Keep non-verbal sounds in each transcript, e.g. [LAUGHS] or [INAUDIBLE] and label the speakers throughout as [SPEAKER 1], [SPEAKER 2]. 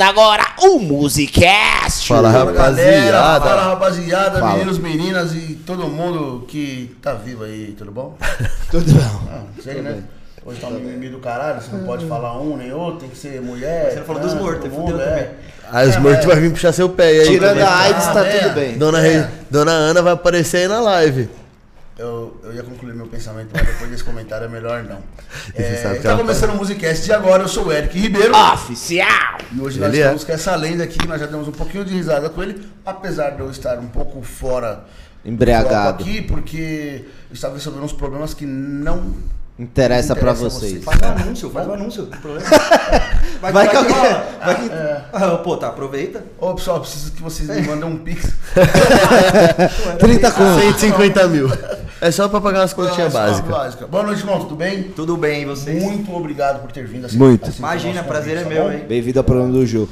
[SPEAKER 1] Agora o Musicast.
[SPEAKER 2] Fala rapaziada.
[SPEAKER 3] fala rapaziada,
[SPEAKER 2] Fala.
[SPEAKER 3] meninos, meninas e todo mundo que tá vivo aí, tudo bom?
[SPEAKER 2] Tudo bom?
[SPEAKER 3] Ah, chega, né? Hoje tá um mimimi do caralho, você não pode falar um nem outro, tem que ser mulher.
[SPEAKER 4] Você não falou
[SPEAKER 3] trans,
[SPEAKER 4] dos mortos,
[SPEAKER 3] todo
[SPEAKER 4] fudeu
[SPEAKER 3] é.
[SPEAKER 4] também.
[SPEAKER 2] Aí os
[SPEAKER 3] É,
[SPEAKER 2] mortos
[SPEAKER 3] mas-
[SPEAKER 2] vão vir puxar seu pé aí.
[SPEAKER 5] Tirando
[SPEAKER 2] também.
[SPEAKER 5] a AIDS, tá
[SPEAKER 3] Ah,
[SPEAKER 5] tudo
[SPEAKER 3] é.
[SPEAKER 5] bem.
[SPEAKER 2] Dona, Re- Dona Ana vai aparecer aí na live.
[SPEAKER 3] Eu, eu ia concluir meu pensamento, mas depois desse comentário é melhor
[SPEAKER 2] [LAUGHS]
[SPEAKER 3] não.
[SPEAKER 2] Você sabe
[SPEAKER 3] É,
[SPEAKER 2] que
[SPEAKER 3] tá
[SPEAKER 2] ela-
[SPEAKER 3] começando o Musicast de agora, eu sou o Eric Ribeiro.
[SPEAKER 1] Oficial.
[SPEAKER 3] E hoje nós
[SPEAKER 2] Ah, Ele é.
[SPEAKER 3] estamos com essa lenda aqui, nós já demos um pouquinho de risada com ele, apesar de eu estar um pouco fora
[SPEAKER 2] É,
[SPEAKER 5] Embriagado.
[SPEAKER 3] aqui, porque eu estava resolvendo uns problemas que não
[SPEAKER 5] Interessa pra
[SPEAKER 3] interessa a
[SPEAKER 5] vocês.
[SPEAKER 4] Faz o
[SPEAKER 3] Tá.
[SPEAKER 4] anúncio, faz o anúncio. não tem problema.
[SPEAKER 3] [LAUGHS]
[SPEAKER 4] Vai, tá
[SPEAKER 5] Vai que
[SPEAKER 4] vai
[SPEAKER 5] alguém-
[SPEAKER 4] rola.
[SPEAKER 3] É.
[SPEAKER 4] Ah, Pô, tá, aproveita.
[SPEAKER 3] Ô pessoal, preciso que vocês me mandem um pix.
[SPEAKER 5] 30 conto.
[SPEAKER 2] 150 mil. É só pra pagar umas continhas
[SPEAKER 3] Só uma
[SPEAKER 2] básicas.
[SPEAKER 3] básica. Boa noite, irmão, tudo bem?
[SPEAKER 4] Tudo bem, e vocês?
[SPEAKER 3] Muito obrigado por ter vindo. assim-
[SPEAKER 5] Muito.
[SPEAKER 3] assim,
[SPEAKER 4] Imagina,
[SPEAKER 3] nosso
[SPEAKER 4] prazer é
[SPEAKER 3] convite,
[SPEAKER 4] meu,
[SPEAKER 3] tá bom?
[SPEAKER 4] hein?
[SPEAKER 5] Bem-vindo ao programa do Ju.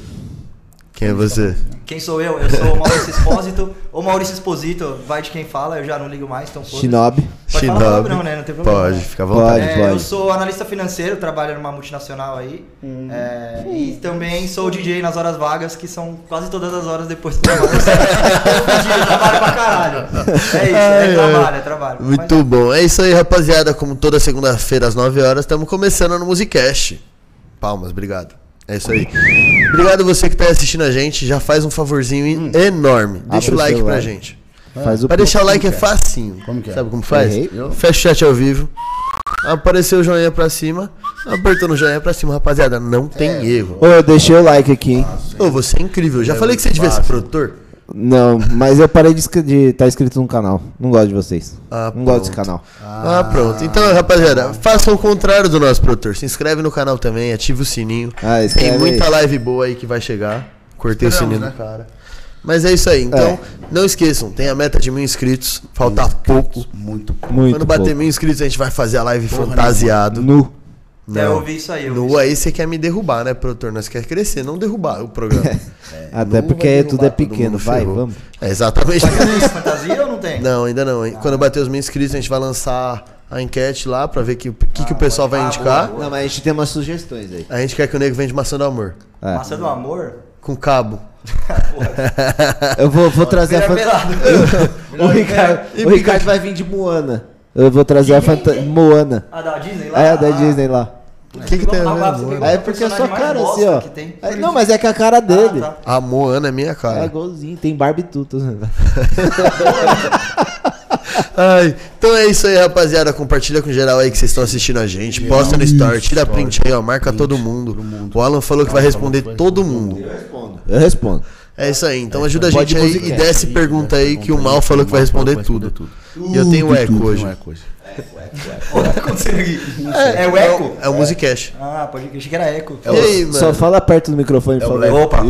[SPEAKER 2] Quem é você?
[SPEAKER 4] Quem sou eu? Eu sou o Maurício Expósito. Ô Maurício Expósito, vai de quem fala, eu já não ligo mais, então foda-se.
[SPEAKER 5] Shinobi.
[SPEAKER 4] Pode falar
[SPEAKER 2] Shinobi.
[SPEAKER 4] palavrão, né? Não tem problema.
[SPEAKER 2] Pode,
[SPEAKER 4] né?
[SPEAKER 2] fica à vontade.
[SPEAKER 5] Pode,
[SPEAKER 4] É,
[SPEAKER 5] pode.
[SPEAKER 4] Eu sou analista financeiro, trabalho numa multinacional aí.
[SPEAKER 3] Hum.
[SPEAKER 4] É, e também sou DJ nas horas vagas, que são quase todas as horas depois do trabalho. [LAUGHS] DJ, trabalho pra caralho. É isso,
[SPEAKER 2] Ai,
[SPEAKER 4] é
[SPEAKER 2] ai.
[SPEAKER 4] trabalho, é trabalho.
[SPEAKER 2] Muito bom. É isso aí, rapaziada. Como toda segunda-feira às 9 horas, estamos começando no Musicast. Palmas, obrigado. É isso aí. Obrigado você que tá aí assistindo a gente. Já faz um favorzinho enorme.
[SPEAKER 5] Abre
[SPEAKER 2] Deixa
[SPEAKER 5] o
[SPEAKER 2] o like
[SPEAKER 5] seu
[SPEAKER 2] pra
[SPEAKER 5] like.
[SPEAKER 2] gente.
[SPEAKER 5] Faz o
[SPEAKER 2] Pra deixar o like é facinho.
[SPEAKER 3] Como que é?
[SPEAKER 2] Sabe como faz?
[SPEAKER 5] Errei.
[SPEAKER 2] Fecha o chat ao vivo. Apareceu o joinha pra cima. Apertando o joinha pra cima, rapaziada. Não tem erro.
[SPEAKER 5] Ô, eu deixei o like aqui, hein?
[SPEAKER 2] Ô, você é incrível. Já falei que você devia ser produtor?
[SPEAKER 5] Não, mas eu parei de estar tá inscrito no canal. Não gosto de vocês.
[SPEAKER 2] Ah,
[SPEAKER 5] não gosto desse
[SPEAKER 2] pronto.
[SPEAKER 5] canal.
[SPEAKER 2] Ah, pronto. Então, rapaziada, faça o contrário do nosso produtor. Se inscreve no canal também, ativa o sininho.
[SPEAKER 5] Ah, escreve
[SPEAKER 2] Tem muita
[SPEAKER 5] aí.
[SPEAKER 2] live boa aí que vai chegar. Cortei o
[SPEAKER 3] Esperamos,
[SPEAKER 2] sininho
[SPEAKER 3] né?
[SPEAKER 2] do cara. Mas é isso aí. Então,
[SPEAKER 5] É.
[SPEAKER 2] não esqueçam, tem a meta de mil inscritos. Falta Tá pouco.
[SPEAKER 3] Muito bom.
[SPEAKER 5] Muito
[SPEAKER 2] Quando bater
[SPEAKER 5] pouco.
[SPEAKER 2] mil inscritos, a gente vai fazer a live fantasiado.
[SPEAKER 5] Nu.
[SPEAKER 4] É, eu ouvi isso aí. Eu ouvi
[SPEAKER 2] No aí você quer me derrubar, né, produtor? Nós quer crescer, não derrubar o programa.
[SPEAKER 5] [LAUGHS] Até
[SPEAKER 2] Nu
[SPEAKER 5] porque
[SPEAKER 2] vai
[SPEAKER 5] tudo é
[SPEAKER 2] derrubar, todo
[SPEAKER 5] pequeno.
[SPEAKER 2] mundo
[SPEAKER 5] Vai,
[SPEAKER 2] ferrou.
[SPEAKER 5] vamos.
[SPEAKER 2] É, exatamente. [LAUGHS]
[SPEAKER 4] Tem fantasia ou não tem?
[SPEAKER 2] Não, ainda não, hein? Quando bater os mil inscritos, a gente vai lançar a enquete lá pra ver o que, que, que o pessoal vai
[SPEAKER 4] ah,
[SPEAKER 2] indicar.
[SPEAKER 4] boa, boa.
[SPEAKER 5] Não, mas a gente tem umas sugestões aí.
[SPEAKER 2] A gente quer que o nego vende maçã do amor.
[SPEAKER 5] É.
[SPEAKER 4] Maçã do amor?
[SPEAKER 2] Com cabo.
[SPEAKER 5] Eu vou, vou trazer a
[SPEAKER 4] Ele é
[SPEAKER 5] fantasia. [LAUGHS]
[SPEAKER 4] pelado.
[SPEAKER 5] O Ricardo, o Ricardo vai vir de Moana. Eu vou trazer a fantasia. Moana.
[SPEAKER 4] A da Disney lá?
[SPEAKER 5] É, da Disney lá.
[SPEAKER 2] O que, que tem a ver?
[SPEAKER 4] Ah, você
[SPEAKER 2] amor?
[SPEAKER 4] pegou.
[SPEAKER 5] É porque é só
[SPEAKER 4] personagem
[SPEAKER 5] cara
[SPEAKER 4] mais
[SPEAKER 5] assim,
[SPEAKER 4] bosta
[SPEAKER 5] ó.
[SPEAKER 4] que tem.
[SPEAKER 5] É, não, mas é que é a cara dele.
[SPEAKER 4] Ah, tá.
[SPEAKER 2] A Moana é minha
[SPEAKER 5] É
[SPEAKER 2] cara.
[SPEAKER 5] igualzinho, tem barba e tudo.
[SPEAKER 2] Ai, então é isso aí, rapaziada. Compartilha com geral aí que vocês estão assistindo a gente. Posta no story, tira print aí, ó. Marca todo mundo. O Alan falou que vai responder todo mundo.
[SPEAKER 5] Eu respondo.
[SPEAKER 2] É isso aí, então ajuda a
[SPEAKER 5] Pode
[SPEAKER 2] gente aí
[SPEAKER 5] música.
[SPEAKER 2] e desce pergunta aí que o Mal falou que vai responder tudo. E eu tenho eco hoje.
[SPEAKER 3] um
[SPEAKER 4] O que tá acontecendo aqui? É, o eco?
[SPEAKER 2] É o Musicast.
[SPEAKER 4] Ah, pode que achei que era eco.
[SPEAKER 2] E aí,
[SPEAKER 5] Só
[SPEAKER 2] mano?
[SPEAKER 5] fala perto do microfone, por favor.
[SPEAKER 4] É Opa.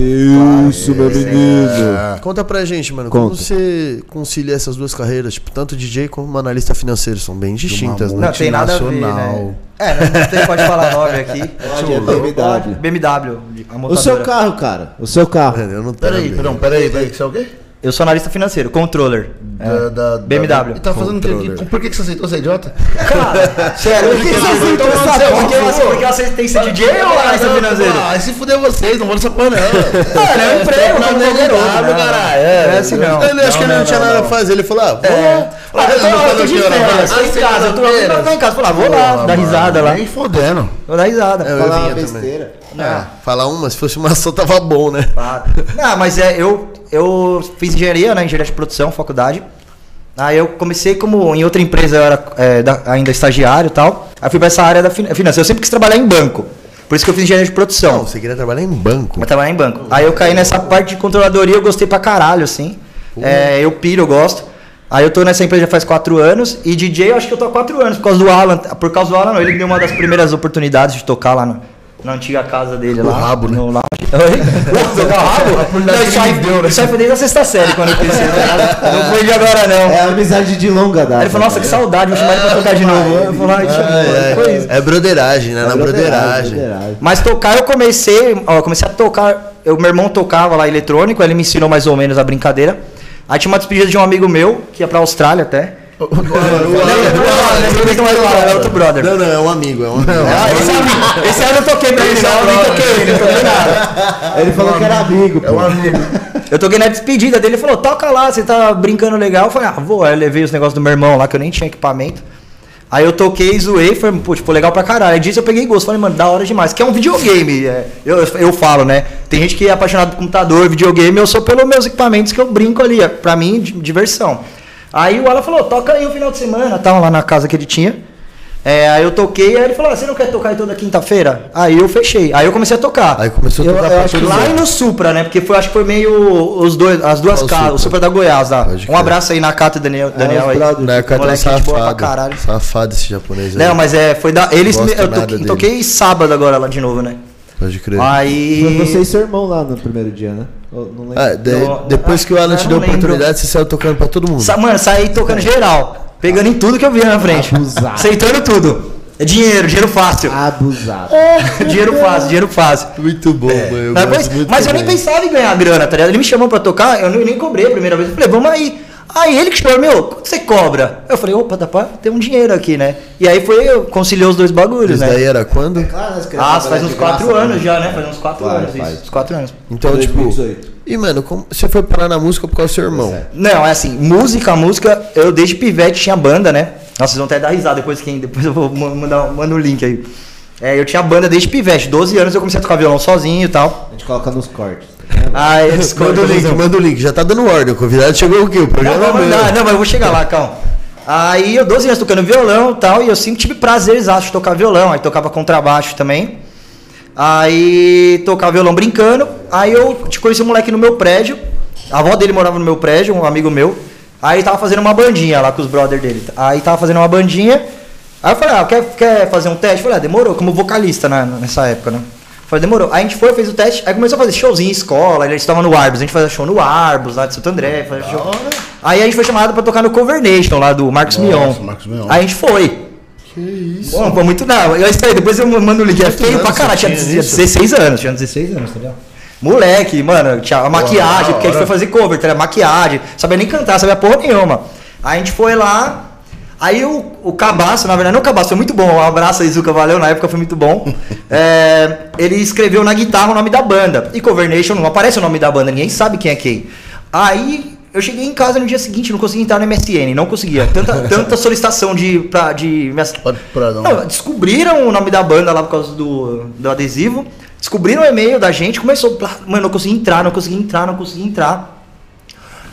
[SPEAKER 5] Isso, meu menino.
[SPEAKER 2] Ah. Conta pra gente, mano, como
[SPEAKER 5] Conta.
[SPEAKER 2] você concilia essas duas carreiras? Tipo, tanto DJ como analista financeiro. São bem distintas, né?
[SPEAKER 4] Não, tem nada a ver, né?
[SPEAKER 3] Multinacional.
[SPEAKER 4] É, não tem, pode falar nome aqui.
[SPEAKER 5] é BMW.
[SPEAKER 4] BMW. a
[SPEAKER 5] O seu
[SPEAKER 4] montadora.
[SPEAKER 5] carro, cara. O seu carro.
[SPEAKER 2] Eu não tenho.
[SPEAKER 3] Peraí, perdão, peraí, peraí, que você é o quê?
[SPEAKER 4] Eu sou analista financeiro, controller.
[SPEAKER 3] Da- da- da-
[SPEAKER 4] BMW.
[SPEAKER 3] E tá fazendo o quê aqui?
[SPEAKER 2] Controller.
[SPEAKER 3] Por que que você aceitou ser idiota?
[SPEAKER 4] Cara, sério,
[SPEAKER 5] Por que você aceitou essa porra?
[SPEAKER 4] Porque você- porque você tem que ser DJ ou analista financeiro?
[SPEAKER 3] Ah, se fuder vocês, não vou nessa porra não. Mano,
[SPEAKER 4] é um emprego,
[SPEAKER 3] não,
[SPEAKER 4] tá
[SPEAKER 3] não,
[SPEAKER 4] bom,
[SPEAKER 3] não,
[SPEAKER 4] não.
[SPEAKER 3] caralho.
[SPEAKER 4] Não é assim, não.
[SPEAKER 2] Ele acho que ele não, tinha nada a fazer. Ele falou, ah, vou lá.
[SPEAKER 4] Ah, eu tô- eu tô de
[SPEAKER 2] Ah,
[SPEAKER 4] férias, tô em
[SPEAKER 2] você
[SPEAKER 4] casa, eu tô eu tava em casa, vou lá, vou lá, dar risada lá.
[SPEAKER 3] Nem fodendo.
[SPEAKER 4] Vou dar risada.
[SPEAKER 2] eu
[SPEAKER 5] Fala uma
[SPEAKER 2] vinha também.
[SPEAKER 5] besteira.
[SPEAKER 2] Ah, falar uma, se fosse uma só tava bom, né?
[SPEAKER 4] Não, mas é, eu, eu fiz engenharia, né? Engenharia de produção, faculdade. Aí eu comecei como em outra empresa eu era é, da- ainda estagiário e tal. Aí fui pra essa área da fin finança. Eu sempre quis trabalhar em banco. Por isso que eu fiz engenharia de produção.
[SPEAKER 2] Não, você queria trabalhar em banco.
[SPEAKER 4] Mas tá trabalhar em banco. Aí eu caí nessa parte de controladoria, eu gostei pra caralho, assim. É, eu piro, eu gosto. Aí eu tô nessa empresa já faz quatro anos. E DJ eu acho que eu tô há quatro anos, por causa do Alan. Por causa do Alan, não. Ele me deu uma das primeiras oportunidades de tocar lá no- na antiga casa dele lá.
[SPEAKER 2] rabo, né?
[SPEAKER 4] No lounge. Oi? Tocar o rabo? Não, isso aí, isso aí foi desde a sexta série quando eu pensei. né? Não foi de agora, não.
[SPEAKER 5] É amizade de longa data. tá
[SPEAKER 4] Aí ele falou, nossa, que saudade, vou chamar ele pra tocar de novo. Eu falei, ai, que
[SPEAKER 2] É,
[SPEAKER 4] saudade. Foi isso.
[SPEAKER 2] é, é broderagem, né? Na broderagem.
[SPEAKER 5] "Ah, broderagem.
[SPEAKER 4] Mas tocar eu comecei, ó, eu comecei a tocar, eu, meu irmão tocava lá eletrônico, ele me ensinou mais ou menos a brincadeira. Aí tinha uma despedida de um amigo meu, que ia pra Austrália até.
[SPEAKER 2] O Alan,
[SPEAKER 4] Não, não é o Alan, é outro brother.
[SPEAKER 2] Não, não, é um amigo. É um amigo.
[SPEAKER 4] Ah, esse, é amigo. esse ano eu toquei pra ele, né? não, eu nem toquei ele, não toquei nada. Ah,
[SPEAKER 5] Ele falou que era amigo,
[SPEAKER 3] É um
[SPEAKER 5] pô.
[SPEAKER 3] amigo.
[SPEAKER 4] Eu toquei na despedida dele, ele falou, toca lá, você tá brincando legal. Eu falei, ah, vou. Aí eu levei os negócios do meu irmão lá, que eu nem tinha equipamento. Aí eu toquei, zoei, foi, pô, tipo, legal pra caralho. Aí disso eu peguei gosto, falei, mano, da hora demais. Que é um videogame, é. eu, eu falo, né? Tem gente que é apaixonado por computador, videogame, eu sou pelos meus equipamentos que eu brinco ali, é, pra mim, di- diversão. Aí o Alan falou, toca aí o final de semana, tal, lá na casa que ele tinha. É, aí eu toquei, aí ele falou, ah, você não quer tocar aí toda quinta-feira? Aí eu fechei, aí eu comecei a tocar.
[SPEAKER 2] Aí começou a
[SPEAKER 5] Eu-
[SPEAKER 2] tocar
[SPEAKER 5] eu
[SPEAKER 2] pra
[SPEAKER 5] acho
[SPEAKER 2] todo
[SPEAKER 4] Lá e
[SPEAKER 2] mundo.
[SPEAKER 4] no Supra, né? Porque foi, acho que foi meio os dois, as duas
[SPEAKER 2] Ah, o
[SPEAKER 4] casas,
[SPEAKER 2] Supra.
[SPEAKER 4] o Supra da Goiás lá.
[SPEAKER 2] Pode
[SPEAKER 4] Um
[SPEAKER 2] crer. É,
[SPEAKER 4] abraço aí na Cata e Daniel, Daniel
[SPEAKER 5] os
[SPEAKER 4] aí.
[SPEAKER 5] brothers.
[SPEAKER 2] Na época era um
[SPEAKER 4] Moleque, gente boa pra
[SPEAKER 2] safado.
[SPEAKER 4] caralho.
[SPEAKER 2] Safado esse japonês aí.
[SPEAKER 4] Não, mas é, foi da. Eles
[SPEAKER 2] Gosto
[SPEAKER 4] me- eu
[SPEAKER 2] nada
[SPEAKER 4] toquei,
[SPEAKER 2] dele. É.
[SPEAKER 4] toquei sábado agora lá de novo, né?
[SPEAKER 2] Pode crer.
[SPEAKER 5] Foi
[SPEAKER 4] Aí.
[SPEAKER 5] você e seu irmão lá no primeiro dia, né? Eu não lembro.
[SPEAKER 2] Ah, de-
[SPEAKER 4] Eu-
[SPEAKER 2] depois que o Alan
[SPEAKER 4] eu
[SPEAKER 2] te
[SPEAKER 4] não
[SPEAKER 2] deu a
[SPEAKER 4] lembro.
[SPEAKER 2] oportunidade, você saiu tocando pra todo mundo.
[SPEAKER 4] Sa- Mano, saí tocando geral. Pegando em tudo que eu via na frente.
[SPEAKER 5] Abusado. Ah.
[SPEAKER 4] Aceitando tudo. É dinheiro, dinheiro fácil.
[SPEAKER 5] Abusado.
[SPEAKER 4] [LAUGHS] é. dinheiro fácil, dinheiro fácil.
[SPEAKER 2] Muito bom, mano.
[SPEAKER 4] É. Mas, depois- mas eu nem pensava em ganhar grana, tá ligado? Ele me chamou pra tocar, eu não- nem cobrei a primeira vez. Eu falei, vamos aí. Aí ele que chamou, meu, quanto você cobra? Eu falei, opa, dá pra ter um dinheiro aqui, né? E aí foi, eu conciliei os dois bagulhos,
[SPEAKER 2] Isso
[SPEAKER 4] né?
[SPEAKER 2] daí é era quando?
[SPEAKER 4] Ah, faz uns quatro anos já, né? Faz uns quatro
[SPEAKER 5] Faz,
[SPEAKER 4] anos
[SPEAKER 5] faz.
[SPEAKER 4] isso. Uns quatro anos.
[SPEAKER 2] Então, tipo.
[SPEAKER 5] 2018.
[SPEAKER 2] E, mano, como você foi parar na música por causa do seu irmão?
[SPEAKER 4] Não, é assim, música, música, eu desde pivete tinha banda, né? Nossa, vocês vão até dar risada depois quem. Depois eu vou ma- mandar mando o link aí. É, eu tinha banda desde pivete, 12 anos eu comecei a tocar violão sozinho e tal.
[SPEAKER 5] A gente coloca nos cortes. tá
[SPEAKER 2] [LAUGHS]
[SPEAKER 4] Aí eu
[SPEAKER 2] Manda o link, manda o link. Já tá dando ordem. O convidado chegou o quê? O
[SPEAKER 4] Não,
[SPEAKER 2] programa
[SPEAKER 4] não,
[SPEAKER 2] é
[SPEAKER 4] mas-
[SPEAKER 2] meu.
[SPEAKER 4] não, não, mas eu vou chegar lá, calma. Aí eu 12 anos tocando violão e tal, e eu sempre tive prazeres acho de tocar violão, aí tocava contrabaixo também. Aí tocava violão brincando. Aí eu te conheci um moleque no meu prédio. A avó dele morava no meu prédio, um amigo meu. Aí tava fazendo uma bandinha lá com os brothers dele. Aí tava fazendo uma bandinha. Aí eu falei, ah, quer, quer fazer um teste? Eu falei, ah, demorou, como vocalista na- nessa época, né? Eu Falei, demorou. Aí a gente foi, fez o teste, aí começou a fazer showzinho em escola, ele estava no Arbus, a gente fazia show no Arbus, lá de Santo André, fazia show. Aí a gente foi chamado pra tocar no Cover Nation lá do Marcos
[SPEAKER 3] Nossa,
[SPEAKER 4] Mion.
[SPEAKER 3] Marcos Mion.
[SPEAKER 4] Aí a gente foi.
[SPEAKER 3] Que isso?
[SPEAKER 4] Bom, foi muito da hora. Eu esperei, depois eu mando o link. É feio
[SPEAKER 2] anos
[SPEAKER 4] pra caralho.
[SPEAKER 2] você
[SPEAKER 4] Tinha
[SPEAKER 2] tinha
[SPEAKER 4] 16 anos, tinha 16 anos, tá ligado? Moleque, mano, tinha a maquiagem,
[SPEAKER 3] da
[SPEAKER 4] porque a gente
[SPEAKER 3] hora.
[SPEAKER 4] foi fazer cover, tá ligado? Maquiagem, sabia nem cantar, sabia porra nenhuma. Aí a gente foi lá, aí o, o Cabaço, na verdade, não o Cabaço, foi muito bom. Um abraço aí, Zuca, valeu, na época foi muito bom. É, ele escreveu na guitarra o nome da banda. E Cover Nation não aparece o nome da banda, ninguém sabe quem é quem. Aí eu cheguei em casa no dia seguinte, não consegui entrar no MSN, não conseguia. Tanta, tanta solicitação de, pra, de
[SPEAKER 3] Pra- pra não.
[SPEAKER 4] não, descobriram o nome da banda lá por causa do, do adesivo. Descobriram o e-mail da gente, começou. plá, Mano, não consegui entrar, não consegui entrar, não consegui entrar.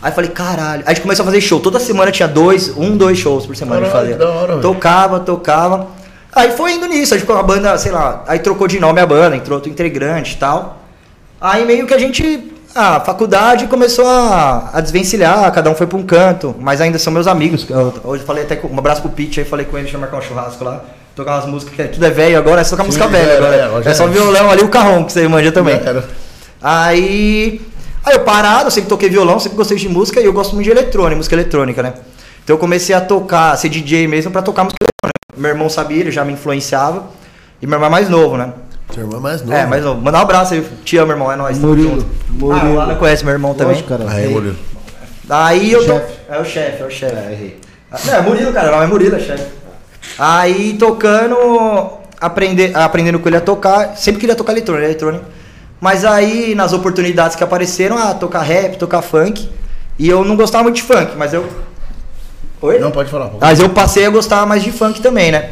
[SPEAKER 4] Aí eu falei, caralho. Aí a gente começou a fazer show. Toda semana tinha dois, um, dois shows por semana. a
[SPEAKER 3] Caralho,
[SPEAKER 4] gente
[SPEAKER 3] que da
[SPEAKER 4] fazia.
[SPEAKER 3] hora, velho.
[SPEAKER 4] tocava, tocava. Aí foi indo nisso, aí ficou a banda, sei lá, aí trocou de nome a banda, entrou outro integrante e tal. Aí meio que a gente. A faculdade começou a, a desvencilhar, cada um foi pra um canto, mas ainda são meus amigos. Eu- hoje eu falei até com, um abraço pro Pete, aí falei com ele, deixa eu marcar um churrasco lá, tocar umas músicas, que é- tudo é velho agora, é só tocar
[SPEAKER 3] Sim,
[SPEAKER 4] música
[SPEAKER 3] já
[SPEAKER 4] velha
[SPEAKER 3] era,
[SPEAKER 4] agora.
[SPEAKER 3] é, agora já
[SPEAKER 4] É, só
[SPEAKER 3] era.
[SPEAKER 4] violão ali, o carrão que você manja também.
[SPEAKER 3] Já era.
[SPEAKER 4] Aí. Aí eu parado, eu sempre toquei violão, sempre gostei de música e eu gosto muito de eletrônica, música eletrônica, né? Então eu comecei a tocar, a ser DJ mesmo pra tocar música eletrônica. Meu irmão sabia, ele já me influenciava. E meu irmão é mais novo, né?
[SPEAKER 2] Seu irmão é mais novo.
[SPEAKER 4] É, mas não, mandar um abraço aí. Te amo, irmão. É nóis. tamo
[SPEAKER 5] Murilo,
[SPEAKER 4] junto.
[SPEAKER 5] Murilo.
[SPEAKER 4] Ah, o Alan conhece meu irmão também.
[SPEAKER 5] Lógico,
[SPEAKER 3] né,
[SPEAKER 5] cara.
[SPEAKER 2] Aí, Murilo.
[SPEAKER 4] Aí eu tô...
[SPEAKER 5] Chefe.
[SPEAKER 4] É o chefe, é o chefe.
[SPEAKER 5] É, errei.
[SPEAKER 4] Ah, Não, é Murilo, cara. Não, é Murilo, é chefe. Aí tocando... Aprender, aprendendo com ele a tocar. Sempre queria tocar eletrônica, eletrônica. Mas aí, nas oportunidades que apareceram, ah, tocar rap, tocar funk. E eu não gostava muito de funk, mas eu... Oi?
[SPEAKER 3] Não, pode falar. pô.
[SPEAKER 4] Mas eu passei a gostar mais de funk também, né?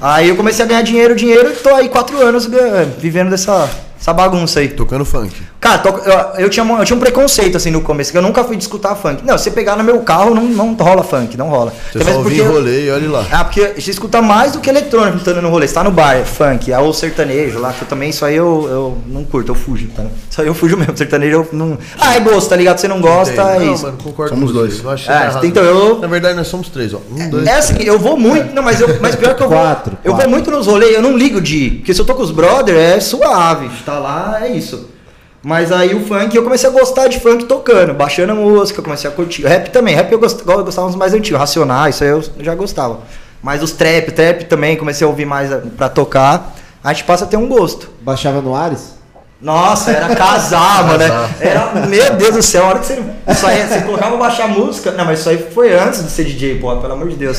[SPEAKER 4] Aí eu comecei a ganhar dinheiro, dinheiro, e tô aí quatro anos gan- vivendo dessa essa bagunça aí.
[SPEAKER 2] Tocando funk.
[SPEAKER 4] Cara, to- eu, eu tinha, um- eu tinha um preconceito assim no começo, que eu nunca fui escutar funk. Não, se você pegar no meu carro, não, não rola funk, não rola.
[SPEAKER 2] Você
[SPEAKER 4] Até
[SPEAKER 2] só
[SPEAKER 4] mesmo
[SPEAKER 2] ouvia em rolê e olha lá.
[SPEAKER 4] ah, porque você escuta mais do que eletrônico estando no rolê. Você tá no bar, é funk, é o sertanejo lá, que eu também, isso aí eu, eu não curto, eu fujo, tá? Isso aí eu fujo [LAUGHS] mesmo, sertanejo eu não. Ah, é gosto, tá ligado? Você não gosta, é
[SPEAKER 2] não,
[SPEAKER 4] isso.
[SPEAKER 2] mano, concordo
[SPEAKER 3] Somos
[SPEAKER 2] com você.
[SPEAKER 3] dois.
[SPEAKER 2] Não acho que
[SPEAKER 4] É,
[SPEAKER 2] tá errado.
[SPEAKER 4] então eu-
[SPEAKER 2] Na verdade, nós somos três, ó. Um, dois.
[SPEAKER 4] É assim, eu vou muito. Não, mas,
[SPEAKER 2] [LAUGHS]
[SPEAKER 4] eu, mas pior que eu vou.
[SPEAKER 5] Quatro,
[SPEAKER 4] eu vou
[SPEAKER 5] quatro.
[SPEAKER 4] muito nos rolês, eu não ligo de ir. Porque se eu tô com os brother, é suave. Tá lá, é isso. Mas aí o funk, eu comecei a gostar de funk tocando, baixando a música, comecei a curtir. Rap também, rap eu gost- eu gostava dos mais antigos, Racionais, isso aí eu já gostava. Mas os trap, trap também, comecei a ouvir mais eh, pra tocar. A gente passa a ter um gosto.
[SPEAKER 5] Baixava no Ares?
[SPEAKER 4] Nossa, era casava, né? Era, meu Deus do céu, a hora que você. Isso aí, você colocava baixar música. Não, mas isso aí foi antes de ser DJ, pô, pelo amor de Deus.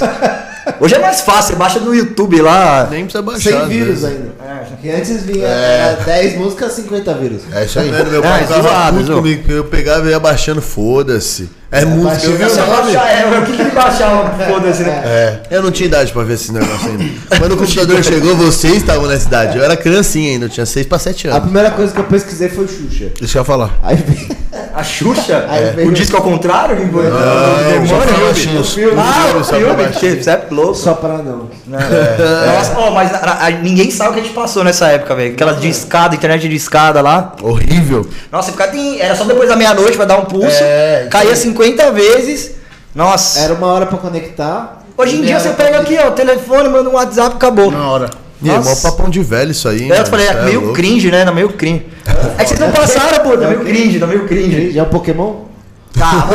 [SPEAKER 4] Hoje é mais fácil, você baixa no YouTube lá.
[SPEAKER 2] Nem precisa baixar.
[SPEAKER 5] Sem
[SPEAKER 2] às
[SPEAKER 5] vírus
[SPEAKER 2] vezes.
[SPEAKER 5] ainda. Que antes vinha era 10 músicas, 50 vírus.
[SPEAKER 2] É isso aí. Mano, meu pai
[SPEAKER 4] É,
[SPEAKER 2] ficava
[SPEAKER 4] zoado,
[SPEAKER 2] puto
[SPEAKER 4] zoou.
[SPEAKER 2] comigo, porque eu pegava e ia baixando, foda-se. É, música, eu vi o
[SPEAKER 5] baixando,
[SPEAKER 4] Só
[SPEAKER 2] nome.
[SPEAKER 4] baixar, é, mas o que, que ele baixava? Foda-se, né?
[SPEAKER 2] É, eu não tinha idade pra ver esse negócio
[SPEAKER 4] [LAUGHS]
[SPEAKER 2] ainda. Quando o computador chegou, vocês estavam nessa idade. Eu era criancinha ainda, eu tinha 6 pra 7
[SPEAKER 5] A
[SPEAKER 2] anos.
[SPEAKER 5] primeira coisa que eu pesquisei foi Xuxa.
[SPEAKER 2] Deixa eu falar.
[SPEAKER 5] Aí veio-
[SPEAKER 4] A Xuxa?
[SPEAKER 5] Aí veio-
[SPEAKER 4] O disco ao contrário? que foi?
[SPEAKER 2] Ah,
[SPEAKER 4] o
[SPEAKER 2] só pra
[SPEAKER 4] demônio?
[SPEAKER 2] baixinho.
[SPEAKER 4] o filme. Ah, o
[SPEAKER 2] Só pra É.
[SPEAKER 4] filme.
[SPEAKER 2] baixinho.
[SPEAKER 4] que- Você é louco.
[SPEAKER 5] [LAUGHS] só para não.
[SPEAKER 4] Nossa, ó, mas na- na- ninguém sabe o que a gente passou nessa época, velho. Aquela de escada, internet de escada lá.
[SPEAKER 2] Horrível.
[SPEAKER 4] Nossa, você ficava, "Tim", era só depois da meia-noite pra dar um pulso.
[SPEAKER 2] É,
[SPEAKER 4] caía 50 vezes. Nossa.
[SPEAKER 5] Era uma hora pra conectar.
[SPEAKER 2] um
[SPEAKER 4] Hoje em dia você pega aqui, ó, o telefone, manda um WhatsApp, acabou.
[SPEAKER 3] Na hora.
[SPEAKER 2] E é mó
[SPEAKER 4] Nossa.
[SPEAKER 2] papão de velho isso aí, hein,
[SPEAKER 4] Aí eu
[SPEAKER 2] mano?
[SPEAKER 4] falei,
[SPEAKER 2] Cê
[SPEAKER 4] é meio
[SPEAKER 2] louco.
[SPEAKER 4] cringe, né? Era meio cringe. É que vocês não passaram, pô. Tá meio cringe, tá meio cringe.
[SPEAKER 5] Já é um Pokémon?
[SPEAKER 2] [LAUGHS]
[SPEAKER 4] Tá.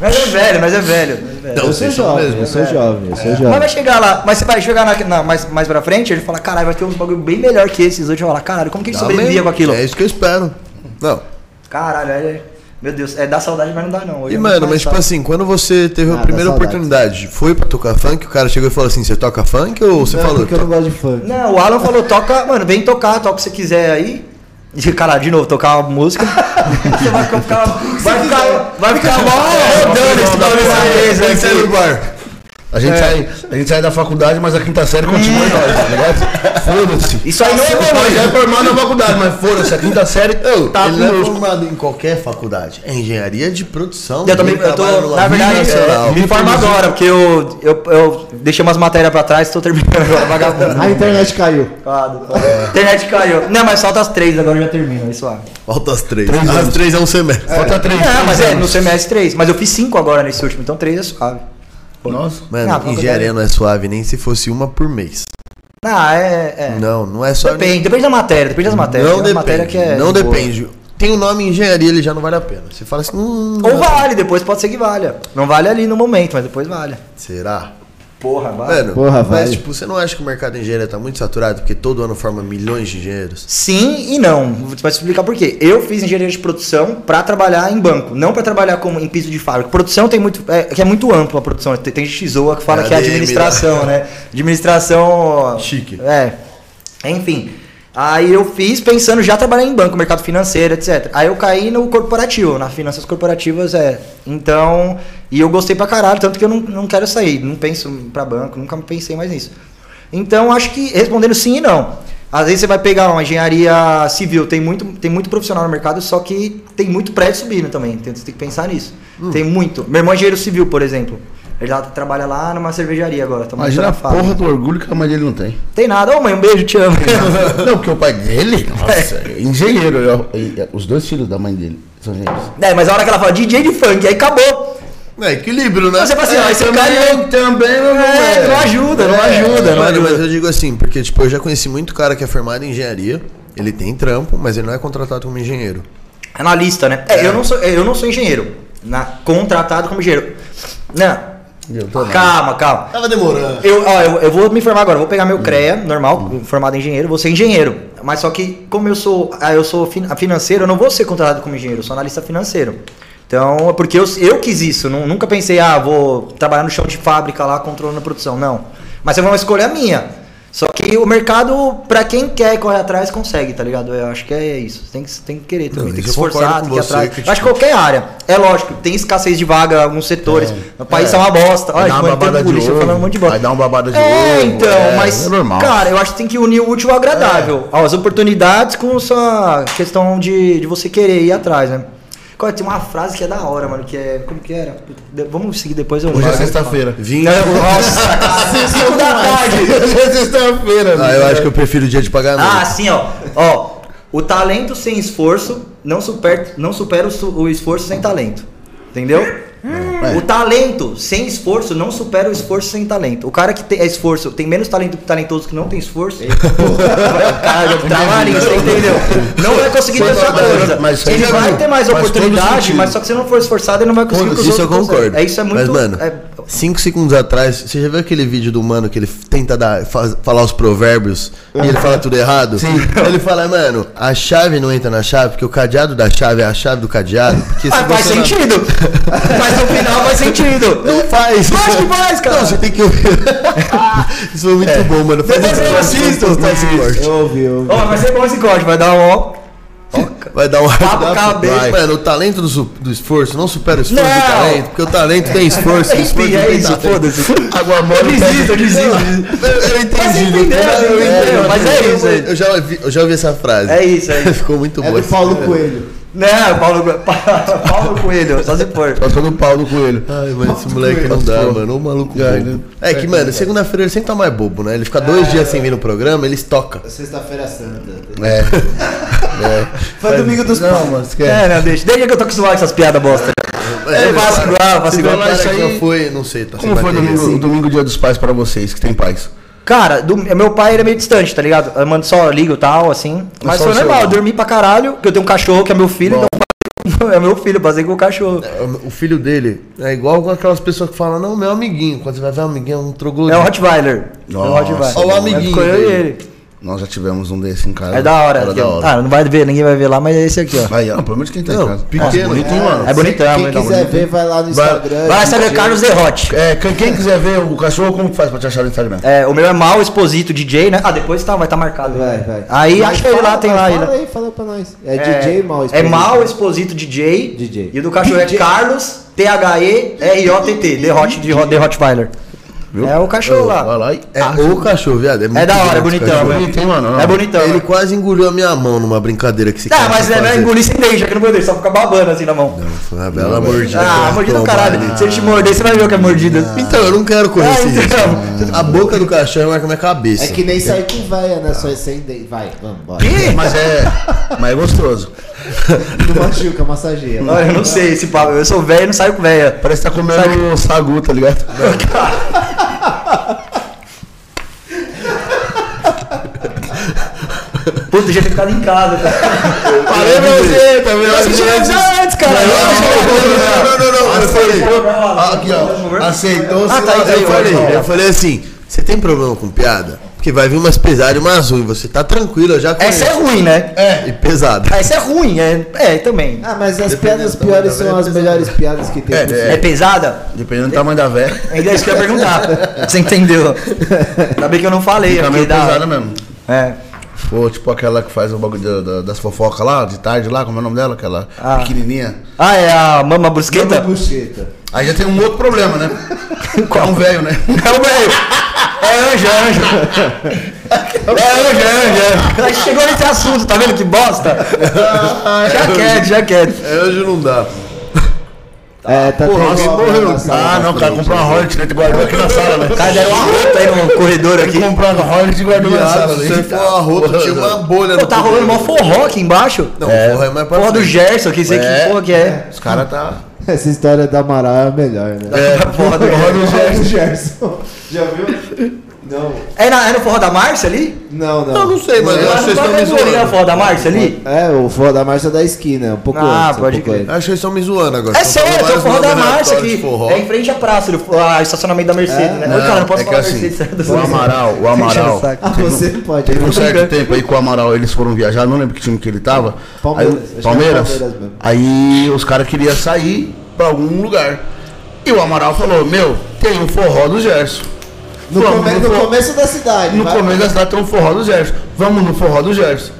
[SPEAKER 4] mas é velho, mas é velho.
[SPEAKER 2] Não,
[SPEAKER 5] eu sou
[SPEAKER 2] vocês são
[SPEAKER 5] jovem,
[SPEAKER 2] mesmo,
[SPEAKER 5] eu sou jovem, eu sou
[SPEAKER 4] né? É. Mas
[SPEAKER 5] jovem.
[SPEAKER 4] vai chegar lá, mas você vai chegar na, na- mais, mais pra frente, ele fala, caralho, vai ter uns bagulho bem melhor que esses hoje. Eu falar, caralho, como que ele
[SPEAKER 2] Tá
[SPEAKER 4] sobrevivia
[SPEAKER 2] bem.
[SPEAKER 4] com aquilo?
[SPEAKER 2] É isso que eu espero. Não.
[SPEAKER 4] Caralho, é, meu Deus, é dá saudade, mas não dá não. Hoje
[SPEAKER 2] E,
[SPEAKER 4] é
[SPEAKER 2] mano,
[SPEAKER 4] muito mais
[SPEAKER 2] mas tipo
[SPEAKER 4] fácil.
[SPEAKER 2] assim, quando você teve a
[SPEAKER 5] Nada,
[SPEAKER 2] primeira
[SPEAKER 5] saudades.
[SPEAKER 2] oportunidade, foi pra tocar funk, o cara chegou e falou assim, você toca funk ou você
[SPEAKER 5] Não,
[SPEAKER 2] falou?
[SPEAKER 5] porque eu não gosto de funk.
[SPEAKER 4] Não, o Alan falou, toca, mano, vem tocar, toca o que você quiser aí. E, cara, de novo, tocar uma música. Você vai ficar. Vai ficar. Vai ficar mó rodando esse bagulho na mesa
[SPEAKER 2] Tem que sair do
[SPEAKER 4] aqui.
[SPEAKER 2] bar.
[SPEAKER 3] A gente, sai, a gente sai da faculdade, mas a quinta série continua em nós, tá ligado? Foda-se.
[SPEAKER 4] Isso aí não é bom,
[SPEAKER 3] Nós já é
[SPEAKER 4] né?
[SPEAKER 3] formado na faculdade, mas foda-se, a quinta série eu, tá
[SPEAKER 2] Ele não é
[SPEAKER 3] conosco.
[SPEAKER 2] formado em qualquer faculdade. É engenharia de produção.
[SPEAKER 4] Eu também,
[SPEAKER 2] Ele
[SPEAKER 4] eu tô,
[SPEAKER 2] trabalha no
[SPEAKER 4] na verdade,
[SPEAKER 2] Nacional.
[SPEAKER 4] é, me formo agora, porque eu, eu, eu deixei umas matérias pra trás, tô terminando agora, vagabundo.
[SPEAKER 5] A internet caiu.
[SPEAKER 4] Internet caiu. Não, mas falta as três, agora eu já termino, é suave.
[SPEAKER 2] Falta as três. as três é um semestre.
[SPEAKER 3] Falta três.
[SPEAKER 4] Não, mas é,
[SPEAKER 3] anos.
[SPEAKER 4] no semestre três. Mas eu fiz cinco agora nesse último, então três é suave.
[SPEAKER 3] um- Nossa.
[SPEAKER 2] Mano,
[SPEAKER 4] Ah, faculdade.
[SPEAKER 2] engenharia não é suave nem se fosse uma por mês.
[SPEAKER 4] Ah, é. é.
[SPEAKER 2] Não, não é suave.
[SPEAKER 4] Depende, depende da matéria, depende das matérias.
[SPEAKER 2] Não
[SPEAKER 4] Tem
[SPEAKER 2] depende.
[SPEAKER 4] uma matéria que é
[SPEAKER 2] não
[SPEAKER 4] de boa.
[SPEAKER 2] depende. Tem o nome engenharia, ele já não vale a pena. Você fala assim, hum,
[SPEAKER 4] Ou vale, depois pode ser que valha. Não vale ali no momento, mas depois vale.
[SPEAKER 2] será?
[SPEAKER 4] Ah, Porra, vale.
[SPEAKER 2] Mano,
[SPEAKER 5] Porra,
[SPEAKER 2] mas
[SPEAKER 5] vale.
[SPEAKER 2] tipo, você não acha que o mercado de engenharia tá muito saturado porque todo ano forma milhões de engenheiros?
[SPEAKER 4] Sim e não. Vou te explicar por quê. Eu fiz engenharia de produção pra trabalhar em banco, não pra trabalhar como em piso de fábrica. Produção tem muito, é, que é muito amplo a produção. Tem, tem gente que zoa que fala
[SPEAKER 2] É,
[SPEAKER 4] que é
[SPEAKER 2] ADM,
[SPEAKER 4] administração, né? Administração
[SPEAKER 2] Chique.
[SPEAKER 4] É. Enfim. Aí eu fiz pensando já trabalhar em banco, mercado financeiro, etc. Aí eu caí no corporativo, nas finanças corporativas, é. Então, e eu gostei pra caralho, tanto que eu não, não quero sair, não penso pra banco, nunca pensei mais nisso. Então, acho que respondendo sim e não. Às vezes você vai pegar uma engenharia civil, tem muito, tem muito profissional no mercado, só que tem muito prédio subindo também, então você tem que pensar nisso. Tem muito. Meu irmão é engenheiro civil, por exemplo. Ele lá trabalha lá numa cervejaria agora. tá montando
[SPEAKER 3] Imagina a
[SPEAKER 4] fábrica.
[SPEAKER 3] porra do orgulho que a mãe dele não tem.
[SPEAKER 4] Tem nada. Ô mãe, um beijo, te amo.
[SPEAKER 3] [LAUGHS] Não, porque o pai dele, nossa, é engenheiro. eu- eu- os dois filhos da mãe dele são engenheiros.
[SPEAKER 4] É, mas a hora que ela fala DJ de funk, aí acabou.
[SPEAKER 2] É, equilíbrio, né?
[SPEAKER 4] Você fala assim, ó, esse cara
[SPEAKER 3] Também, também, meu
[SPEAKER 4] é, não ajuda, não ajuda, não
[SPEAKER 2] Mano, mas
[SPEAKER 4] ajuda.
[SPEAKER 2] eu digo assim, porque tipo, eu já conheci muito cara que é formado em engenharia, ele tem trampo, mas ele não é contratado como engenheiro.
[SPEAKER 4] Analista, né? É, Eu, não sou, eu não sou engenheiro. Na, contratado como engenheiro. Não.
[SPEAKER 3] Eu tô nada.
[SPEAKER 4] Calma, calma.
[SPEAKER 2] Tava demorando.
[SPEAKER 4] Eu, ó, eu, eu vou me formar agora, eu vou pegar meu CREA, normal, formado em engenheiro, vou ser engenheiro. Mas só que, como eu sou, ah, eu sou fin- financeiro, eu não vou ser contratado como engenheiro, eu sou analista financeiro. Então, é porque eu, eu quis isso, nu- nunca pensei, ah, vou trabalhar no chão de fábrica lá, controlando a produção, não. Mas é uma escolha minha. Só que o mercado, pra quem quer correr atrás, consegue, tá ligado? Eu acho que é isso. Tem que, tem que querer também,
[SPEAKER 2] Não,
[SPEAKER 4] tem que
[SPEAKER 2] isso eu concordo
[SPEAKER 4] esforçar,
[SPEAKER 2] com
[SPEAKER 4] tem que ir
[SPEAKER 2] você,
[SPEAKER 4] atrás.
[SPEAKER 2] que,
[SPEAKER 4] Eu acho que
[SPEAKER 2] tipo,
[SPEAKER 4] qualquer área. É lógico, tem escassez de vaga, em alguns setores. O país é, uma bosta.
[SPEAKER 3] Vai
[SPEAKER 4] Olha,
[SPEAKER 3] dar uma
[SPEAKER 4] mano, tem
[SPEAKER 3] babada de
[SPEAKER 4] polícia falando um
[SPEAKER 3] ovo,
[SPEAKER 4] monte de bosta.
[SPEAKER 3] vai dar uma babada de
[SPEAKER 4] É,
[SPEAKER 3] ovo,
[SPEAKER 4] então,
[SPEAKER 3] é,
[SPEAKER 4] mas.
[SPEAKER 3] é normal. É.
[SPEAKER 4] Cara, eu acho que tem que unir o útil ao agradável. As oportunidades com essa questão de, de você querer ir atrás, né? Cara, tem uma frase que é da hora, mano, que é. Como que era? Puta, de- Vamos seguir depois. Eu
[SPEAKER 3] Hoje é sexta-feira.
[SPEAKER 2] Vim.
[SPEAKER 4] Não, nossa, 5 da [LAUGHS] tarde.
[SPEAKER 3] Hoje é sexta-feira,
[SPEAKER 2] Ah,
[SPEAKER 4] né?
[SPEAKER 2] eu acho que eu prefiro o dia de pagamento.
[SPEAKER 4] Ah, sim, ó. Ó, o talento sem esforço não supera, não supera o, su- o esforço sem talento. Entendeu? O talento sem esforço não supera o esforço sem talento. O cara que tem é esforço tem menos talento que o talentoso que não tem esforço. [LAUGHS] é um Caralho, trabalhinho, você entendeu? Não vai conseguir
[SPEAKER 3] Mas-
[SPEAKER 4] tanta
[SPEAKER 3] mas-
[SPEAKER 4] coisa.
[SPEAKER 3] mas isso aí
[SPEAKER 4] ele
[SPEAKER 3] já
[SPEAKER 4] vai
[SPEAKER 3] viu,
[SPEAKER 4] ter mais
[SPEAKER 3] faz todo
[SPEAKER 4] oportunidade,
[SPEAKER 3] sentido.
[SPEAKER 4] mas só que se não for esforçado, ele não vai conseguir
[SPEAKER 2] Foda-se,
[SPEAKER 4] que os
[SPEAKER 2] isso eu
[SPEAKER 4] outros conseguem.
[SPEAKER 2] concordo.
[SPEAKER 4] É isso é muito
[SPEAKER 2] Mas, mano,
[SPEAKER 4] é,
[SPEAKER 2] Cinco segundos atrás, você já viu aquele vídeo do mano que ele tenta dar, faz- falar os provérbios e ele fala tudo errado? Sim. Ele fala, mano, a chave não entra na chave, porque o cadeado da chave é a chave do cadeado. Porque se
[SPEAKER 4] Mas Ah, faz
[SPEAKER 2] você não-
[SPEAKER 4] sentido. Mas no final faz sentido.
[SPEAKER 2] [LAUGHS] Não faz.
[SPEAKER 4] Lógico que faz, cara.
[SPEAKER 2] [LAUGHS]
[SPEAKER 4] É.
[SPEAKER 2] Não, você tem que
[SPEAKER 4] [LAUGHS]
[SPEAKER 2] ouvir. Isso foi muito bom, mano. Faz
[SPEAKER 4] Depois
[SPEAKER 2] esse
[SPEAKER 4] eu
[SPEAKER 2] corte,
[SPEAKER 4] assisto.
[SPEAKER 2] vamos postar esse corte.
[SPEAKER 5] Eu ouvi, eu ouvi.
[SPEAKER 4] Ó, vai ser bom esse corte, vai dar um ó.
[SPEAKER 2] Vai dar um
[SPEAKER 4] Papo cabeça.
[SPEAKER 2] Vai. Mano, o talento do, su- do esforço não supera o esforço do
[SPEAKER 4] Não.
[SPEAKER 2] talento, porque o talento tem esforço, o esforço
[SPEAKER 4] [LAUGHS] Enfim, é
[SPEAKER 2] tem
[SPEAKER 4] isso,
[SPEAKER 2] talento.
[SPEAKER 4] foda-se.
[SPEAKER 2] Água mole.
[SPEAKER 4] Eu desisto, eu desisto, eu
[SPEAKER 2] Não, Eu, eu entendi.
[SPEAKER 4] Mas você
[SPEAKER 2] não
[SPEAKER 4] entendeu,
[SPEAKER 2] tá-
[SPEAKER 4] você entendeu,
[SPEAKER 2] eu
[SPEAKER 4] mas é
[SPEAKER 2] entendi,
[SPEAKER 4] isso aí.
[SPEAKER 2] Eu já, ouvi, eu já ouvi essa frase.
[SPEAKER 4] É
[SPEAKER 2] [LAUGHS]
[SPEAKER 4] isso, é isso.
[SPEAKER 2] Ficou muito
[SPEAKER 5] É
[SPEAKER 2] boa.
[SPEAKER 5] do Paulo Coelho.
[SPEAKER 4] Não, Paulo, Paulo Coelho, só se for.
[SPEAKER 3] Passou no Paulo Coelho.
[SPEAKER 2] Ai, mano, esse moleque não dá, mano. Ô maluco bobo. É que, mano, segunda-feira ele sempre tá mais bobo, né? Ele fica dois
[SPEAKER 4] É.
[SPEAKER 2] dias sem vir no programa, ele estoca.
[SPEAKER 5] Sexta-feira Santa.
[SPEAKER 2] É.
[SPEAKER 5] Foi domingo dos
[SPEAKER 3] Não, mano, esquece.
[SPEAKER 4] É, não, deixa. Deixa que eu tô acostumado com essas piadas bosta.
[SPEAKER 2] É,
[SPEAKER 4] Eu faço igual, eu faço igual.
[SPEAKER 2] Cara,
[SPEAKER 3] isso
[SPEAKER 2] que
[SPEAKER 3] aí-
[SPEAKER 2] já foi, não sei, tá sem
[SPEAKER 3] Como foi
[SPEAKER 2] bateria.
[SPEAKER 3] domingo, o domingo dia dos pais pra vocês, que tem pais?
[SPEAKER 4] Cara, do- meu pai era meio distante, tá ligado? Eu mando só ligo e tal, assim. Mas
[SPEAKER 3] só
[SPEAKER 4] foi
[SPEAKER 3] o seu
[SPEAKER 4] normal, eu
[SPEAKER 3] lado.
[SPEAKER 4] dormi pra caralho, porque eu tenho um cachorro que é meu filho, então eu passei- é meu filho, eu passei com o cachorro.
[SPEAKER 2] O filho dele é igual com aquelas pessoas que falam, não, meu amiguinho. Quando você vai ver um amiguinho, é um
[SPEAKER 4] É
[SPEAKER 2] troglodito.
[SPEAKER 4] um Rottweiler. é um
[SPEAKER 3] Nossa,
[SPEAKER 4] Rottweiler.
[SPEAKER 2] olha o
[SPEAKER 4] Aí
[SPEAKER 2] amiguinho
[SPEAKER 4] Ficou eu e
[SPEAKER 2] dele.
[SPEAKER 4] ele.
[SPEAKER 3] Nós já tivemos um desse em casa.
[SPEAKER 4] É da hora.
[SPEAKER 3] Era
[SPEAKER 4] aqui,
[SPEAKER 3] da
[SPEAKER 4] ó.
[SPEAKER 3] hora.
[SPEAKER 4] Ah, não vai ver, ninguém vai ver lá, mas é esse aqui, ó.
[SPEAKER 3] Aí, ó, pelo menos quem tá em
[SPEAKER 2] Não,
[SPEAKER 3] casa.
[SPEAKER 2] pequeno.
[SPEAKER 3] Nossa, bonito, hein, mano?
[SPEAKER 4] É bonitão, é
[SPEAKER 5] Quem
[SPEAKER 4] bonitão.
[SPEAKER 5] quiser
[SPEAKER 4] bonitão.
[SPEAKER 5] ver, vai lá no Instagram.
[SPEAKER 4] Vai saber Carlos Derrote.
[SPEAKER 3] É, quem, quem quiser ver o cachorro, como que faz pra te achar no Instagram?
[SPEAKER 4] É, o meu é mal exposito DJ, né? Ah, depois tá, vai tá marcado.
[SPEAKER 5] Vai, vai.
[SPEAKER 4] Aí
[SPEAKER 5] Mas
[SPEAKER 4] acha ele lá,
[SPEAKER 5] fala-
[SPEAKER 4] tem lá
[SPEAKER 5] Fala
[SPEAKER 4] ele.
[SPEAKER 5] aí, fala pra nós. É, DJ mal
[SPEAKER 4] É
[SPEAKER 5] escolhido.
[SPEAKER 4] mal exposito DJ.
[SPEAKER 5] DJ.
[SPEAKER 4] E o do cachorro é
[SPEAKER 5] DJ.
[SPEAKER 4] Carlos T-H-E-R-O-T-T. Derrote de Ro- The Rottweiler. É o cachorro
[SPEAKER 3] Vai
[SPEAKER 4] lá.
[SPEAKER 3] lá e...
[SPEAKER 2] É o cachorro, viado.
[SPEAKER 4] Ah, É
[SPEAKER 2] muito
[SPEAKER 4] da hora, é
[SPEAKER 2] grande esse
[SPEAKER 4] bonitão.
[SPEAKER 2] cachorro.
[SPEAKER 4] né?
[SPEAKER 3] Bonito, hein, mano?
[SPEAKER 4] É bonitão.
[SPEAKER 2] Ele
[SPEAKER 4] né?
[SPEAKER 2] quase engoliu a minha mão numa brincadeira que se
[SPEAKER 4] Tá, mas não é engolir sem deixa, que eu não vou deixar, só fica babando assim na mão.
[SPEAKER 2] Foi uma
[SPEAKER 3] é.
[SPEAKER 2] bela mordida.
[SPEAKER 4] Ah, mordida do
[SPEAKER 2] Toma
[SPEAKER 4] caralho.
[SPEAKER 2] ali.
[SPEAKER 4] Se ele te morder, você vai ver o que é mordida.
[SPEAKER 2] Então, eu não quero correr
[SPEAKER 4] Ah,
[SPEAKER 2] esse risco.
[SPEAKER 4] então.
[SPEAKER 2] A boca do cachorro marca minha cabeça.
[SPEAKER 5] É que nem sair com véia, né? Só é sem de... Vai, vamos, bora.
[SPEAKER 4] Ih,
[SPEAKER 3] Mas é... Mas é gostoso.
[SPEAKER 5] Não machuca, é massageia.
[SPEAKER 4] Olha, eu não sei esse papo. Eu sou velho e não saio com velha.
[SPEAKER 3] Parece que tá comendo sagu, tá ligado?
[SPEAKER 4] Puta, já ter ficado em casa. cara.
[SPEAKER 2] Falei pra você também.
[SPEAKER 4] Eu assisti antes, antes, cara.
[SPEAKER 2] Não, não, não, não, eu falei.
[SPEAKER 3] Aqui, ó. Aceitou.
[SPEAKER 4] Ah, tá,
[SPEAKER 2] eu,
[SPEAKER 4] então,
[SPEAKER 2] falei,
[SPEAKER 4] então.
[SPEAKER 2] eu falei assim: você tem problema com piada? Porque vai vir umas pesadas e umas ruins. Você tá tranquilo, eu já
[SPEAKER 4] Essa é
[SPEAKER 2] conheço.
[SPEAKER 4] ruim, né?
[SPEAKER 2] É, e pesada.
[SPEAKER 4] Ah, Essa é ruim, é, é também.
[SPEAKER 5] Ah, mas as
[SPEAKER 2] Dependendo
[SPEAKER 5] piadas
[SPEAKER 2] do
[SPEAKER 5] piores
[SPEAKER 2] tamanho
[SPEAKER 5] são
[SPEAKER 2] da
[SPEAKER 5] as
[SPEAKER 2] véia,
[SPEAKER 5] melhores piadas que tem.
[SPEAKER 3] É,
[SPEAKER 5] por
[SPEAKER 3] é.
[SPEAKER 4] É pesada?
[SPEAKER 3] Dependendo do tamanho da véia.
[SPEAKER 4] É isso que eu ia perguntar. Você entendeu? Ainda bem que eu não falei.
[SPEAKER 3] Fica
[SPEAKER 4] aqui
[SPEAKER 3] meio né?
[SPEAKER 4] da-
[SPEAKER 3] pesada mesmo.
[SPEAKER 4] É.
[SPEAKER 3] Ou tipo aquela que faz o bagulho da- da- das fofocas lá, de tarde lá, como é o nome dela? Aquela
[SPEAKER 4] Ah.
[SPEAKER 3] pequenininha.
[SPEAKER 4] Ah, é a mama
[SPEAKER 5] cima.
[SPEAKER 4] brusqueta?
[SPEAKER 5] Bucheta.
[SPEAKER 3] Aí já tem um outro problema,
[SPEAKER 4] [LAUGHS]
[SPEAKER 3] né? Qual? É um velho, né?
[SPEAKER 4] É o velho. É anjo, é anjo. É anjo, é anjo. Aí chegou nesse assunto, tá vendo que bosta? Já quieto, já quieto.
[SPEAKER 2] É, hoje não dá.
[SPEAKER 5] É, tá
[SPEAKER 3] Porra,
[SPEAKER 5] tendo
[SPEAKER 3] alguém
[SPEAKER 5] obra
[SPEAKER 3] morreu.
[SPEAKER 5] na sala
[SPEAKER 3] Ah,
[SPEAKER 5] da
[SPEAKER 3] não, cara,
[SPEAKER 5] frente.
[SPEAKER 3] comprou uma Hornet, né? Te guardou aqui na sala, né?
[SPEAKER 4] Cara, deram uma rota aí no corredor aqui.
[SPEAKER 3] Comprou uma Hornet e guardou na sala.
[SPEAKER 2] Se você for a rota, tinha uma bolha
[SPEAKER 4] Pô, tá
[SPEAKER 2] no
[SPEAKER 4] rolando mó forró aqui embaixo.
[SPEAKER 2] Não, porra, é mais pra
[SPEAKER 4] Porra do
[SPEAKER 2] frente.
[SPEAKER 4] Gerson, que sei que porra que é.
[SPEAKER 3] Os caras tá.
[SPEAKER 5] Essa história da Amaral é a melhor, né?
[SPEAKER 3] É, porra do
[SPEAKER 5] Olha o
[SPEAKER 3] Hornet.
[SPEAKER 5] Gerson. Já viu? Não.
[SPEAKER 4] É, na, é no forró da Márcia ali?
[SPEAKER 5] Não, não.
[SPEAKER 2] Eu não
[SPEAKER 4] é
[SPEAKER 2] sei, mas eu acho que vocês estão me
[SPEAKER 4] Não é no
[SPEAKER 2] zoando.
[SPEAKER 4] forró da Márcia ali?
[SPEAKER 5] É, o forró da marcha da esquina, um pouco
[SPEAKER 4] Ah,
[SPEAKER 5] antes. um
[SPEAKER 4] pode
[SPEAKER 5] pouco
[SPEAKER 4] crer.
[SPEAKER 5] antes.
[SPEAKER 2] Acho que vocês estão me zoando agora.
[SPEAKER 4] É
[SPEAKER 2] Estão tá falando
[SPEAKER 4] sério, é o
[SPEAKER 2] vários
[SPEAKER 4] forró da
[SPEAKER 2] nomes
[SPEAKER 4] Márcia
[SPEAKER 2] aleatórios
[SPEAKER 4] aqui.
[SPEAKER 2] de forró.
[SPEAKER 4] É em frente à praça, do, ah, estacionamento da Mercedes, né?
[SPEAKER 5] É,
[SPEAKER 4] Não, cara, não posso
[SPEAKER 3] é que
[SPEAKER 4] falar
[SPEAKER 3] assim,
[SPEAKER 4] Mercedes. né?
[SPEAKER 3] o Amaral, o Amaral.
[SPEAKER 4] Enchendo o saco.
[SPEAKER 5] Ah, você não pode.
[SPEAKER 3] Teve um certo tempo aí com o Amaral, eles foram viajar, não lembro que time que ele tava.
[SPEAKER 5] Palmeiras, acho que
[SPEAKER 3] Aí,
[SPEAKER 5] era
[SPEAKER 3] Palmeiras.
[SPEAKER 5] Palmeiras mesmo.
[SPEAKER 3] aí os caras queriam sair pra algum lugar. E o Amaral falou, meu, tem um forró do Gerson.
[SPEAKER 5] No,
[SPEAKER 3] Vamos
[SPEAKER 5] come-
[SPEAKER 3] no
[SPEAKER 5] no
[SPEAKER 3] forró-
[SPEAKER 5] começo da cidade.
[SPEAKER 3] No
[SPEAKER 5] vai.
[SPEAKER 3] começo da cidade tem um forró do Gerson. Vamos no forró do Gerson.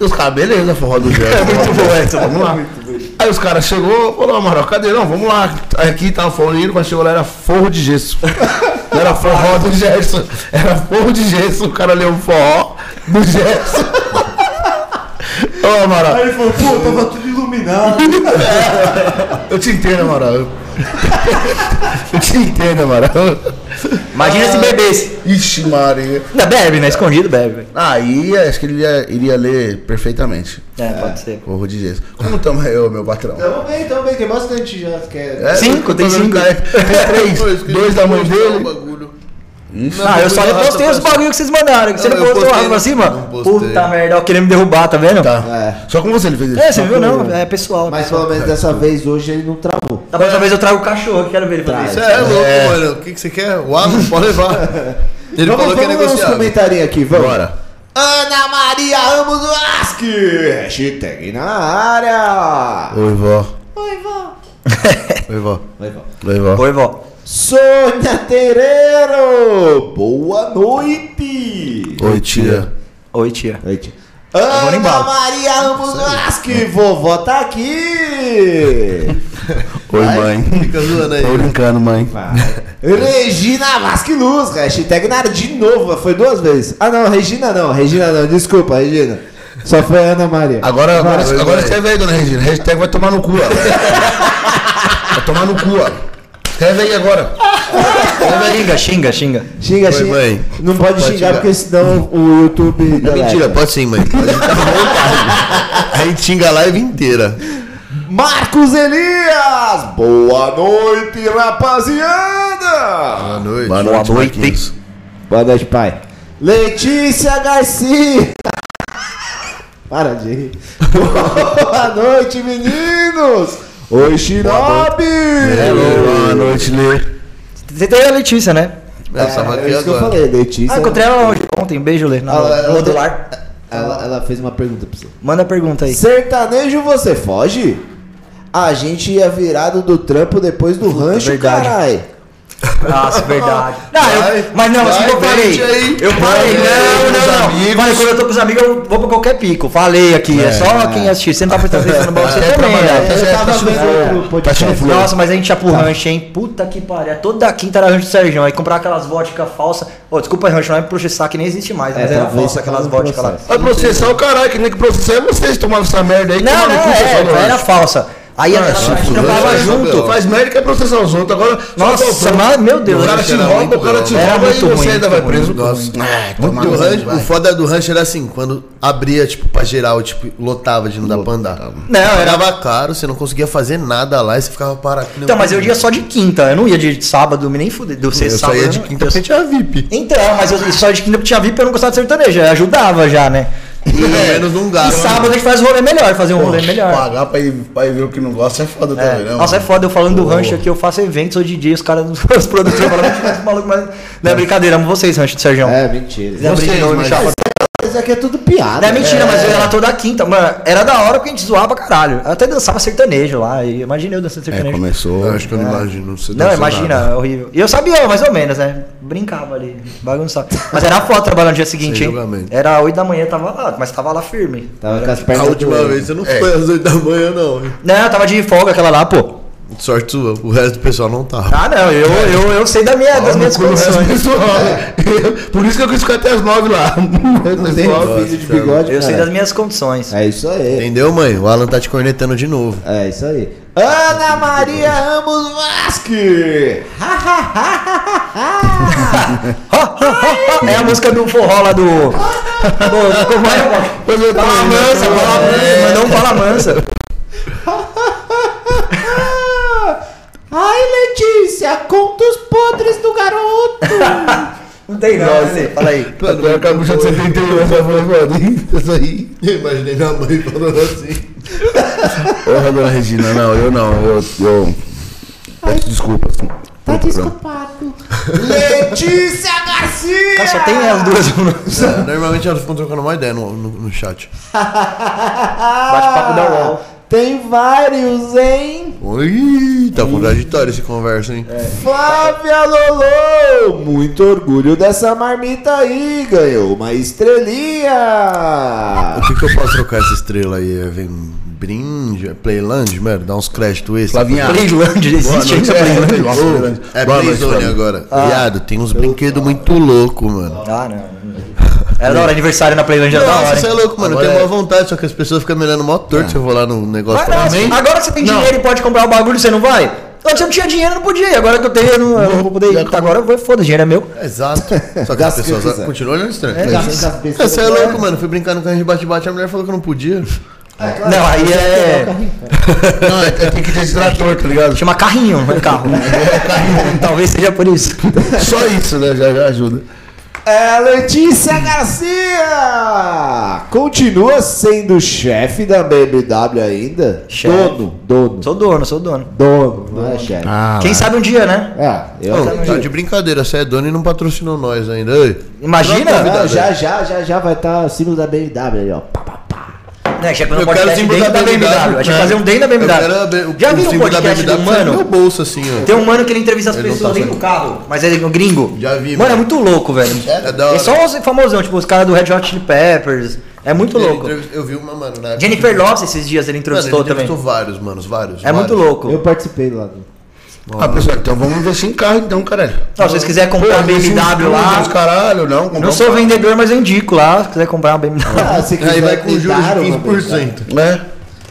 [SPEAKER 3] E os caras, beleza, forró [LAUGHS] do Gerson.
[SPEAKER 4] É muito
[SPEAKER 3] forró do
[SPEAKER 4] bom
[SPEAKER 3] Gerson,
[SPEAKER 4] essa,
[SPEAKER 3] Vamos lá. Aí os caras chegou, falou, Amaral, cadê? Não, vamos lá. Aqui tá tava forneiro, quando chegou lá era forro de [LAUGHS] gesso. Não era forró do Gerson. Era forro de gesso. O cara leu forró do Gerson. Ô, Amaral. Aí ele falou, [LAUGHS] pô, tava tudo iluminado. É. eu te entendo, Amaral. Eu- Eu te entendo, Amaral.
[SPEAKER 4] Imagina se bebesse.
[SPEAKER 3] Ixi, Maria.
[SPEAKER 4] Ainda bebe, né? Escondido bebe. velho.
[SPEAKER 3] Ah, Aí acho que ele ia- iria ler perfeitamente.
[SPEAKER 4] É, pode ser.
[SPEAKER 3] Porro de gesso. Como tamo eu, meu patrão?
[SPEAKER 5] Tamo bem, tamo bem. Tem bastante já. Quer...
[SPEAKER 3] É,
[SPEAKER 4] Cinco,
[SPEAKER 3] eu tô [LAUGHS]
[SPEAKER 4] tem
[SPEAKER 3] vendo
[SPEAKER 4] cinco.
[SPEAKER 3] que é- Tem três. dois da mãe dele
[SPEAKER 2] bagulho.
[SPEAKER 3] e
[SPEAKER 4] ah, eu só
[SPEAKER 3] Não,
[SPEAKER 4] repostei
[SPEAKER 3] eu
[SPEAKER 4] os
[SPEAKER 3] tô-
[SPEAKER 4] bagulho que vocês mandaram. Que você
[SPEAKER 3] Eu-
[SPEAKER 4] não
[SPEAKER 3] eu
[SPEAKER 4] postou lá
[SPEAKER 3] postei,
[SPEAKER 4] pra cima?
[SPEAKER 3] não postei.
[SPEAKER 4] Puta merda, ó, querendo me derrubar, tá vendo?
[SPEAKER 3] Tá. Só com você ele fez isso.
[SPEAKER 4] É, você viu? Não, é pessoal.
[SPEAKER 5] Mas pelo menos dessa vez hoje ele não travou.
[SPEAKER 4] Da próxima vez eu trago o cachorro, eu quero ver ele fazer
[SPEAKER 2] Tá.
[SPEAKER 3] Você
[SPEAKER 4] isso.
[SPEAKER 3] é louco, mano. O que, que você quer? O Alan pode levar. Ele
[SPEAKER 5] vamos
[SPEAKER 3] falou
[SPEAKER 5] vamos
[SPEAKER 3] que é
[SPEAKER 5] ler uns
[SPEAKER 3] negociável.
[SPEAKER 5] comentários aqui, vamos.
[SPEAKER 3] Bora.
[SPEAKER 5] Ana Maria Ramos Lasky, hashtag na área.
[SPEAKER 3] Oi, vó. Oi, vó.
[SPEAKER 5] Vai, vamos.
[SPEAKER 3] Oi, vó.
[SPEAKER 4] Oi, vó.
[SPEAKER 5] Sônia Terreiro, boa noite.
[SPEAKER 3] Oi, tia.
[SPEAKER 4] Oi, tia.
[SPEAKER 5] Noite.
[SPEAKER 4] vou no
[SPEAKER 5] Ana
[SPEAKER 4] embalo.
[SPEAKER 5] Maria Ramos Lasky, vovó tá aqui.
[SPEAKER 3] Oi, [LAUGHS] mãe.
[SPEAKER 2] Fica zoando aí.
[SPEAKER 3] Tô brincando, mãe. [LAUGHS]
[SPEAKER 5] Regina Vasque Luz, hashtag nada de novo, foi duas vezes. Ah não, Regina não, Regina não, desculpa, Regina. Só foi a Ana Maria.
[SPEAKER 3] Agora, agora,
[SPEAKER 5] Vai.
[SPEAKER 3] agora escreve aí, dona Regina. Hashtag vai tomar no cu, ó. [LAUGHS] Vai tomar no cu, ó. Escreve aí agora.
[SPEAKER 4] Xinga, xinga, xinga.
[SPEAKER 5] Xinga,
[SPEAKER 2] Foi,
[SPEAKER 5] xinga.
[SPEAKER 2] mãe.
[SPEAKER 5] Não pode,
[SPEAKER 2] Pode
[SPEAKER 5] xingar,
[SPEAKER 2] xingar.
[SPEAKER 5] porque senão o YouTube.
[SPEAKER 2] É
[SPEAKER 5] deleta.
[SPEAKER 2] mentira, pode sim, mãe. Pode ficar à vontade. A gente xinga a live inteira.
[SPEAKER 5] Marcos Elias! Boa noite, rapaziada!
[SPEAKER 3] Boa noite.
[SPEAKER 2] Boa noite, Marquinhos.
[SPEAKER 5] Boa noite, pai. Letícia Garcia! [LAUGHS] Para de rir. Boa noite, meninos! Oi, Shinobi!
[SPEAKER 3] Hello, Boa noite, Lê.
[SPEAKER 4] Você tem a Letícia, né?
[SPEAKER 2] Essa
[SPEAKER 5] É,
[SPEAKER 2] vaqueira
[SPEAKER 5] é isso que eu
[SPEAKER 2] agora.
[SPEAKER 5] falei, Letícia.
[SPEAKER 4] Ah, encontrei ela hoje, ontem. Beijo, Lê. Na
[SPEAKER 5] Ela- ela-
[SPEAKER 4] modular.
[SPEAKER 5] Ela, ela fez uma pergunta pra você.
[SPEAKER 4] Manda a pergunta aí.
[SPEAKER 5] Sertanejo você foge? A gente ia virado do trampo depois do rancho,
[SPEAKER 4] é verdade.
[SPEAKER 5] carai.
[SPEAKER 4] [LAUGHS] Nossa, verdade.
[SPEAKER 3] Vai,
[SPEAKER 4] mas não, assim
[SPEAKER 3] vai,
[SPEAKER 4] que eu falei.
[SPEAKER 3] vende aí.
[SPEAKER 4] Eu falei,
[SPEAKER 3] Vai, vende
[SPEAKER 4] não,
[SPEAKER 3] com os
[SPEAKER 4] não, não.
[SPEAKER 3] amigos.
[SPEAKER 4] Falei, quando eu tô com os amigos, eu vou pra qualquer pico. Falei aqui, é, só quem assistir. Você não tá prestando atenção no banco, você
[SPEAKER 3] É,
[SPEAKER 4] também,
[SPEAKER 3] trabalhar,
[SPEAKER 4] né?
[SPEAKER 3] tá certo,
[SPEAKER 5] tava
[SPEAKER 3] tá achando
[SPEAKER 5] vendo
[SPEAKER 3] fofo.
[SPEAKER 5] outro podcast.
[SPEAKER 3] Tá achando fofo.
[SPEAKER 4] Nossa, mas a gente ia pro rancho, hein? Puta que pariu. é Toda quinta era rancho do Sergião. Aí comprava aquelas vodka falsas. Ô, desculpa, rancho, não é processar que nem existe mais. Mas
[SPEAKER 5] É,
[SPEAKER 4] era
[SPEAKER 5] talvez
[SPEAKER 4] falsa aquelas
[SPEAKER 5] tá no
[SPEAKER 4] vodka lá.
[SPEAKER 5] processo.
[SPEAKER 3] Vai processar o caralho, que nem que processar é vocês que tomaram essa merda aí.
[SPEAKER 4] Não,
[SPEAKER 3] tomar
[SPEAKER 4] não,
[SPEAKER 3] no cu, pessoal,
[SPEAKER 4] é, era
[SPEAKER 3] acho.
[SPEAKER 4] falsa. Aí a
[SPEAKER 3] Ah,
[SPEAKER 4] a
[SPEAKER 3] se
[SPEAKER 4] gente
[SPEAKER 3] fudeu,
[SPEAKER 4] trampava
[SPEAKER 3] né,
[SPEAKER 4] junto.
[SPEAKER 3] Isabel? Faz merda e quer processar os outros. Agora, só
[SPEAKER 4] Nossa,
[SPEAKER 3] faltou-
[SPEAKER 4] mas, meu Deus.
[SPEAKER 3] O cara te
[SPEAKER 4] era
[SPEAKER 3] rouba,
[SPEAKER 4] muito
[SPEAKER 3] o cara te
[SPEAKER 4] ruim. Era
[SPEAKER 3] rouba e
[SPEAKER 4] muito
[SPEAKER 3] você
[SPEAKER 4] ruim,
[SPEAKER 3] ainda vai
[SPEAKER 4] muito
[SPEAKER 3] preso.
[SPEAKER 4] ruim. É,
[SPEAKER 3] Nossa, ai, tomar
[SPEAKER 2] E o
[SPEAKER 3] no
[SPEAKER 2] rancho-
[SPEAKER 3] cu, vai.
[SPEAKER 2] o foda do rancho era assim, quando abria, tipo, pra geral, tipo, lotava de não dar pra andar.
[SPEAKER 4] Não, era-
[SPEAKER 2] Tava caro, você não conseguia fazer nada lá e você ficava parado. que nem
[SPEAKER 4] Então,
[SPEAKER 2] um
[SPEAKER 4] mas eu
[SPEAKER 2] menino.
[SPEAKER 4] ia só de quinta, eu não ia de sábado, nem fuder, de
[SPEAKER 2] Eu
[SPEAKER 4] sexta,
[SPEAKER 2] só
[SPEAKER 4] sábado.
[SPEAKER 2] ia
[SPEAKER 4] eu
[SPEAKER 2] de
[SPEAKER 4] não-
[SPEAKER 2] quinta
[SPEAKER 4] eu-
[SPEAKER 2] porque tinha VIP.
[SPEAKER 4] Então, mas eu só ia de quinta porque tinha VIP eu não gostava de sertanejo, aí ajudava já, né?
[SPEAKER 2] Pelo menos um
[SPEAKER 4] E
[SPEAKER 2] gato.
[SPEAKER 4] sábado a gente faz o rolê melhor, fazer um rolê melhor.
[SPEAKER 3] Pagar pra ir, pra ir ver o que não gosta é foda
[SPEAKER 4] É.
[SPEAKER 3] também, né?
[SPEAKER 4] Nossa, é
[SPEAKER 3] mano?
[SPEAKER 4] foda, eu falando do rancho aqui, eu faço eventos, sou DJ, os caras, [LAUGHS] os produtores falam, "Mas que maluco, mas... Não é brincadeira, amo vocês, rancho do Sergião.
[SPEAKER 5] É, mentira.
[SPEAKER 4] Não
[SPEAKER 3] vocês,
[SPEAKER 4] brinca, não, me
[SPEAKER 3] mas-
[SPEAKER 4] chapa.
[SPEAKER 5] Isso aqui é tudo piada.
[SPEAKER 4] Não é mentira, mas eu ia lá toda quinta, mano, era da hora porque a gente zoava pra caralho. Eu até dançava sertanejo lá, e imagina eu dançando
[SPEAKER 3] É, [LAUGHS]
[SPEAKER 4] sertanejo.
[SPEAKER 3] começou.
[SPEAKER 2] Eu acho que eu não imagino. você
[SPEAKER 4] Não,
[SPEAKER 2] dançar
[SPEAKER 4] imagina,
[SPEAKER 2] nada.
[SPEAKER 4] é horrível. E eu sabia, mais ou menos, né? Brincava ali, bagunçava. Mas era foda trabalhar no dia seguinte,
[SPEAKER 2] Sem
[SPEAKER 4] hein?
[SPEAKER 2] julgamento.
[SPEAKER 4] Era 8 da manhã, tava lá, mas tava lá firme.
[SPEAKER 5] Tava com as
[SPEAKER 2] A
[SPEAKER 5] pernas
[SPEAKER 2] última
[SPEAKER 5] doendo.
[SPEAKER 2] vez você não foi às 8 da manhã, não. hein?
[SPEAKER 4] Não, eu tava de folga aquela lá, pô.
[SPEAKER 2] Sorte sua, o resto do pessoal não tava.
[SPEAKER 4] Ah, não, eu, eu, eu sei da minha, das
[SPEAKER 3] Pau no
[SPEAKER 4] minhas
[SPEAKER 3] cu do resto do
[SPEAKER 4] condições.
[SPEAKER 3] pessoal. Por isso que eu quis ficar até as nove lá.
[SPEAKER 5] Não tem
[SPEAKER 3] Pessoal,
[SPEAKER 5] vídeo de bigode,
[SPEAKER 4] Eu sei
[SPEAKER 5] cara.
[SPEAKER 4] das minhas condições.
[SPEAKER 5] É isso aí.
[SPEAKER 2] Entendeu, mãe? O Alan tá te cornetando de novo.
[SPEAKER 5] É isso aí. Ana Maria Ramos Vasque! Ha, ha, ha, ha, ha, ha.
[SPEAKER 4] É a música do forró lá do. do como é? Fala mansa,
[SPEAKER 3] né?
[SPEAKER 4] fala mansa, mandou um fala mansa.
[SPEAKER 5] Ah! Ai, Letícia, conta os podres do
[SPEAKER 4] [LAUGHS]
[SPEAKER 5] garoto!
[SPEAKER 4] Não tem nada, né? Fala aí.
[SPEAKER 3] Agora a cabucha de 71 já falou, né? mano, isso aí.
[SPEAKER 2] [LAUGHS] Eu imaginei minha mãe falando assim.
[SPEAKER 3] Ô, dona Regina, não, eu não, eu. eu... Peço desculpas.
[SPEAKER 6] Tá desculpado.
[SPEAKER 5] Letícia Garcia!
[SPEAKER 4] Ah, Só tem as duas.
[SPEAKER 2] É, normalmente elas ficam trocando uma ideia no, no, no chat.
[SPEAKER 4] Bate-papo da UOL.
[SPEAKER 5] Tem vários, hein?
[SPEAKER 2] Oi, tá contraditório esse conversa, hein?
[SPEAKER 3] É.
[SPEAKER 5] Flávia Lolô! Muito orgulho dessa marmita aí! Ganhou uma estrelinha!
[SPEAKER 2] O que, que eu posso trocar essa estrela aí? Vem um brinde? É Playland? Mano, dá uns créditos extra.
[SPEAKER 3] Flavinha.
[SPEAKER 4] Playlândia, existe ainda né?
[SPEAKER 3] é,
[SPEAKER 4] Playlândia.
[SPEAKER 2] Ô, É
[SPEAKER 3] Boa noite,
[SPEAKER 2] Playzone
[SPEAKER 3] Flavinha.
[SPEAKER 2] agora. Viado, tem uns brinquedos muito loucos, mano.
[SPEAKER 4] Ah, não. [LAUGHS] Era da hora, aniversário na Playlândia era da hora.
[SPEAKER 2] Nossa,
[SPEAKER 4] hein?
[SPEAKER 2] você é louco, mano. Eu
[SPEAKER 3] Agora
[SPEAKER 2] tenho
[SPEAKER 3] é-
[SPEAKER 2] uma vontade, só que as pessoas ficam me olhando mó torto se eu vou lá no negócio
[SPEAKER 4] Vai não,
[SPEAKER 2] mim.
[SPEAKER 4] agora você tem dinheiro e pode comprar o bagulho, você não vai? Antes eu não tinha dinheiro, eu não podia ir. Agora que eu tenho, eu não, eu não vou poder ir.
[SPEAKER 2] tá.
[SPEAKER 4] Agora eu vou, foda, dinheiro é meu.
[SPEAKER 2] Exato. Só que as
[SPEAKER 5] Gasta o que
[SPEAKER 2] pessoas
[SPEAKER 5] quiser.
[SPEAKER 2] continuam olhando estranho.
[SPEAKER 5] gasta as
[SPEAKER 2] Você é louco, mano. Fui brincando com a gente bate-bate, a mulher falou que eu não podia.
[SPEAKER 4] Não, aí é.
[SPEAKER 3] Não, é, é, tem que ter esse trator, tá ligado?
[SPEAKER 4] [LAUGHS] Chama carrinho, não [LAUGHS] é carro. Talvez seja por [LAUGHS] isso.
[SPEAKER 3] Só isso, né? Já, já ajuda.
[SPEAKER 5] É, Letícia Garcia! Continua sendo chefe da BMW ainda?
[SPEAKER 4] Chefe.
[SPEAKER 5] Dono, dono.
[SPEAKER 4] Sou dono, sou dono.
[SPEAKER 5] Dono, não é chefe.
[SPEAKER 3] Ah,
[SPEAKER 4] Quem sabe um dia, né?
[SPEAKER 5] É, eu
[SPEAKER 2] Ô,
[SPEAKER 5] também.
[SPEAKER 2] tá de brincadeira, você é dono e não patrocinou nós ainda. Ei,
[SPEAKER 4] Imagina.
[SPEAKER 2] troca a vida
[SPEAKER 5] Não, já,
[SPEAKER 2] dela.
[SPEAKER 5] já, já, já vai estar o símbolo da BMW aí, ó. Pá, pá, pá.
[SPEAKER 4] Né, já que
[SPEAKER 2] Eu
[SPEAKER 4] não
[SPEAKER 2] quero
[SPEAKER 4] podcast
[SPEAKER 2] o símbolo
[SPEAKER 4] dentro
[SPEAKER 2] da
[SPEAKER 4] da BMW.
[SPEAKER 2] BMW.
[SPEAKER 4] A gente
[SPEAKER 2] né?
[SPEAKER 4] fazer um dentro da BMW.
[SPEAKER 2] Eu quero a B- o-
[SPEAKER 4] já
[SPEAKER 2] o
[SPEAKER 4] viu um
[SPEAKER 2] símbolo da
[SPEAKER 4] podcast do
[SPEAKER 2] BMW tá no meu
[SPEAKER 4] mano?
[SPEAKER 2] bolso, assim, ó.
[SPEAKER 4] Tem um mano que ele entrevista as
[SPEAKER 2] Ele não
[SPEAKER 4] pessoas
[SPEAKER 2] tá
[SPEAKER 4] dentro do
[SPEAKER 2] fazendo.
[SPEAKER 4] carro, mas ele é um gringo.
[SPEAKER 2] Já vi,
[SPEAKER 4] Mano,
[SPEAKER 2] mano.
[SPEAKER 4] é muito louco, velho.
[SPEAKER 2] É da hora.
[SPEAKER 4] só os famosão, tipo os caras do Red Hot Chili Peppers. É muito
[SPEAKER 2] Ele
[SPEAKER 4] louco.
[SPEAKER 2] entrevist- Eu vi uma, mano, na época.
[SPEAKER 4] Jennifer Lopes esses dias ele
[SPEAKER 2] Mano, ele
[SPEAKER 4] entrevistou também.
[SPEAKER 2] entrevistou vários, mano, vários.
[SPEAKER 4] É muito louco.
[SPEAKER 5] Eu participei lá. do-
[SPEAKER 3] ah, pessoal, então vamos investir em carro, então, caralho.
[SPEAKER 4] Não, se vocês quiserem comprar uma Ah, um
[SPEAKER 2] um
[SPEAKER 4] BMW
[SPEAKER 3] Os
[SPEAKER 4] lá.
[SPEAKER 3] caralho, não. comprar
[SPEAKER 4] Não
[SPEAKER 3] um
[SPEAKER 4] sou
[SPEAKER 3] carro.
[SPEAKER 4] vendedor, mas eu indico lá. Se quiser comprar um uma BMW.
[SPEAKER 2] [LAUGHS]
[SPEAKER 5] Ah, se
[SPEAKER 2] Aí vai com
[SPEAKER 5] me
[SPEAKER 2] juros
[SPEAKER 5] dar
[SPEAKER 2] de
[SPEAKER 5] uma
[SPEAKER 2] 15%.
[SPEAKER 4] né?
[SPEAKER 3] É.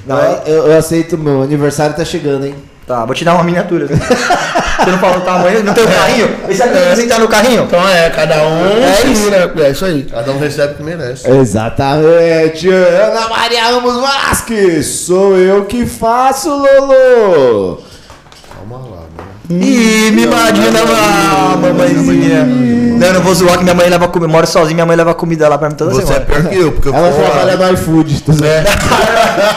[SPEAKER 5] Não, eu, eu aceito, meu aniversário tá chegando, hein?
[SPEAKER 4] Tá, vou te dar uma miniatura. Você não falou o tamanho? Não tem o carrinho? Esse aqui é sentar no carrinho?
[SPEAKER 3] Então é, cada um.
[SPEAKER 4] É
[SPEAKER 3] se
[SPEAKER 4] isso.
[SPEAKER 3] vira- É isso aí.
[SPEAKER 2] Cada um recebe o que
[SPEAKER 4] É,
[SPEAKER 2] merece.
[SPEAKER 5] Exatamente, Ana Maria Ramos Vasquez, sou eu que faço, Lolo.
[SPEAKER 2] Calma lá, mano.
[SPEAKER 4] Ih, mimadinha, ah, mamãezinha. Não, eu não vou zoar que minha mãe leva comida. Eu moro sozinho, minha mãe leva comida lá pra mim toda
[SPEAKER 2] Você é
[SPEAKER 4] semana.
[SPEAKER 2] pior que eu, porque eu
[SPEAKER 5] Ela
[SPEAKER 2] fico lá.
[SPEAKER 5] trabalha no iFood, tá certo?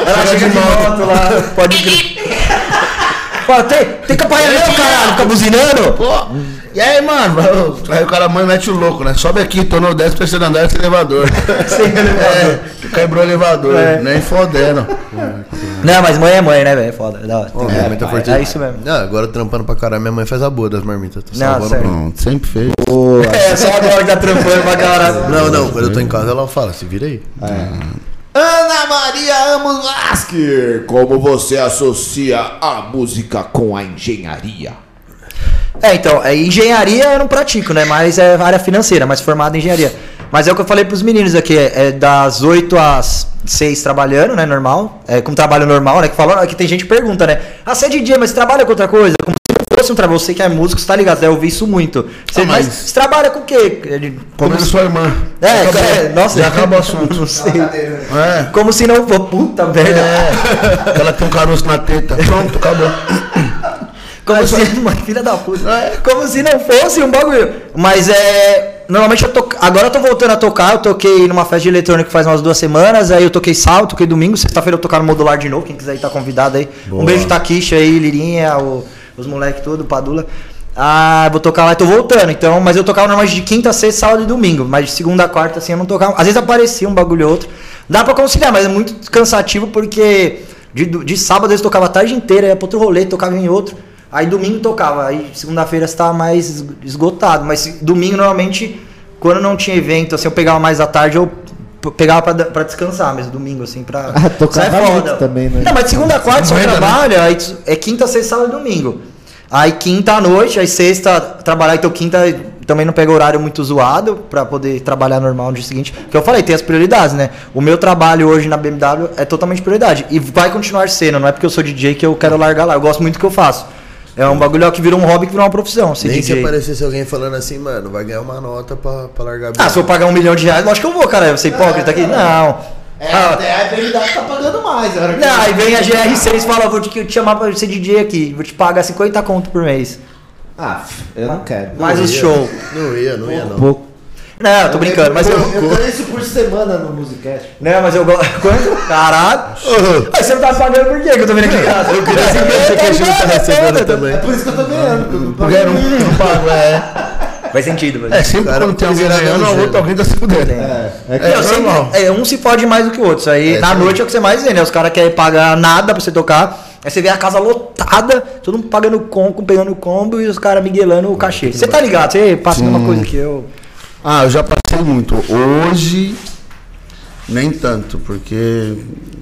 [SPEAKER 4] Ela chega de moto lá, pode crer. [LAUGHS] é Fala, tem, tem capanhamento, caralho, fica buzinando?
[SPEAKER 3] Pô, e aí, mano? Aí o cara, mãe, mete o louco, né? Sobe aqui, tô no 10 terceiro andar sem elevador.
[SPEAKER 4] [LAUGHS] Sem elevador.
[SPEAKER 3] É, quebrou o elevador,
[SPEAKER 4] É.
[SPEAKER 3] nem fodendo.
[SPEAKER 4] Não, mas mãe é mãe, né, velho? É Foda, é da hora.
[SPEAKER 2] É, muita
[SPEAKER 4] pai,
[SPEAKER 2] fortuna.
[SPEAKER 4] é isso mesmo.
[SPEAKER 2] Ah, agora trampando pra caralho, minha mãe faz a boa das marmitas. Tá
[SPEAKER 4] Não,
[SPEAKER 2] salvando
[SPEAKER 4] sério.
[SPEAKER 2] pra-
[SPEAKER 3] Não, sempre fez.
[SPEAKER 4] É, só agora que tá trampando pra caralho.
[SPEAKER 2] Não, não, quando eu tô em casa ela fala, se vira aí.
[SPEAKER 5] Ana Maria Ramos Vasquez, como você associa a música com a engenharia?
[SPEAKER 4] É, então, é, engenharia eu não pratico, né? Mas é área financeira, mas formado em engenharia. Mas é o que eu falei pros meninos aqui, é, é das 8 às 6 trabalhando, né? Normal. É com trabalho normal, né? Que fala, que tem gente que pergunta, né? Ah, você é DJ, mas você trabalha com outra coisa? Como se fosse um trabalho. Você que é músico, você tá ligado? né? Eu ouvi isso muito. Você,
[SPEAKER 3] Ah,
[SPEAKER 4] mas...
[SPEAKER 3] mas-
[SPEAKER 4] você trabalha com o quê? Ele-
[SPEAKER 3] Como sua irmã.
[SPEAKER 4] [LAUGHS] É, é, nossa.
[SPEAKER 3] Já acabou o assunto.
[SPEAKER 4] Não sei.
[SPEAKER 3] É.
[SPEAKER 4] [LAUGHS] Como se não for. Puta merda. [LAUGHS]
[SPEAKER 3] É, ela tem um caroço na teta. Pronto, acabou.
[SPEAKER 4] Como se, é uma filha da puta. Como se não fosse um bagulho. Mas é. Normalmente eu toco. Agora eu tô voltando a tocar. Eu toquei numa festa de eletrônico faz umas duas semanas. Aí eu toquei sábado, toquei domingo. Sexta-feira eu tocar no modular de novo. Quem quiser ir tá convidado aí. Um beijo, Taquicha aí, Lirinha, o- os moleques tudo, Padula. Ah, vou tocar lá e tô voltando, então. Mas eu tocava normalmente de quinta, sexta, sábado e domingo. Mas de segunda a quarta, assim, eu não tocava. Às vezes aparecia um bagulho ou outro. Dá pra conciliar, mas é muito cansativo porque de, do- de sábado eu tocava a tarde inteira, ia pra outro rolê, tocava em outro. Aí domingo tocava, aí segunda-feira você tava mais es- esgotado. Mas se- domingo normalmente, quando não tinha evento, assim, eu pegava mais à tarde, eu p- pegava pra, da- pra descansar mesmo, domingo, assim, pra.
[SPEAKER 5] [LAUGHS] Ah, tocava
[SPEAKER 4] Isso é foda.
[SPEAKER 5] muito também, né?
[SPEAKER 4] Não, mas de segunda a quarta você
[SPEAKER 3] Aguenta, né?
[SPEAKER 4] trabalha, aí tu- é quinta, sexta, sábado e domingo. Aí quinta à noite, aí sexta trabalhar, então quinta também não pega horário muito zoado pra poder trabalhar normal no dia seguinte. Porque eu falei, tem as prioridades, né? O meu trabalho hoje na BMW é totalmente prioridade. E vai continuar sendo, não é porque eu sou DJ que eu quero largar lá. Eu gosto muito do que eu faço. É um bagulho ó, que virou um hobby que virou uma profissão. Ser
[SPEAKER 2] Nem se
[SPEAKER 4] DJ.
[SPEAKER 2] aparecesse alguém falando assim, mano, vai ganhar uma nota pra, pra largar a
[SPEAKER 4] Ah, se eu pagar um milhão de reais, lógico que eu vou, cara. Eu sou hipócrita aqui? Não.
[SPEAKER 5] É,
[SPEAKER 4] Ah,
[SPEAKER 5] a BMW tá pagando mais. a hora que-
[SPEAKER 4] Não, aí vem a GR6 e fala, vou te, te chamar pra ser DJ aqui, vou te pagar 50 conto por mês.
[SPEAKER 5] Ah, eu não quero.
[SPEAKER 4] Mais o show.
[SPEAKER 2] Não ia, não ia, não.
[SPEAKER 5] Pouco.
[SPEAKER 4] Não, eu tô brincando, mas eu.
[SPEAKER 5] Eu ganho isso por semana no Musicast.
[SPEAKER 4] Não, Né, mas eu gosto. [LAUGHS] Quanto? Caralho! Aí você não tá pagando por quê que eu tô vindo aqui em casa? Eu queria né,
[SPEAKER 2] Você que a gente tá recebendo também.
[SPEAKER 5] É por isso que eu tô ganhando. porque eu não pago
[SPEAKER 3] Porque era um
[SPEAKER 5] ninguém.
[SPEAKER 3] um pago, é.
[SPEAKER 4] Faz sentido,
[SPEAKER 3] É,
[SPEAKER 4] velho.
[SPEAKER 3] sempre
[SPEAKER 2] Cara, é
[SPEAKER 3] quando tem alguém
[SPEAKER 4] né?
[SPEAKER 2] virado
[SPEAKER 3] ganhando,
[SPEAKER 2] no
[SPEAKER 3] a
[SPEAKER 2] gelo.
[SPEAKER 3] outra alguém tá se fudendo. É,
[SPEAKER 5] É, é que-
[SPEAKER 3] é,
[SPEAKER 4] Não, sempre-
[SPEAKER 3] normal.
[SPEAKER 4] é, um se fode mais do que o outro. Isso aí,
[SPEAKER 2] É,
[SPEAKER 4] na
[SPEAKER 2] sim.
[SPEAKER 4] noite é o que você mais vê, né? Os caras querem pagar nada pra você tocar. Aí você vê a casa lotada, todo mundo pagando combo, pegando combo e os caras miguelando o cachê. Você tá ligado? Você passa a mesma coisa que eu.
[SPEAKER 3] Ah, eu já passei muito. Hoje, nem tanto, porque.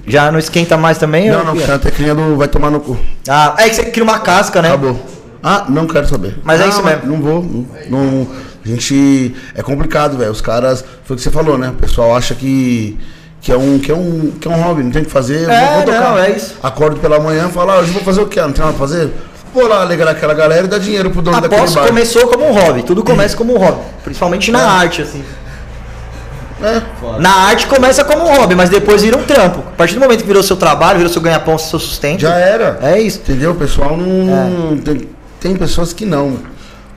[SPEAKER 4] Já não esquenta mais também?
[SPEAKER 3] Não,
[SPEAKER 4] ô,
[SPEAKER 3] não,
[SPEAKER 4] fia?
[SPEAKER 3] porque a teclinha do vai tomar no cu.
[SPEAKER 4] Ah, é que você cria uma casca, né?
[SPEAKER 3] Acabou. Ah, não quero saber.
[SPEAKER 4] Mas é
[SPEAKER 3] Não,
[SPEAKER 4] isso mesmo.
[SPEAKER 3] Não vou. Não, não- a gente. É complicado, velho. Os caras. Foi o que você falou, né? O pessoal acha que. Que é, um, que, é um, que é um hobby, não tem o que fazer. eu
[SPEAKER 4] É, não, é isso.
[SPEAKER 3] Acordo pela manhã e falo, ah, hoje eu vou fazer o quê? Ah, Não tem nada pra fazer? Vou lá alegrar aquela galera e dar dinheiro pro dono
[SPEAKER 4] Ah,
[SPEAKER 3] daquele
[SPEAKER 4] Aposto
[SPEAKER 3] bar. É.
[SPEAKER 4] que começou como um hobby. Tudo começa como um hobby. Principalmente na arte, assim. Na arte começa como um hobby, mas depois vira um trampo. A partir do momento que virou seu trabalho, virou seu ganha-pão, seu sustento.
[SPEAKER 3] Já era.
[SPEAKER 4] É isso.
[SPEAKER 3] Entendeu? O pessoal não. Tem, tem pessoas que não.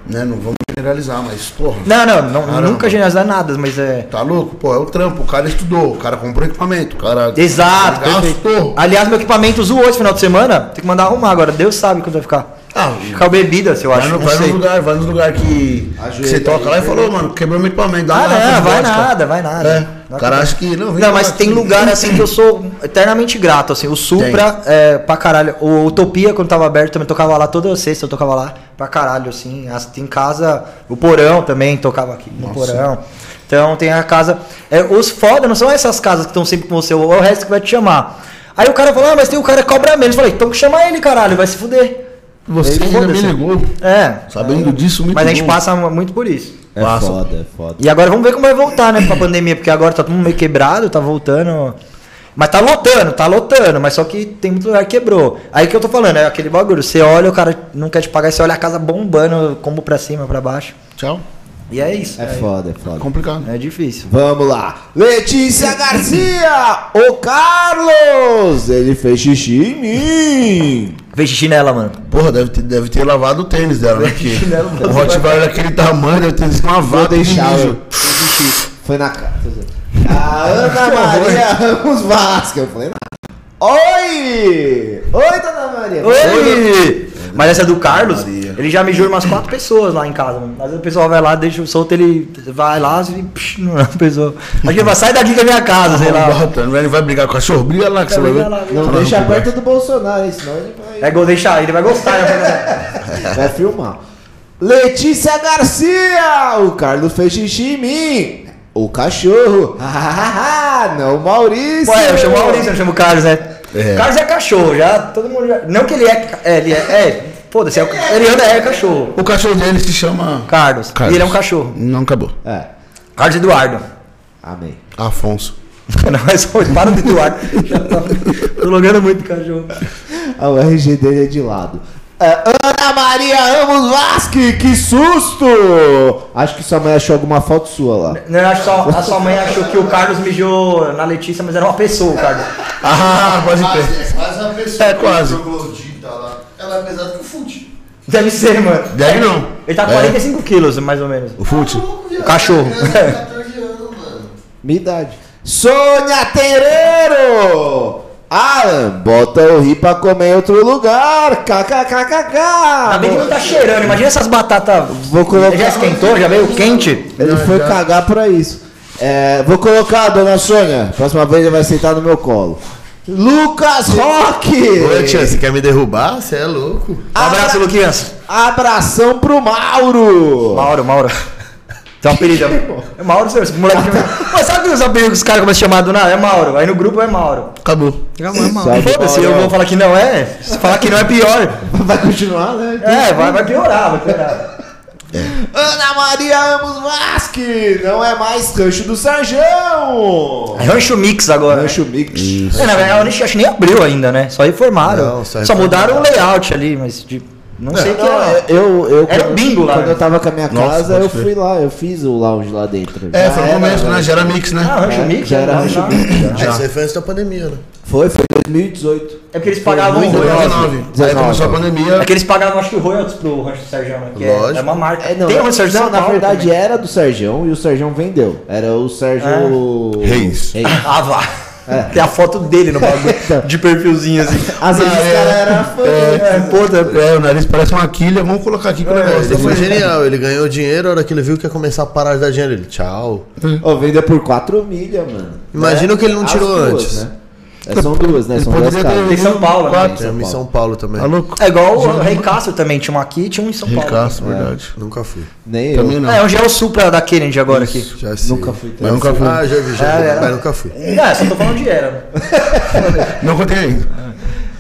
[SPEAKER 3] Né? Não vamos generalizar, mas, porra.
[SPEAKER 4] Não, não, não
[SPEAKER 3] Caramba.
[SPEAKER 4] nunca generalizar nada, mas é.
[SPEAKER 3] Tá louco? Pô, é o trampo. O cara estudou, o cara comprou equipamento, o cara.
[SPEAKER 4] Exato,
[SPEAKER 3] gastou.
[SPEAKER 4] perfeito. Aliás, meu equipamento zoou esse final de semana. Tem que mandar arrumar agora. Deus sabe quando vai ficar.
[SPEAKER 3] Ah,
[SPEAKER 4] Ficar bebida, se eu
[SPEAKER 3] vai
[SPEAKER 4] acho.
[SPEAKER 3] no,
[SPEAKER 4] Não,
[SPEAKER 3] vai
[SPEAKER 4] sei.
[SPEAKER 3] no lugar, vai no lugar que, que você
[SPEAKER 5] Ajoelha
[SPEAKER 3] toca
[SPEAKER 5] aí,
[SPEAKER 3] lá e falou, mano, quebrou meu equipamento. dá
[SPEAKER 4] Ah,
[SPEAKER 3] uma garrafa
[SPEAKER 4] não,
[SPEAKER 3] de
[SPEAKER 4] vai
[SPEAKER 3] vodka."
[SPEAKER 4] nada, vai nada.
[SPEAKER 3] É, o cara acha que. Não, vem
[SPEAKER 4] Não,
[SPEAKER 3] tomar
[SPEAKER 4] mas tem
[SPEAKER 3] aqui.
[SPEAKER 4] lugar assim que eu sou eternamente grato, assim. O Supra é pra caralho. O Utopia, quando tava aberto, também tocava lá toda sexta, eu tocava lá pra caralho, assim. As- Tem casa. O porão também tocava aqui no porão. Então tem a casa. é, os foda não são essas casas que estão sempre com você, é o resto que vai te chamar. Aí o cara falou, ah, mas tem o cara que cobra menos. Eu falei, então chama ele, caralho, vai se fuder.
[SPEAKER 3] Você ainda me
[SPEAKER 4] Foda-se.
[SPEAKER 3] ligou.
[SPEAKER 4] É.
[SPEAKER 3] Sabendo disso, muito
[SPEAKER 4] Mas a gente
[SPEAKER 3] bom.
[SPEAKER 4] passa muito por isso.
[SPEAKER 5] É
[SPEAKER 3] Passa.
[SPEAKER 5] foda, é foda.
[SPEAKER 4] E agora vamos ver como vai voltar, né, com a pandemia, porque agora tá todo mundo meio quebrado, tá voltando. Mas tá lotando, tá lotando, mas só que tem muito lugar que quebrou. Aí que eu tô falando, é aquele bagulho, você olha, o cara não quer te pagar, você olha a casa bombando, combo pra cima, pra baixo.
[SPEAKER 3] Tchau.
[SPEAKER 4] E é isso.
[SPEAKER 5] É foda, é foda.
[SPEAKER 3] Complicado.
[SPEAKER 4] É difícil.
[SPEAKER 5] Vamos lá. Letícia Garcia, o Carlos, ele fez xixi em mim.
[SPEAKER 4] Vê xixi nela, mano.
[SPEAKER 3] Porra, deve ter, deve ter lavado o tênis dela, né?
[SPEAKER 5] [LAUGHS]
[SPEAKER 3] Porque o Rottweiler daquele tamanho deve ter sido uma
[SPEAKER 5] Vou
[SPEAKER 3] vada
[SPEAKER 5] deixar.
[SPEAKER 3] mijo.
[SPEAKER 5] eu- Foi na cara. A
[SPEAKER 4] [LAUGHS]
[SPEAKER 5] Ana Maria Ramos Vasco. Eu falei nada. Oi! Oi, Dona Maria.
[SPEAKER 4] Oi! Mas essa é do Carlos, ele já mijou umas quatro pessoas lá em casa, mano. Às vezes o pessoal vai lá, deixa solto, ele vai lá e psh, [LAUGHS] não é uma pessoa. Acho que vai sair daqui da minha casa, sei lá.
[SPEAKER 3] Bota, Não né? vai brigar com o cachorro, briga lá que você vai
[SPEAKER 4] Vai
[SPEAKER 3] ver.
[SPEAKER 4] lá, vai lá.
[SPEAKER 5] Não
[SPEAKER 3] Fala,
[SPEAKER 5] deixa
[SPEAKER 3] não,
[SPEAKER 5] perto do Bolsonaro, hein, senão ele vai,
[SPEAKER 4] É gol deixar, ele vai gostar, né?
[SPEAKER 5] vai filmar. Letícia Garcia! O Carlos fez xixi em mim! O
[SPEAKER 4] [LAUGHS]
[SPEAKER 5] cachorro! [LAUGHS] não o Maurício!
[SPEAKER 4] Ué, eu chamo o Maurício, eu não chamo o Carlos, né?
[SPEAKER 3] É.
[SPEAKER 4] Carlos é cachorro, já todo mundo já. Não que ele é. ca- É, ele é. é Foda-se, é, o- ele anda é cachorro.
[SPEAKER 3] O cachorro dele se chama.
[SPEAKER 4] Carlos. E ele é um cachorro.
[SPEAKER 3] Não acabou.
[SPEAKER 5] É,
[SPEAKER 4] Carlos Eduardo. [LAUGHS]
[SPEAKER 5] amém.
[SPEAKER 3] Afonso.
[SPEAKER 4] Não, mas só para do Eduardo. Já tá- [LAUGHS] Tô logando muito cachorro.
[SPEAKER 5] Ah, O RG dele é de lado. É, Ana Maria Ramos Vasque, que susto! Acho que sua mãe achou alguma foto sua lá.
[SPEAKER 4] Não, eu acho só, a sua mãe achou que o Carlos mijou na Letícia, mas era uma pessoa, o Carlos.
[SPEAKER 3] Ah, pode crer.
[SPEAKER 2] Quase, quase a pessoa
[SPEAKER 3] É, quase.
[SPEAKER 2] que jogou o Jim tá lá. Ela é pesada que o Fute.
[SPEAKER 4] Deve ser, mano.
[SPEAKER 3] Deve não.
[SPEAKER 4] Ele tá com
[SPEAKER 3] É.
[SPEAKER 4] 45 quilos, mais ou menos.
[SPEAKER 3] O Fute?
[SPEAKER 4] O cachorro.
[SPEAKER 2] É. 14 anos, mano.
[SPEAKER 5] Minha idade. Sônia Tereiro! Alan, bota o ri pra comer em outro lugar!
[SPEAKER 4] [LAUGHS] Ainda bem que não
[SPEAKER 5] KKKKK!
[SPEAKER 4] tá cheirando, imagina essas batatas.
[SPEAKER 5] Vou colocar-
[SPEAKER 4] Já esquentou, já veio quente.
[SPEAKER 5] Ele foi cagar pra isso. É, vou colocar, dona Sônia. Próxima vez ele vai sentar no meu colo. Lucas
[SPEAKER 2] Ô, tia,
[SPEAKER 5] Roque!
[SPEAKER 2] você quer me derrubar? Você é louco.
[SPEAKER 4] Um abraço, Luquinhas.
[SPEAKER 5] Abração pro Mauro!
[SPEAKER 4] Mauro, Mauro. Tem um apelido. É Mauro, seu esse moleque. chama- Mas sabe os apelidos que os caras começam a chamar do nada? É Mauro. Aí no grupo é Mauro.
[SPEAKER 3] Acabou.
[SPEAKER 4] Acabou, é
[SPEAKER 5] Sabe,
[SPEAKER 4] Foda-se,
[SPEAKER 5] Mauro.
[SPEAKER 4] eu vou falar que não é. Se falar que não é pior.
[SPEAKER 5] Vai continuar, né?
[SPEAKER 4] É, vai, vai piorar, vai piorar.
[SPEAKER 5] Ana Maria Ramos Vasque! Não é mais Rancho do Sarjão!
[SPEAKER 4] É Rancho Mix agora.
[SPEAKER 5] Rancho Mix.
[SPEAKER 4] É, na verdade, eu nem- acho que nem abriu ainda, né? Só reformaram.
[SPEAKER 2] Não,
[SPEAKER 4] só
[SPEAKER 2] só reformaram.
[SPEAKER 4] mudaram o layout ali, mas de- não sei o que
[SPEAKER 5] Não,
[SPEAKER 4] é.
[SPEAKER 5] eu, eu,
[SPEAKER 4] Era
[SPEAKER 5] quando-
[SPEAKER 4] bingo lá,
[SPEAKER 5] Quando
[SPEAKER 4] né?
[SPEAKER 5] eu tava com a minha
[SPEAKER 3] Nossa,
[SPEAKER 5] casa,
[SPEAKER 3] pode
[SPEAKER 5] eu
[SPEAKER 3] crer.
[SPEAKER 5] fui lá, eu fiz o lounge lá dentro.
[SPEAKER 3] É,
[SPEAKER 5] Já
[SPEAKER 3] foi no
[SPEAKER 5] era,
[SPEAKER 3] começo, né?
[SPEAKER 5] velho.
[SPEAKER 3] Já era mix, né?
[SPEAKER 4] Ah, Rancho Mix?
[SPEAKER 5] É, já era
[SPEAKER 4] né?
[SPEAKER 5] Rancho
[SPEAKER 4] Não.
[SPEAKER 2] Ah, Isso aí foi antes da pandemia, né?
[SPEAKER 5] Foi, foi em 2018.
[SPEAKER 4] É porque eles pagavam
[SPEAKER 3] Foi em
[SPEAKER 4] royalties.
[SPEAKER 3] 2019. Aí
[SPEAKER 5] 19.
[SPEAKER 3] começou a pandemia.
[SPEAKER 4] É que eles pagavam, acho que, royalties pro Rancho do Sergião, né? Que é-
[SPEAKER 2] Lógico.
[SPEAKER 4] é uma marca.
[SPEAKER 5] É, não,
[SPEAKER 4] Tem o
[SPEAKER 5] é-
[SPEAKER 4] Rancho do Sergião
[SPEAKER 5] não,
[SPEAKER 4] em
[SPEAKER 5] na
[SPEAKER 4] São Paulo
[SPEAKER 5] verdade é,
[SPEAKER 4] também.
[SPEAKER 5] era do Sarjão e o Sarjão vendeu. Era o Sérgio
[SPEAKER 3] Reis.
[SPEAKER 4] [COUGHS] Ah, vá.
[SPEAKER 2] É.
[SPEAKER 4] Tem a foto dele no
[SPEAKER 2] Então.
[SPEAKER 4] bagulho, de perfilzinho assim.
[SPEAKER 5] Às vezes
[SPEAKER 3] Ah,
[SPEAKER 5] os
[SPEAKER 3] é.
[SPEAKER 5] caras eram fã.
[SPEAKER 3] É,
[SPEAKER 4] tá-
[SPEAKER 3] puta, é, o nariz parece uma quilha, vamos colocar aqui pro
[SPEAKER 2] É,
[SPEAKER 3] negócio. tá
[SPEAKER 2] ele foi genial, ele ganhou dinheiro, a hora que ele viu que ia começar a parar de dar dinheiro, ele, tchau.
[SPEAKER 5] Ô, vendeu por 4 milha, mano.
[SPEAKER 2] Imagina o que ele não
[SPEAKER 5] As
[SPEAKER 2] tirou
[SPEAKER 5] duas,
[SPEAKER 2] antes.
[SPEAKER 5] né? É, são duas, né?
[SPEAKER 3] Ele
[SPEAKER 5] São duas
[SPEAKER 3] poderia ter-
[SPEAKER 5] casas.
[SPEAKER 4] Tem São Paulo, né?
[SPEAKER 3] Quatro.
[SPEAKER 2] Tem uma em São Paulo também.
[SPEAKER 3] Tá louco?
[SPEAKER 4] É igual o Rei Castro também, tinha um aqui e tinha um em São Paulo.
[SPEAKER 3] Ricaço, verdade.
[SPEAKER 2] Nunca fui.
[SPEAKER 5] Nem eu.
[SPEAKER 3] Também não.
[SPEAKER 4] É, hoje é o Supra da Kennedy agora aqui.
[SPEAKER 2] Já sei.
[SPEAKER 5] Nunca fui também.
[SPEAKER 3] Mas nunca fui.
[SPEAKER 2] Ah, já vi, já vi,
[SPEAKER 4] Ah, era.
[SPEAKER 2] mas nunca fui.
[SPEAKER 4] Não, só tô falando de era. né?
[SPEAKER 3] Não contei ainda.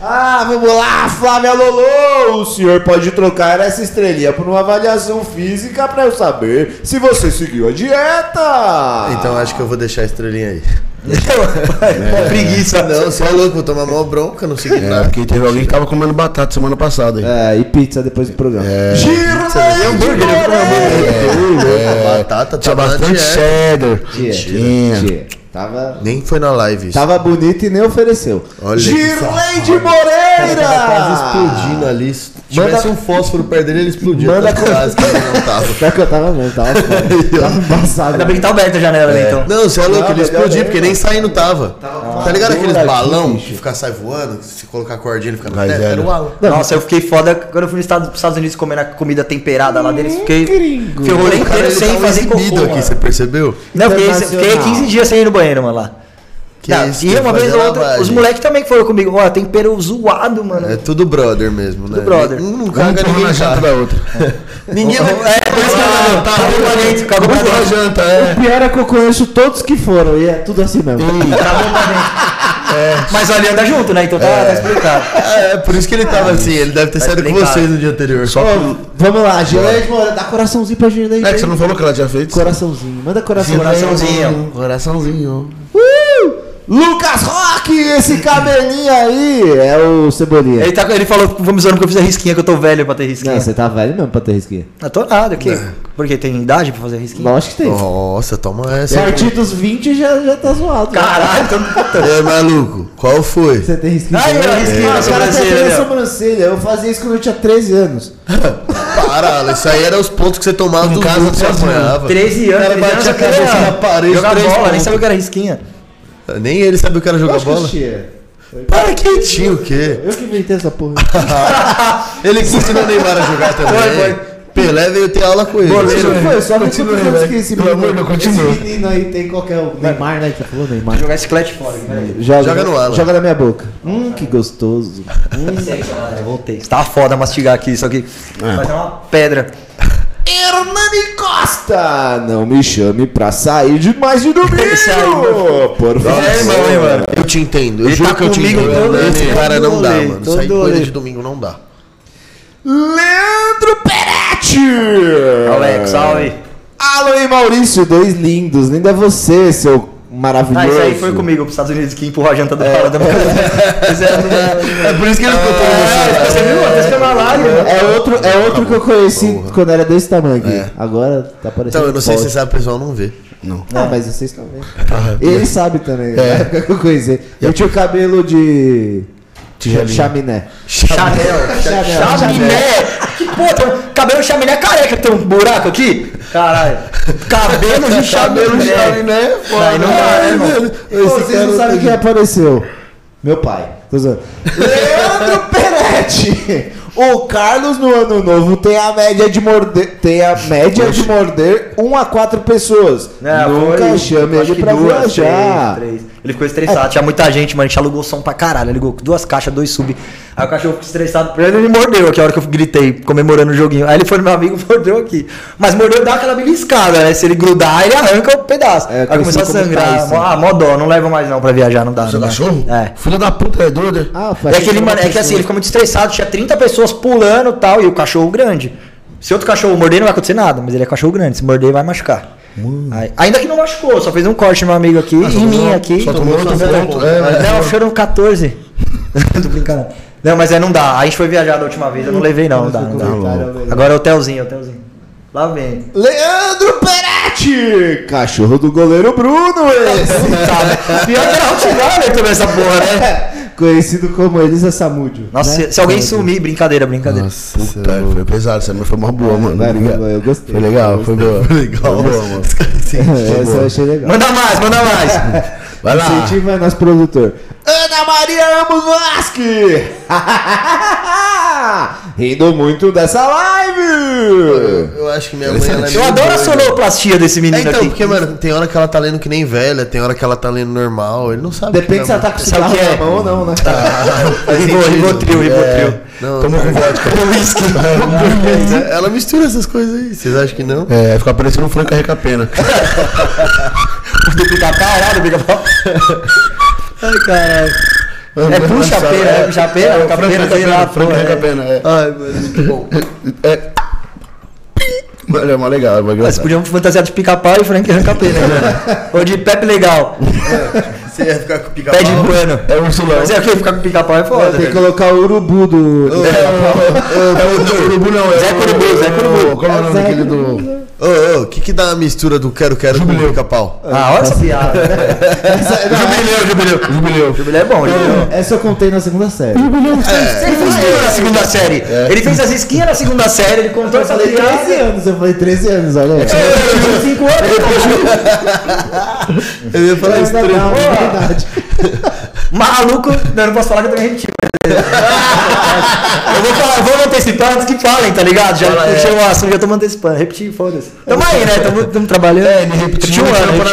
[SPEAKER 5] Ah, vamos lá, Flávia Lolo! O senhor pode trocar essa estrelinha por uma avaliação física pra eu saber se você seguiu a dieta!
[SPEAKER 2] [LAUGHS] Então acho que eu vou deixar a estrelinha aí.
[SPEAKER 4] Mó preguiça. né?
[SPEAKER 2] Não, você é louco, vou tomar mó bronca, não segui
[SPEAKER 3] É,
[SPEAKER 2] nada.
[SPEAKER 3] porque teve alguém que tava comendo batata semana passada aí.
[SPEAKER 5] É, e pizza depois do programa.
[SPEAKER 2] É,
[SPEAKER 5] É, um Giro
[SPEAKER 2] E um hambúrguer, eu vou hambúrguer. Batata, é.
[SPEAKER 3] Tinha
[SPEAKER 2] tava na
[SPEAKER 3] bastante
[SPEAKER 2] dieta.
[SPEAKER 3] cheddar.
[SPEAKER 5] Tia,
[SPEAKER 3] Tinha.
[SPEAKER 5] tia, Tava,
[SPEAKER 2] Nem foi na live. isso.
[SPEAKER 5] tava bonito e nem ofereceu.
[SPEAKER 2] Olha que
[SPEAKER 5] Girlande
[SPEAKER 2] Ele
[SPEAKER 5] Ah!
[SPEAKER 2] tava quase
[SPEAKER 5] Moreira!
[SPEAKER 2] explodindo ali. Se tivesse um fósforo perto dele, ele explodia.
[SPEAKER 5] Manda
[SPEAKER 2] Tá
[SPEAKER 5] com-
[SPEAKER 2] quase, cara, não tava.
[SPEAKER 5] Pior que eu tava mesmo, tava foda. Tava embaçado.
[SPEAKER 4] Ainda bem que tá aberta a janela, né, então.
[SPEAKER 2] Não, você [LAUGHS] é louco,
[SPEAKER 5] Não,
[SPEAKER 2] ele
[SPEAKER 5] mas
[SPEAKER 2] explodiu,
[SPEAKER 5] olha aí,
[SPEAKER 2] porque nem saindo tava. Tá ligado aqueles
[SPEAKER 5] Olha aqui,
[SPEAKER 2] balão
[SPEAKER 5] bicho.
[SPEAKER 2] que fica, sai voando, se colocar a cordinha ele fica no
[SPEAKER 3] Mas
[SPEAKER 2] teto?
[SPEAKER 3] era.
[SPEAKER 2] Era o Alan.
[SPEAKER 4] Nossa, eu fiquei foda quando eu fui nos Estados, pros Estados Unidos comendo a comida temperada lá deles. Fiquei. Fiquei o rolê
[SPEAKER 2] Hum, O cara,
[SPEAKER 4] inteiro
[SPEAKER 2] ele
[SPEAKER 4] sem
[SPEAKER 2] tava
[SPEAKER 4] fazer
[SPEAKER 2] exibido
[SPEAKER 4] cocô.
[SPEAKER 2] aqui,
[SPEAKER 4] mano.
[SPEAKER 2] você percebeu?
[SPEAKER 4] Não, eu fiquei,
[SPEAKER 5] Internacional.
[SPEAKER 4] fiquei 15 dias sem ir no banheiro, mano, lá.
[SPEAKER 2] Que
[SPEAKER 4] Não,
[SPEAKER 2] isso,
[SPEAKER 4] e uma
[SPEAKER 2] fazer
[SPEAKER 4] vez ou outra,
[SPEAKER 2] lavagem.
[SPEAKER 4] os moleques também que foram comigo. Ó, tempero zoado, mano.
[SPEAKER 2] É tudo brother mesmo, né?
[SPEAKER 4] brother.
[SPEAKER 2] Um não
[SPEAKER 3] Um
[SPEAKER 2] caga,
[SPEAKER 3] empurrando na
[SPEAKER 2] ninguém [LAUGHS]
[SPEAKER 3] janta
[SPEAKER 2] caga.
[SPEAKER 3] da outra.
[SPEAKER 2] Ninguém vai...
[SPEAKER 4] É, por isso que eu
[SPEAKER 2] Ah,
[SPEAKER 4] não-
[SPEAKER 3] tá,
[SPEAKER 4] cagou pra
[SPEAKER 3] tá.
[SPEAKER 4] dentro, cagou pra
[SPEAKER 3] Empurrou a
[SPEAKER 4] dentro.
[SPEAKER 3] janta,
[SPEAKER 5] O
[SPEAKER 3] é.
[SPEAKER 5] pior é que eu conheço todos que foram e é tudo assim mesmo.
[SPEAKER 4] Mas ali anda junto, né? Então tá, tá explicado.
[SPEAKER 2] Ah, é, por isso que ele tava assim, ele deve ter
[SPEAKER 4] Tá
[SPEAKER 2] saído com
[SPEAKER 4] explicado.
[SPEAKER 2] vocês no dia anterior.
[SPEAKER 3] Só que.
[SPEAKER 5] Vamos lá, Girlande Moreira, dá coraçãozinho pra Girlande.
[SPEAKER 3] É que você não falou que ela tinha feito?
[SPEAKER 5] Coraçãozinho, manda coração.
[SPEAKER 4] Coraçãozinho.
[SPEAKER 3] Coraçãozinho.
[SPEAKER 5] Uh! Lucas Rock, esse cabelinho aí é o Cebolinha.
[SPEAKER 4] Ele, tá, ele falou, vamos zoando que eu fiz a risquinha, que eu tô velho pra ter risquinha.
[SPEAKER 5] Não,
[SPEAKER 4] Não,
[SPEAKER 5] você tá velho mesmo pra ter risquinha.
[SPEAKER 4] tô nada, que. Porque tem idade pra fazer risquinha?
[SPEAKER 5] Lógico que tem.
[SPEAKER 2] Nossa, toma essa.
[SPEAKER 5] Partir dos 20 já, já tá zoado.
[SPEAKER 4] Caralho, então.
[SPEAKER 2] É, maluco, qual foi?
[SPEAKER 5] Você tem risquinha.
[SPEAKER 4] Aí, ó,
[SPEAKER 5] também?
[SPEAKER 4] risquinho na
[SPEAKER 5] Ah, cara, você
[SPEAKER 4] sobrancelha,
[SPEAKER 3] né?
[SPEAKER 5] tem
[SPEAKER 4] ó.
[SPEAKER 5] sobrancelha. Eu fazia isso quando eu tinha 13 anos.
[SPEAKER 4] tá-
[SPEAKER 2] Para, Alan, isso aí era os pontos que você tomava do
[SPEAKER 3] casa,
[SPEAKER 2] grupo que você
[SPEAKER 3] sozinho.
[SPEAKER 2] apanhava.
[SPEAKER 4] 13 anos,
[SPEAKER 2] O cara
[SPEAKER 4] 13
[SPEAKER 2] batia
[SPEAKER 4] anos,
[SPEAKER 2] a
[SPEAKER 4] eu queria
[SPEAKER 2] cabeça na parede,
[SPEAKER 4] Jogar
[SPEAKER 2] três
[SPEAKER 4] bola, nem
[SPEAKER 2] pontos.
[SPEAKER 4] sabia o que era risquinha.
[SPEAKER 2] Nem ele sabia o que era jogar
[SPEAKER 5] Lógico que eu
[SPEAKER 2] bola.
[SPEAKER 5] tinha.
[SPEAKER 2] Para que tinha o quê?
[SPEAKER 5] Eu que inventei essa porra.
[SPEAKER 2] Ele que ensinou o Neymar a jogar também.
[SPEAKER 4] Foi,
[SPEAKER 2] Pelé veio ter aula com ele.
[SPEAKER 5] Isso
[SPEAKER 3] [LAUGHS] Continua,
[SPEAKER 5] foi, só que
[SPEAKER 3] continua,
[SPEAKER 5] eu
[SPEAKER 3] velho.
[SPEAKER 5] que esse
[SPEAKER 3] Pelo amor de Deus,
[SPEAKER 5] menino, esse
[SPEAKER 3] continua.
[SPEAKER 5] menino aí tem qualquer. o Neymar, né? Que tá falando Neymar.
[SPEAKER 4] Jogar chiclete fora, peraí.
[SPEAKER 5] Joga,
[SPEAKER 2] Joga no Alan.
[SPEAKER 5] Joga na minha boca. Hum, que gostoso. Hum.
[SPEAKER 4] Eu voltei. Tá foda mastigar aqui isso aqui.
[SPEAKER 2] É.
[SPEAKER 4] Vai dar uma pedra.
[SPEAKER 5] Hernani Costa! Não me chame pra sair de mais de domingo!
[SPEAKER 4] Esse é aí, mano.
[SPEAKER 5] por favor.
[SPEAKER 2] É, irmão, hein, mano. Eu te entendo. Eu
[SPEAKER 4] Ele
[SPEAKER 2] juro
[SPEAKER 4] tá
[SPEAKER 2] que eu te
[SPEAKER 4] comigo
[SPEAKER 2] entendo.
[SPEAKER 4] todo
[SPEAKER 2] Esse
[SPEAKER 4] esse
[SPEAKER 2] cara não dá,
[SPEAKER 4] rolê,
[SPEAKER 2] mano.
[SPEAKER 4] todo
[SPEAKER 2] Sair com ele
[SPEAKER 4] rolê.
[SPEAKER 2] de domingo não dá.
[SPEAKER 5] Leandro Peretti!
[SPEAKER 2] É.
[SPEAKER 4] Alex, salve.
[SPEAKER 5] Alô e Maurício, dois lindos. Lindo é você, seu maravilhoso.
[SPEAKER 4] Ah, isso aí foi comigo pros Estados Unidos que empurrou a janta da hora da
[SPEAKER 2] [LAUGHS]
[SPEAKER 4] minha
[SPEAKER 2] É por isso que ele ficou todo emocionado.
[SPEAKER 4] Você viu? Tá Até esse malária.
[SPEAKER 5] Ah. É outro, é outro que eu conheci quando era desse tamanho aqui.
[SPEAKER 2] É.
[SPEAKER 5] Agora tá parecendo.
[SPEAKER 2] Então, eu não sei se
[SPEAKER 5] bode.
[SPEAKER 2] você sabe, o pessoal não vê.
[SPEAKER 4] É.
[SPEAKER 5] Ah, mas vocês estão vendo. Ele sabe também. Na época que eu conheci. Eu tinha o cabelo de. Chaminé.
[SPEAKER 4] Chanel.
[SPEAKER 5] Chanel.
[SPEAKER 4] Chaminé. Que porra, um cabelo de chaminé careca, tem um buraco aqui? Caralho. Cabelo de chaminé.
[SPEAKER 2] né?
[SPEAKER 4] Daí não dá, né, irmão? é
[SPEAKER 5] Ô, Vocês não sabem é. quem apareceu. Meu pai. Tô zoando. Leandro Peretti! O Carlos no ano novo tem a média de morder. Tem a média de morder 1 a 4 pessoas. Nunca
[SPEAKER 4] É, foi,
[SPEAKER 5] chame
[SPEAKER 4] acho
[SPEAKER 5] ele
[SPEAKER 4] que
[SPEAKER 5] pra
[SPEAKER 4] duas,
[SPEAKER 5] viajar.
[SPEAKER 4] três, três. Ele ficou estressado, É, tinha muita gente, mano. A gente alugou som pra caralho. Ele Ligou com duas caixas, dois sub. Aí o cachorro ficou estressado. Primeiro ele mordeu aqui, a hora que eu gritei, comemorando o joguinho. Aí ele foi no meu amigo e [LAUGHS] mordeu aqui. Mas mordeu dá aquela beliscada, né? Se ele grudar, ele arranca o pedaço.
[SPEAKER 5] É,
[SPEAKER 4] Aí começou a
[SPEAKER 5] começou a
[SPEAKER 4] sangrar.
[SPEAKER 5] comentar isso.
[SPEAKER 4] Mó- Ah, mó dó, não leva mais não pra viajar, não dá.
[SPEAKER 3] Seu
[SPEAKER 4] não dá.
[SPEAKER 3] cachorro?
[SPEAKER 4] É.
[SPEAKER 3] Filha da puta, é doido.
[SPEAKER 5] Ah,
[SPEAKER 4] É que, ele, mano, é que assim, ele ficou muito estressado, tinha 30 pessoas pulando e tal, e o cachorro grande. Se outro cachorro morder, não vai acontecer nada, mas ele é cachorro grande, se morder, vai machucar. Aí- ainda que não machucou, só fez um corte no meu amigo aqui, em mim aqui.
[SPEAKER 3] Hum. Ah,
[SPEAKER 4] um
[SPEAKER 3] Só tomou outro
[SPEAKER 2] tomou-
[SPEAKER 3] ponto. É, mas-
[SPEAKER 4] Não, foram 14. [LAUGHS] Tô brincando. Não, mas é, não dá. A gente foi viajar da última vez, eu não levei, não, não dá, não dá.
[SPEAKER 3] Tá
[SPEAKER 4] Agora é hotelzinho, hotelzinho. Lá vem.
[SPEAKER 5] Leandro Peretti! Cachorro do goleiro Bruno, esse!
[SPEAKER 4] Tá, Pior que era Rottweiler também essa porra, né?
[SPEAKER 3] [LAUGHS]
[SPEAKER 5] Conhecido como Elisa Samúdio.
[SPEAKER 4] Nossa,
[SPEAKER 5] né?
[SPEAKER 4] se, se alguém sumir, brincadeira, brincadeira. é
[SPEAKER 3] Puta, foi pesado, essa minha foi uma boa, mano.
[SPEAKER 5] Vai,
[SPEAKER 3] Obrigado.
[SPEAKER 5] vai, eu gostei.
[SPEAKER 3] Foi legal, foi boa. Legal. Foi boa, mano.
[SPEAKER 5] Essa eu achei legal.
[SPEAKER 4] Manda mais, manda mais.
[SPEAKER 3] Vai lá.
[SPEAKER 5] Incentiva nós, produtor. Ana Maria Ramos Vasque! Rindo muito dessa live!
[SPEAKER 2] Eu acho que minha mãe ela é
[SPEAKER 4] Eu
[SPEAKER 2] meio
[SPEAKER 4] um adoro a
[SPEAKER 2] doida.
[SPEAKER 4] sonoplastia desse
[SPEAKER 2] É,
[SPEAKER 4] menino
[SPEAKER 2] então,
[SPEAKER 4] aqui.
[SPEAKER 2] porque, mano, tem hora que ela tá lendo que nem velha, tem hora que ela tá lendo normal, ele não sabe.
[SPEAKER 5] Depende
[SPEAKER 2] o
[SPEAKER 5] se
[SPEAKER 2] que
[SPEAKER 5] ela tá com
[SPEAKER 4] Sabe o
[SPEAKER 5] cigarro
[SPEAKER 4] que
[SPEAKER 5] na
[SPEAKER 4] é?
[SPEAKER 5] mão ou não, né?
[SPEAKER 2] [LAUGHS] Faz
[SPEAKER 4] Ribo-
[SPEAKER 2] sentido.
[SPEAKER 4] Ribotril, Ribotril.
[SPEAKER 2] Não,
[SPEAKER 3] É, Tomou
[SPEAKER 4] tá.
[SPEAKER 3] com vodka.
[SPEAKER 2] mas [LAUGHS] ela mistura essas coisas aí, vocês acham que não?
[SPEAKER 3] É, fica parecendo um Franca Recapena.
[SPEAKER 4] É, Do pica-pau lá, do pica-pau. Ai, caralho. É puxa pera, é puxa pera,
[SPEAKER 3] É, o
[SPEAKER 4] capena,
[SPEAKER 3] Franca
[SPEAKER 4] sei lá,
[SPEAKER 3] Recapena, Franca
[SPEAKER 4] pô, é.
[SPEAKER 3] Recapena. é.
[SPEAKER 2] Ai, mano, muito bom.
[SPEAKER 3] É. Mas é mó legal, é mó
[SPEAKER 4] Mas
[SPEAKER 3] engraçado.
[SPEAKER 4] podiam fantasiar de pica-pau e Frank arranca-pé, né? Ou de Pepe Legal,
[SPEAKER 2] Você ia ficar com o pica-pau.
[SPEAKER 4] pé de pano.
[SPEAKER 3] É o Ursulão.
[SPEAKER 4] Mas é o que? Ficar com pica-pau é foda.
[SPEAKER 5] Tem que
[SPEAKER 4] velho.
[SPEAKER 5] colocar o urubu do. do-
[SPEAKER 3] É o não, Urubu não, é
[SPEAKER 4] Zé
[SPEAKER 3] o-
[SPEAKER 4] Curubu, Zé Curubu.
[SPEAKER 3] Como é o nome
[SPEAKER 5] Zé
[SPEAKER 3] daquele do.
[SPEAKER 2] Ô, ô, o que que dá a mistura do quero-quero com o
[SPEAKER 3] Jubileu.
[SPEAKER 2] pica-pau?
[SPEAKER 4] Ah, olha essa piada.
[SPEAKER 3] Jubileu, jubileu, jubileu.
[SPEAKER 4] Ele é bom, ele é bom.
[SPEAKER 5] Essa eu contei na segunda série.
[SPEAKER 4] Ele fez esquina na segunda série. Ele fez as esquinas na segunda série, ele contou
[SPEAKER 5] Eu
[SPEAKER 4] essa
[SPEAKER 5] falei é 13
[SPEAKER 4] piada.
[SPEAKER 5] anos, eu falei 13 anos, olha aí.
[SPEAKER 4] 25 anos.
[SPEAKER 2] Eu ia falar
[SPEAKER 5] É
[SPEAKER 2] isso.
[SPEAKER 5] legal, é
[SPEAKER 4] Boa.
[SPEAKER 5] verdade.
[SPEAKER 4] Maluco, não, eu não posso falar que eu também retiro. eu vou falar, eu vou antecipar antes que falem, tá ligado? Já puxei o assunto, já tô antecipando. Repetir, foda-se. Tamo aí, né? Tamo, tamo trabalhando. É, ele
[SPEAKER 3] Tinha um ano, para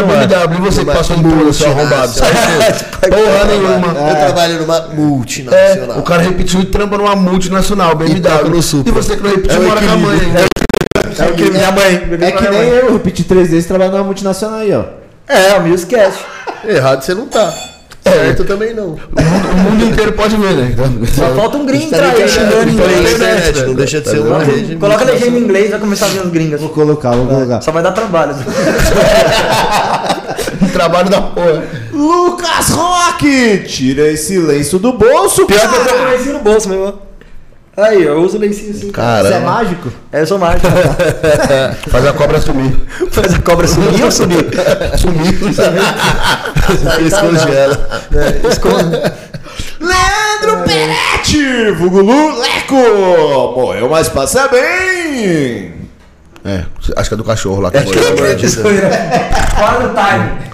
[SPEAKER 3] BMW,
[SPEAKER 4] [LAUGHS]
[SPEAKER 3] e você que passou um em tudo, seu arrombado. Sai fora. ah, [LAUGHS] Porra nenhuma. Ah,
[SPEAKER 2] Eu trabalho numa
[SPEAKER 3] É,
[SPEAKER 2] multinacional.
[SPEAKER 3] o cara repetiu e trampa numa multinacional, BMW.
[SPEAKER 2] toca no Supra.
[SPEAKER 3] E você que não repetiu,
[SPEAKER 2] É o
[SPEAKER 3] mora com a mãe né? ainda.
[SPEAKER 4] É o que minha mãe.
[SPEAKER 5] É que nem eu repeti três vezes trabalhando numa multinacional aí, ó.
[SPEAKER 4] É, o Musicast.
[SPEAKER 2] Errado você não tá. Certo também não.
[SPEAKER 3] O mundo- O mundo inteiro pode ver, né?
[SPEAKER 4] Só falta um gringo entrar aí,
[SPEAKER 2] ligado,
[SPEAKER 4] xingando em
[SPEAKER 2] tá ligado,
[SPEAKER 4] inglês.
[SPEAKER 2] né? internet, não deixa de ser uma rede.
[SPEAKER 4] Coloca a legenda em inglês, vai começar a vir os gringos.
[SPEAKER 5] Vou colocar, vou colocar.
[SPEAKER 4] Só vai dar trabalho.
[SPEAKER 3] Um [LAUGHS] trabalho da porra.
[SPEAKER 5] Lucas Rock! Tira esse lenço do bolso,
[SPEAKER 4] Pior que eu tô com o
[SPEAKER 5] cara!
[SPEAKER 4] lencinho no bolso mesmo. ó. Aí, eu uso o lencinho assim.
[SPEAKER 5] Você é mágico?
[SPEAKER 4] É, eu sou mágico.
[SPEAKER 3] Faz a cobra sumir.
[SPEAKER 4] Faz a cobra sumir ou sumir?
[SPEAKER 3] Sumir.
[SPEAKER 2] Descongela.
[SPEAKER 5] Leandro Peretti! Vugulu Leco! Morreu, mas passa bem!
[SPEAKER 3] É, acho que é do cachorro lá que foi.
[SPEAKER 4] Fora do time.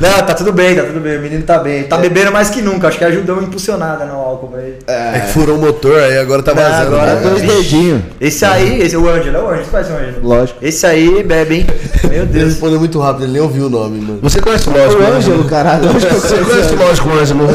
[SPEAKER 4] Não, tá tudo bem, tá tudo bem. O menino tá bem. Tá bebendo mais que nunca. Acho que ajudou uma impulsionada no álcool pra ele.
[SPEAKER 2] É que furou o motor, aí agora tá vazando.
[SPEAKER 4] agora
[SPEAKER 2] né?
[SPEAKER 4] dois
[SPEAKER 2] É.
[SPEAKER 5] dedinhos.
[SPEAKER 4] Esse aí, esse é o Ângelo. É o Ângelo. Você conhece o Ângelo?
[SPEAKER 5] Lógico.
[SPEAKER 4] Esse aí bebe, hein? Meu
[SPEAKER 2] Ele
[SPEAKER 4] [LAUGHS] Deus.
[SPEAKER 2] respondeu muito rápido, ele nem ouviu o nome, mano.
[SPEAKER 3] Você conhece o Lógico,
[SPEAKER 5] O
[SPEAKER 3] né?
[SPEAKER 5] Ângelo, caralho. Onde que eu
[SPEAKER 3] Você conhece o
[SPEAKER 5] conheço?
[SPEAKER 3] Lógico, [LAUGHS] Ângelo?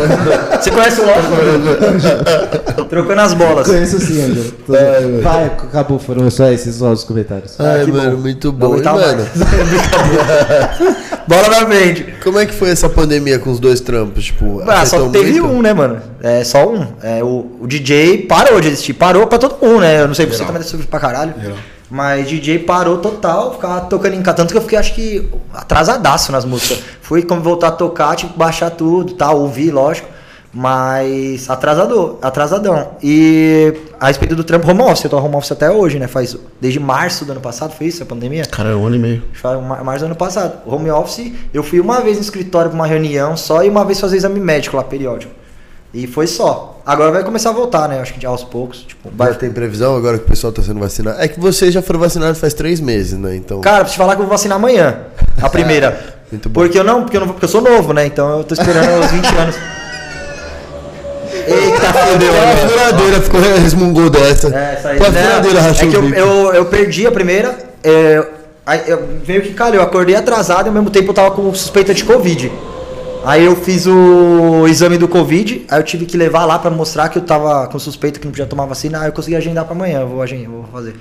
[SPEAKER 4] Você conhece o Lógico? Trocando as bolas.
[SPEAKER 5] Conheço sim, Ângelo. Tô- Vai, acabou, foram só esses só os comentários.
[SPEAKER 2] Ai,
[SPEAKER 4] que
[SPEAKER 2] mano,
[SPEAKER 4] bom.
[SPEAKER 2] muito
[SPEAKER 4] Não
[SPEAKER 2] bom. E,
[SPEAKER 4] aguentava
[SPEAKER 2] mano,
[SPEAKER 4] mais. Brincadeira. Bola na frente.
[SPEAKER 2] como é que foi essa pandemia com os dois trampos? Tipo,
[SPEAKER 4] Ah, só
[SPEAKER 2] afetou
[SPEAKER 4] teve
[SPEAKER 2] muito?
[SPEAKER 4] um, né, mano? É, só um. É, o, o DJ parou de existir. Parou pra todo mundo, né? Eu não sei pra você também deve pra caralho. Mas DJ parou total, ficava tocando em casa. Tanto que eu fiquei, acho que, atrasadaço nas músicas. Fui como voltar a tocar, tipo, baixar tudo, tá? Ouvir, lógico. Mas atrasador, atrasadão. E a respeito do trampo home office, eu tô home office até hoje, né? Faz desde março do ano passado, foi isso? A pandemia?
[SPEAKER 3] Cara, é um ano e meio.
[SPEAKER 4] Foi em mar- março do ano passado. Home office, eu fui uma vez no escritório pra uma reunião só e uma vez fazer exame médico lá, periódico. E foi só. Agora vai começar a voltar, né? Acho que de aos poucos. Tipo,
[SPEAKER 2] Vai
[SPEAKER 4] vai...
[SPEAKER 2] ter previsão agora que o pessoal tá sendo vacinado? É que vocês já foram vacinados faz três meses, né? Então. [LAUGHS]
[SPEAKER 4] Cara, preciso falar que eu vou vacinar amanhã. A primeira.
[SPEAKER 2] É, Muito bom.
[SPEAKER 4] Porque eu não, porque eu não vou- porque eu sou novo, né? Então eu tô esperando os 20
[SPEAKER 2] [LAUGHS]
[SPEAKER 4] anos. Eita, fodeu,
[SPEAKER 2] a
[SPEAKER 4] mano.
[SPEAKER 2] furadeira né? ficou resmungou dessa.
[SPEAKER 4] né? É, isso aí.
[SPEAKER 2] Foi a
[SPEAKER 4] Não,
[SPEAKER 2] furadeira
[SPEAKER 4] é
[SPEAKER 2] rachou o
[SPEAKER 4] que eu,
[SPEAKER 2] bico.
[SPEAKER 4] eu, eu perdi a primeira. É, aí eu, meio que calhou, eu acordei atrasado e ao mesmo tempo eu tava com suspeita de Covid. Aí eu fiz o exame do Covid, aí eu tive que levar lá pra mostrar que eu tava com suspeita que não podia tomar vacina, aí eu consegui agendar pra amanhã, eu vou agendar, vou fazer.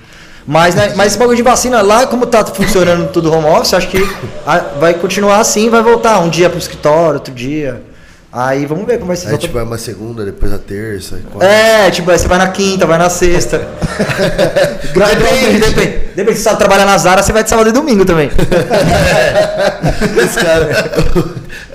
[SPEAKER 4] Mas, né, mas esse bagulho de vacina lá, como tá funcionando [LAUGHS] tudo home office, acho que a- vai continuar assim, vai voltar um dia pro escritório, outro dia. Aí vamos ver como vai ser.
[SPEAKER 2] Aí
[SPEAKER 4] Só tô-
[SPEAKER 2] tipo, é uma segunda, depois a terça. quarta.
[SPEAKER 4] é, tipo, aí você vai na quinta, vai na [LAUGHS] sexta. depende, depende. Depende, se você sabe trabalhar na Zara, você vai de sábado e domingo também.
[SPEAKER 2] Esse cara.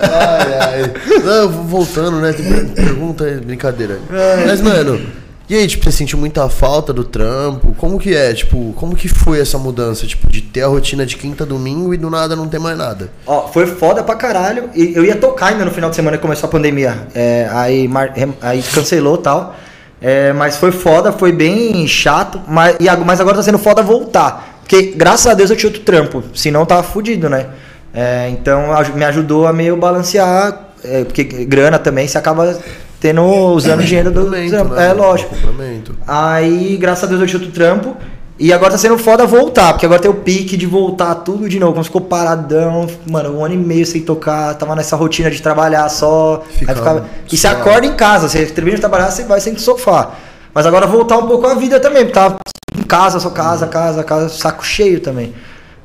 [SPEAKER 2] ai, ai. Não, eu vou voltando, né? Tem per- Pergunta, é brincadeira. Mas, mano, e aí, tipo, você sentiu muita falta do trampo? Como que é? Tipo, como que foi essa mudança? Tipo, de ter a rotina de quinta a domingo e do nada não ter mais nada.
[SPEAKER 4] [LAUGHS] Ó, foi foda pra caralho. E eu ia tocar ainda no final de semana que começou a pandemia. É, aí, mar- rem- aí cancelou e tal. É, mas foi foda, foi bem chato. Mas, e, ag- mas agora tá sendo foda voltar. Porque graças a Deus eu tinha outro trampo. Senão eu tava fudido, né? É, então aj- me ajudou a meio balancear. é, porque grana também, você acaba tendo, usando dinheiro do trampo. É lógico.
[SPEAKER 2] né? Complemento.
[SPEAKER 4] Aí, graças a Deus, eu chuto o trampo. E agora tá sendo foda voltar, porque agora tem o pique de voltar tudo de novo. Como ficou paradão, mano, um ano e meio sem tocar, tava nessa rotina de trabalhar só.
[SPEAKER 2] Ficava
[SPEAKER 4] aí ficava... E você
[SPEAKER 2] suave.
[SPEAKER 4] acorda em casa, você termina de trabalhar, você vai sem sofá. Mas agora voltar um pouco a vida também, porque tava em casa, só casa, casa, casa, saco cheio também.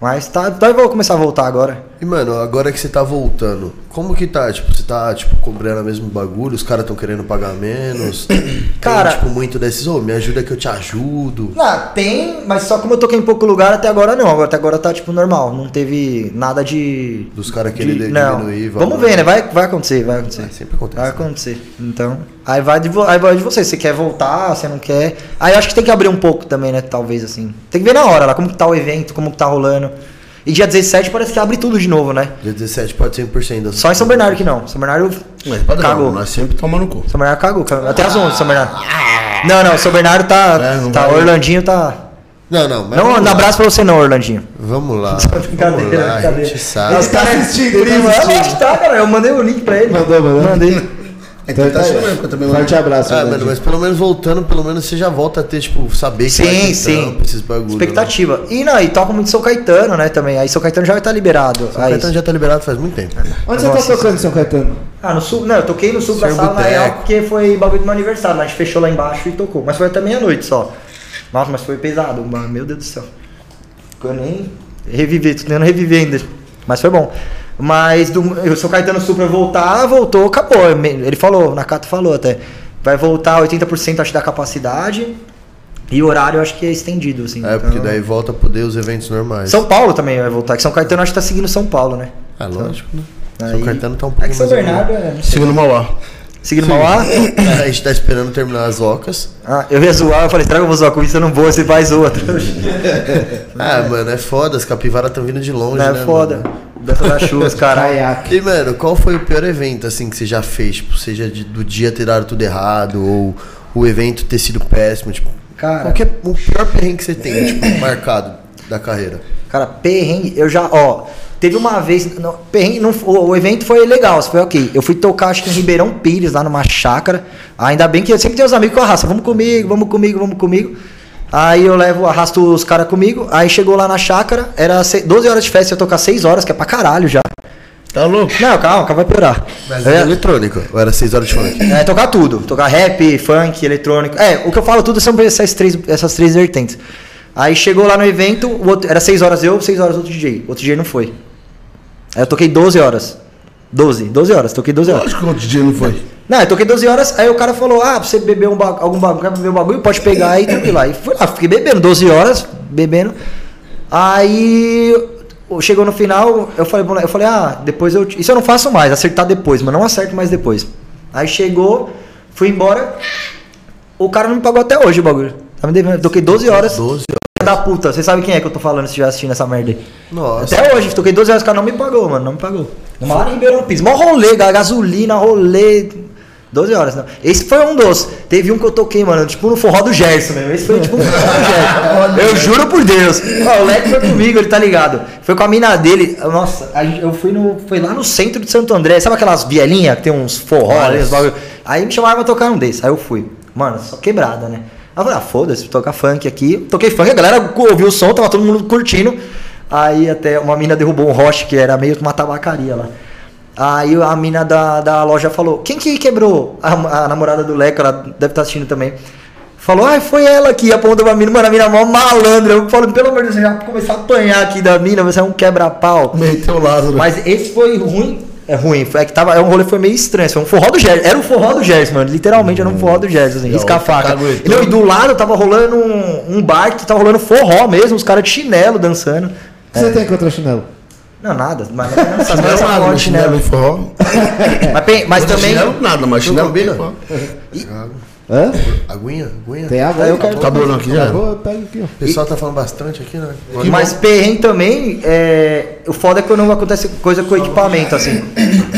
[SPEAKER 4] Mas tá, tá, eu vou começar a voltar agora.
[SPEAKER 2] E, mano, agora que você tá voltando, como que tá? Tipo, você tá, tipo, cobrando o mesmo bagulho, os caras tão querendo pagar
[SPEAKER 4] [CLEARS THROAT]
[SPEAKER 2] menos. Tem,
[SPEAKER 4] Cara-
[SPEAKER 2] tipo, muito desses, ô, me ajuda que eu te ajudo.
[SPEAKER 4] Não, Ah, tem, mas só como eu toquei em pouco lugar até agora não. Agora, até agora tá tipo normal. Não teve nada de.
[SPEAKER 2] Dos caras
[SPEAKER 4] de,
[SPEAKER 2] querendo
[SPEAKER 4] não.
[SPEAKER 2] diminuir. valor.
[SPEAKER 4] Vamos ver, né? Vai, vai acontecer, vai acontecer.
[SPEAKER 2] Ah, sempre acontece,
[SPEAKER 4] Vai
[SPEAKER 2] né?
[SPEAKER 4] acontecer. Então. Aí vai, de, vo- aí vai de você. Você quer voltar, você não quer. Aí eu acho que tem que abrir um pouco também, né? Talvez assim. Tem que ver na hora lá, como que tá o evento, como que tá rolando. E dia 17 parece que abre tudo de novo, né?
[SPEAKER 2] Dia 17 pode 100%. das-
[SPEAKER 4] Só em São Bernardo que não. São Bernardo
[SPEAKER 3] Mas padrão,
[SPEAKER 4] cagou.
[SPEAKER 3] nós sempre tomando cu.
[SPEAKER 4] São Bernardo cagou. cagou. Até as 11, São Bernardo. Não, não, São Bernardo tá.
[SPEAKER 3] É, não
[SPEAKER 4] tá
[SPEAKER 3] vai-
[SPEAKER 4] Orlandinho tá.
[SPEAKER 2] Não, não, mas.
[SPEAKER 4] Não,
[SPEAKER 2] vamos
[SPEAKER 4] dá
[SPEAKER 2] lá.
[SPEAKER 4] abraço pra você não, Orlandinho.
[SPEAKER 2] Vamos
[SPEAKER 4] [LAUGHS]
[SPEAKER 2] lá. vamos lá, a gente sabe.
[SPEAKER 5] Ele tá assistindo, ele
[SPEAKER 4] Ele
[SPEAKER 5] tá
[SPEAKER 4] manda,
[SPEAKER 5] assistindo.
[SPEAKER 4] onde tá, cara? Eu mandei o link pra ele.
[SPEAKER 5] Mandou, mandou.
[SPEAKER 4] Mandei.
[SPEAKER 5] Então tá aí.
[SPEAKER 3] assistindo mesmo, que eu também
[SPEAKER 5] Forte abraço,
[SPEAKER 2] Ah,
[SPEAKER 4] né?
[SPEAKER 5] Orlandinho.
[SPEAKER 2] mano, mas pelo menos voltando, pelo menos você já volta a ter, tipo, saber que vai
[SPEAKER 4] Sim,
[SPEAKER 2] ter
[SPEAKER 4] sim.
[SPEAKER 2] trampo, esses né? bagulhos.
[SPEAKER 4] Expectativa. E não, e toca muito São Caetano, né, também. Aí São Caetano já vai estar liberado.
[SPEAKER 2] O
[SPEAKER 4] Aí-
[SPEAKER 2] cartão já tá liberado faz muito tempo.
[SPEAKER 5] Onde você tá tocando, São Caetano?
[SPEAKER 4] Ah, no sul. Não, eu toquei no sul da
[SPEAKER 2] Seu
[SPEAKER 4] sala na
[SPEAKER 2] boteco.
[SPEAKER 4] real, porque foi bagulho do meu aniversário. mas A gente fechou lá embaixo e tocou. Mas foi até meia-noite só. Nossa, mas foi pesado, mano. Meu Deus do céu. Eu nem reviver, tô tentando reviver ainda. Mas foi bom. Mas do, eu sou Caetano Sul pra voltar, voltou, acabou. Ele falou, Nakato falou até. Vai voltar 80% acho da capacidade. E o horário acho que é estendido, assim.
[SPEAKER 2] É, porque daí volta a poder os eventos normais.
[SPEAKER 4] São Paulo também vai voltar, que São Caetano acho que tá seguindo São Paulo, né?
[SPEAKER 2] É lógico, né?
[SPEAKER 4] Aí-
[SPEAKER 2] São cartão tá um pouco
[SPEAKER 4] É que São
[SPEAKER 2] mais
[SPEAKER 4] Bernardo é.
[SPEAKER 3] Seguindo o Mauá.
[SPEAKER 4] Seguindo Mauá.
[SPEAKER 2] A gente tá esperando terminar as ocas.
[SPEAKER 4] Ah, eu ia zoar, eu falei, será que eu vou zoar com isso? Eu não vou, você faz outra.
[SPEAKER 2] Ah, mano, é foda, as capivaras estão vindo de longe,
[SPEAKER 4] é
[SPEAKER 2] né?
[SPEAKER 4] foda.
[SPEAKER 2] mano?
[SPEAKER 4] Dança das chuvas, caralho.
[SPEAKER 5] Caiaque.
[SPEAKER 2] E, mano, qual foi o pior evento, assim, que você já fez? Tipo, seja de- do dia ter dado tudo errado, ou o evento ter sido péssimo, tipo...
[SPEAKER 4] Cara.
[SPEAKER 2] Qual que é o pior perrengue que você tem, tipo, marcado da carreira?
[SPEAKER 4] Cara, perrengue, eu já, ó, teve uma vez, não, perrengue, não, o, o evento foi legal, foi ok. Eu fui tocar, acho que em Ribeirão Pires, lá numa chácara. Ah, Ainda bem que eu sempre tenho os amigos que eu arrasto, vamos comigo, vamos comigo, vamos comigo. Aí eu levo, arrasto os caras comigo, aí chegou lá na chácara, era se- 12 horas de festa, eu ia tocar 6 horas, que é pra caralho já.
[SPEAKER 3] Tá louco?
[SPEAKER 4] Não, calma, calma, vai piorar.
[SPEAKER 2] Mas
[SPEAKER 4] Eu
[SPEAKER 2] é
[SPEAKER 4] ia-
[SPEAKER 2] eletrônico, ou era 6 horas de funk?
[SPEAKER 4] É, tocar tudo. Tocar rap, funk, eletrônico. É, o que eu falo tudo são essas três, essas três vertentes. Aí chegou lá no evento, o outro- era 6 horas eu, 6 horas outro DJ. Outro DJ não foi. Aí eu toquei 12 horas. 12, 12 horas, toquei 12 horas.
[SPEAKER 3] Lógico que o outro dia não foi.
[SPEAKER 4] Não, eu toquei 12 horas, aí o cara falou: Ah, pra você beber um ba- algum bagulho, quer beber um bagulho, pode pegar aí, tranquilo. Aí fui lá, fiquei bebendo 12 horas, bebendo. Aí o- chegou no final, eu falei, pro moleque- eu falei, ah, depois eu. te- Isso eu não faço mais, acertar depois, mas não acerto mais depois. Aí chegou, fui embora. O cara não me pagou até hoje o bagulho. Tá me devendo. Eu toquei 12 horas.
[SPEAKER 2] 12
[SPEAKER 4] Filha Da puta, você sabe quem é que eu tô falando se estiver assistindo essa merda aí.
[SPEAKER 2] Nossa.
[SPEAKER 4] Até hoje, toquei 12 horas, o cara não me pagou, mano, não me pagou. Mora em Ribeirão Pires, mó rolê, ga- gasolina, rolê. 12 horas, não. Esse foi um dos. Teve um que eu toquei, mano, tipo no forró do Gerson mesmo. Esse foi tipo um forró do Gerson. Eu juro por Deus. Ó, o Leque foi comigo, ele tá ligado. Foi com a mina dele. Nossa, a gente- eu fui no. Foi lá no centro de Santo André. Sabe aquelas vielinhas que tem uns forró né? ali, uns bagulho? Aí me chamaram pra tocar um desses. Aí eu fui. Mano, só quebrada, né? Aí eu falei, ah, foda-se, vou tocar funk aqui. Toquei funk, a galera ouviu o som, tava todo mundo curtindo. Aí até uma mina derrubou um roche, que era meio que uma tabacaria lá. Aí a mina da, da loja falou, quem que quebrou? A, a namorada do Leco, ela deve estar assistindo também. Falou, ai, foi ela aqui, apontou pra mina, mano, a mina é mó malandra. Eu falo, pelo amor de Deus, você já começar a apanhar aqui da mina, você é um quebra-pau.
[SPEAKER 3] Meteu o Lázaro.
[SPEAKER 4] Mas esse foi ruim. É ruim, foi é que tava. É um rolê que foi meio estranho. Foi um forró do Gerson. Era um forró do Gerson, mano. Literalmente era um forró do Gerson, assim. Risca a faca.
[SPEAKER 3] caguetou.
[SPEAKER 4] E, não, e do lado tava rolando um, um bar que tava rolando forró mesmo, os caras de chinelo dançando.
[SPEAKER 5] O que você tem contra chinelo?
[SPEAKER 4] Não, nada. Mas mas essas
[SPEAKER 3] Não é
[SPEAKER 4] coisas um
[SPEAKER 3] nada,
[SPEAKER 4] forró
[SPEAKER 3] mas
[SPEAKER 4] de chinelo.
[SPEAKER 3] chinelo forró.
[SPEAKER 4] Mas, pe- mas
[SPEAKER 3] Mas
[SPEAKER 4] também.
[SPEAKER 3] Chinelo nada, mas
[SPEAKER 2] Não
[SPEAKER 3] chinelo
[SPEAKER 2] combina?
[SPEAKER 3] forró.
[SPEAKER 5] Hã?
[SPEAKER 2] Aguinha? Aguinha?
[SPEAKER 5] Tem água aí?
[SPEAKER 4] Eu quero-
[SPEAKER 3] Acabou não aqui já?
[SPEAKER 5] Acabou, pega aqui, ó.
[SPEAKER 2] O pessoal tá falando bastante aqui, né?
[SPEAKER 4] Mas perrengue também, é, o foda é quando acontece coisa com equipamento, assim.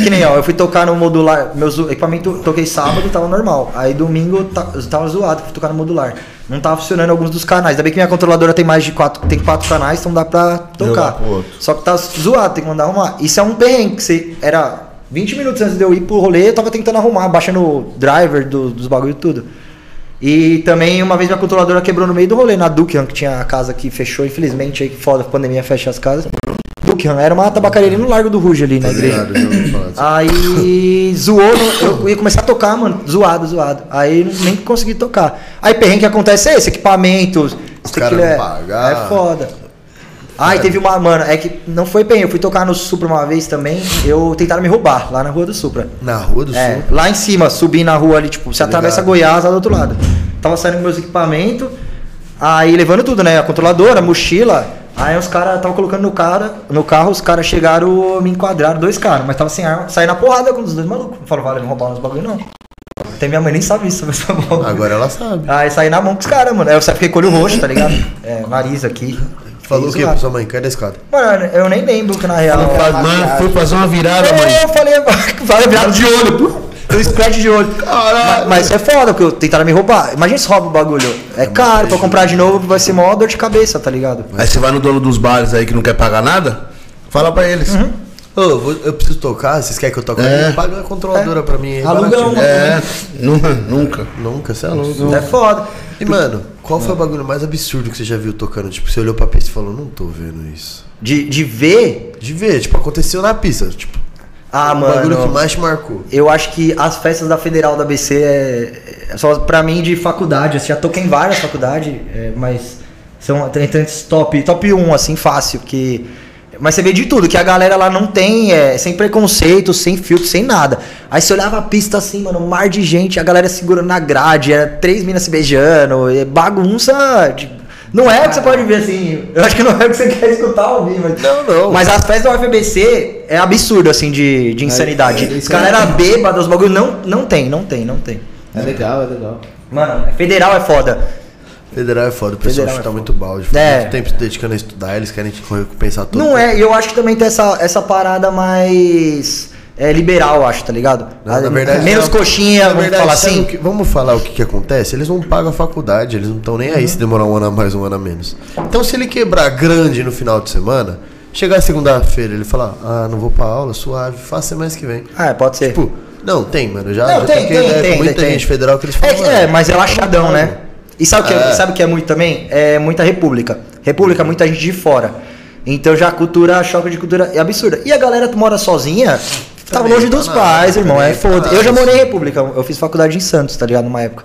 [SPEAKER 4] Que nem, ó, eu fui tocar no modular, meus equipamento, toquei sábado, tava normal. Aí domingo eu ta- eu tava zoado, fui tocar no modular. Não tava funcionando alguns dos canais. Ainda bem que minha controladora tem mais de quatro, tem quatro canais, então dá pra
[SPEAKER 3] Jogar
[SPEAKER 4] tocar.
[SPEAKER 3] pro outro.
[SPEAKER 4] Só que tá zoado, tem que mandar arrumar. Isso é um perrengue, que você era 20 minutos antes de eu ir pro rolê, eu tava tentando arrumar, baixando o driver do- dos bagulho e tudo. E também uma vez minha controladora quebrou no meio do rolê na Dukehan, que tinha a casa que fechou, infelizmente, aí que foda, a pandemia fecha as casas. Dukehan era uma tabacaria ali no Largo do Ruge ali na igreja.
[SPEAKER 2] Obrigado, Tá já ouvi falar disso.
[SPEAKER 4] Aí zoou, eu ia começar a tocar, mano, zoado, zoado. Aí nem consegui tocar. Aí perrengue que acontece é esse, equipamentos,
[SPEAKER 2] Os caras não pagaram.
[SPEAKER 4] É foda. Ah, e teve uma, mano, é que não foi bem, eu fui tocar no Supra uma vez também, eu tentaram me roubar lá na rua do Supra.
[SPEAKER 2] Na rua do
[SPEAKER 4] É,
[SPEAKER 2] sul.
[SPEAKER 4] lá em cima, subi na rua ali, tipo, você
[SPEAKER 2] Tô
[SPEAKER 4] atravessa
[SPEAKER 2] ligado.
[SPEAKER 4] Goiás lá do outro lado. Tava saindo com meus equipamentos, aí levando tudo, né? A controladora, a mochila. Aí os caras estavam colocando no, cara, no carro, os caras chegaram, me enquadraram, dois caras, mas tava sem arma, saí na porrada com os dois malucos. Eu Falo, vale, não roubaram os bagulho não. Até minha mãe nem sabe isso, [LAUGHS] mas tá bom.
[SPEAKER 2] Agora ela sabe.
[SPEAKER 4] Aí saí na mão com os caras, mano. Aí eu saí, fiquei com o olho roxo,
[SPEAKER 2] [LAUGHS]
[SPEAKER 4] tá ligado? É, nariz aqui.
[SPEAKER 2] Falou o
[SPEAKER 4] Isso
[SPEAKER 2] quê
[SPEAKER 4] lá.
[SPEAKER 2] pra sua mãe? Cai da escada.
[SPEAKER 4] Mano, eu nem lembro que na real.
[SPEAKER 3] Mano, foi fazer uma virada, mano.
[SPEAKER 4] É, eu falei, [LAUGHS] vai virado de olho. Um scratch de olho. Mas, mas isso é foda, porque eu- tentaram me roubar. Imagina se rouba o bagulho. É caro, pra comprar de novo vai ser maior dor de cabeça, tá ligado?
[SPEAKER 3] Aí você vai no dono dos bares aí que não quer pagar nada, Uhum. fala pra eles.
[SPEAKER 2] Ô, eu vou- eu preciso tocar, vocês querem que eu toque?
[SPEAKER 3] É.
[SPEAKER 2] Paga uma controladora pra mim aí.
[SPEAKER 4] Aluga
[SPEAKER 2] baratinho.
[SPEAKER 4] uma.
[SPEAKER 3] É, nu- nunca.
[SPEAKER 2] Nunca, você é louco.
[SPEAKER 4] É foda.
[SPEAKER 2] E, mano, qual foi o bagulho mais absurdo que você já viu tocando? Tipo, você olhou pra pista e falou, não tô vendo isso.
[SPEAKER 4] De, de ver.
[SPEAKER 2] De ver, tipo, aconteceu na pista. Tipo,
[SPEAKER 4] Ah,
[SPEAKER 2] o
[SPEAKER 4] mano.
[SPEAKER 2] bagulho que mais te marcou.
[SPEAKER 4] Eu acho que as festas da Federal da BC é, é só pra mim de faculdade. assim, já toquei em várias faculdades, é, mas são entrantes top, top 1, assim, fácil. Que, mas você vê de tudo, que a galera lá não tem, é, sem preconceito, sem filtro, sem nada. Aí você olhava a pista assim, mano, um mar de gente, a galera segurando na grade, era três minas se beijando, é bagunça. de- não é o que você pode ver assim. Eu acho que não é o que você quer escutar ao vivo. Mas...
[SPEAKER 2] Não, não.
[SPEAKER 4] Mas as festas do FBC é absurdo, assim, de, de insanidade. Os caras eram bêbados, os bagulhos não, não tem, não tem, não tem.
[SPEAKER 5] É legal, é legal.
[SPEAKER 4] Mano, federal é foda.
[SPEAKER 2] Federal é foda, o pessoal
[SPEAKER 4] Federal é
[SPEAKER 2] chuta muito balde. Fica
[SPEAKER 4] É.
[SPEAKER 2] muito tempo se dedicando a estudar, eles querem te recompensar todo.
[SPEAKER 4] Não é, e eu acho que também tem essa, essa parada mais é, liberal, acho, tá ligado?
[SPEAKER 2] Na, na verdade,
[SPEAKER 4] Menos
[SPEAKER 2] não.
[SPEAKER 4] coxinha,
[SPEAKER 2] Na
[SPEAKER 4] vamos
[SPEAKER 2] verdade,
[SPEAKER 4] falar
[SPEAKER 2] sabe
[SPEAKER 4] assim.
[SPEAKER 2] o que- vamos falar o que, que acontece? Eles não pagam a faculdade, eles não estão nem
[SPEAKER 4] Uhum.
[SPEAKER 2] aí se demorar um ano a mais, um ano a menos. Então, se ele quebrar grande no final de semana, chegar segunda-feira ele falar, ah, não vou pra aula, suave, faça semana que vem.
[SPEAKER 4] Ah, é, pode ser.
[SPEAKER 2] Tipo, não, tem, mano. Já, tá
[SPEAKER 4] Não,
[SPEAKER 2] já
[SPEAKER 4] tem,
[SPEAKER 2] toquei
[SPEAKER 4] tem,
[SPEAKER 2] ideia
[SPEAKER 4] tem,
[SPEAKER 2] com muita
[SPEAKER 4] tem, tem.
[SPEAKER 2] gente federal que eles
[SPEAKER 4] É,
[SPEAKER 2] falam.
[SPEAKER 4] que-
[SPEAKER 2] "Mano, tá
[SPEAKER 4] é, mas é laxadão, né? E sabe o que é,
[SPEAKER 2] É.
[SPEAKER 4] sabe o que é muito também? É muita república. República, muita gente de fora. Então já a cultura, a choque de cultura é absurda. E a galera que mora sozinha, tava
[SPEAKER 2] Também
[SPEAKER 4] longe
[SPEAKER 2] tá
[SPEAKER 4] dos
[SPEAKER 2] na-
[SPEAKER 4] pais,
[SPEAKER 2] também
[SPEAKER 4] irmão. É
[SPEAKER 2] tá
[SPEAKER 4] foda.
[SPEAKER 2] na-
[SPEAKER 4] Eu já morei em república, eu fiz faculdade em Santos, tá ligado? Numa época.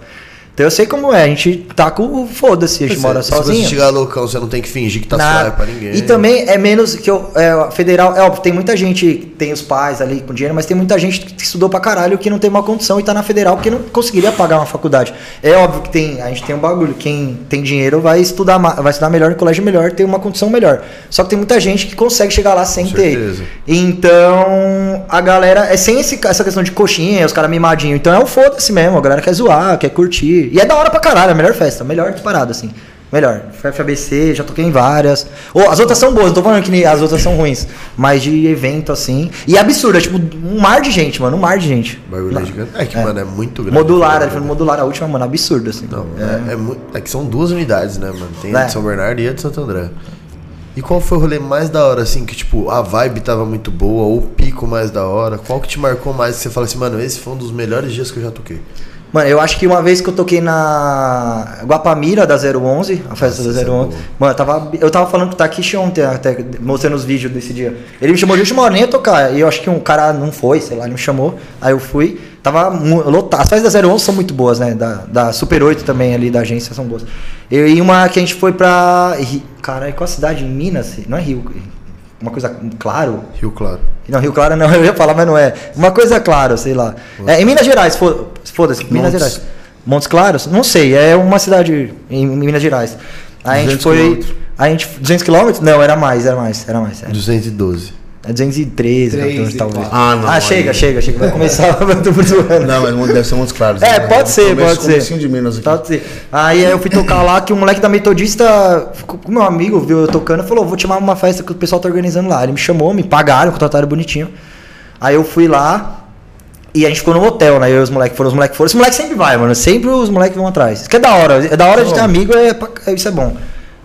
[SPEAKER 4] Então eu sei como é, a gente tá com foda-se, a gente
[SPEAKER 2] é, se-
[SPEAKER 4] mora
[SPEAKER 2] Se você
[SPEAKER 4] sozinho.
[SPEAKER 2] chegar loucão, você não tem que fingir que tá
[SPEAKER 4] Nada.
[SPEAKER 2] suave pra ninguém.
[SPEAKER 4] E também é menos que eu, é, federal, é óbvio, tem muita gente que tem os pais ali com dinheiro, mas tem muita gente que estudou pra caralho que não tem uma condição e tá na federal porque não conseguiria pagar uma faculdade. É óbvio que tem, a gente tem um bagulho, quem tem dinheiro vai estudar, ma- vai estudar melhor em colégio melhor, tem uma condição melhor. Só que tem muita gente que consegue chegar lá sem
[SPEAKER 2] Certeza.
[SPEAKER 4] ter. Então, a galera. É sem esse- essa questão de coxinha, os caras mimadinhos. Então é um foda-se mesmo. A galera quer zoar, quer curtir. E é da hora pra caralho, é a melhor festa, melhor disparado, assim. Melhor. Foi FABC, já toquei em várias. Ô, as outras são boas, não tô falando que nem- as outras são ruins. Mas de evento, assim. E é absurdo, é tipo um mar de gente, mano. Um mar de gente.
[SPEAKER 2] O bagulho é gigante. É que, mano, é muito grande.
[SPEAKER 4] Modular, ele
[SPEAKER 2] Né?
[SPEAKER 4] falou modular a última, mano. Absurdo, assim.
[SPEAKER 2] Não, é, é mu- é que são duas unidades, né, mano? Tem a
[SPEAKER 4] É.
[SPEAKER 2] de São Bernardo e a de Santo André. E qual foi o rolê mais da hora, assim, que, tipo, a vibe tava muito boa, ou o pico mais da hora? Qual que te marcou mais? Que você fala assim, mano, esse foi um dos melhores dias que eu já toquei.
[SPEAKER 4] Mano, eu acho que uma vez que eu toquei na Guapamira da 011, a festa
[SPEAKER 2] Nossa, essa
[SPEAKER 4] da
[SPEAKER 2] é
[SPEAKER 4] 011.
[SPEAKER 2] boa.
[SPEAKER 4] mano, eu tava, eu tava falando com o Takishi ontem, até mostrando os vídeos desse dia. Ele me chamou de última hora, nem ia tocar. E eu acho que um cara não foi, sei lá, ele me chamou. Aí eu fui. Tava mu- lotado. As festas da 011 são muito boas, né? Da, da Super 8 também ali da agência são boas. Eu, e uma que a gente foi pra. Ri- Caralho, qual a cidade? Minas? Não é Rio. Uma coisa. Claro.
[SPEAKER 2] Rio Claro.
[SPEAKER 4] Não, Rio Claro não, [LAUGHS] eu ia falar, mas não é. Uma coisa é claro, sei lá. É, em Minas Gerais, fo- foda-se, Minas
[SPEAKER 2] Montes.
[SPEAKER 4] Gerais. Montes Claros? Não sei, é uma cidade em, em Minas Gerais. Aí a
[SPEAKER 3] 200
[SPEAKER 4] gente foi.
[SPEAKER 3] quilômetros.
[SPEAKER 4] A gente, 200 quilômetros? Não, era mais, era mais, era mais. Era.
[SPEAKER 2] 212.
[SPEAKER 4] É 213, 14, talvez.
[SPEAKER 3] Ah, não,
[SPEAKER 4] Ah,
[SPEAKER 3] aí-
[SPEAKER 4] chega, chega, chega. Vai começar, [LAUGHS] eu tô zoando.
[SPEAKER 3] Não, mas deve ser Montes Claros. né?
[SPEAKER 4] É, pode ser,
[SPEAKER 3] Começo-
[SPEAKER 4] pode ser. Tá.
[SPEAKER 3] comecinho de Minas aqui.
[SPEAKER 4] Pode ser. Aí eu fui tocar lá que o moleque da Metodista, ficou com meu amigo, viu eu tocando, falou: vou te chamar pra uma festa que o pessoal tá organizando lá. Ele me chamou, me pagaram, contrataram bonitinho. Aí eu fui lá e a gente ficou no hotel, né? Eu e os moleques foram, os moleques foram. Os moleques sempre vai, mano. Sempre os moleques vão atrás. Isso que é da hora. É da hora de ter amigo, é, pra- é- isso é bom.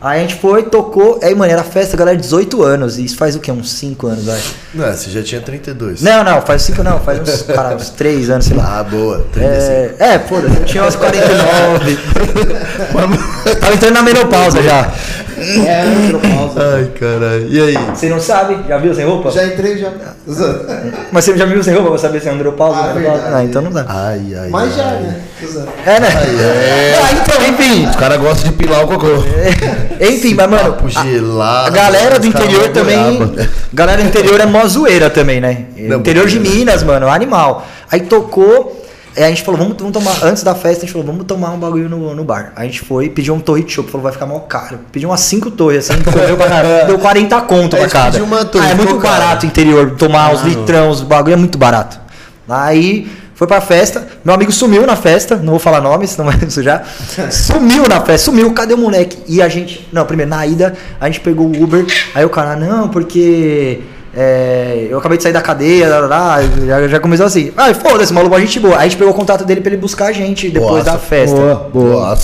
[SPEAKER 4] Aí a gente foi, tocou. Aí, mano, era festa, galera, 18 anos. E isso faz o quê? Uns 5 anos, vai.
[SPEAKER 2] Não, você já tinha 32.
[SPEAKER 4] Não, não, faz 5 não, faz uns, cara, uns 3 anos, sei lá.
[SPEAKER 2] Ah, boa. 35.
[SPEAKER 4] É, é foda-se, eu tinha umas 49. Tava entrando na menopausa já.
[SPEAKER 5] É andropausa.
[SPEAKER 2] Ai, caralho. E aí?
[SPEAKER 4] Você não sabe? Já viu sem roupa?
[SPEAKER 5] Já entrei, já. Tô zoando.
[SPEAKER 4] Mas você já me viu sem roupa pra saber se é andropausa
[SPEAKER 5] Ah,
[SPEAKER 4] ou andropausa?
[SPEAKER 5] verdade.
[SPEAKER 4] Ah, então não dá.
[SPEAKER 2] Ai, ai.
[SPEAKER 5] Mas já,
[SPEAKER 2] ai.
[SPEAKER 5] né? Tô zoando.
[SPEAKER 4] É, né?
[SPEAKER 2] É.
[SPEAKER 4] Ah, então, enfim.
[SPEAKER 3] Os caras gostam de pilar o cocô.
[SPEAKER 4] É. Enfim, mas, mano,
[SPEAKER 2] Papo gelado.
[SPEAKER 4] a galera do
[SPEAKER 2] os caras
[SPEAKER 4] interior
[SPEAKER 2] não [LAUGHS]
[SPEAKER 4] também.
[SPEAKER 2] goiaba.
[SPEAKER 4] Galera do interior é mó zoeira também, né?
[SPEAKER 2] Não,
[SPEAKER 4] interior de
[SPEAKER 2] brincadeira.
[SPEAKER 4] Minas, mano, animal. Aí tocou. é, a gente falou, vamos, vamos tomar. Antes da festa, a gente falou, vamos tomar um bagulho no, no bar. A gente foi, pediu um torre de chopp, falou, vai ficar mal caro. Pediu umas 5 torres, assim, [LAUGHS] comeu pra caralho. Deu 40 conto
[SPEAKER 2] É,
[SPEAKER 4] pra cada.
[SPEAKER 2] pediu uma torre,
[SPEAKER 4] ah, é muito
[SPEAKER 2] ficou caro.
[SPEAKER 4] barato interior, tomar os litrão, os bagulho é muito barato. Aí foi pra festa, meu amigo sumiu na festa, não vou falar nome, senão [LAUGHS] vai sujar. Sumiu na festa, sumiu, cadê o moleque? E a gente, não, primeiro, na ida, a gente pegou o Uber, aí o cara, não, porque é, eu acabei de sair da cadeia, lá, lá, lá, já, já começou assim. Ah, foda-se, maluco, a gente boa. Aí a gente pegou o contato dele pra ele buscar a gente depois
[SPEAKER 2] Boaça.
[SPEAKER 4] da festa.
[SPEAKER 5] boa.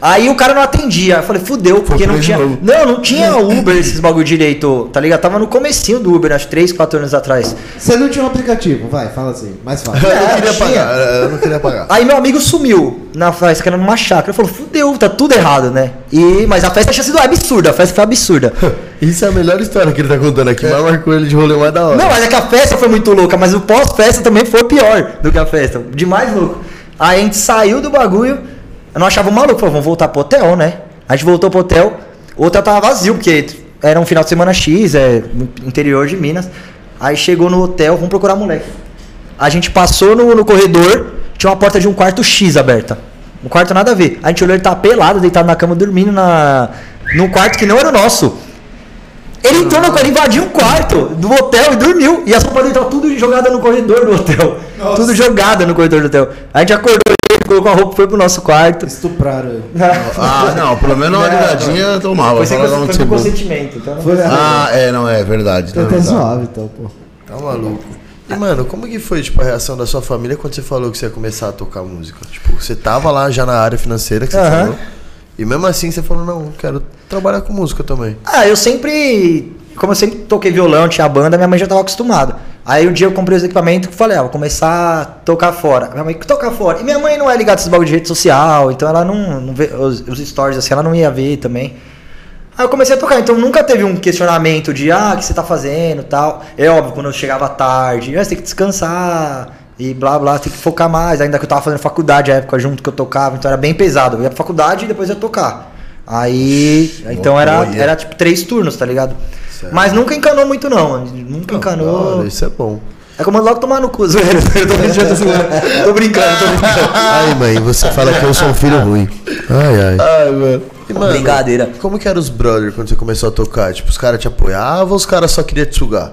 [SPEAKER 4] Aí o cara não atendia. Eu falei, fudeu, porque não
[SPEAKER 3] preso
[SPEAKER 4] tinha.
[SPEAKER 3] de novo.
[SPEAKER 4] Não, não tinha Uber esses bagulho direito, tá ligado? Tava no comecinho do Uber, acho 3, 4 anos atrás.
[SPEAKER 5] Você não tinha um aplicativo, vai, fala assim, mais
[SPEAKER 2] [LAUGHS]
[SPEAKER 5] fácil.
[SPEAKER 2] Eu não queria
[SPEAKER 4] tinha.
[SPEAKER 2] pagar. Eu não queria pagar.
[SPEAKER 4] Aí meu amigo sumiu na festa, que era numa chácara. Falou, fudeu, tá tudo errado, né? E, mas a festa tinha sido absurda, a festa
[SPEAKER 3] [LAUGHS]
[SPEAKER 4] foi absurda.
[SPEAKER 2] Isso é a melhor história que ele tá contando aqui. Mas marcou ele de rolê mais da hora.
[SPEAKER 4] Não, mas é que a festa foi muito louca, mas o pós-festa também foi pior do que a festa. Demais louco. Aí a gente saiu do bagulho, eu não achava o maluco, falou, vamos voltar pro hotel, né? A gente voltou pro hotel, o hotel tava vazio, porque era um final de semana X, é interior de Minas. Aí chegou no hotel, vamos procurar moleque. A gente passou no, no corredor, tinha uma porta de um quarto X aberta. Um quarto nada a ver. A gente olhou, ele tava pelado, deitado na cama, dormindo na, num quarto que não era o nosso. Ele entrou no ele invadiu um quarto do hotel e dormiu. E as roupas dele estavam tudo jogada no corredor do hotel. Tudo jogada no corredor do hotel. A gente acordou ele, colocou a roupa e foi pro nosso quarto.
[SPEAKER 5] Estupraram ele.
[SPEAKER 3] Ah, não, pelo menos uma ligadinha tomava.
[SPEAKER 4] Foi sem
[SPEAKER 3] Fala lá
[SPEAKER 4] consen-
[SPEAKER 3] onde
[SPEAKER 4] foi com
[SPEAKER 3] você-
[SPEAKER 4] consentimento. Então não
[SPEAKER 5] Foi né?
[SPEAKER 3] Ah, é, não, é verdade.
[SPEAKER 5] Tô
[SPEAKER 3] não,
[SPEAKER 5] até
[SPEAKER 3] tá.
[SPEAKER 5] suave, então, pô.
[SPEAKER 2] Tá maluco. E, mano, como que foi, tipo, a reação da sua família quando você falou que você ia começar a tocar música? Tipo, você tava lá já na área financeira que você
[SPEAKER 4] Aham.
[SPEAKER 2] falou. E mesmo assim você falou, não, quero trabalhar com música também.
[SPEAKER 4] Ah, eu sempre. Como eu sempre toquei violão, tinha banda, minha mãe já tava acostumada. Aí um dia eu comprei os equipamentos e falei, ah, vou começar a tocar fora. Minha mãe, tocar fora. E minha mãe não é ligada a esses bagulho de rede social, então ela não, não vê os, os stories assim, ela não ia ver também. Aí eu comecei a tocar, então nunca teve um questionamento de, ah, o que você tá fazendo tal. É óbvio, quando eu chegava tarde, ah, você tem que descansar e blá blá, tem que focar mais. Ainda que eu tava fazendo faculdade à época junto que eu tocava, então era bem pesado. Eu ia pra faculdade e depois ia tocar. Aí, então era,
[SPEAKER 2] loucura.
[SPEAKER 4] era tipo três turnos, tá ligado?
[SPEAKER 2] Certo. Ah,
[SPEAKER 4] Mas nunca encanou muito, não. Nunca encanou.
[SPEAKER 2] Olha, isso é bom.
[SPEAKER 4] É como logo tomar no cu, [LAUGHS] zoeira. Eu tô brincando, tô zoando. [LAUGHS] tô brincando, tô brincando.
[SPEAKER 2] Ai, mãe, você fala que eu sou um filho ruim. Ai, ai.
[SPEAKER 3] Ai, mano.
[SPEAKER 2] E, mano,
[SPEAKER 4] Brincadeira.
[SPEAKER 2] Como que eram os brothers quando você começou a tocar? Tipo, os caras te apoiavam ou os caras só queriam te sugar?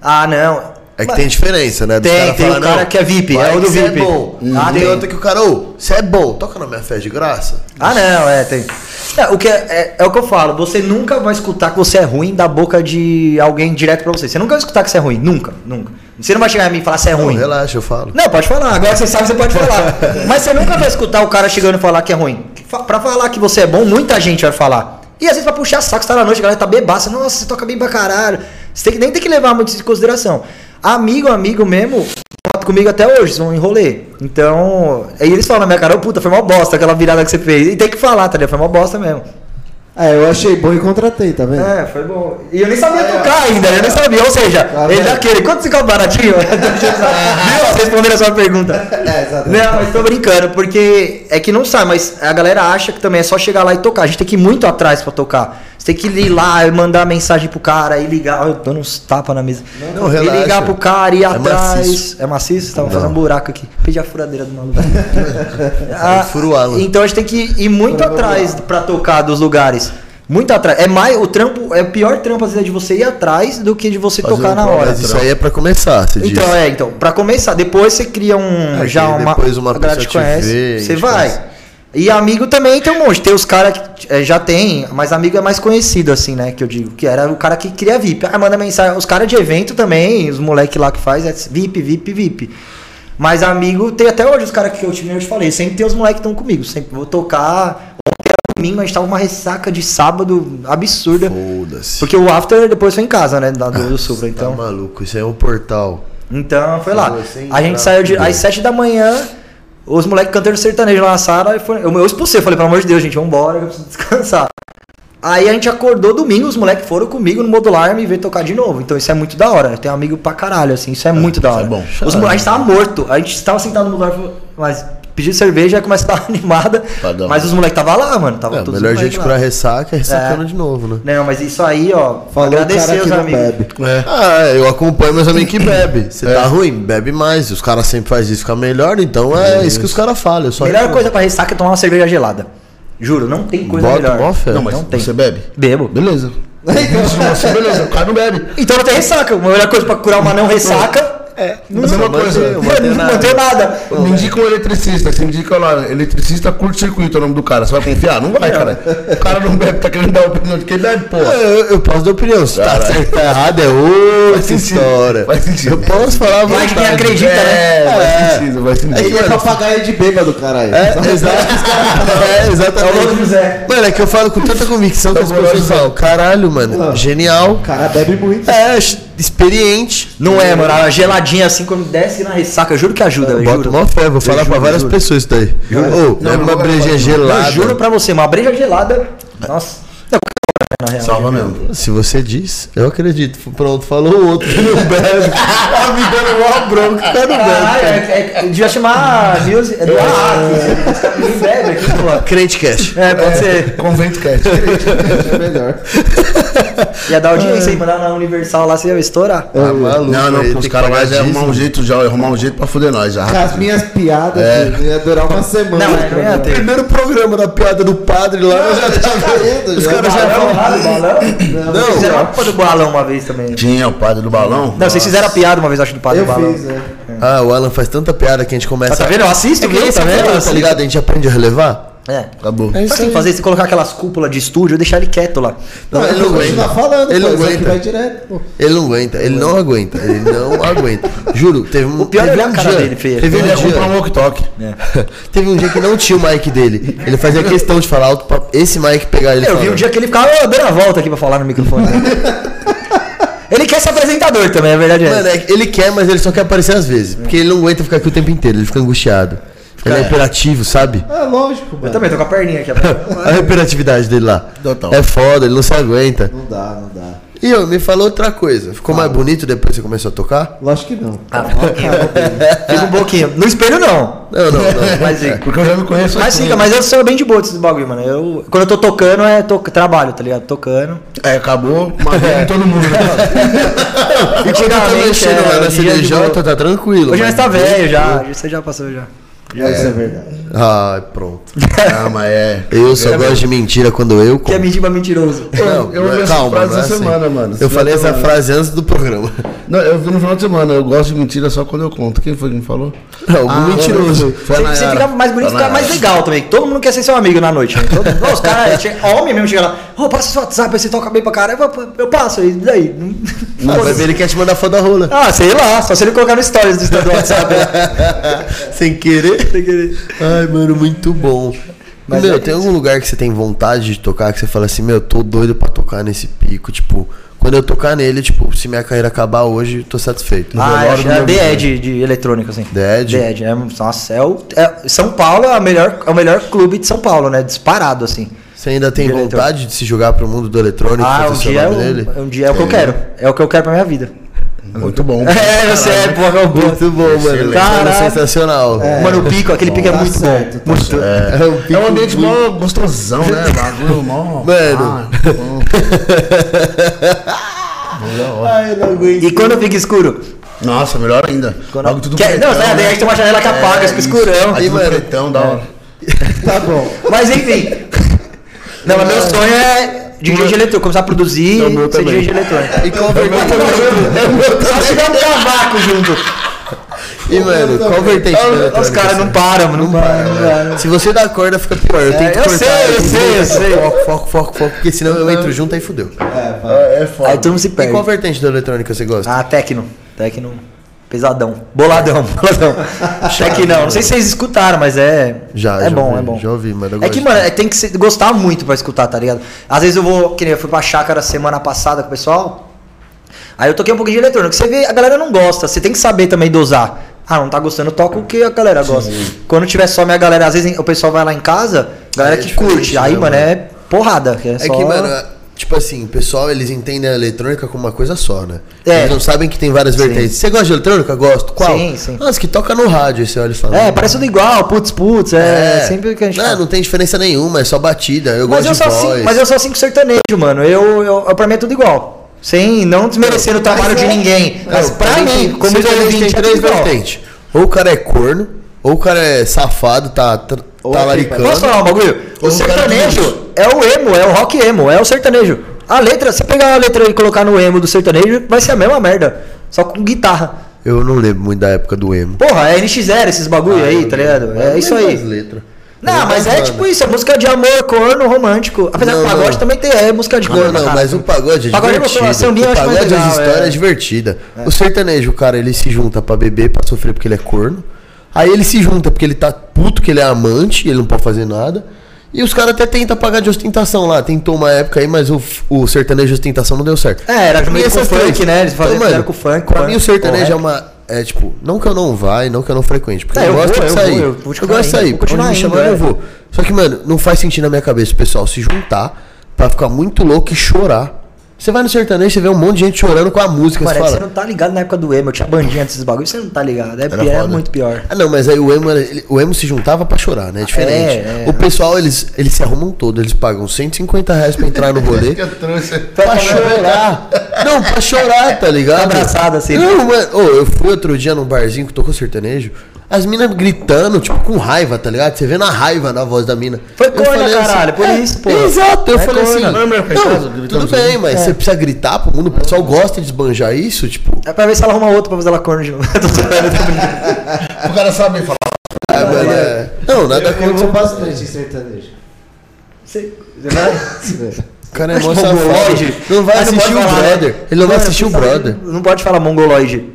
[SPEAKER 4] Ah, não.
[SPEAKER 2] É que
[SPEAKER 4] Mas-
[SPEAKER 2] tem diferença, né? Dos
[SPEAKER 4] Tem,
[SPEAKER 2] cara
[SPEAKER 4] tem
[SPEAKER 2] falar,
[SPEAKER 4] o cara
[SPEAKER 2] "Não,
[SPEAKER 4] que é VIP,
[SPEAKER 2] vai
[SPEAKER 4] é o
[SPEAKER 2] que
[SPEAKER 4] do
[SPEAKER 2] cê
[SPEAKER 4] VIP."
[SPEAKER 2] É bom.
[SPEAKER 4] Hum.
[SPEAKER 2] Ah,
[SPEAKER 4] Ah,
[SPEAKER 2] tem,
[SPEAKER 4] tem.
[SPEAKER 2] outro que o cara, ô, você é bom, toca na minha fé de graça.
[SPEAKER 4] Ah, não, é, tem. Não, o que é, é- é o que eu falo, você nunca vai escutar que você é ruim da boca de alguém direto pra você. Você nunca vai escutar que você é ruim, nunca, nunca. Você não vai chegar a mim e falar que você é
[SPEAKER 2] Não,
[SPEAKER 4] ruim.
[SPEAKER 2] relaxa, eu falo.
[SPEAKER 4] Não, pode falar, agora você sabe, você pode [LAUGHS] falar. Mas você nunca vai escutar o cara chegando e falar que é ruim. Fa- Pra falar que você é bom, muita gente vai falar. E às vezes pra puxar saco, você tá na noite, a galera tá bebaça. Nossa, você toca bem pra caralho. Você tem que, nem tem que levar muito isso em consideração. Amigo, amigo mesmo, contato comigo até hoje, vão enrolê. Então, aí eles falam na minha cara, ô puta, foi uma bosta aquela virada que você fez. E tem que falar, tá ligado? Foi uma bosta mesmo.
[SPEAKER 5] Ah, eu achei bom e contratei, tá vendo?
[SPEAKER 4] É, foi bom. E eu nem sabia tocar ainda, eu nem sabia. Ou seja,
[SPEAKER 5] Tá
[SPEAKER 4] ele
[SPEAKER 5] vendo?
[SPEAKER 4] daquele, quanto se cobra [LAUGHS] baratinho? Viu? Responderam a sua pergunta.
[SPEAKER 5] É, exatamente.
[SPEAKER 4] Não, mas tô brincando, porque é que não sai, mas a galera acha que também é só chegar lá e tocar. A gente tem que ir muito atrás pra tocar. Você tem que ir lá e mandar mensagem pro cara e ligar. Ai, Eu dando uns tapas na mesa.
[SPEAKER 2] não,
[SPEAKER 4] e
[SPEAKER 2] relaxa. É
[SPEAKER 4] ligar pro cara e ir atrás.
[SPEAKER 2] maciço.
[SPEAKER 4] É maciço? Tava fazendo um buraco aqui. Pedi a furadeira
[SPEAKER 2] [LAUGHS]
[SPEAKER 4] do maluco. Ah,
[SPEAKER 2] Aí fura o ala.
[SPEAKER 4] Então a gente tem que ir muito atrás pra tocar dos lugares. Muito atrás. É mais o trampo, é o pior trampo às vezes é de você ir atrás do que de você
[SPEAKER 2] Fazer
[SPEAKER 4] tocar
[SPEAKER 2] um
[SPEAKER 4] na
[SPEAKER 2] programa.
[SPEAKER 4] hora.
[SPEAKER 2] Mas isso aí é pra começar, você
[SPEAKER 4] Então,
[SPEAKER 2] diz.
[SPEAKER 4] é, então, pra começar, depois você cria um.
[SPEAKER 2] É,
[SPEAKER 4] já
[SPEAKER 2] que
[SPEAKER 4] uma.
[SPEAKER 2] depois uma
[SPEAKER 4] a galera
[SPEAKER 2] pessoa te vê,
[SPEAKER 4] Você
[SPEAKER 2] te
[SPEAKER 4] vai.
[SPEAKER 2] conhece.
[SPEAKER 4] E amigo também tem um monte. Tem os caras que eh, já tem, mas amigo é mais conhecido, assim, né? Que eu digo. Que era o cara que queria VIP. Ah, manda mensagem. Os caras de evento também, os moleque lá que faz, é VIP, VIP, VIP. Mas amigo, tem até hoje os caras que eu tive, eu te falei. Sempre tem os moleques que estão comigo. Sempre vou tocar. Ontem era domingo, a gente tava uma ressaca de sábado absurda.
[SPEAKER 2] Foda-se.
[SPEAKER 4] Porque o after depois foi em casa, né? Da do, do Supra,
[SPEAKER 2] Tá
[SPEAKER 4] então.
[SPEAKER 2] maluco, isso aí é um portal.
[SPEAKER 4] Então foi lá.
[SPEAKER 2] Você entrar,
[SPEAKER 4] A gente saiu de,
[SPEAKER 2] fudeu.
[SPEAKER 4] às 7 da manhã, os moleques cantando sertanejo lá na sala. e foram- Eu, eu expulsei, falei, pelo amor de Deus, gente, vambora, que eu preciso [LAUGHS] descansar. Aí a gente acordou domingo, os moleques foram comigo no modular me ver tocar de novo. Então isso é muito da hora. Eu tenho amigo pra caralho, assim, isso é muito da hora.
[SPEAKER 2] Ah, bom.
[SPEAKER 4] Os moleques estavam morto. A gente tava sentado no modular, mas pediu cerveja, aí começa a dar [LAUGHS] uma animada.
[SPEAKER 2] Padrão.
[SPEAKER 4] Mas os moleques tava lá, mano. Tava
[SPEAKER 2] É,
[SPEAKER 4] todos os
[SPEAKER 2] melhor
[SPEAKER 4] moleque
[SPEAKER 2] gente
[SPEAKER 4] lá.
[SPEAKER 2] pra ressaca é ressacando de novo, né?
[SPEAKER 4] Não, mas isso aí, ó,
[SPEAKER 5] Falou o
[SPEAKER 4] agradecer
[SPEAKER 5] cara que
[SPEAKER 4] os
[SPEAKER 5] não
[SPEAKER 4] amigos.
[SPEAKER 5] bebe.
[SPEAKER 2] Ah, eu acompanho meus amigos que bebe. Você
[SPEAKER 4] É.
[SPEAKER 2] tá ruim, bebe mais. Os caras sempre fazem isso, fica melhor, então é isso, que os caras falam. eu
[SPEAKER 4] A
[SPEAKER 2] só
[SPEAKER 4] melhor
[SPEAKER 2] recomendo.
[SPEAKER 4] coisa pra ressaca é tomar uma cerveja gelada. Juro, não tem coisa
[SPEAKER 2] Bota,
[SPEAKER 4] melhor.
[SPEAKER 2] bota fé.
[SPEAKER 3] tá.
[SPEAKER 4] Não,
[SPEAKER 3] Não, mas
[SPEAKER 4] não tem.
[SPEAKER 3] você bebe?
[SPEAKER 4] Bebo. [LAUGHS]
[SPEAKER 3] Beleza. Nossa, beleza, o cara não bebe.
[SPEAKER 4] Então não tem ressaca. A melhor coisa pra curar uma não ressaca é não,
[SPEAKER 3] Mas é uma coisa.
[SPEAKER 4] [LAUGHS] não manter nada.
[SPEAKER 3] Me indica um eletricista, você indica lá, eletricista curto-circuito é o nome do cara. Você vai confiar? Não vai, cara. O cara não bebe, tá querendo dar opinião de quem bebe, pô.
[SPEAKER 2] É, [LAUGHS] Eu, eu posso dar opinião. Se tá certo, tá errado, é outra
[SPEAKER 3] Faz sentido,
[SPEAKER 2] história.
[SPEAKER 3] faz sentido.
[SPEAKER 2] Eu posso falar à
[SPEAKER 4] Mas quem
[SPEAKER 2] vontade.
[SPEAKER 4] acredita, né?
[SPEAKER 3] É, faz sentido, faz
[SPEAKER 5] Ele
[SPEAKER 3] sentido.
[SPEAKER 5] é papagaio de bêbado, caralho.
[SPEAKER 2] É,
[SPEAKER 4] [LAUGHS]
[SPEAKER 2] exato. É, exatamente.
[SPEAKER 4] É o Louro José.
[SPEAKER 2] Mano, é que eu falo com tanta convicção que as pessoas falam, caralho, mano,
[SPEAKER 4] Ah.
[SPEAKER 2] genial.
[SPEAKER 5] O cara bebe muito. né?
[SPEAKER 2] É, experiente.
[SPEAKER 4] Não é, mano. A geladinha assim, quando desce na ressaca, eu juro que ajuda, eu
[SPEAKER 2] Bota
[SPEAKER 4] juro.
[SPEAKER 2] mó fé, vou falar pra
[SPEAKER 4] juro,
[SPEAKER 2] várias
[SPEAKER 4] juro.
[SPEAKER 2] pessoas isso daí. Ô, é uma breja
[SPEAKER 4] Eu
[SPEAKER 2] gelada.
[SPEAKER 4] juro pra você, uma breja gelada. Nossa. Não, na real.
[SPEAKER 3] Salva mesmo.
[SPEAKER 2] Se você diz, eu acredito. F- Pronto, falou o
[SPEAKER 4] [LAUGHS]
[SPEAKER 2] outro. Não bebe. tá me dando mó bronca. Cara, não bebe.
[SPEAKER 4] Caralho, é, é, devia chamar a Music. É do Arrax. Ninguém bebe aqui, pô.
[SPEAKER 2] Crente cash.
[SPEAKER 4] É, pode ser.
[SPEAKER 3] Convento cast.
[SPEAKER 5] É melhor.
[SPEAKER 4] Ia dar audiência
[SPEAKER 2] É.
[SPEAKER 4] e mandar na Universal lá, você ia estourar.
[SPEAKER 2] Tá maluco.
[SPEAKER 3] [LAUGHS] Não, não,
[SPEAKER 2] ele
[SPEAKER 3] porque
[SPEAKER 2] tem
[SPEAKER 3] os
[SPEAKER 2] que
[SPEAKER 3] caras
[SPEAKER 2] pagar
[SPEAKER 3] vão arrumar
[SPEAKER 2] dízimo.
[SPEAKER 3] um jeito já, arrumar um jeito pra fuder nós já.
[SPEAKER 5] Com as minhas piadas, filho, ia durar uma semana.
[SPEAKER 4] Não, é, não ia ter.
[SPEAKER 2] Primeiro programa da piada do padre lá, eu [LAUGHS] já tava.
[SPEAKER 5] indo,
[SPEAKER 2] os
[SPEAKER 5] já.
[SPEAKER 2] caras já falam.
[SPEAKER 4] lá do balão?
[SPEAKER 2] Não.
[SPEAKER 4] Não, fizeram a culpa do balão uma vez também.
[SPEAKER 3] Tinha o padre do balão.
[SPEAKER 4] Não, vocês fizeram a piada uma vez, acho, do padre
[SPEAKER 5] Eu
[SPEAKER 4] do balão.
[SPEAKER 5] fiz, né?
[SPEAKER 2] Ah, o Alan faz tanta piada que a gente
[SPEAKER 4] Ah,
[SPEAKER 2] começa.
[SPEAKER 4] tá vendo? Eu assisto, viu?
[SPEAKER 2] Tá
[SPEAKER 4] Tá vendo? Eu
[SPEAKER 2] Tá
[SPEAKER 4] assisto.
[SPEAKER 2] ligado? A gente aprende a relevar?
[SPEAKER 4] É.
[SPEAKER 3] Acabou.
[SPEAKER 2] É
[SPEAKER 4] Sabe o que tem que fazer? Se colocar aquelas cúpulas de estúdio, deixar ele quieto lá.
[SPEAKER 2] Não, ele não
[SPEAKER 5] Continua
[SPEAKER 2] aguenta.
[SPEAKER 5] tá falando,
[SPEAKER 2] ele
[SPEAKER 5] pô,
[SPEAKER 2] não
[SPEAKER 5] isso aqui vai
[SPEAKER 2] aguenta.
[SPEAKER 5] direto. pô.
[SPEAKER 2] Ele não aguenta. Ele não aguenta. Ele não aguenta. Juro, teve um.
[SPEAKER 4] O pior é
[SPEAKER 2] teve
[SPEAKER 4] olhar a cara
[SPEAKER 2] dia-
[SPEAKER 4] dele, Fê.
[SPEAKER 2] Teve
[SPEAKER 3] Ele
[SPEAKER 2] um
[SPEAKER 3] ia
[SPEAKER 2] dia.
[SPEAKER 3] comprar um walk-talk.
[SPEAKER 2] [LAUGHS] Teve um dia que não tinha o mic dele. Ele fazia questão de falar alto pra esse mic pegar ele.
[SPEAKER 4] Eu vi
[SPEAKER 2] falando.
[SPEAKER 4] um dia que ele ficava "Ô, dando a volta aqui pra falar no [LAUGHS] microfone. ele quer ser apresentador também, é verdade. é essa.
[SPEAKER 2] Mano, é que ele quer, mas ele só quer aparecer às vezes. Porque ele não aguenta ficar aqui o tempo inteiro, ele fica angustiado. Ele é imperativo, sabe?
[SPEAKER 5] É lógico, mano.
[SPEAKER 4] Eu também tô com a perninha aqui. ó.
[SPEAKER 2] A imperatividade dele lá.
[SPEAKER 3] Total.
[SPEAKER 2] É foda, ele não se aguenta.
[SPEAKER 5] Não dá, não dá.
[SPEAKER 2] E eu, me falou outra coisa. Ficou mais bonito depois que você começou a tocar?
[SPEAKER 5] Lógico que não.
[SPEAKER 4] Ah,
[SPEAKER 5] [LAUGHS]
[SPEAKER 4] Fiz um pouquinho. No espelho, não.
[SPEAKER 2] Não, não,
[SPEAKER 3] [LAUGHS]
[SPEAKER 2] não.
[SPEAKER 4] Mas fica.
[SPEAKER 3] É, Porque eu já me conheço assim.
[SPEAKER 4] Mas fica, mas eu sou bem de boa desses bagulho, mano. Eu, quando eu tô tocando, é to- trabalho, tá ligado? Tocando.
[SPEAKER 3] [LAUGHS] É, acabou, matei em todo mundo. né?
[SPEAKER 4] E
[SPEAKER 2] Quando eu tô mexendo lá na CDJ, tá tranquilo.
[SPEAKER 4] Hoje
[SPEAKER 2] mas-
[SPEAKER 4] nós tá velho já. Você já passou já.
[SPEAKER 5] Isso é verdade.
[SPEAKER 2] Ah, pronto.
[SPEAKER 3] Ah, mas é.
[SPEAKER 2] [LAUGHS] Eu só gosto de mentira quando eu
[SPEAKER 4] Que é
[SPEAKER 2] conto.
[SPEAKER 4] mentira mentiroso.
[SPEAKER 2] Não, é assim.
[SPEAKER 3] Eu ouvi essa frase essa semana, mano. é
[SPEAKER 2] Eu falei essa é
[SPEAKER 3] Semana.
[SPEAKER 2] frase antes do [LAUGHS] programa.
[SPEAKER 3] Não, eu vi no final de semana, eu gosto de mentira só quando eu conto. Quem foi que me falou?
[SPEAKER 2] É,
[SPEAKER 4] É,
[SPEAKER 3] Ah,
[SPEAKER 2] Algum mentiroso.
[SPEAKER 3] Foi a
[SPEAKER 4] Você- Você
[SPEAKER 3] Nayara.
[SPEAKER 4] fica mais bonito,
[SPEAKER 3] Foi a
[SPEAKER 4] fica mais
[SPEAKER 3] Nayara.
[SPEAKER 4] legal também. Todo mundo quer ser seu amigo na noite. né? Todo- Não, os caras, che- homem mesmo chega lá, ô, passa seu WhatsApp, aí você toca bem pra caralho. Eu, falo, eu passo, e daí? [LAUGHS]
[SPEAKER 2] Ah, mas ele quer te mandar foda rola. [LAUGHS]
[SPEAKER 4] Ah, sei lá, só se ele colocar no stories do do WhatsApp. né?
[SPEAKER 2] Sem querer.
[SPEAKER 4] Tem que ele-
[SPEAKER 2] Ai, mano, muito bom.
[SPEAKER 4] Mas
[SPEAKER 2] meu,
[SPEAKER 4] é
[SPEAKER 2] tem algum lugar que você tem vontade de tocar que você fala assim, meu, eu tô doido pra tocar nesse pico, tipo, quando eu tocar nele, tipo, se minha carreira acabar hoje, eu tô satisfeito.
[SPEAKER 4] Ah,
[SPEAKER 3] velório
[SPEAKER 4] acho
[SPEAKER 3] do
[SPEAKER 4] que é
[SPEAKER 3] meu
[SPEAKER 4] The Edge de eletrônico, assim.
[SPEAKER 2] The Edge?
[SPEAKER 4] The Edge, é, nossa, é o, é- São Paulo é, a melhor, é o melhor clube de São Paulo, né? Disparado, assim.
[SPEAKER 2] Você ainda tem
[SPEAKER 4] De
[SPEAKER 2] vontade
[SPEAKER 4] eletrônico.
[SPEAKER 2] de se jogar pro mundo do eletrônico,
[SPEAKER 4] Ah, um
[SPEAKER 2] seu
[SPEAKER 4] dia, é
[SPEAKER 2] nome nele?
[SPEAKER 4] o- um dia é o que eu quero. É o que eu quero pra minha vida.
[SPEAKER 3] [LAUGHS]
[SPEAKER 4] [LAUGHS]
[SPEAKER 3] Muito bom.
[SPEAKER 4] É, eu sei, porra, eu
[SPEAKER 2] Muito bom, mano.
[SPEAKER 4] Caralho.
[SPEAKER 2] sensacional.
[SPEAKER 4] Mano, o pico, aquele pico é
[SPEAKER 5] Tá
[SPEAKER 4] muito
[SPEAKER 5] certo,
[SPEAKER 4] bom.
[SPEAKER 5] tá
[SPEAKER 4] muito...
[SPEAKER 2] É um pico
[SPEAKER 3] É um ambiente mó gostosão, [LAUGHS] né? Bagulho mó.
[SPEAKER 2] Mano.
[SPEAKER 3] Ah, bom.
[SPEAKER 5] Ai, não aguento.
[SPEAKER 4] E quando fica escuro?
[SPEAKER 3] Nossa, melhor ainda. Logo tudo
[SPEAKER 4] Quer- não,
[SPEAKER 3] pretão,
[SPEAKER 4] é, daí
[SPEAKER 3] né?
[SPEAKER 4] a gente tem uma janela que apaga, fica
[SPEAKER 3] isso.
[SPEAKER 4] escurão.
[SPEAKER 3] Aí
[SPEAKER 2] E,
[SPEAKER 3] tudo
[SPEAKER 2] mano,
[SPEAKER 3] pretão, da hora.
[SPEAKER 5] Tá bom.
[SPEAKER 4] Mas enfim. Não, mas meu sonho é dirigir de eletrônico, começar a produzir
[SPEAKER 3] Não, o
[SPEAKER 4] e
[SPEAKER 3] meu
[SPEAKER 4] ser
[SPEAKER 3] também.
[SPEAKER 4] dirigir de
[SPEAKER 2] [LAUGHS]
[SPEAKER 4] eletrônico.
[SPEAKER 2] E qual vertente?
[SPEAKER 4] É Só se der um cavaco junto.
[SPEAKER 2] E, mano, qual vertente do eletrônico?
[SPEAKER 4] É, Os caras não param, mano. Não param, assim. não param.
[SPEAKER 2] Assim, Se você dá corda, fica pior. Eu tenho que
[SPEAKER 4] eu
[SPEAKER 2] cortar. tenho
[SPEAKER 4] sei, eu
[SPEAKER 2] que
[SPEAKER 4] sei, eu
[SPEAKER 2] cortar. Foco,
[SPEAKER 4] sei.
[SPEAKER 2] foco, foco, foco, porque senão eu entro junto aí fudeu.
[SPEAKER 3] É, é foda.
[SPEAKER 4] Aí todo mundo se
[SPEAKER 2] E
[SPEAKER 4] perde.
[SPEAKER 2] qual vertente da eletrônica você gosta?
[SPEAKER 4] Ah, Tecno. Tecno. Pesadão. Boladão, [LAUGHS] boladão. Tecnão. Não sei se vocês escutaram, mas é.
[SPEAKER 2] Já,
[SPEAKER 4] é
[SPEAKER 2] já
[SPEAKER 4] bom,
[SPEAKER 2] ouvi,
[SPEAKER 4] é bom.
[SPEAKER 2] já ouvi, mas eu
[SPEAKER 4] É
[SPEAKER 2] gosto
[SPEAKER 4] que,
[SPEAKER 2] de-
[SPEAKER 4] mano, é- tem que se- gostar muito pra escutar, tá ligado? Às vezes eu vou. Que nem eu fui pra chácara semana passada com o pessoal. Aí eu toquei um pouquinho de eletrônico. Você vê, a galera não gosta. Você tem que saber também dosar. Ah, não tá gostando, toca o que a galera gosta. Quando tiver só minha galera, às vezes hein, o pessoal vai lá em casa, galera
[SPEAKER 2] Aí é
[SPEAKER 4] que curte.
[SPEAKER 2] diferente,
[SPEAKER 4] Aí,
[SPEAKER 2] né,
[SPEAKER 4] mano,
[SPEAKER 2] mano?
[SPEAKER 4] é porrada. Que é,
[SPEAKER 2] É
[SPEAKER 4] só-
[SPEAKER 2] que, mano, tipo assim, o pessoal, eles entendem a eletrônica como uma coisa só, né?
[SPEAKER 4] É.
[SPEAKER 2] Eles não sabem que tem várias vertentes. Você gosta de eletrônica? Gosto. Qual?
[SPEAKER 4] Sim, sim.
[SPEAKER 2] Ah, as que toca no rádio, aí você olha e fala.
[SPEAKER 4] É, parece tudo igual, putz, putz, é, sempre que a gente
[SPEAKER 2] Não,
[SPEAKER 4] fala.
[SPEAKER 2] não tem diferença nenhuma, é só batida. Eu
[SPEAKER 4] mas,
[SPEAKER 2] gosto
[SPEAKER 4] eu
[SPEAKER 2] de
[SPEAKER 4] só
[SPEAKER 2] voz.
[SPEAKER 4] sinto, mas eu só sinto sertanejo, mano. Eu, eu, eu- pra mim é tudo igual. Sem, assim, não desmerecendo o trabalho de ninguém. Mas
[SPEAKER 2] é. Não,
[SPEAKER 4] pra
[SPEAKER 2] também
[SPEAKER 4] mim,
[SPEAKER 2] tem-
[SPEAKER 4] como
[SPEAKER 2] sertanejo
[SPEAKER 4] ouvinte,
[SPEAKER 2] tem
[SPEAKER 4] é
[SPEAKER 2] três
[SPEAKER 4] tudo igual.
[SPEAKER 2] vertentes. Ou o cara é corno, ou o cara é safado, tá, tá, tá laricando.
[SPEAKER 4] Posso falar um bagulho?
[SPEAKER 2] Ou
[SPEAKER 4] O
[SPEAKER 2] um cara
[SPEAKER 4] sertanejo é o emo, é o rock emo, é o sertanejo. A letra, se pegar a letra e colocar no emo do sertanejo, vai ser a mesma merda. Só com guitarra.
[SPEAKER 2] Eu não lembro muito da época do emo.
[SPEAKER 4] Porra, é NX0 esses bagulho
[SPEAKER 2] Ah,
[SPEAKER 4] aí, tá ligado? É isso aí. Não, mas é tipo isso, é música de amor, corno, romântico. Apesar
[SPEAKER 2] Não,
[SPEAKER 4] que o pagode
[SPEAKER 2] não.
[SPEAKER 4] também tem, é música de
[SPEAKER 2] Não,
[SPEAKER 4] corno.
[SPEAKER 2] não,
[SPEAKER 4] cara.
[SPEAKER 2] mas o pagode é
[SPEAKER 4] Pagode é
[SPEAKER 2] divertido.
[SPEAKER 4] gostoso, a sambinha eu
[SPEAKER 2] o
[SPEAKER 4] acho mais
[SPEAKER 2] pagode é
[SPEAKER 4] legal,
[SPEAKER 2] história
[SPEAKER 4] é.
[SPEAKER 2] divertida. O sertanejo, o cara, ele se junta pra beber, pra sofrer porque ele é corno. Aí ele se junta porque ele tá puto, que ele é amante, ele não pode fazer nada. E os caras até tentam pagar de ostentação lá. Tentou uma época aí, mas o, o sertanejo de ostentação não deu certo.
[SPEAKER 4] É, era
[SPEAKER 2] E
[SPEAKER 4] meio com
[SPEAKER 2] essas
[SPEAKER 4] funk,
[SPEAKER 2] três?
[SPEAKER 4] né? Eles
[SPEAKER 2] Então,
[SPEAKER 4] faziam fizeram
[SPEAKER 2] mano,
[SPEAKER 4] com funk. né?
[SPEAKER 2] Pra
[SPEAKER 4] com-
[SPEAKER 2] mim o sertanejo é
[SPEAKER 4] com rap.
[SPEAKER 2] uma... É tipo, não que eu não vá e não que eu não frequente. Porque
[SPEAKER 4] É,
[SPEAKER 2] eu,
[SPEAKER 4] eu
[SPEAKER 2] gosto
[SPEAKER 4] vou,
[SPEAKER 2] de
[SPEAKER 4] eu
[SPEAKER 2] sair.
[SPEAKER 4] vou, eu
[SPEAKER 2] eu,
[SPEAKER 4] vou continuar
[SPEAKER 2] gosto de sair.
[SPEAKER 4] indo, vou
[SPEAKER 2] Quando me
[SPEAKER 4] continuar
[SPEAKER 2] chamar,
[SPEAKER 4] indo,
[SPEAKER 2] eu
[SPEAKER 4] é.
[SPEAKER 2] vou. Só que, mano, não faz sentido na minha cabeça o pessoal se juntar pra ficar muito louco e chorar. Você vai no sertanejo, você vê um monte de gente chorando com a música.
[SPEAKER 4] Mano, é
[SPEAKER 2] você
[SPEAKER 4] que
[SPEAKER 2] fala,
[SPEAKER 4] você não tá ligado na época do emo. Eu tinha bandinha desses bagulhos, você não tá ligado. É,
[SPEAKER 2] Era
[SPEAKER 4] pior, é
[SPEAKER 2] foda.
[SPEAKER 4] muito pior.
[SPEAKER 2] Ah, não, mas aí o emo, era- ele- o emo se juntava pra chorar, né? É diferente.
[SPEAKER 4] É, é.
[SPEAKER 2] O pessoal, eles, eles se arrumam todo, eles pagam 150 reais pra entrar no rolê.
[SPEAKER 3] Eu trouxe.
[SPEAKER 2] pra chorar. Não, pra chorar, tá ligado?
[SPEAKER 4] Abraçado, assim.
[SPEAKER 2] Não, mano. Ô, eu fui outro dia num barzinho que tocou sertanejo. As minas gritando, tipo, com raiva, tá ligado? Você vê na raiva na voz da mina.
[SPEAKER 4] Foi
[SPEAKER 2] Eu
[SPEAKER 4] corna,
[SPEAKER 2] falei assim, é,
[SPEAKER 4] caralho, por isso, pô.
[SPEAKER 2] Exato, eu
[SPEAKER 4] É
[SPEAKER 2] falei
[SPEAKER 4] corna. É.
[SPEAKER 2] assim.
[SPEAKER 4] Não é
[SPEAKER 3] mesmo,
[SPEAKER 2] não,
[SPEAKER 3] coitado, gritando
[SPEAKER 2] tudo bem, mas você precisa gritar pro mundo. O pessoal gosta de esbanjar isso, tipo.
[SPEAKER 4] É pra ver se ela arruma outro pra fazer ela corno de novo. [LAUGHS] Tô zoando,
[SPEAKER 2] [LAUGHS]
[SPEAKER 4] tô brincando.
[SPEAKER 3] O cara sabe falar.
[SPEAKER 2] ah, mano, é. Não, nada
[SPEAKER 5] Eu tá
[SPEAKER 2] contra.
[SPEAKER 5] vou bastante em sertanejo. [LAUGHS]
[SPEAKER 2] O cara é
[SPEAKER 4] Mas
[SPEAKER 2] mó
[SPEAKER 4] mongoloide.
[SPEAKER 2] safado. Não vai
[SPEAKER 4] Mas não
[SPEAKER 2] assistir
[SPEAKER 4] pode
[SPEAKER 2] o
[SPEAKER 4] falar, né?
[SPEAKER 2] brother. Ele não vai
[SPEAKER 4] Mano,
[SPEAKER 2] assistir o
[SPEAKER 4] você sabe-
[SPEAKER 2] brother.
[SPEAKER 4] Não pode falar mongoloide.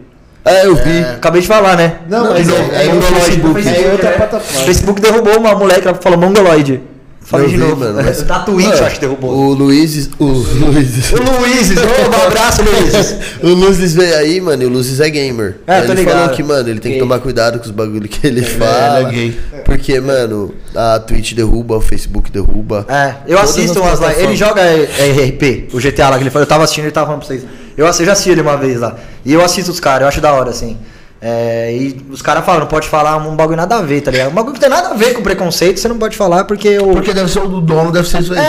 [SPEAKER 2] É, eu vi.
[SPEAKER 4] Acabei de falar, né?
[SPEAKER 5] Não,
[SPEAKER 2] Não,
[SPEAKER 5] mas
[SPEAKER 2] não,
[SPEAKER 5] é,
[SPEAKER 2] é
[SPEAKER 5] é
[SPEAKER 2] no
[SPEAKER 5] outra-
[SPEAKER 2] Facebook.
[SPEAKER 5] É outra
[SPEAKER 4] O
[SPEAKER 5] plataforma.
[SPEAKER 4] Facebook derrubou uma moleque, ela falou mongoloide. Falei
[SPEAKER 2] Eu
[SPEAKER 4] de
[SPEAKER 2] vi,
[SPEAKER 4] novo.
[SPEAKER 2] mano, mas-
[SPEAKER 4] [LAUGHS] Da Twitch,
[SPEAKER 2] Mano,
[SPEAKER 4] eu acho que derrubou.
[SPEAKER 2] O Luiz. O Luiz.
[SPEAKER 4] O
[SPEAKER 2] [LAUGHS]
[SPEAKER 4] Luizes, ô, um abraço, Luizes.
[SPEAKER 2] o Luzes veio aí, mano, e o Luzes é gamer.
[SPEAKER 4] É,
[SPEAKER 2] Aí
[SPEAKER 4] tô
[SPEAKER 2] ele
[SPEAKER 4] ligado.
[SPEAKER 2] falou que, mano, ele tem que tomar cuidado com os bagulho que ele fala.
[SPEAKER 3] ele é gay.
[SPEAKER 2] Porque, mano, a Twitch derruba, o Facebook derruba.
[SPEAKER 4] É, eu
[SPEAKER 2] Todas
[SPEAKER 4] assisto
[SPEAKER 2] as
[SPEAKER 4] umas lá. Ele
[SPEAKER 2] plataformas.
[SPEAKER 4] joga é, é, RP, o GTA lá que ele falou. Eu tava assistindo, ele tava falando pra vocês. Eu, assi- eu já assisti ele uma vez lá. E eu assisto os caras, eu acho da hora, assim. É, e os caras falam, não pode falar um bagulho nada a ver, tá ligado? Um bagulho que tem nada a ver com preconceito, você não pode falar porque o.
[SPEAKER 3] Porque deve ser o do dono, deve ser isso aí.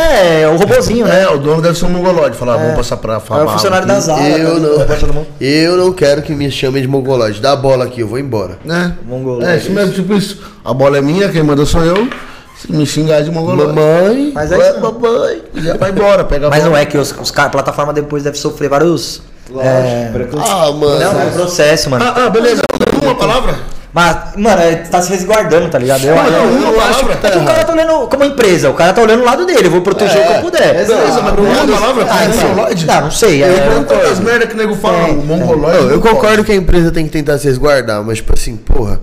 [SPEAKER 4] É, o robozinho, né?
[SPEAKER 3] É, o dono deve ser um mongoloide. Falar, vamos passar pra falar.
[SPEAKER 4] É o funcionário da Zara.
[SPEAKER 2] Eu
[SPEAKER 4] né? Vai todo
[SPEAKER 2] não,
[SPEAKER 4] mundo.
[SPEAKER 2] eu não quero que me chamem de mongoloide. Dá a bola aqui, eu vou embora.
[SPEAKER 3] Né?
[SPEAKER 4] Mongoloide.
[SPEAKER 3] É, isso mesmo, tipo isso. A bola é minha, quem mandou sou eu. Se me xingar de mongoloide.
[SPEAKER 2] Mamãe,
[SPEAKER 4] Mas é
[SPEAKER 2] ué,
[SPEAKER 4] isso mesmo.
[SPEAKER 2] mamãe.
[SPEAKER 3] Já vai embora, pega a
[SPEAKER 4] Mas não
[SPEAKER 3] bola.
[SPEAKER 4] é que os, os cara- a plataforma depois deve sofrer vários. é,
[SPEAKER 2] Ah,
[SPEAKER 4] não, é
[SPEAKER 2] mano.
[SPEAKER 4] processo, mano.
[SPEAKER 3] Ah, ah, beleza. Uma palavra?
[SPEAKER 4] Mas, mano, é, tá se resguardando, tá ligado? Eu,
[SPEAKER 3] Não,
[SPEAKER 4] eu-
[SPEAKER 3] uma palavra.
[SPEAKER 4] É que o cara tá olhando como empresa, o cara tá olhando o lado dele, eu vou proteger o que eu puder.
[SPEAKER 3] Beleza, mas não é uma palavra?
[SPEAKER 4] Ah,
[SPEAKER 3] cara,
[SPEAKER 4] então.
[SPEAKER 3] mongoloide?
[SPEAKER 4] Ah, não sei. é-
[SPEAKER 3] Eu concordo. As merda que o nego fala, um é o mongoloide.
[SPEAKER 2] Não, eu concordo que a empresa tem que tentar se resguardar, mas tipo assim, porra,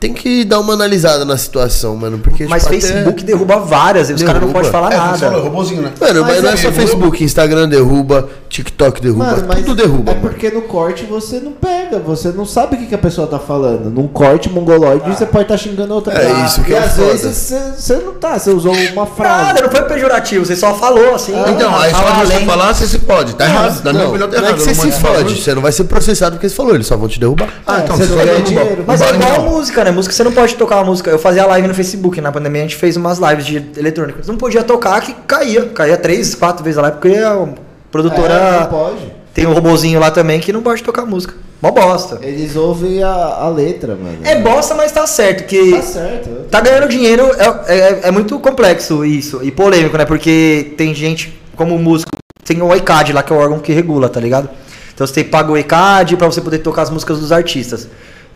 [SPEAKER 2] tem que dar uma analisada na situação, mano. Porque,
[SPEAKER 4] mas
[SPEAKER 2] tipo, até-
[SPEAKER 4] Facebook derruba várias, e os caras não
[SPEAKER 2] Derruba.
[SPEAKER 4] podem falar
[SPEAKER 3] É, você falou,
[SPEAKER 4] nada.
[SPEAKER 3] robôzinho, né?
[SPEAKER 2] Mano, mas,
[SPEAKER 5] Mas
[SPEAKER 2] não é
[SPEAKER 5] é
[SPEAKER 2] só
[SPEAKER 5] que-
[SPEAKER 2] Facebook, Instagram derruba, TikTok derruba,
[SPEAKER 5] Mano, mas
[SPEAKER 2] tudo derruba,
[SPEAKER 5] é
[SPEAKER 2] mano.
[SPEAKER 5] porque no corte você não pega, você não sabe o que, que a pessoa tá falando. Num corte mongoloide você pode estar xingando outra
[SPEAKER 2] É isso que
[SPEAKER 5] e
[SPEAKER 2] é
[SPEAKER 5] às
[SPEAKER 2] foda.
[SPEAKER 5] vezes você- você não tá, você usou uma frase.
[SPEAKER 4] Nada, não foi pejorativo, você só falou assim.
[SPEAKER 3] Então, aí
[SPEAKER 4] fala
[SPEAKER 3] só de você
[SPEAKER 4] além.
[SPEAKER 3] falar, você se pode. Tá errado. Na minha
[SPEAKER 2] Não,
[SPEAKER 3] opinião, tá
[SPEAKER 2] não é
[SPEAKER 3] errado.
[SPEAKER 2] que você
[SPEAKER 3] não
[SPEAKER 2] se
[SPEAKER 3] mando
[SPEAKER 2] fode,
[SPEAKER 3] bagulho.
[SPEAKER 2] você não vai ser processado porque você falou, eles só vão te derrubar.
[SPEAKER 3] Ah, então,
[SPEAKER 5] É, você
[SPEAKER 3] você
[SPEAKER 5] não ganha
[SPEAKER 3] ganha
[SPEAKER 5] dinheiro.
[SPEAKER 3] dinheiro.
[SPEAKER 4] Mas é igual a
[SPEAKER 3] não.
[SPEAKER 4] música, né? Música você não pode tocar uma música. Eu fazia live no Facebook, na pandemia a gente fez umas lives de eletrônica. Não podia tocar que caía. Caía três, quatro vezes a live, porque a
[SPEAKER 5] É,
[SPEAKER 4] produtora
[SPEAKER 5] não pode.
[SPEAKER 4] tem um robozinho lá também que não pode tocar música. Mó bosta.
[SPEAKER 5] Eles ouvem a, a letra, mano.
[SPEAKER 4] É bosta, mas tá certo, que
[SPEAKER 5] Tá certo.
[SPEAKER 4] Tá ganhando dinheiro é, é, é muito complexo isso e polêmico, né? Porque tem gente, como músico, tem o ICAD lá, que é o órgão que regula, tá ligado? Então você tem que pagar o ICAD pra você poder tocar as músicas dos artistas.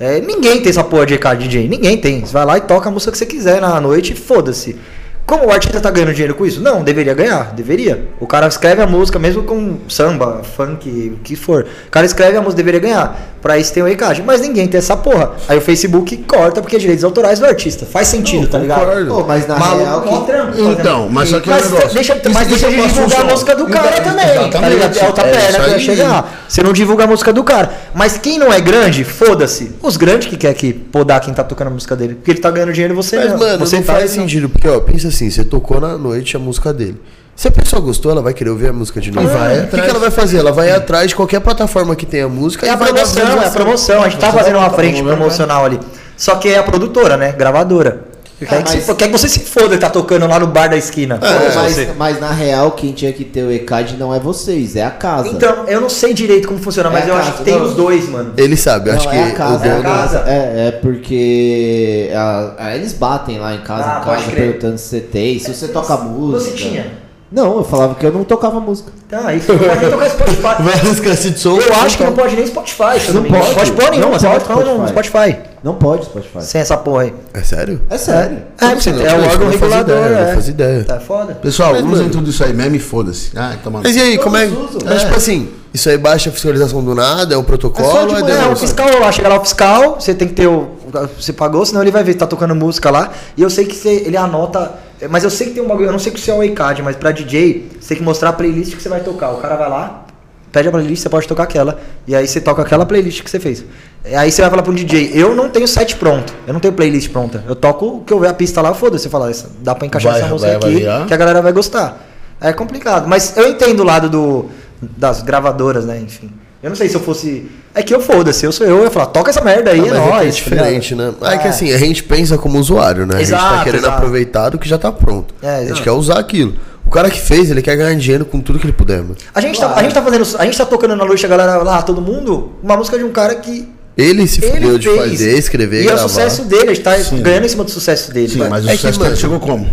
[SPEAKER 4] É, ninguém tem essa porra de ICAD DJ, ninguém tem. Você vai lá e toca a música que você quiser na noite e foda-se. Como o artista tá ganhando dinheiro com isso? Não, deveria ganhar, deveria. O cara escreve a música, mesmo com samba, funk, o que for. O cara escreve a música, deveria ganhar. Pra isso tem o ECAD. Mas ninguém tem essa porra. Aí o Facebook corta porque é direitos autorais do artista. Faz sentido, tá ligado?
[SPEAKER 2] Concordo.
[SPEAKER 5] Pô, mas é um na
[SPEAKER 3] Maluco,
[SPEAKER 5] real
[SPEAKER 4] Mó
[SPEAKER 5] que...
[SPEAKER 4] trampo, fazendo-
[SPEAKER 3] Então, mas só que é
[SPEAKER 4] mas
[SPEAKER 3] um negócio.
[SPEAKER 4] deixa,
[SPEAKER 3] Isso
[SPEAKER 4] mas
[SPEAKER 3] que
[SPEAKER 4] deixa
[SPEAKER 3] eu
[SPEAKER 4] de
[SPEAKER 3] faço
[SPEAKER 4] divulgar a
[SPEAKER 3] função.
[SPEAKER 4] música do cara
[SPEAKER 3] Então,
[SPEAKER 4] também, tá ligado?
[SPEAKER 3] exatamente.
[SPEAKER 4] É outra
[SPEAKER 3] É
[SPEAKER 4] perna
[SPEAKER 3] isso
[SPEAKER 4] que vai
[SPEAKER 3] aí.
[SPEAKER 4] chegar. Você não divulga a música do cara. Mas quem não é grande, foda-se. Os grandes que quer que podar quem tá tocando a música dele. Porque ele tá ganhando dinheiro e você
[SPEAKER 2] Mas,
[SPEAKER 4] não.
[SPEAKER 2] mano,
[SPEAKER 4] você
[SPEAKER 2] não
[SPEAKER 4] tá-
[SPEAKER 2] faz sentido, porque, ó, pensa assim, você tocou na noite a música dele. Se a pessoa gostou, ela vai querer ouvir a música de novo.
[SPEAKER 3] vai
[SPEAKER 2] o que que,
[SPEAKER 3] atrás.
[SPEAKER 2] ela vai fazer? Ela vai atrás de qualquer plataforma que tenha música
[SPEAKER 4] É
[SPEAKER 2] e
[SPEAKER 4] a
[SPEAKER 2] vai dar
[SPEAKER 4] promoção, é a
[SPEAKER 2] visualização.
[SPEAKER 4] promoção. A gente tá fazendo uma frente promocional ali. Só que é a produtora, né? Gravadora. Quer, que
[SPEAKER 5] mas-
[SPEAKER 4] se- quer que você se foda que tá tocando lá no bar da esquina.
[SPEAKER 3] É.
[SPEAKER 4] Foda-se você.
[SPEAKER 5] É, mas, mas na real, quem tinha que ter o ECAD não é vocês, é a casa.
[SPEAKER 4] Então, eu não sei direito como funciona,
[SPEAKER 5] É
[SPEAKER 4] mas
[SPEAKER 5] a
[SPEAKER 4] eu acho
[SPEAKER 5] casa,
[SPEAKER 4] que tem
[SPEAKER 5] não.
[SPEAKER 4] os dois, mano.
[SPEAKER 2] Ele sabe, eu acho
[SPEAKER 5] Não,
[SPEAKER 2] que
[SPEAKER 5] é a casa,
[SPEAKER 2] o
[SPEAKER 5] é a
[SPEAKER 2] dono.
[SPEAKER 5] casa. É, é porque a- a- eles batem lá em casa,
[SPEAKER 4] Ah,
[SPEAKER 5] em
[SPEAKER 4] pode
[SPEAKER 5] casa
[SPEAKER 4] crer. É,
[SPEAKER 5] perguntando se você tem, se você toca música.
[SPEAKER 4] Você tinha.
[SPEAKER 5] Não, eu falava que eu não tocava música.
[SPEAKER 4] Tá, isso não pode nem tocar Spotify.
[SPEAKER 3] [LAUGHS]
[SPEAKER 2] Várias caixas assim de som.
[SPEAKER 4] Eu acho que não pode nem Spotify. se eu
[SPEAKER 5] Não
[SPEAKER 4] me engano.
[SPEAKER 5] pode.
[SPEAKER 4] Pode pôr nenhuma,
[SPEAKER 5] Não,
[SPEAKER 4] você
[SPEAKER 5] não
[SPEAKER 4] pode
[SPEAKER 5] pode
[SPEAKER 4] falar no um Spotify.
[SPEAKER 5] Não pode Spotify.
[SPEAKER 4] Sem essa porra aí.
[SPEAKER 2] É sério?
[SPEAKER 5] É sério.
[SPEAKER 4] É,
[SPEAKER 2] Como assim, não?
[SPEAKER 4] é
[SPEAKER 2] Eu
[SPEAKER 4] o
[SPEAKER 2] não
[SPEAKER 4] órgão
[SPEAKER 2] fazia
[SPEAKER 4] regulador.
[SPEAKER 2] ideia, eu não
[SPEAKER 4] é.
[SPEAKER 2] fazia ideia.
[SPEAKER 4] Tá foda.
[SPEAKER 3] Pessoal,
[SPEAKER 2] Mas,
[SPEAKER 3] usem
[SPEAKER 2] mano-
[SPEAKER 3] tudo isso aí mesmo e foda-se. Ah, toma.
[SPEAKER 2] Mas e aí, como é.
[SPEAKER 5] usam.
[SPEAKER 2] Mas, tipo assim, isso aí baixa a fiscalização do nada, é o protocolo, é,
[SPEAKER 4] É, o
[SPEAKER 2] denúncia.
[SPEAKER 4] fiscal lá, chega lá o fiscal, você tem que ter o. Você pagou, senão ele vai ver que tá tocando música lá. E eu sei que você- ele anota. Mas eu sei que tem um bagulho, eu não sei que isso é o iCard, mas pra DJ, você tem que mostrar a playlist que você vai tocar. O cara vai lá, pede a playlist, você pode tocar aquela. E aí você toca aquela playlist que você fez. E Aí você vai falar pro DJ, eu não tenho set pronto, eu não tenho playlist pronta. Eu toco o que eu ver a pista lá, foda-se, você fala, "Essa- dá pra encaixar
[SPEAKER 3] Vai-
[SPEAKER 4] essa música
[SPEAKER 3] vai
[SPEAKER 4] aqui,
[SPEAKER 3] avaliar.
[SPEAKER 4] que a galera vai gostar. É complicado, mas eu entendo o lado do, das gravadoras, né? Enfim. Eu não sei se eu fosse. É que eu foda-se, eu sou eu, eu ia falar, toca essa merda aí,
[SPEAKER 2] Ah,
[SPEAKER 4] é
[SPEAKER 2] mas é, que
[SPEAKER 4] nóis.
[SPEAKER 2] é
[SPEAKER 4] tá ligado?
[SPEAKER 2] diferente, né? Ah, É que assim, a gente pensa como usuário, né? a gente tá
[SPEAKER 4] Exato,
[SPEAKER 2] querendo
[SPEAKER 4] exato.
[SPEAKER 2] aproveitar do que já tá pronto.
[SPEAKER 4] É,
[SPEAKER 2] a gente
[SPEAKER 4] exato.
[SPEAKER 2] quer usar aquilo. O cara que fez, ele quer ganhar dinheiro com tudo que ele puder, mano.
[SPEAKER 4] A gente, tá, a gente tá fazendo. A gente tá tocando na luz a galera lá, todo mundo, uma música de um cara que.
[SPEAKER 2] Ele se
[SPEAKER 4] Ele
[SPEAKER 2] fudeu
[SPEAKER 4] fez.
[SPEAKER 2] de fazer, escrever,
[SPEAKER 4] e
[SPEAKER 2] gravar.
[SPEAKER 4] é o sucesso dele, a gente tá ganhando em cima do sucesso dele. É.
[SPEAKER 3] Sim, mas o
[SPEAKER 2] É que,
[SPEAKER 3] sucesso
[SPEAKER 2] mano-
[SPEAKER 3] dele chegou como?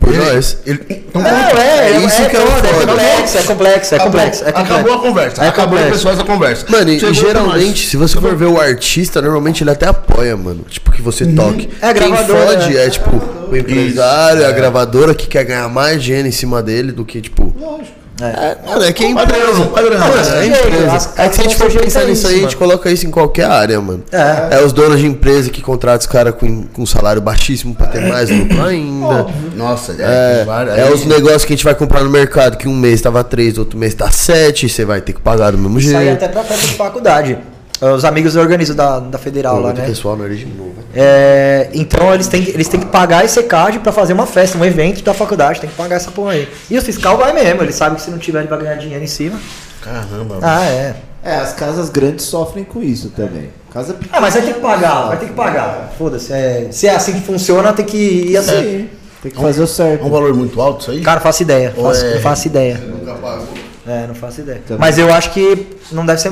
[SPEAKER 2] Por nós.
[SPEAKER 3] Ele... Então,
[SPEAKER 4] Não, é, é, isso é, que é,
[SPEAKER 2] foda.
[SPEAKER 4] complexo, é complexo, é
[SPEAKER 3] acabou,
[SPEAKER 4] complexo, é complexo.
[SPEAKER 3] acabou a conversa.
[SPEAKER 4] É
[SPEAKER 3] acabou
[SPEAKER 4] complexo.
[SPEAKER 3] o pessoal da conversa.
[SPEAKER 2] Mano, e
[SPEAKER 3] Chegou
[SPEAKER 2] geralmente, se você for ver o artista, normalmente ele até apoia, mano. Tipo, que você toque.
[SPEAKER 4] É a
[SPEAKER 2] Quem
[SPEAKER 4] gravadora, É.
[SPEAKER 2] fode
[SPEAKER 4] né?
[SPEAKER 2] é, tipo, o empresário, é a gravadora que quer ganhar mais dinheiro em cima dele do que, tipo. Lógico. É, mano, é que é
[SPEAKER 3] pra nós.
[SPEAKER 2] empresa.
[SPEAKER 3] Adriano, Adriano,
[SPEAKER 4] Nossa,
[SPEAKER 2] É,
[SPEAKER 3] é.
[SPEAKER 2] empresa.
[SPEAKER 4] As-
[SPEAKER 2] É que se a gente
[SPEAKER 4] as-
[SPEAKER 2] for
[SPEAKER 4] as-
[SPEAKER 2] pensar
[SPEAKER 4] as-
[SPEAKER 2] nisso aí, a
[SPEAKER 4] mano.
[SPEAKER 2] gente coloca isso em qualquer área, mano.
[SPEAKER 4] É.
[SPEAKER 2] É os donos de empresa que contratam os caras com, com salário baixíssimo pra ter mais lucro ainda.
[SPEAKER 3] Nossa,
[SPEAKER 2] É,
[SPEAKER 3] várias-
[SPEAKER 2] é
[SPEAKER 3] aí-
[SPEAKER 2] os negócios que a gente vai comprar no mercado, que um mês tava três, outro mês tá sete, você vai ter que pagar do mesmo
[SPEAKER 4] Saí
[SPEAKER 2] jeito.
[SPEAKER 4] é até pra festa de faculdade. Os amigos organizam da, da federal
[SPEAKER 2] Pô,
[SPEAKER 4] lá,
[SPEAKER 2] muito
[SPEAKER 4] né?
[SPEAKER 2] é pessoal, nariz de novo.
[SPEAKER 4] É, então eles têm, que- eles têm que pagar esse card pra fazer uma festa, um evento da faculdade, tem que pagar essa porra aí. E o fiscal vai mesmo, ele sabe que se não tiver ele vai ganhar dinheiro em cima.
[SPEAKER 3] Caramba.
[SPEAKER 4] Ah, é.
[SPEAKER 5] É, as casas grandes sofrem com isso também. Casa pequena.
[SPEAKER 4] Ah, mas vai ter que pagar, vai ter que pagar. Foda-se, é, se é assim que funciona, tem que ir assim.
[SPEAKER 5] Sim, tem que fazer o
[SPEAKER 3] É um
[SPEAKER 5] certo.
[SPEAKER 3] valor muito alto isso aí?
[SPEAKER 4] Cara, faço ideia,
[SPEAKER 3] Ou
[SPEAKER 4] faço-
[SPEAKER 3] é-
[SPEAKER 4] não faço ideia.
[SPEAKER 3] Nunca pagou.
[SPEAKER 4] É, não faço ideia.
[SPEAKER 5] Também.
[SPEAKER 4] Mas eu acho que não deve ser.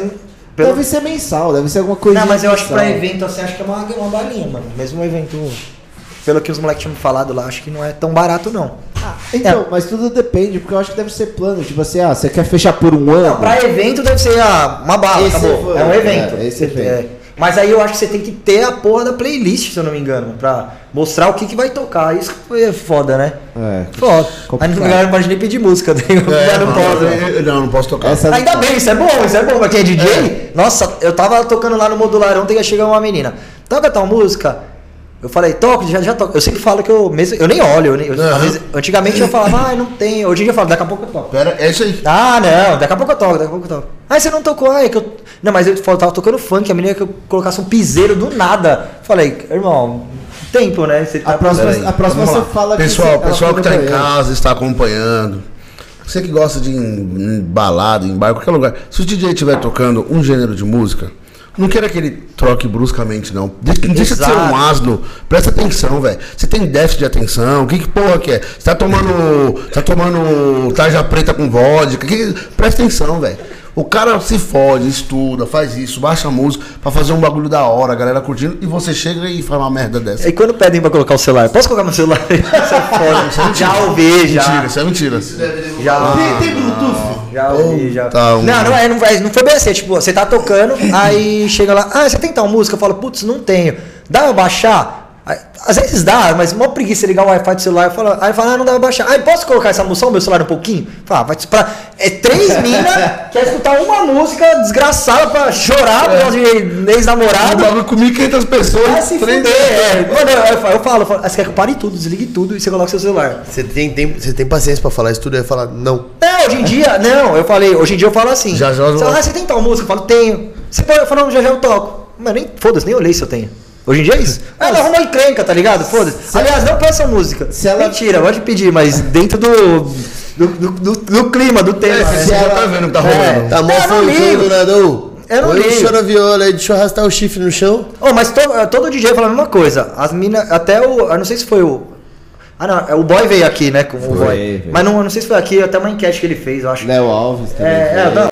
[SPEAKER 4] pelo-
[SPEAKER 5] Deve ser mensal, deve ser alguma coisa.
[SPEAKER 4] Não, mas eu acho que pra
[SPEAKER 5] mensal.
[SPEAKER 4] evento assim, acho que é uma, uma balinha, mano. Mesmo um evento. Pelo que os moleques tinham me falado lá, acho que não é tão barato, não.
[SPEAKER 5] Então,
[SPEAKER 4] É.
[SPEAKER 5] mas tudo depende, porque eu acho que deve ser plano. Tipo assim, ah, você quer fechar por um ano?
[SPEAKER 4] Não, pra evento deve ser ah, uma bala,
[SPEAKER 5] Esse
[SPEAKER 4] acabou.
[SPEAKER 5] foi,
[SPEAKER 4] é um evento.
[SPEAKER 5] é, esse evento.
[SPEAKER 4] É. Mas aí eu acho que você tem que ter a porra da playlist, se eu não me engano, pra mostrar o que, que vai tocar. Isso que é foda, né?
[SPEAKER 5] É.
[SPEAKER 4] Foda. Aí
[SPEAKER 5] Complicado.
[SPEAKER 4] não galera pode nem pedir música, [LAUGHS] né?
[SPEAKER 3] É,
[SPEAKER 4] não
[SPEAKER 3] não,
[SPEAKER 4] pode, né?
[SPEAKER 3] eu- eu- não, não posso tocar.
[SPEAKER 5] Essa não
[SPEAKER 4] Ainda
[SPEAKER 5] pode.
[SPEAKER 4] bem, isso é bom, isso é bom. Pra quem é DJ, nossa, eu tava tocando lá no modular ontem e chegou uma menina. Toca tal música? Eu falei, toco, já, já toco. Eu sempre falo que eu mesmo. Eu nem olho, eu nem- eu-
[SPEAKER 3] Aham.
[SPEAKER 4] às vezes- antigamente eu falava, ah, não tem. Hoje em dia eu falo, daqui a pouco eu toco.
[SPEAKER 3] Pera, é isso aí.
[SPEAKER 4] Ah, não, daqui a pouco eu toco, daqui a pouco eu toco. Ah, você não tocou, ah, é que eu. Não, mas eu tava tocando funk, a menina que eu colocasse um piseiro do nada. Falei, irmão, tempo, né? Você
[SPEAKER 5] A próxima-
[SPEAKER 3] Peraí,
[SPEAKER 5] a próxima
[SPEAKER 3] vamos
[SPEAKER 5] você
[SPEAKER 3] lá.
[SPEAKER 5] fala que
[SPEAKER 3] pessoal,
[SPEAKER 5] você-
[SPEAKER 3] pessoal
[SPEAKER 5] ela foi
[SPEAKER 3] que tá
[SPEAKER 5] no
[SPEAKER 3] em
[SPEAKER 5] banheiro.
[SPEAKER 3] casa, está acompanhando. Você que gosta de ir em, em balada, em bar, qualquer lugar. Se o DJ estiver tocando um gênero de música, não queira que ele troque bruscamente, não. De- deixa de ser
[SPEAKER 4] Exato.
[SPEAKER 3] um asno. Presta atenção, velho. Você tem déficit de atenção. Que, que porra que é? Você tá tomando. Tá tomando tarja preta com vodka. Que, presta atenção, velho. O cara se fode, estuda, faz isso, baixa a música pra fazer um bagulho da hora, a galera curtindo, e você chega e faz uma merda dessa.
[SPEAKER 4] E quando pedem pra colocar o celular, posso colocar meu celular? [LAUGHS] Isso é foda. já ouvi, já.
[SPEAKER 3] Mentira, isso é mentira.
[SPEAKER 4] Já ouvi.
[SPEAKER 5] Tem Bluetooth?
[SPEAKER 4] Já ouvi, já.
[SPEAKER 3] tá, um-
[SPEAKER 4] Não, não, é, não, vai- não foi bem assim. é Tipo, você
[SPEAKER 3] [CLEARS THROAT]
[SPEAKER 4] tá tocando, aí chega lá, ah, você tem tal música? Eu falo, putz, não tenho. Dá pra baixar? Aí, Às vezes dá, mas mó preguiça ligar o Wi-Fi do celular. Eu falo, aí fala, ah, não dá pra baixar. Aí posso colocar essa música no meu celular um pouquinho? Fala, vai te- pra. É três
[SPEAKER 3] [LAUGHS]
[SPEAKER 4] minas quer escutar uma música desgraçada pra chorar
[SPEAKER 3] É.
[SPEAKER 4] por causa de
[SPEAKER 3] O
[SPEAKER 4] ex-namorado.
[SPEAKER 3] bagulho com 1.500 pessoas.
[SPEAKER 4] Vai se
[SPEAKER 3] três-
[SPEAKER 4] fuder, é. Mano, eu, eu falo, eu falo, eu falo, ah, você quer que eu pare tudo, desligue tudo e você coloca seu celular.
[SPEAKER 2] Você tem, tem- você tem paciência pra falar isso tudo e vai falar, não.
[SPEAKER 4] Não, É, hoje em dia, não, eu falei, hoje em dia eu falo assim.
[SPEAKER 3] Já, já,
[SPEAKER 4] Você fala,
[SPEAKER 3] já.
[SPEAKER 4] ah, você tem tal música? Eu falo, tenho. Você pode, eu falo, não, já já eu toco. Mas nem, foda-se, nem olhei se eu tenho. Hoje em dia
[SPEAKER 3] [LAUGHS]
[SPEAKER 4] é isso. Ah, ela arruma encrenca, tá ligado? Foda-se. Aliás, não peça música.
[SPEAKER 5] se ela-
[SPEAKER 4] Mentira, pode pedir, mas dentro do. do, do, do- do clima, do tema.
[SPEAKER 3] É,
[SPEAKER 4] né?
[SPEAKER 3] você já tá vendo o que tá rolando.
[SPEAKER 2] Tá mó
[SPEAKER 4] Eu não
[SPEAKER 2] fanzão
[SPEAKER 4] ligo.
[SPEAKER 2] do nada, ô.
[SPEAKER 4] Eu não
[SPEAKER 2] Oi,
[SPEAKER 4] ligo.
[SPEAKER 2] chora viola, aí deixa eu arrastar o chifre no chão.
[SPEAKER 4] Oh, mas to, eh, todo DJ fala a mesma coisa. As minas. Até o. Eu não sei se foi o. Ah, não. é, O boy veio aqui, né? Com o boy.
[SPEAKER 5] veio.
[SPEAKER 4] Mas não, eu não sei se foi aqui, até uma enquete que ele fez, eu acho.
[SPEAKER 5] Léo Alves também.
[SPEAKER 4] É,
[SPEAKER 3] né?
[SPEAKER 4] é, não,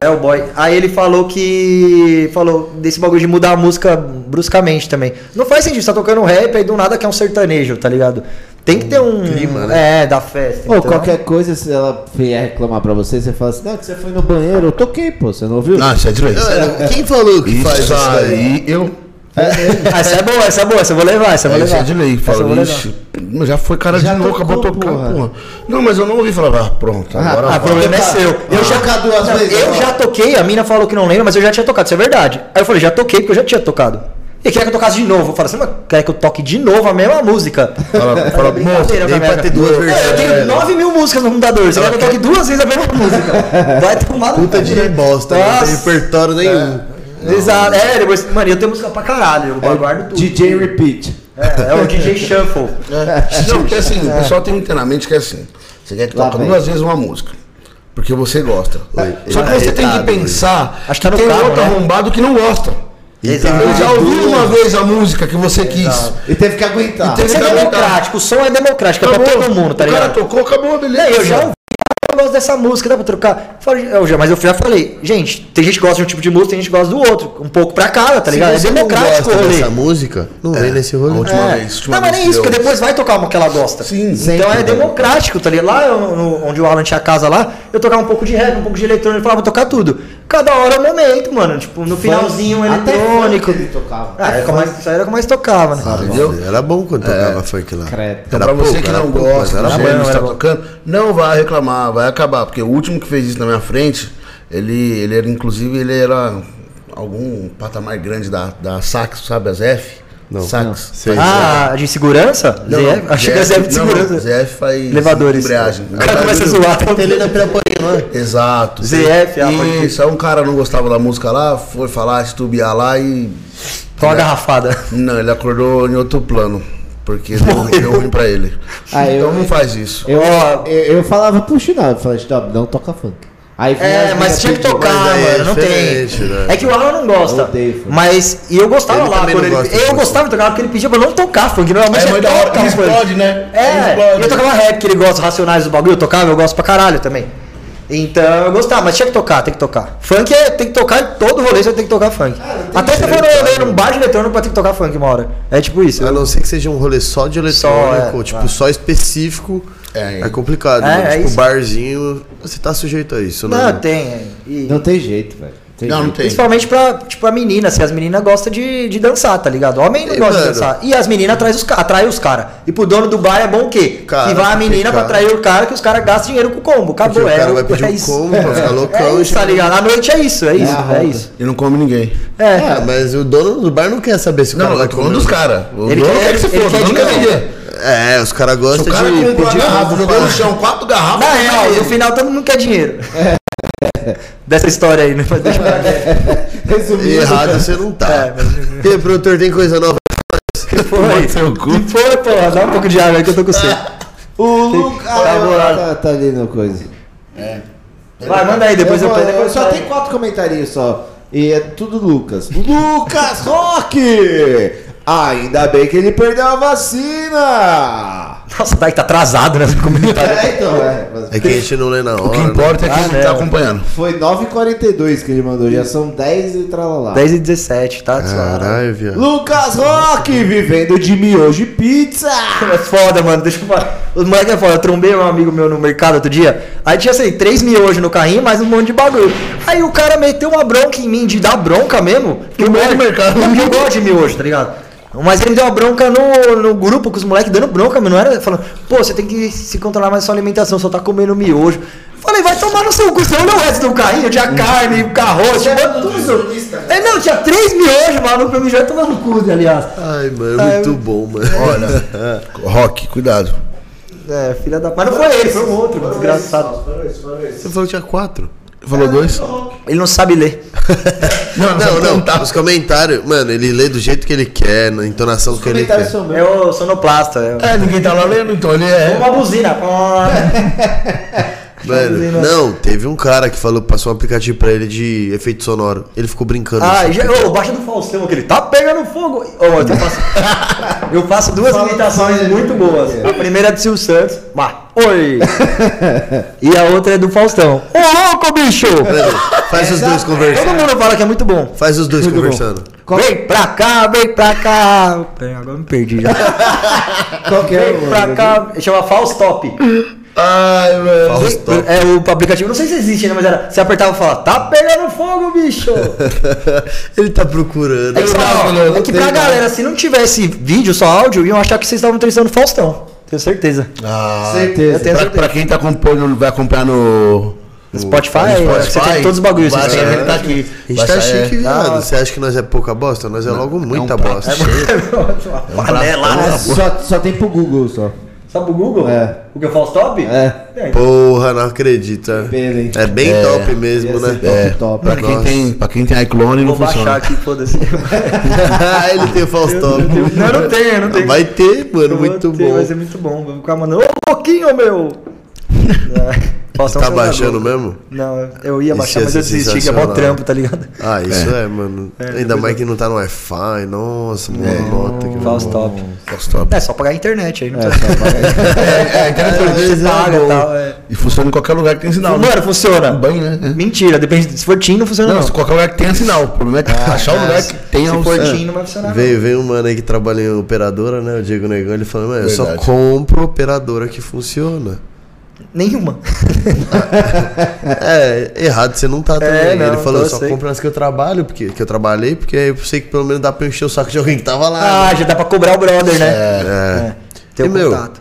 [SPEAKER 4] é o boy. Aí ele falou que. Falou desse bagulho de mudar a música bruscamente também. Não faz sentido, você tá tocando rap aí do nada que é um sertanejo, tá ligado? Tem que ter um.
[SPEAKER 2] clima,
[SPEAKER 3] né?
[SPEAKER 4] É, da festa.
[SPEAKER 5] Ou
[SPEAKER 4] então.
[SPEAKER 5] qualquer coisa, se ela vier reclamar pra você, você fala assim, não, que você foi no banheiro, eu toquei, pô, você não ouviu?
[SPEAKER 3] Não, isso é direito.
[SPEAKER 2] Cara, Quem falou que faz
[SPEAKER 3] Isso
[SPEAKER 2] isso daí?
[SPEAKER 3] aí eu.
[SPEAKER 4] Ah, essa é boa, essa é boa, essa eu vou levar, essa eu
[SPEAKER 3] É,
[SPEAKER 4] vou
[SPEAKER 3] isso
[SPEAKER 4] levar.
[SPEAKER 3] é de lei.
[SPEAKER 4] Essa eu
[SPEAKER 3] Fala,
[SPEAKER 4] vou levar.
[SPEAKER 3] "Ixi, mas já foi cara
[SPEAKER 5] Já
[SPEAKER 3] de louco,
[SPEAKER 5] tocou,
[SPEAKER 3] acabou tocar,
[SPEAKER 5] porra."
[SPEAKER 3] porra. Não, mas eu não ouvi falar, ah, pronto, agora
[SPEAKER 4] Ah, o [LAUGHS]
[SPEAKER 3] vai.
[SPEAKER 4] problema é seu. Eu já,
[SPEAKER 2] tocar duas
[SPEAKER 4] Não,
[SPEAKER 2] vezes,
[SPEAKER 4] eu
[SPEAKER 2] ó.
[SPEAKER 4] já toquei, a mina falou que não lembra, mas eu já tinha tocado, isso é verdade. Aí eu falei, já toquei porque eu já tinha tocado. E quer que eu tocasse de novo? Eu falei, você não quer que eu toque de novo a mesma música?
[SPEAKER 3] Fala, fala, moço, né?"
[SPEAKER 4] Brincadeira,
[SPEAKER 2] Tem
[SPEAKER 4] galera.
[SPEAKER 2] pra ter duas
[SPEAKER 4] É, eu tenho
[SPEAKER 2] versões.
[SPEAKER 4] 9 mil músicas no computador. Você quer que eu toque duas vezes a mesma música? Vai tomar no
[SPEAKER 2] Puta
[SPEAKER 4] cu. né?
[SPEAKER 2] de bosta, não
[SPEAKER 4] Nossa.
[SPEAKER 2] tem repertório nenhum.
[SPEAKER 4] Exato. É, depois. Mano, eu tenho música pra caralho.
[SPEAKER 2] É
[SPEAKER 4] Eu guardo tudo.
[SPEAKER 5] DJ Repeat.
[SPEAKER 4] É, é o DJ
[SPEAKER 2] [LAUGHS]
[SPEAKER 4] Shuffle.
[SPEAKER 3] Não, porque assim, o pessoal tem internamente que é assim. Você quer que
[SPEAKER 5] Lá
[SPEAKER 3] toque
[SPEAKER 5] vem.
[SPEAKER 3] duas vezes uma música. Porque você gosta.
[SPEAKER 2] Oi,
[SPEAKER 3] Só que
[SPEAKER 2] ele
[SPEAKER 3] você
[SPEAKER 2] tá
[SPEAKER 3] tem que
[SPEAKER 2] irritado,
[SPEAKER 3] pensar
[SPEAKER 4] É. Acho que tá no
[SPEAKER 3] tem
[SPEAKER 4] carro,
[SPEAKER 3] outro
[SPEAKER 4] né?
[SPEAKER 3] arrombado que não gosta.
[SPEAKER 4] Exato.
[SPEAKER 3] Ele já ouviu uma vez a música que você quis.
[SPEAKER 5] E teve que aguentar.
[SPEAKER 4] Tem que ser democrático. O som é democrático. É pra
[SPEAKER 3] Acabou.
[SPEAKER 4] todo mundo, tá
[SPEAKER 3] O cara
[SPEAKER 4] ligado?
[SPEAKER 3] tocou, acabou, beleza.
[SPEAKER 4] É, eu já ouvi. Eu gosto dessa música, dá pra trocar? Eu falei, eu já- Mas eu já falei, gente, tem gente que gosta de um tipo de música, tem gente que gosta do outro. Um pouco pra cada, tá ligado? É
[SPEAKER 2] Se você não
[SPEAKER 4] democrático o
[SPEAKER 2] gosta
[SPEAKER 4] rolê.
[SPEAKER 2] dessa música, não vem nesse
[SPEAKER 3] A
[SPEAKER 2] rolê.
[SPEAKER 3] última
[SPEAKER 4] É.
[SPEAKER 3] vez. a última
[SPEAKER 4] Não, mas
[SPEAKER 3] vez
[SPEAKER 4] nem isso,
[SPEAKER 3] deu.
[SPEAKER 4] porque depois vai tocar uma que ela gosta.
[SPEAKER 3] Sim,
[SPEAKER 4] então é democrático, tá ligado? Lá eu- no- onde o Alan tinha a casa lá, eu tocava um pouco de rap, um pouco de eletrônico, ele falava, vou tocar tudo. Cada hora é um momento, mano. Tipo, no finalzinho um
[SPEAKER 5] Até
[SPEAKER 4] eletrônico.
[SPEAKER 5] funk ele tocava.
[SPEAKER 4] Ah,
[SPEAKER 3] é
[SPEAKER 4] era mais, isso aí era o que mais tocava, né?
[SPEAKER 2] Entendeu? Ah, Era bom
[SPEAKER 4] É.
[SPEAKER 2] quando tocava funk lá.
[SPEAKER 5] Credo.
[SPEAKER 3] Então, pra você
[SPEAKER 2] pouco,
[SPEAKER 3] que
[SPEAKER 2] era
[SPEAKER 3] não
[SPEAKER 2] pouco,
[SPEAKER 3] gosta,
[SPEAKER 2] né? mas era
[SPEAKER 3] do gênero
[SPEAKER 2] bom.
[SPEAKER 3] que você tá tocando, não vai reclamar, vai acabar. Porque o último que fez isso na minha frente, ele, ele era, inclusive, ele era algum patamar grande da, da Sax, sabe? As F?
[SPEAKER 2] Não.
[SPEAKER 3] Sax.
[SPEAKER 2] Sei.
[SPEAKER 4] ah, de segurança?
[SPEAKER 3] Não,
[SPEAKER 4] ZF?
[SPEAKER 3] não,
[SPEAKER 4] Achei que era ZF de
[SPEAKER 3] não, não,
[SPEAKER 4] segurança.
[SPEAKER 3] ZF faz
[SPEAKER 4] Elevadores.
[SPEAKER 3] embreagem.
[SPEAKER 4] O cara começa a zoar.
[SPEAKER 2] Helena Piraporinha, né?
[SPEAKER 3] Exato.
[SPEAKER 4] ZF, ah, pode crer.
[SPEAKER 3] Isso, aí um cara não gostava da música lá, foi falar, estubiar lá e
[SPEAKER 4] Tô uma garrafada.
[SPEAKER 3] Não, ele acordou em outro plano. Porque deu, deu ruim pra ele.
[SPEAKER 5] Ah, eu-
[SPEAKER 3] então não faz isso.
[SPEAKER 5] Eu,
[SPEAKER 4] Ó.
[SPEAKER 5] eu, eu falava pro Chinal, eu falava, Chinal, não toca funk. Aí vinha
[SPEAKER 4] É,
[SPEAKER 5] as
[SPEAKER 4] mas
[SPEAKER 5] meninas
[SPEAKER 4] tinha que
[SPEAKER 5] pedir-
[SPEAKER 4] tocar,
[SPEAKER 2] mas é
[SPEAKER 4] mano, não tem.
[SPEAKER 2] diferente, né?
[SPEAKER 4] É que o Alan não gosta.
[SPEAKER 5] Eu odeio funk.
[SPEAKER 4] mas. E eu gostava
[SPEAKER 2] Ele
[SPEAKER 4] lá
[SPEAKER 2] também
[SPEAKER 4] quando
[SPEAKER 2] não
[SPEAKER 4] ele.
[SPEAKER 2] gosta de
[SPEAKER 4] eu
[SPEAKER 2] funk.
[SPEAKER 4] gostava de tocar porque ele pedia pra não tocar funk. Normalmente é, toca
[SPEAKER 3] que
[SPEAKER 4] funk.
[SPEAKER 3] um né?
[SPEAKER 4] É,
[SPEAKER 3] Explode.
[SPEAKER 4] eu tocava rap que ele gosta, racionais do bagulho, eu tocava, eu gosto pra caralho também. Então eu gostava, mas tinha que tocar, tem que tocar. Funk é, tem que tocar em todo rolê, você tem que tocar funk.
[SPEAKER 2] Ah,
[SPEAKER 4] Até se eu for no rolê
[SPEAKER 2] né?
[SPEAKER 4] num bar de eletrônico pra ter que tocar funk uma hora. É tipo isso.
[SPEAKER 2] A não ser que seja um rolê só de eletrônico,
[SPEAKER 4] Só, é,
[SPEAKER 2] tipo,
[SPEAKER 4] tá.
[SPEAKER 2] só específico,
[SPEAKER 3] É,
[SPEAKER 2] é,
[SPEAKER 3] hein?
[SPEAKER 2] complicado.
[SPEAKER 4] É,
[SPEAKER 2] né?
[SPEAKER 4] é
[SPEAKER 2] tipo,
[SPEAKER 4] isso.
[SPEAKER 2] barzinho, você tá sujeito a isso, né?
[SPEAKER 4] Não, tem. é. E-
[SPEAKER 5] Não tem jeito, velho. Não tem
[SPEAKER 3] Não, não
[SPEAKER 5] jeito.
[SPEAKER 3] tem.
[SPEAKER 4] Principalmente pra, tipo, a menina, assim, as meninas gostam de, de dançar, tá ligado? Homem não
[SPEAKER 2] E,
[SPEAKER 4] gosta de
[SPEAKER 2] mano,
[SPEAKER 4] dançar. E as meninas atrai os, ca- atrai os caras. E pro dono do bar é bom o quê?
[SPEAKER 2] Cara,
[SPEAKER 4] que vai a menina
[SPEAKER 2] fica-
[SPEAKER 4] pra atrair o cara, que os caras gastam dinheiro com combo.
[SPEAKER 2] Porque
[SPEAKER 4] Acabou,
[SPEAKER 2] o
[SPEAKER 4] é.
[SPEAKER 2] cara vai
[SPEAKER 4] é
[SPEAKER 2] pedir um
[SPEAKER 4] isso.
[SPEAKER 2] combo, vai ficar loucão.
[SPEAKER 4] É isso, tá ligado? À noite é isso, é isso,
[SPEAKER 5] a
[SPEAKER 4] é,
[SPEAKER 5] roda.
[SPEAKER 4] isso.
[SPEAKER 3] E não come ninguém.
[SPEAKER 4] É.
[SPEAKER 2] Ah, mas o dono do bar não quer saber se o cara
[SPEAKER 3] Não,
[SPEAKER 2] vai
[SPEAKER 3] eu tô falando
[SPEAKER 2] comer.
[SPEAKER 3] dos caras. O
[SPEAKER 4] Ele
[SPEAKER 3] dono
[SPEAKER 4] quer-
[SPEAKER 3] quer que se
[SPEAKER 4] ele
[SPEAKER 3] foda,
[SPEAKER 4] quer
[SPEAKER 3] o dono quer
[SPEAKER 4] dinheiro.
[SPEAKER 3] vender.
[SPEAKER 2] É, os caras
[SPEAKER 3] O
[SPEAKER 2] gostam de
[SPEAKER 3] cara comprou a
[SPEAKER 2] pedir
[SPEAKER 3] garrafa,
[SPEAKER 2] combo.
[SPEAKER 3] jogou no chão quatro garrafas.
[SPEAKER 4] Na real,
[SPEAKER 3] ele-
[SPEAKER 4] é, no final todo mundo quer dinheiro. Dessa história aí, né? Mas deixa pra cá.
[SPEAKER 5] Resumindo,
[SPEAKER 2] E errado você não tá. [LAUGHS] E aí, produtor, tem coisa nova?
[SPEAKER 4] Foi.
[SPEAKER 3] seu cu.
[SPEAKER 4] Que foi, porra. Dá um pouco de água aí que eu tô com sede.
[SPEAKER 5] o Lucas
[SPEAKER 4] Tá bolado.
[SPEAKER 5] tá, tá ali no coisa.
[SPEAKER 4] Vai, manda aí, depois eu,
[SPEAKER 5] vou-
[SPEAKER 4] pego. depois eu
[SPEAKER 5] Só
[SPEAKER 4] falo.
[SPEAKER 5] tem quatro comentários só. E é tudo
[SPEAKER 4] [LAUGHS]
[SPEAKER 5] Lucas. Lucas Rock! Ainda bem que ele perdeu a vacina!
[SPEAKER 4] Nossa, tá, tá atrasado nessa
[SPEAKER 5] [LAUGHS]
[SPEAKER 4] comunidade.
[SPEAKER 5] É, então, é. mas
[SPEAKER 2] É que a gente não lê na hora.
[SPEAKER 3] O que
[SPEAKER 2] né?
[SPEAKER 3] importa é que
[SPEAKER 4] Ah,
[SPEAKER 3] ele
[SPEAKER 4] né?
[SPEAKER 3] tá acompanhando.
[SPEAKER 5] Foi 9h42 que ele mandou, já são 10 e tralalá.
[SPEAKER 4] 10 e 17, tá? Suave.
[SPEAKER 2] Caralho, viado.
[SPEAKER 5] Lucas Rock, vivendo de miojo e pizza!
[SPEAKER 4] É foda, mano. Deixa eu falar. Os moleques é foda. Eu trombei um amigo meu no mercado outro dia. Aí tinha, sei, 3 miojos no carrinho, mais um monte de bagulho. Aí o cara meteu uma bronca em mim de dar bronca mesmo. Que o
[SPEAKER 3] meio do
[SPEAKER 4] moleque-
[SPEAKER 3] mercado.
[SPEAKER 4] Não, porque eu gosto de miojo, tá ligado? Mas ele deu uma bronca no, no grupo com os moleques dando bronca, mano. Não era falando, pô, você tem que se controlar mais na sua alimentação, só tá comendo miojo. Falei, vai tomar no seu cu, você olhou o resto do carrinho, tinha carne, arroz, tinha tudo. É, não, tinha três miojos, maluco, eu me já tomar no cu, aliás.
[SPEAKER 2] Ai, mano,
[SPEAKER 4] Ai,
[SPEAKER 2] muito
[SPEAKER 4] eu-
[SPEAKER 2] bom, mano.
[SPEAKER 3] Olha, Rock, cuidado.
[SPEAKER 4] É, filha da. Mas não foi ele, foi um outro, desgraçado.
[SPEAKER 2] Você falou que tinha quatro.
[SPEAKER 3] Falou dois? tá-
[SPEAKER 4] ele não sabe ler.
[SPEAKER 2] Não, não, tá, Os comentários, mano, ele lê do jeito que ele quer, na entonação que ele quer.
[SPEAKER 5] Comentários são
[SPEAKER 4] É
[SPEAKER 5] meus.
[SPEAKER 4] o sonoplasta. É o-
[SPEAKER 3] É, ninguém tá lá lendo, então ele é.
[SPEAKER 4] É uma buzina. Tá
[SPEAKER 2] Mano,
[SPEAKER 4] assim.
[SPEAKER 2] não, teve um cara que falou, passou um aplicativo pra ele de efeito sonoro. Ele ficou brincando.
[SPEAKER 4] [LAUGHS] Ah,
[SPEAKER 2] assim.
[SPEAKER 4] já, ô, baixa do Faustão aquele. Tá pegando fogo. Ô, eu, [LAUGHS] faço, eu faço duas
[SPEAKER 5] Fala-
[SPEAKER 4] imitações
[SPEAKER 5] fala-
[SPEAKER 4] muito boas. A primeira é do Silvio Santos. Bah, [LAUGHS] oi. e a outra é do Faustão. Ô, louco, bicho.
[SPEAKER 2] Mano, faz os dois
[SPEAKER 4] Todo
[SPEAKER 2] conversando.
[SPEAKER 4] mundo fala que é muito bom.
[SPEAKER 2] Faz os dois
[SPEAKER 4] Muito bom.
[SPEAKER 2] conversando.
[SPEAKER 4] Vem pra cá, vem pra cá. Pera, agora me perdi já.
[SPEAKER 5] Qual que é
[SPEAKER 4] Vem
[SPEAKER 5] o
[SPEAKER 4] pra cá. Chama Faustop.
[SPEAKER 3] Ai, mano.
[SPEAKER 2] Fala os top.
[SPEAKER 4] É o aplicativo, não sei se existe ainda, mas era. Você apertava e falava, tá pegando fogo,
[SPEAKER 2] [LAUGHS]
[SPEAKER 4] bicho!
[SPEAKER 2] [LAUGHS] Ele tá procurando.
[SPEAKER 4] É que, ó, é que pra galera, se não tivesse vídeo, só áudio, iam achar que vocês estavam entrevistando o Faustão. Tenho certeza.
[SPEAKER 2] Ah,
[SPEAKER 5] Certeza.
[SPEAKER 4] Eu tenho
[SPEAKER 3] Pra, pra quem tá acompanhando, vai acompanhar no.
[SPEAKER 4] No Spotify, é, você tem todos os bagulhos.
[SPEAKER 3] Baixa,
[SPEAKER 4] Você tem né?
[SPEAKER 3] ele tá aqui.
[SPEAKER 2] a gente
[SPEAKER 3] Baixa,
[SPEAKER 2] tá
[SPEAKER 3] é. um
[SPEAKER 2] chique,
[SPEAKER 4] Da
[SPEAKER 2] viado.
[SPEAKER 4] hora.
[SPEAKER 2] Você acha que nós é pouca bosta? Nós é logo muita bosta.
[SPEAKER 5] É,
[SPEAKER 3] Panela.
[SPEAKER 5] só, só tem pro Google só.
[SPEAKER 2] né?
[SPEAKER 4] Sabe o Google?
[SPEAKER 5] É.
[SPEAKER 4] O que é o Faustop? então,
[SPEAKER 5] É.
[SPEAKER 2] Porra, não acredita.
[SPEAKER 5] Pena, hein?
[SPEAKER 2] É bem
[SPEAKER 3] É.
[SPEAKER 2] top mesmo,
[SPEAKER 5] Ia
[SPEAKER 2] né?
[SPEAKER 5] ser top,
[SPEAKER 2] É.
[SPEAKER 5] top.
[SPEAKER 3] Pra quem,
[SPEAKER 2] Nossa.
[SPEAKER 3] tem, pra quem tem iClone, não
[SPEAKER 4] Vou baixar
[SPEAKER 3] funciona.
[SPEAKER 2] [LAUGHS]
[SPEAKER 4] aqui, foda-se.
[SPEAKER 2] Ah, [LAUGHS] ele tem o Faustão.
[SPEAKER 4] não, eu não tenho, eu não tenho.
[SPEAKER 2] Vai ter, mano,
[SPEAKER 4] Eu vou
[SPEAKER 2] muito
[SPEAKER 4] ter,
[SPEAKER 2] bom.
[SPEAKER 4] Vai ser muito bom. Vou ficar mandando, ô louquinho, meu! É, Faustão
[SPEAKER 2] [LAUGHS] Tá
[SPEAKER 4] saiu da
[SPEAKER 2] baixando
[SPEAKER 4] Globo.
[SPEAKER 2] mesmo?
[SPEAKER 4] Não, eu ia
[SPEAKER 2] Isso
[SPEAKER 4] baixar,
[SPEAKER 2] ia
[SPEAKER 4] mas eu
[SPEAKER 2] ser
[SPEAKER 4] desisti, que é mó
[SPEAKER 2] sensacional.
[SPEAKER 4] trampo, tá ligado?
[SPEAKER 2] Ah, isso é, mano. Ainda mais que não tá no Wi-Fi. Nossa, mano, nota que
[SPEAKER 4] Faustop.
[SPEAKER 3] Faustop.
[SPEAKER 4] É só pagar a internet aí, não
[SPEAKER 5] É,
[SPEAKER 4] precisa.
[SPEAKER 5] só pra-
[SPEAKER 3] É, é
[SPEAKER 4] Às
[SPEAKER 3] interessante.
[SPEAKER 4] vezes
[SPEAKER 3] Você paga
[SPEAKER 4] é
[SPEAKER 3] e
[SPEAKER 4] bom.
[SPEAKER 3] tal. é. E funciona em qualquer lugar que tem sinal. né?
[SPEAKER 4] Mano, funciona.
[SPEAKER 3] Bem, né?
[SPEAKER 4] Mentira, depende. Se for TIM, não funciona
[SPEAKER 3] Não,
[SPEAKER 4] não.
[SPEAKER 3] se
[SPEAKER 4] Se
[SPEAKER 3] qualquer lugar que tenha sinal. O problema é que [LAUGHS] achar o lugar que um- É. tenha o
[SPEAKER 4] for
[SPEAKER 3] sinal.
[SPEAKER 4] TIM, não vai funcionar. não.
[SPEAKER 2] Veio, veio um mano aí que trabalha em operadora, né? O Diego Negão, ele falou, mano, eu só
[SPEAKER 3] Verdade.
[SPEAKER 2] compro operadora que funciona.
[SPEAKER 4] Nenhuma.
[SPEAKER 2] É, errado você não tá também.
[SPEAKER 4] não,
[SPEAKER 2] ele falou,
[SPEAKER 4] tô,
[SPEAKER 2] eu só
[SPEAKER 4] sei.
[SPEAKER 2] compro as que eu trabalho, porque que eu trabalhei, porque aí eu sei que pelo menos dá pra encher o saco de alguém que tava lá.
[SPEAKER 4] [LAUGHS]
[SPEAKER 2] né?
[SPEAKER 4] Ah, já dá pra cobrar o brother, né?
[SPEAKER 2] É.
[SPEAKER 4] Ter
[SPEAKER 2] E,
[SPEAKER 4] o
[SPEAKER 2] meu,
[SPEAKER 4] contato.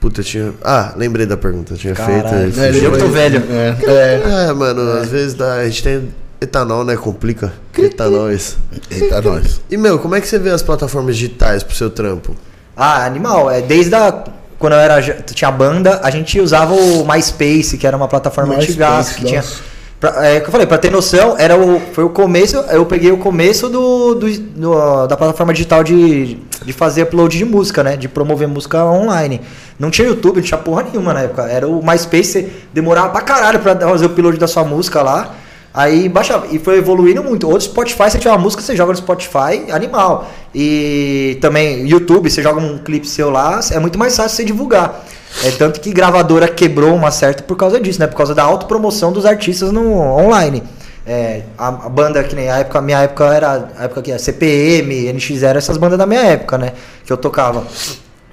[SPEAKER 2] Puta, eu tinha. Ah, lembrei da pergunta, eu tinha
[SPEAKER 4] Caralho.
[SPEAKER 2] feito. aí
[SPEAKER 4] Eu
[SPEAKER 2] fugiu.
[SPEAKER 4] que tô velho.
[SPEAKER 3] É. né, é.
[SPEAKER 2] É, mano, às vezes dá, a gente tem etanol, né? Complica. Etanol isso.
[SPEAKER 3] Eita, nós.
[SPEAKER 2] E, meu, como é que você vê as plataformas digitais pro seu trampo?
[SPEAKER 4] Ah, animal. É, desde a, quando eu era, jo- tinha banda, a gente usava o MySpace, que era uma plataforma
[SPEAKER 3] MySpace,
[SPEAKER 4] antigaça que tinha.
[SPEAKER 3] nossa.
[SPEAKER 4] Pra, é que eu falei, pra ter noção, era o, foi o começo, eu peguei o começo do, do- do, ah, da plataforma digital de, de fazer upload de música, né? De promover música online. Não tinha YouTube, não tinha porra nenhuma na época. Era o MySpace, você demorava pra caralho pra fazer o upload da sua música lá. Aí baixava, e foi evoluindo muito. Outro Spotify, você tinha uma música, você joga no Spotify, animal. E também YouTube, você joga um clipe seu lá, é muito mais fácil você divulgar. É tanto que gravadora quebrou uma certa por causa disso, né? Por causa da autopromoção dos artistas no online. É, a, a banda que nem a época, a minha época era a época que é era CPM, NX0, essas bandas da minha época, né? Que eu tocava.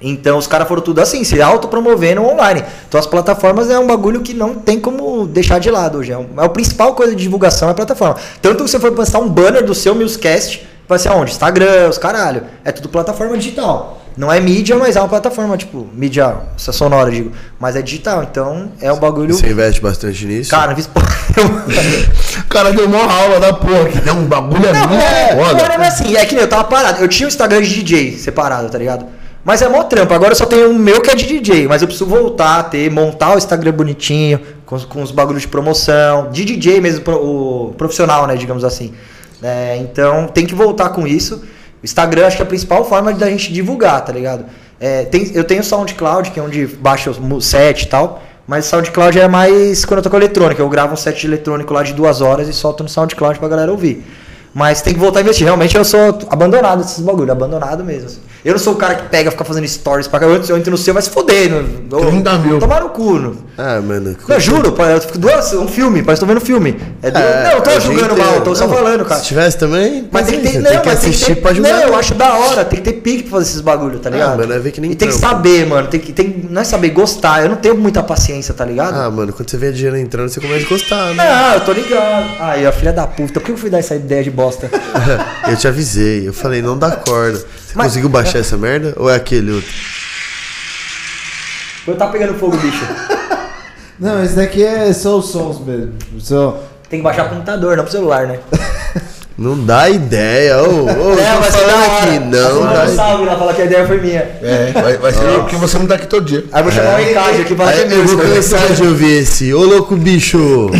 [SPEAKER 4] Então os caras foram tudo assim, se autopromovendo online. Então as plataformas é um bagulho que não tem como deixar de lado hoje. É, um- é a principal coisa de divulgação é a plataforma. Tanto que você for postar um banner do seu Musecast, vai ser onde? Instagram, os caralho. É tudo plataforma digital. Não é mídia, mas é uma plataforma, tipo, mídia essa sonora, digo. Mas é digital, então é um bagulho.
[SPEAKER 2] Você investe bastante nisso?
[SPEAKER 4] Cara, fiz [LAUGHS] porra.
[SPEAKER 3] O cara deu mó aula da porra, que deu um bagulho ali.
[SPEAKER 4] Não, é, agora não
[SPEAKER 3] foda.
[SPEAKER 4] é assim, é que nem eu tava parado. Eu tinha o Instagram de DJ separado, tá ligado? Mas é mó trampo. Agora eu só tenho o meu que é de DJ, mas eu preciso voltar a ter, montar o Instagram bonitinho, com, os- com os bagulhos de promoção, de DJ mesmo, pro- o profissional, né, digamos assim. É, então tem que voltar com isso. O Instagram acho que é a principal forma da gente divulgar, tá ligado? É, tem- eu tenho o SoundCloud, que é onde baixa os mu- set e tal. Mas SoundCloud é mais quando eu toco eletrônica. Eu gravo um set de eletrônico lá de duas horas e solto no SoundCloud pra galera ouvir. Mas tem que voltar a investir. Realmente eu sou abandonado desses bagulho, abandonado mesmo. assim. Eu não sou o cara que pega, fica fazendo stories pra cá. Eu entro eu entro no seu, vai se foder. Não, eu-
[SPEAKER 3] 30 mil.
[SPEAKER 4] Tomar no cu. Não.
[SPEAKER 2] Ah, mano.
[SPEAKER 4] Não, eu juro, pô, eu fico duas, um filme, parece que tô vendo filme. É duas- não, eu tô
[SPEAKER 2] a
[SPEAKER 4] julgando
[SPEAKER 2] gente-
[SPEAKER 4] mal, eu tô só
[SPEAKER 2] não,
[SPEAKER 4] falando, cara.
[SPEAKER 2] Se tivesse também,
[SPEAKER 4] Mas tem que ter,
[SPEAKER 2] paciência,
[SPEAKER 4] não,
[SPEAKER 2] tem que
[SPEAKER 4] mas tem que
[SPEAKER 2] assistir
[SPEAKER 4] ter-
[SPEAKER 2] pra ajudar.
[SPEAKER 4] Não, eu acho da hora, tem que ter pique pra fazer esses bagulho, tá ligado?
[SPEAKER 2] mano, é ver que nem
[SPEAKER 4] e tem que
[SPEAKER 2] trampo.
[SPEAKER 4] saber, mano, tem que, tem, não é saber gostar, eu não tenho muita paciência, tá ligado?
[SPEAKER 2] Ah, mano, quando você vê dinheiro entrando, você começa a gostar, né?
[SPEAKER 4] não, eu tô ligado. Aí, ó, filha da puta, por que eu fui dar essa ideia de bosta? [LAUGHS]
[SPEAKER 2] [LAUGHS] Eu te avisei, eu falei, não dá corda. Você
[SPEAKER 4] Mas-
[SPEAKER 2] conseguiu baixar essa merda? Ou é aquele outro?
[SPEAKER 4] eu tá pegando fogo, bicho.
[SPEAKER 5] Não, esse daqui é só os sons mesmo. Só...
[SPEAKER 4] Tem que baixar o computador, não pro celular, né?
[SPEAKER 2] Não dá ideia.
[SPEAKER 4] [LAUGHS]
[SPEAKER 2] Ô, ô,
[SPEAKER 4] É,
[SPEAKER 2] tô
[SPEAKER 4] vai ser
[SPEAKER 2] falando
[SPEAKER 4] da hora.
[SPEAKER 2] aqui, não
[SPEAKER 4] Vai
[SPEAKER 2] dá
[SPEAKER 4] dar um
[SPEAKER 2] ideia.
[SPEAKER 4] salve lá, falar que a ideia foi minha.
[SPEAKER 3] É, vai, vai ser porque você não tá aqui todo dia.
[SPEAKER 4] Aí eu vou chamar o Ricardo aqui pra falar que é
[SPEAKER 2] Aí, eu
[SPEAKER 4] meu.
[SPEAKER 2] vou cansar de ouvir né? esse. Ô, louco
[SPEAKER 4] [COUGHS]
[SPEAKER 2] bicho.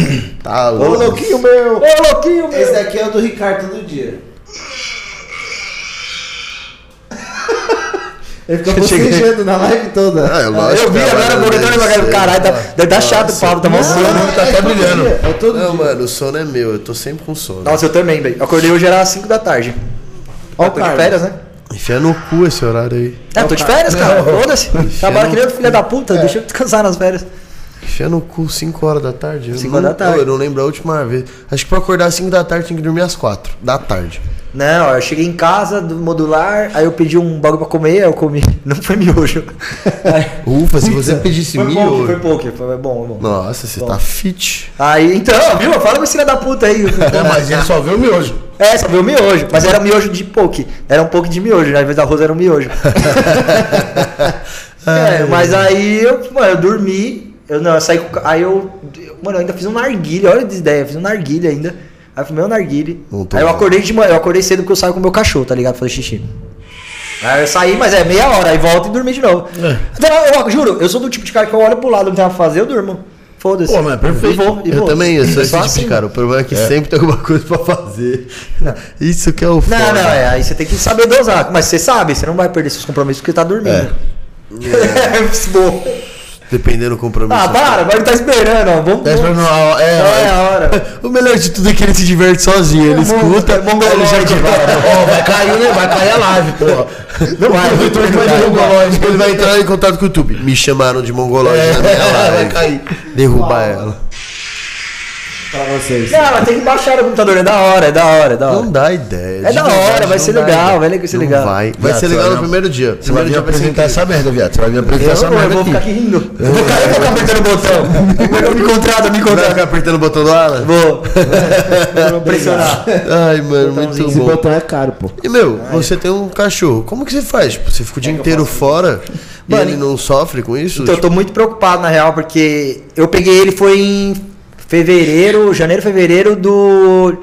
[SPEAKER 2] Tá
[SPEAKER 5] Ô,
[SPEAKER 2] louco.
[SPEAKER 5] louquinho meu!
[SPEAKER 4] Ô, louquinho,
[SPEAKER 5] Esse
[SPEAKER 4] meu.
[SPEAKER 5] daqui é o do Ricardo todo dia. Ele ficou bocejando na live toda.
[SPEAKER 2] Ah, [LAUGHS] é lógico. é
[SPEAKER 4] Eu vi
[SPEAKER 2] cara,
[SPEAKER 4] agora,
[SPEAKER 2] mano,
[SPEAKER 4] cortando
[SPEAKER 2] deve
[SPEAKER 4] e falei,
[SPEAKER 2] ser,
[SPEAKER 4] caralho, tá,
[SPEAKER 2] cara.
[SPEAKER 4] deve dar chato o Pablo, tá mal sono.
[SPEAKER 3] tá até
[SPEAKER 5] todo
[SPEAKER 3] brilhando.
[SPEAKER 5] dia, É todo
[SPEAKER 2] Não,
[SPEAKER 5] dia.
[SPEAKER 2] mano, o sono é meu. Eu tô sempre com sono.
[SPEAKER 4] Nossa, eu também, velho. Eu Acordei hoje era às 5 da tarde. Ó, eu tô de
[SPEAKER 5] Carlos.
[SPEAKER 4] férias, né?
[SPEAKER 2] Enfia no cu esse horário aí.
[SPEAKER 4] É, eu tô de férias, cara. Foda-se. Tá Trabalho que nem outro filho da puta, deixa eu descansar nas férias.
[SPEAKER 2] Enfia no cu 5 horas da tarde. Eu
[SPEAKER 4] Cinco horas
[SPEAKER 2] não-
[SPEAKER 4] da tarde.
[SPEAKER 2] Ô, Eu não lembro a última vez. Acho que pra acordar às 5 da tarde tem que dormir às 4 da tarde.
[SPEAKER 4] Não, eu cheguei em casa do modular, aí eu pedi um bagulho pra comer, aí eu comi. [LAUGHS] Não foi miojo. Aí-
[SPEAKER 2] Ufa, se você pedisse
[SPEAKER 4] foi pouco, foi
[SPEAKER 2] mil.
[SPEAKER 4] pouco, foi bom, foi bom.
[SPEAKER 2] Nossa, você tá fit.
[SPEAKER 4] Aí, então, viu? Fala com esse filho da puta aí.
[SPEAKER 3] É, mas ele só vê o miojo.
[SPEAKER 4] É, só viu miojo. Mas era miojo de poke. Era um pouco de miojo, né? Ao invés da arroz era
[SPEAKER 2] [LAUGHS]
[SPEAKER 4] um miojo. é, mas aí eu, mano, eu dormi. Eu não, eu saí com. o ca- Aí eu. Mano, eu ainda fiz um narguilha, olha a ideia, eu fiz um narguilha ainda. Aí eu fumei um narguile.
[SPEAKER 2] Não tô
[SPEAKER 4] Aí eu
[SPEAKER 2] vendo.
[SPEAKER 4] acordei de manhã, eu acordei cedo porque eu saio com o meu cachorro, tá ligado? Fazer xixi. Aí eu saí, mas é meia hora, aí volto e dormi de novo.
[SPEAKER 2] É.
[SPEAKER 4] Então, eu juro, eu sou do tipo de cara que eu olho pro lado, não tem nada pra fazer, eu durmo. Foda-se.
[SPEAKER 3] Pô, mas é perfeito.
[SPEAKER 4] E vou, e
[SPEAKER 2] Eu
[SPEAKER 4] vou.
[SPEAKER 2] também, eu sou
[SPEAKER 4] É
[SPEAKER 2] esse
[SPEAKER 4] [LAUGHS] só
[SPEAKER 2] tipo
[SPEAKER 4] assim.
[SPEAKER 2] de cara. O problema é que sempre tem alguma coisa pra fazer. Isso que é o
[SPEAKER 4] Não, não, é. Aí você tem que saber dosar. Mas você sabe, você não vai perder seus compromissos porque tá dormindo. É. Bom.
[SPEAKER 2] Dependendo do compromisso.
[SPEAKER 4] ah, para, agora ele tá esperando, ó. Vamos.
[SPEAKER 3] Tá esperando a hora.
[SPEAKER 4] É, é
[SPEAKER 3] É,
[SPEAKER 4] a hora.
[SPEAKER 2] O melhor de tudo é que ele se diverte sozinho. Ele
[SPEAKER 4] É mon-
[SPEAKER 2] escuta,
[SPEAKER 4] é mongoloide.
[SPEAKER 2] ele já diverte.
[SPEAKER 3] ó, vai cair, né? Vai cair a live, pô.
[SPEAKER 4] Não vai,
[SPEAKER 3] O Vitor vai
[SPEAKER 4] vai.
[SPEAKER 3] derrubar a live.
[SPEAKER 2] Ele vai entrar em contato com o YouTube. Me chamaram de mongoloide na minha
[SPEAKER 3] É, vai
[SPEAKER 2] live.
[SPEAKER 3] cair.
[SPEAKER 2] Derrubar ela.
[SPEAKER 5] Pra vocês.
[SPEAKER 4] Não, mas tem que baixar o computador, é da hora, é da hora, é da hora.
[SPEAKER 2] Não dá ideia.
[SPEAKER 4] É
[SPEAKER 2] de
[SPEAKER 4] da hora,
[SPEAKER 2] verdade, não
[SPEAKER 4] vai ser
[SPEAKER 2] dá
[SPEAKER 4] legal,
[SPEAKER 2] ideia.
[SPEAKER 4] vai ser
[SPEAKER 2] Não
[SPEAKER 4] legal.
[SPEAKER 2] Vai, vai
[SPEAKER 3] Viado,
[SPEAKER 2] ser
[SPEAKER 3] você
[SPEAKER 2] legal
[SPEAKER 3] vai
[SPEAKER 2] no
[SPEAKER 3] não-
[SPEAKER 2] primeiro dia.
[SPEAKER 3] Você vai
[SPEAKER 2] Primeiro
[SPEAKER 3] vir
[SPEAKER 2] dia vai ser
[SPEAKER 3] apresentar
[SPEAKER 2] incrível.
[SPEAKER 3] essa merda, viado. Você vai vir apresentar
[SPEAKER 4] Eu
[SPEAKER 3] essa
[SPEAKER 4] não, eu
[SPEAKER 3] merda
[SPEAKER 4] vou ficar
[SPEAKER 3] aqui.
[SPEAKER 4] aqui rindo. Eu vou ficar eu vou ficar apertando o botão. Me contrata, me
[SPEAKER 2] Vai ficar
[SPEAKER 4] contrata.
[SPEAKER 2] apertando o botão do Alan?
[SPEAKER 4] Vou. Vou pressionar.
[SPEAKER 2] [LAUGHS] Ai, mano, muito
[SPEAKER 5] Esse
[SPEAKER 2] bom.
[SPEAKER 5] botão é caro, pô.
[SPEAKER 2] E, meu, você tem um cachorro. Como que você faz? Tipo, você fica o dia inteiro fora e
[SPEAKER 4] Mano,
[SPEAKER 2] ele não sofre com isso?
[SPEAKER 4] Então, eu tô muito preocupado, na real, porque eu peguei ele foi em fevereiro, janeiro, fevereiro do.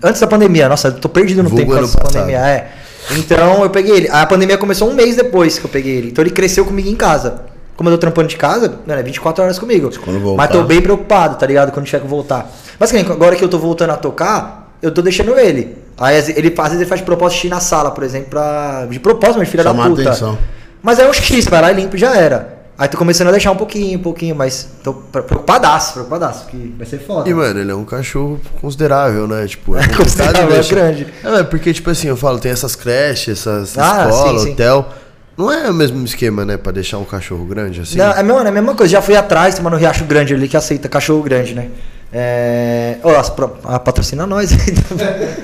[SPEAKER 4] Antes da pandemia, nossa, eu tô perdido no
[SPEAKER 2] Vulgo
[SPEAKER 4] tempo
[SPEAKER 2] ano
[SPEAKER 4] antes da
[SPEAKER 2] passado.
[SPEAKER 4] pandemia, é. Então eu peguei ele. A pandemia começou um mês depois que eu peguei ele. Então ele cresceu comigo em casa. Como eu tô trampando de casa, mano, é 24 horas comigo.
[SPEAKER 3] Quando voltar.
[SPEAKER 4] Mas tô bem preocupado, tá ligado? Quando o Checo voltar. Mas que nem agora que eu tô voltando a tocar, eu tô deixando ele. Aí às vezes, ele, às vezes ele faz de propósito xixi na sala, por exemplo, pra... de propósito, mas filha
[SPEAKER 3] Chamar
[SPEAKER 4] da puta.
[SPEAKER 3] atenção.
[SPEAKER 4] Mas é um X, vai lá e limpa e já era. Aí tô começando a deixar um pouquinho, um pouquinho, mas tô pre- preocupadaço, preocupadaço, que vai ser foda.
[SPEAKER 2] E, mano, ele é um cachorro considerável, né?
[SPEAKER 4] [LAUGHS]
[SPEAKER 2] Tipo, é
[SPEAKER 4] considerável,
[SPEAKER 2] complicado
[SPEAKER 4] é
[SPEAKER 2] deixar.
[SPEAKER 4] grande.
[SPEAKER 2] É, mas porque, tipo assim, eu falo, tem essas creches, essas
[SPEAKER 4] Ah,
[SPEAKER 2] escolas,
[SPEAKER 4] sim, sim.
[SPEAKER 2] hotel. Não é o mesmo esquema, né? Pra deixar um cachorro grande assim.
[SPEAKER 4] Não, é, mano, é a mesma coisa, já fui atrás, tem mano, no Riacho Grande ali que aceita cachorro grande, né? É... Ô, as pro- ah, patrocina nós [LAUGHS] aí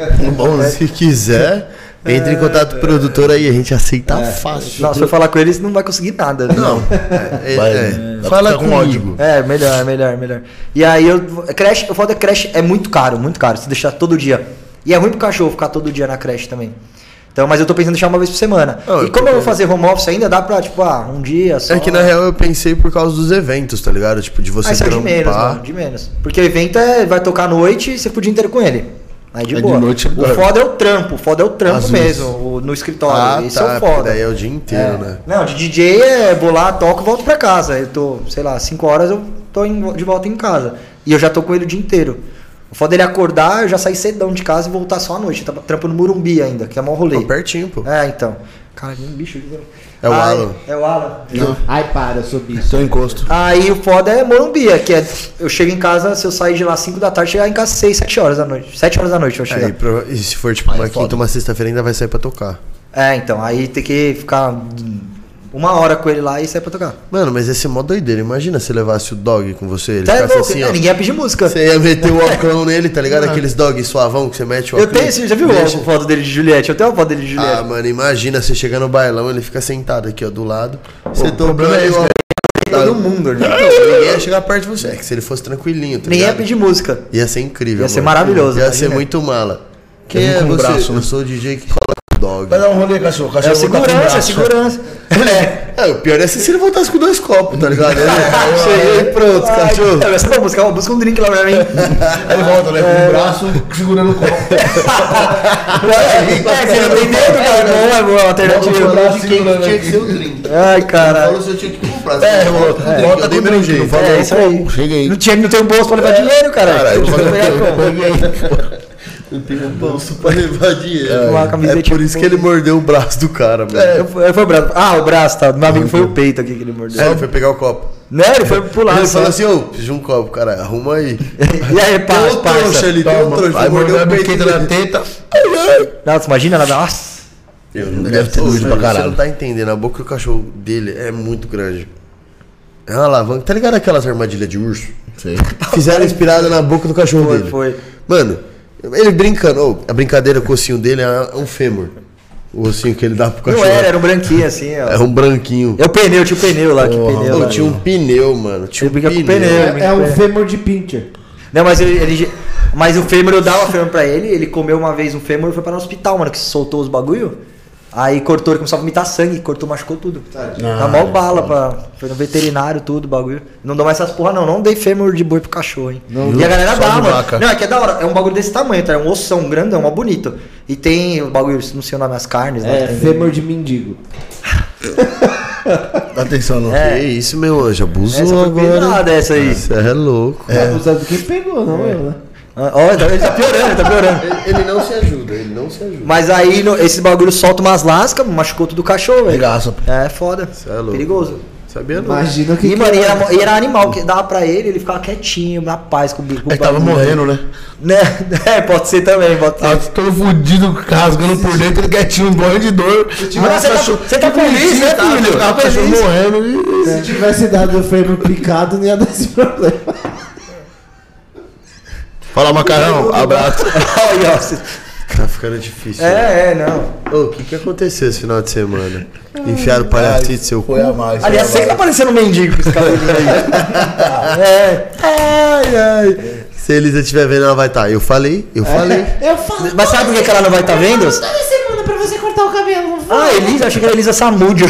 [SPEAKER 4] também.
[SPEAKER 2] Um Bom,
[SPEAKER 4] é-
[SPEAKER 2] se
[SPEAKER 4] [LAUGHS]
[SPEAKER 2] quiser, entre em contato com o produtor aí, a gente aceita
[SPEAKER 4] É.
[SPEAKER 2] fácil.
[SPEAKER 4] Não, se eu falar com eles, não vai conseguir nada. né?
[SPEAKER 2] Não. É, é,
[SPEAKER 3] Vai,
[SPEAKER 2] é.
[SPEAKER 3] dá pra
[SPEAKER 2] Fala
[SPEAKER 3] ficar com
[SPEAKER 2] comigo.
[SPEAKER 4] É, melhor, melhor, melhor. E aí eu. Creche, eu falo da creche, é muito caro, muito caro, se deixar todo dia. E é ruim pro cachorro ficar todo dia na creche também. Então, mas eu tô pensando em deixar uma vez por semana.
[SPEAKER 2] Ah, eu
[SPEAKER 4] e como eu vou fazer home office ainda, dá pra, tipo, ah, um dia só.
[SPEAKER 2] É que na real eu pensei por causa dos eventos, tá ligado? Tipo, de você
[SPEAKER 4] Aí isso é de menos, mano,
[SPEAKER 2] trampar.
[SPEAKER 4] de menos. Porque o evento é, vai tocar à noite e você podia inteiro com ele. Aí de
[SPEAKER 3] Aí de
[SPEAKER 4] boa.
[SPEAKER 3] noite
[SPEAKER 4] o
[SPEAKER 3] dorme.
[SPEAKER 4] foda é o trampo, o foda é o trampo
[SPEAKER 3] Às vezes.
[SPEAKER 4] mesmo, o- no
[SPEAKER 2] Ah,
[SPEAKER 4] escritório. Isso é
[SPEAKER 2] tá.
[SPEAKER 4] o
[SPEAKER 2] porque
[SPEAKER 4] foda.
[SPEAKER 2] Daí é o dia inteiro, né?
[SPEAKER 4] Não, de DJ é vou lá, toco e volto pra casa. Eu tô, sei lá, 5 horas eu tô em- de volta em casa. E eu já tô com ele o dia inteiro. O foda é ele acordar, eu já sair cedão de casa e voltar só à noite. Eu tava trampando Murumbi ainda, que é mó rolê.
[SPEAKER 2] Pô, pertinho, pô.
[SPEAKER 4] É, então. Cara, que bicho.
[SPEAKER 2] Tá É o
[SPEAKER 4] Ai,
[SPEAKER 2] Alan.
[SPEAKER 4] É o Alan.
[SPEAKER 5] Ai, para, eu sou bicho.
[SPEAKER 3] Seu encosto.
[SPEAKER 4] Aí o foda é Morumbi, é que é, eu chego em casa, se eu sair de lá 5 da tarde, chegar em casa 6, 7 horas da noite. 7 horas da noite eu
[SPEAKER 2] Aí,
[SPEAKER 4] chego.
[SPEAKER 2] prova- e se for tipo uma
[SPEAKER 3] foda.
[SPEAKER 2] quinta, uma sexta-feira ainda vai sair pra tocar.
[SPEAKER 4] É, então, aí tem que ficar uma hora com ele lá e sair pra tocar.
[SPEAKER 2] Mano, mas esse é mó doideira. Imagina se levasse o dog com você, ele
[SPEAKER 4] Tá
[SPEAKER 2] ficasse
[SPEAKER 4] louco,
[SPEAKER 2] assim,
[SPEAKER 4] né?
[SPEAKER 2] ó.
[SPEAKER 4] ninguém ia pedir música.
[SPEAKER 2] [LAUGHS] Você ia meter o óculos nele, tá ligado? Aqueles dog suavão que você mete o
[SPEAKER 4] Eu
[SPEAKER 2] óculos.
[SPEAKER 4] tenho, você já viu a
[SPEAKER 2] Deixa-
[SPEAKER 4] foto dele de Juliette? Eu tenho uma foto dele de
[SPEAKER 2] Ah,
[SPEAKER 4] Juliette.
[SPEAKER 2] mano, imagina você chegar no bailão, ele fica sentado aqui, ó, do lado. Você
[SPEAKER 3] problema
[SPEAKER 2] dobrando
[SPEAKER 3] é
[SPEAKER 2] aí,
[SPEAKER 3] esse,
[SPEAKER 2] ó.
[SPEAKER 4] todo né? mundo, né?
[SPEAKER 2] tá Então, Ninguém ia chegar perto de você. É que se ele fosse tranquilinho, tá
[SPEAKER 4] Ninguém ia
[SPEAKER 2] ligado?
[SPEAKER 4] pedir música.
[SPEAKER 2] Ia ser incrível.
[SPEAKER 4] Ia ser
[SPEAKER 2] mano.
[SPEAKER 4] maravilhoso,
[SPEAKER 2] Ia
[SPEAKER 4] imagina.
[SPEAKER 2] ser muito mala. Quem é
[SPEAKER 3] com um
[SPEAKER 2] você?
[SPEAKER 3] braço, né?
[SPEAKER 2] Eu sou o DJ que coloca dog.
[SPEAKER 3] Vai dar um rolê, cachorro.
[SPEAKER 4] É
[SPEAKER 3] cachorro
[SPEAKER 4] o segurança, é
[SPEAKER 3] braço.
[SPEAKER 4] segurança.
[SPEAKER 2] É, é, o pior é se ele voltasse com dois copos, tá
[SPEAKER 4] [LAUGHS]
[SPEAKER 2] ligado? Ele cheguei e pronto, cachorro.
[SPEAKER 4] É, você vai buscar, ó, busca um drink lá pra mim.
[SPEAKER 3] Aí ele volta, né? Com o braço segurando o copo.
[SPEAKER 4] É, você não tem dedo, cara. Não é boa, alternativa. Ai, caralho.
[SPEAKER 2] se eu tinha que comprar.
[SPEAKER 3] É, volta, volta
[SPEAKER 2] eu dei
[SPEAKER 3] com
[SPEAKER 2] meu
[SPEAKER 3] drink,
[SPEAKER 2] jeito.
[SPEAKER 3] não fala
[SPEAKER 4] É,
[SPEAKER 3] não,
[SPEAKER 4] isso aí.
[SPEAKER 3] como? Chega aí.
[SPEAKER 4] Não, tinha, não tem um bolso pra levar
[SPEAKER 2] É,
[SPEAKER 4] dinheiro, cara.
[SPEAKER 2] Caralho,
[SPEAKER 4] Tem que [LAUGHS] pegar como?
[SPEAKER 2] Eu tenho um bolso pra levar dinheiro.
[SPEAKER 4] Com a
[SPEAKER 2] É,
[SPEAKER 4] camiseta
[SPEAKER 2] por isso que ele mordeu o braço do cara, mano.
[SPEAKER 4] É, eu- foi o braço. Ah, o braço, tá. Meu amigo foi o peito aqui que ele mordeu.
[SPEAKER 2] É, ele foi pegar o copo.
[SPEAKER 4] Não, ele foi pular.
[SPEAKER 2] ele
[SPEAKER 4] ele
[SPEAKER 2] falou assim,
[SPEAKER 4] foi-
[SPEAKER 2] ô, preciso de um copo, cara, arruma aí.
[SPEAKER 4] [LAUGHS] E aí, pá,
[SPEAKER 2] Tem um trouxa
[SPEAKER 4] parça.
[SPEAKER 2] ali, tem um trouxa. mordeu
[SPEAKER 3] Aí mordeu a biqueta na
[SPEAKER 2] dele.
[SPEAKER 3] teta.
[SPEAKER 4] Nossa, imagina ela. Nossa.
[SPEAKER 2] Eu não
[SPEAKER 3] Deve ter
[SPEAKER 2] Ô,
[SPEAKER 3] doído pra
[SPEAKER 2] mano, Você
[SPEAKER 3] caralho.
[SPEAKER 2] não tá entendendo, a boca do cachorro dele é muito grande. É uma alavanca. Tá ligado aquelas armadilhas de
[SPEAKER 4] [LAUGHS]
[SPEAKER 2] urso?
[SPEAKER 3] Sei.
[SPEAKER 2] Fizeram inspirada na boca do cachorro
[SPEAKER 4] Foi,
[SPEAKER 2] dele.
[SPEAKER 4] foi.
[SPEAKER 2] Mano, ele brincando. ô, a brincadeira com o ossinho dele é um fêmur. O ossinho que ele dá pro
[SPEAKER 4] Não
[SPEAKER 2] cachorro.
[SPEAKER 4] era, era um branquinho assim, ó.
[SPEAKER 2] É um branquinho.
[SPEAKER 4] É o pneu, tinha o pneu lá, tinha o
[SPEAKER 2] Ô,
[SPEAKER 4] pneu lá. né?
[SPEAKER 2] tinha um pneu, mano. Tinha
[SPEAKER 4] Ele
[SPEAKER 2] um
[SPEAKER 4] brinca com
[SPEAKER 2] pneu.
[SPEAKER 4] pneu.
[SPEAKER 5] É, é um fêmur de pincher.
[SPEAKER 4] Não, mas ele, ele- Mas o fêmur, eu dava fêmur pra ele, ele comeu uma vez um fêmur e foi para o hospital, mano, que soltou os bagulho. Aí cortou, ele começou a vomitar sangue, cortou, machucou tudo. Dá mal bala pra. Foi no veterinário, tudo, bagulho. Não dou mais essas porra, não. Não dei fêmur de boi pro cachorro, hein. e a galera
[SPEAKER 3] só
[SPEAKER 4] dá,
[SPEAKER 3] de
[SPEAKER 4] mano.
[SPEAKER 3] vaca.
[SPEAKER 4] Não, é que é da hora. É um bagulho desse tamanho, tá? É um ossão grandão, mó bonito. E tem o bagulho, não sei o nome, as carnes,
[SPEAKER 5] É,
[SPEAKER 4] né?
[SPEAKER 5] fêmur de mendigo.
[SPEAKER 3] Dá atenção, não.
[SPEAKER 2] Que isso, meu anjo. Abusou
[SPEAKER 4] É. Essa foi
[SPEAKER 2] agora.
[SPEAKER 4] pesada, essa aí.
[SPEAKER 2] Você é louco.
[SPEAKER 5] É. Abusado de quem pegou, não eu, né?
[SPEAKER 4] Ah, Ó, ele tá piorando, ele tá piorando.
[SPEAKER 2] Ele não se ajuda, ele não se ajuda.
[SPEAKER 4] Mas aí no- esse bagulho solta umas lascas, machucou tudo o cachorro, velho.
[SPEAKER 3] Regaça.
[SPEAKER 4] É foda.
[SPEAKER 2] é louco.
[SPEAKER 4] Perigoso.
[SPEAKER 2] Sabia não.
[SPEAKER 5] Imagina o que
[SPEAKER 4] E,
[SPEAKER 5] que é?
[SPEAKER 4] mano, e
[SPEAKER 5] era.
[SPEAKER 4] era, e era animal que dava pra ele, ele ficava quietinho, na paz com o bico. com o
[SPEAKER 3] Aí tava
[SPEAKER 4] bagulho.
[SPEAKER 3] morrendo, Ah. né?
[SPEAKER 4] Né? [LAUGHS] Ah, É, pode ser também, pode ser.
[SPEAKER 3] Tava todo fudido, rasgando por dentro, ele
[SPEAKER 4] um
[SPEAKER 3] quietinho, morrendo de dor.
[SPEAKER 4] você tá- você tá
[SPEAKER 3] Que
[SPEAKER 4] feliz,
[SPEAKER 3] bonitinho,
[SPEAKER 4] né,
[SPEAKER 3] tá? Tava
[SPEAKER 4] filho? Tá
[SPEAKER 3] o cachorro
[SPEAKER 4] feliz.
[SPEAKER 3] morrendo. e-
[SPEAKER 5] Se tivesse dado o fêmur picado, não ia dar esse problema.
[SPEAKER 3] Fala, macarrão. Abraço.
[SPEAKER 4] [LAUGHS] Aí, ó, cê-
[SPEAKER 2] Tá ficando difícil. né?
[SPEAKER 4] É, é, não.
[SPEAKER 2] Ô, o que que aconteceu esse final de semana? Enfiaram palhacite no seu cu.
[SPEAKER 3] Foi a mais.
[SPEAKER 4] Aliás,
[SPEAKER 3] foi
[SPEAKER 4] você
[SPEAKER 3] a
[SPEAKER 4] que tá
[SPEAKER 3] mais.
[SPEAKER 4] parecendo um mendigo com esse cabelinho
[SPEAKER 3] [LAUGHS]
[SPEAKER 4] aí. É.
[SPEAKER 2] Ai, ai. Se a Elisa estiver vendo, ela vai estar. Eu falei, eu falei.
[SPEAKER 6] Eu falo.
[SPEAKER 4] Mas sabe por que que ela não vai tá vendo?
[SPEAKER 6] Eu falo toda semana pra você cortar o cabelo, não fala?
[SPEAKER 4] Ah, Elisa, achei que era Elisa
[SPEAKER 3] [LAUGHS]
[SPEAKER 4] Samúdio.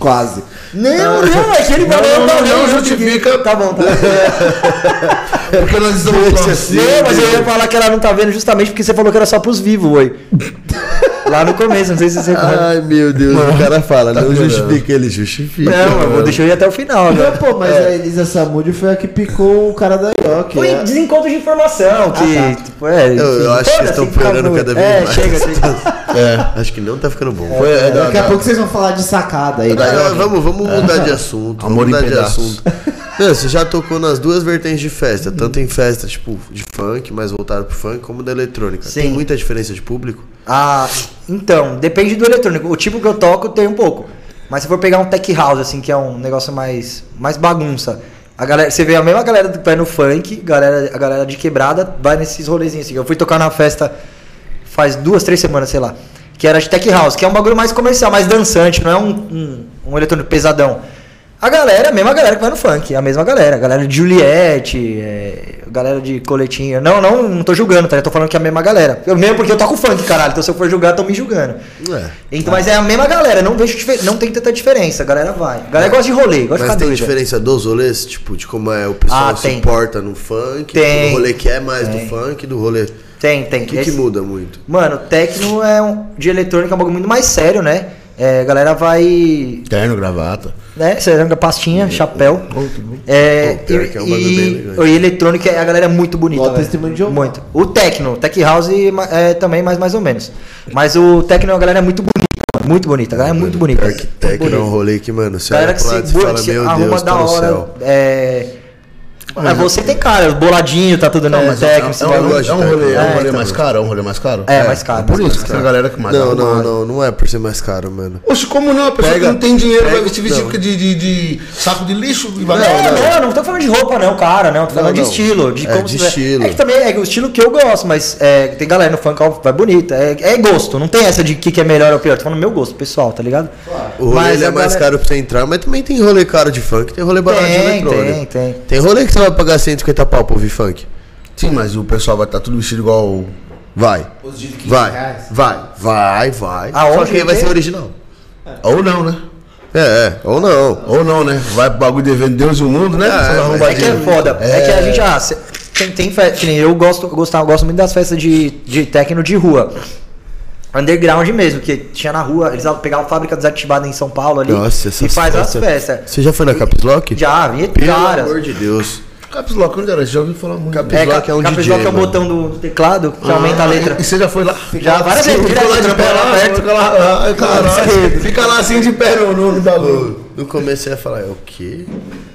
[SPEAKER 5] Quase.
[SPEAKER 4] Não, não, é que ele
[SPEAKER 3] Não,
[SPEAKER 4] falou,
[SPEAKER 3] não,
[SPEAKER 4] tá
[SPEAKER 3] não,
[SPEAKER 4] vendo,
[SPEAKER 3] justifica.
[SPEAKER 4] Tá bom, tá bom. tá
[SPEAKER 3] Porque nós estamos
[SPEAKER 4] Não, mas eu ia falar que ela não tá vendo justamente porque você falou que era só pros vivos,
[SPEAKER 3] [LAUGHS]
[SPEAKER 4] oi. Lá no começo, não sei se você
[SPEAKER 3] Ah,
[SPEAKER 4] recorda.
[SPEAKER 2] Ai, meu Deus, o cara fala, não
[SPEAKER 3] melhorando.
[SPEAKER 2] justifica, ele justifica.
[SPEAKER 4] Não, eu vou
[SPEAKER 2] mano.
[SPEAKER 4] deixar eu ir até o final, né?
[SPEAKER 5] Não, pô, mas a Elisa Samúdio foi a que picou o cara da York.
[SPEAKER 4] Foi
[SPEAKER 5] é.
[SPEAKER 4] desencontro de informação, que.
[SPEAKER 5] Ah, tá.
[SPEAKER 4] tipo, é,
[SPEAKER 2] Eu- eu acho que
[SPEAKER 4] foda-se,
[SPEAKER 2] vocês estão
[SPEAKER 4] fica
[SPEAKER 2] piorando
[SPEAKER 4] no-
[SPEAKER 2] cada vez
[SPEAKER 4] é,
[SPEAKER 2] mais.
[SPEAKER 4] Chega, chega.
[SPEAKER 2] É, acho que não tá ficando bom.
[SPEAKER 3] Foi, é,
[SPEAKER 5] Daqui a pouco vocês vão falar de sacada aí. né?
[SPEAKER 2] Não, não, vamos, vamos mudar de assunto.
[SPEAKER 3] Amor
[SPEAKER 2] vamos
[SPEAKER 3] em
[SPEAKER 2] mudar de
[SPEAKER 3] pedaços.
[SPEAKER 2] assunto. Não, você já tocou nas duas vertentes de festa, tanto em festa, tipo, de funk, mais voltado pro funk, como da eletrônica. Tem
[SPEAKER 4] Sim.
[SPEAKER 2] muita diferença de público?
[SPEAKER 4] [LAUGHS] Ah, então, depende do eletrônico. O tipo que eu toco tem um pouco. Mas se for pegar um tech house, assim, que é um negócio mais, mais bagunça. A galera, você vê a mesma galera do pé no funk, galera, a galera de quebrada vai nesses rolezinhos assim. Eu fui tocar na festa faz duas, três semanas, sei lá. Que era de tech house, que é um bagulho mais comercial, mais dançante, não é um, um, um eletrônico pesadão. A galera, a mesma galera que vai no funk, a mesma galera. A galera de Juliette, é, a galera de coletinha. Não, não, não tô julgando, tá? Eu tô falando que é a mesma galera. Eu mesmo porque eu toco funk, caralho. Então se eu for julgar, tão me julgando.
[SPEAKER 2] É.
[SPEAKER 4] Então, mas é a mesma galera, não, vejo, dife- não tem tanta diferença. A galera vai. A galera gosta de rolê,
[SPEAKER 2] Mas
[SPEAKER 4] gosta de ficar
[SPEAKER 2] tem
[SPEAKER 4] doida.
[SPEAKER 2] diferença dos rolês? Tipo, de como é o pessoal
[SPEAKER 4] Ah,
[SPEAKER 2] se
[SPEAKER 4] tem.
[SPEAKER 2] importa no funk,
[SPEAKER 4] Tem.
[SPEAKER 2] do rolê que é mais
[SPEAKER 4] Tem.
[SPEAKER 2] do funk, do rolê.
[SPEAKER 4] Tem, tem.
[SPEAKER 2] O que, que
[SPEAKER 4] Esse-
[SPEAKER 2] muda muito?
[SPEAKER 4] Mano, techno é um, de eletrônica é um bagulho muito mais sério, né? É, a galera vai
[SPEAKER 3] Terno, gravata.
[SPEAKER 4] né? Ceranga, pastinha, chapéu.
[SPEAKER 2] é,
[SPEAKER 4] É,
[SPEAKER 2] Pô, pior que é um
[SPEAKER 4] e,
[SPEAKER 2] bagulho bem
[SPEAKER 4] e,
[SPEAKER 2] elegante.
[SPEAKER 4] e eletrônica, a galera é muito bonita.
[SPEAKER 5] Bota
[SPEAKER 4] velho.
[SPEAKER 5] testemunho de Jeová.
[SPEAKER 4] Muito. O techno, tech house ma- é também, mas mais ou menos. Mas o techno, a galera é muito bonita, mano, muito bonita. A galera é muito bonita. Muito
[SPEAKER 2] Arquiteto é um
[SPEAKER 4] bonita.
[SPEAKER 2] rolê que, mano, você
[SPEAKER 4] galera
[SPEAKER 2] olha
[SPEAKER 4] que
[SPEAKER 2] pro
[SPEAKER 4] se,
[SPEAKER 2] lado e
[SPEAKER 4] bo-
[SPEAKER 2] fala,
[SPEAKER 4] se
[SPEAKER 2] meu
[SPEAKER 4] arruma
[SPEAKER 2] Deus,
[SPEAKER 4] da
[SPEAKER 2] tá no
[SPEAKER 4] hora.
[SPEAKER 2] céu.
[SPEAKER 4] É... Mas você tem cara, boladinho, tá tudo não, mas técnico, esse
[SPEAKER 3] é, um,
[SPEAKER 4] bagulho.
[SPEAKER 3] rolê, é um rolê, é um
[SPEAKER 4] É,
[SPEAKER 3] rolê
[SPEAKER 4] então.
[SPEAKER 3] mais caro, é um rolê mais caro.
[SPEAKER 4] É, mais caro,
[SPEAKER 3] Por
[SPEAKER 4] mais
[SPEAKER 3] isso, que tem a galera que mais
[SPEAKER 2] Não, não,
[SPEAKER 3] arruma.
[SPEAKER 2] não, não é por ser mais caro, mano.
[SPEAKER 3] Oxe, como não? A pessoa
[SPEAKER 2] Pega-
[SPEAKER 3] que não tem dinheiro
[SPEAKER 2] pega-
[SPEAKER 3] vai vestir vestido
[SPEAKER 2] não.
[SPEAKER 3] de, de- de saco de lixo e vai
[SPEAKER 4] Não, não, eu não tô falando de roupa, não, cara, não. Tô falando de
[SPEAKER 2] não.
[SPEAKER 4] estilo. De
[SPEAKER 2] É,
[SPEAKER 4] como
[SPEAKER 2] de
[SPEAKER 4] se-
[SPEAKER 2] estilo.
[SPEAKER 4] É que também é o estilo que eu gosto, mas é, tem galera no funk, óbvio, vai bonita. É, é gosto, não tem essa de que, que é melhor ou pior. Tô falando meu gosto, pessoal, tá ligado?
[SPEAKER 2] O rolê
[SPEAKER 4] Mas
[SPEAKER 2] ele é
[SPEAKER 4] a
[SPEAKER 2] mais
[SPEAKER 4] galera-
[SPEAKER 2] caro pra você entrar, mas também tem rolê caro de funk, tem rolê barato de
[SPEAKER 4] Tem,
[SPEAKER 2] eletrônico.
[SPEAKER 4] tem, tem.
[SPEAKER 2] Tem rolê que você vai pagar 150 pau pra ouvir funk.
[SPEAKER 3] Sim, mas o pessoal vai estar tudo tá vestido igual
[SPEAKER 2] Vai.
[SPEAKER 5] Os de 15
[SPEAKER 2] Vai.
[SPEAKER 5] reais.
[SPEAKER 2] Vai. Vai, vai.
[SPEAKER 4] Aonde
[SPEAKER 2] Só que aí vai
[SPEAKER 4] vem?
[SPEAKER 2] ser original.
[SPEAKER 3] Ou não, né?
[SPEAKER 2] É, é. Ou não.
[SPEAKER 3] Ou não, né? Vai pro bagulho devendo Deus e o mundo, né?
[SPEAKER 2] É,
[SPEAKER 3] Essas
[SPEAKER 2] é
[SPEAKER 4] É que
[SPEAKER 3] arrombadinhas.
[SPEAKER 4] é foda. É, que a gente, ah, cê- tem, tem festa. Que nem eu gosto, eu gostava, gosto muito das festas de, de tecno de rua. Underground mesmo, que tinha na rua, eles pegavam a fábrica desativada em São Paulo ali
[SPEAKER 2] Nossa,
[SPEAKER 4] e
[SPEAKER 2] essas
[SPEAKER 4] faz as
[SPEAKER 2] festas-
[SPEAKER 4] festas.
[SPEAKER 2] Você já foi na Caps Lock?
[SPEAKER 4] Já, e
[SPEAKER 2] Pelo
[SPEAKER 4] cara.
[SPEAKER 2] amor de Deus.
[SPEAKER 3] Caps Lock, é onde era? Já ouvi falar muito.
[SPEAKER 2] Caps
[SPEAKER 4] É,
[SPEAKER 2] Lock
[SPEAKER 4] ca-
[SPEAKER 2] é um
[SPEAKER 4] Capes
[SPEAKER 2] DJ,
[SPEAKER 4] Lock é o
[SPEAKER 2] mano. Ah, é
[SPEAKER 4] botão do, do teclado que É, aumenta a letra.
[SPEAKER 3] Ah, E você já foi lá?
[SPEAKER 4] Já, várias
[SPEAKER 3] Você
[SPEAKER 4] vezes,
[SPEAKER 3] Ficou lá
[SPEAKER 4] direto,
[SPEAKER 3] de pé lá perto, fica lá. ah, ai, caralho. Fica lá assim de pé no, no, no bagulho.
[SPEAKER 2] No começo eu ia falar, é o quê?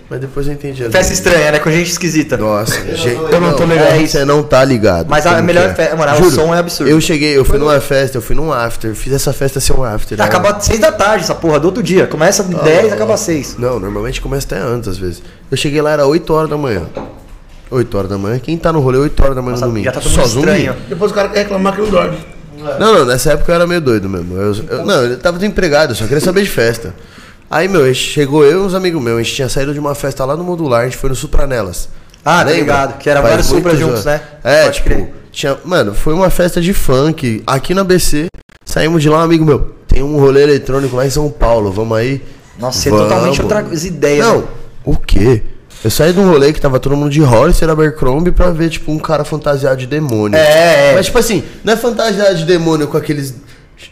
[SPEAKER 2] Mas depois eu entendi. a
[SPEAKER 4] Festa
[SPEAKER 2] dúvida.
[SPEAKER 4] estranha, né? Com gente esquisita.
[SPEAKER 2] Nossa, gente.
[SPEAKER 3] eu não tô ligado.
[SPEAKER 2] É isso, Você não tá ligado.
[SPEAKER 4] Mas a
[SPEAKER 2] como
[SPEAKER 4] melhor
[SPEAKER 2] que é.
[SPEAKER 4] festa- mano, o
[SPEAKER 2] Juro,
[SPEAKER 4] som é absurdo.
[SPEAKER 2] Eu cheguei, eu fui numa festa, eu fui num after, fiz essa festa ser um after. né?
[SPEAKER 4] Tá, Acaba às 6 da tarde essa porra, do outro dia. Começa
[SPEAKER 2] Tá
[SPEAKER 4] 10 acaba às 6.
[SPEAKER 2] Não, normalmente começa até antes, às vezes. Eu cheguei lá, era 8 horas da manhã. 8 horas da manhã. Quem tá no rolê 8 horas da manhã
[SPEAKER 4] Nossa,
[SPEAKER 2] no domingo?
[SPEAKER 4] já tá todo mundo estranho.
[SPEAKER 3] Depois o cara quer reclamar que não dorme.
[SPEAKER 2] Não, não, nessa época eu era meio doido mesmo. Eu,
[SPEAKER 4] Então.
[SPEAKER 2] eu- não, eu tava desempregado, eu só queria saber de festa. Aí, meu, chegou eu e uns amigos meus, a gente tinha saído de uma festa lá no Modular, a gente foi no Supranelas.
[SPEAKER 4] Ah, tá
[SPEAKER 2] Lembra?
[SPEAKER 4] ligado, que era
[SPEAKER 2] Faz
[SPEAKER 4] vários Supra
[SPEAKER 2] muitos
[SPEAKER 4] juntos,
[SPEAKER 2] anos.
[SPEAKER 4] né?
[SPEAKER 2] É,
[SPEAKER 4] Pode
[SPEAKER 2] tipo,
[SPEAKER 4] crer.
[SPEAKER 2] tinha, mano, foi uma festa de funk aqui na BC. Saímos de lá, um amigo meu, tem um rolê eletrônico lá em São Paulo, vamos aí.
[SPEAKER 4] Nossa, você é
[SPEAKER 2] Vamos.
[SPEAKER 4] totalmente outras ideias.
[SPEAKER 2] Não,
[SPEAKER 4] né?
[SPEAKER 2] o quê? Eu saí de um rolê que tava todo mundo de Hollister Abercrombie pra ver, tipo, um cara fantasiado de demônio.
[SPEAKER 4] É, é.
[SPEAKER 2] Mas, tipo assim, não é fantasiado de demônio com aqueles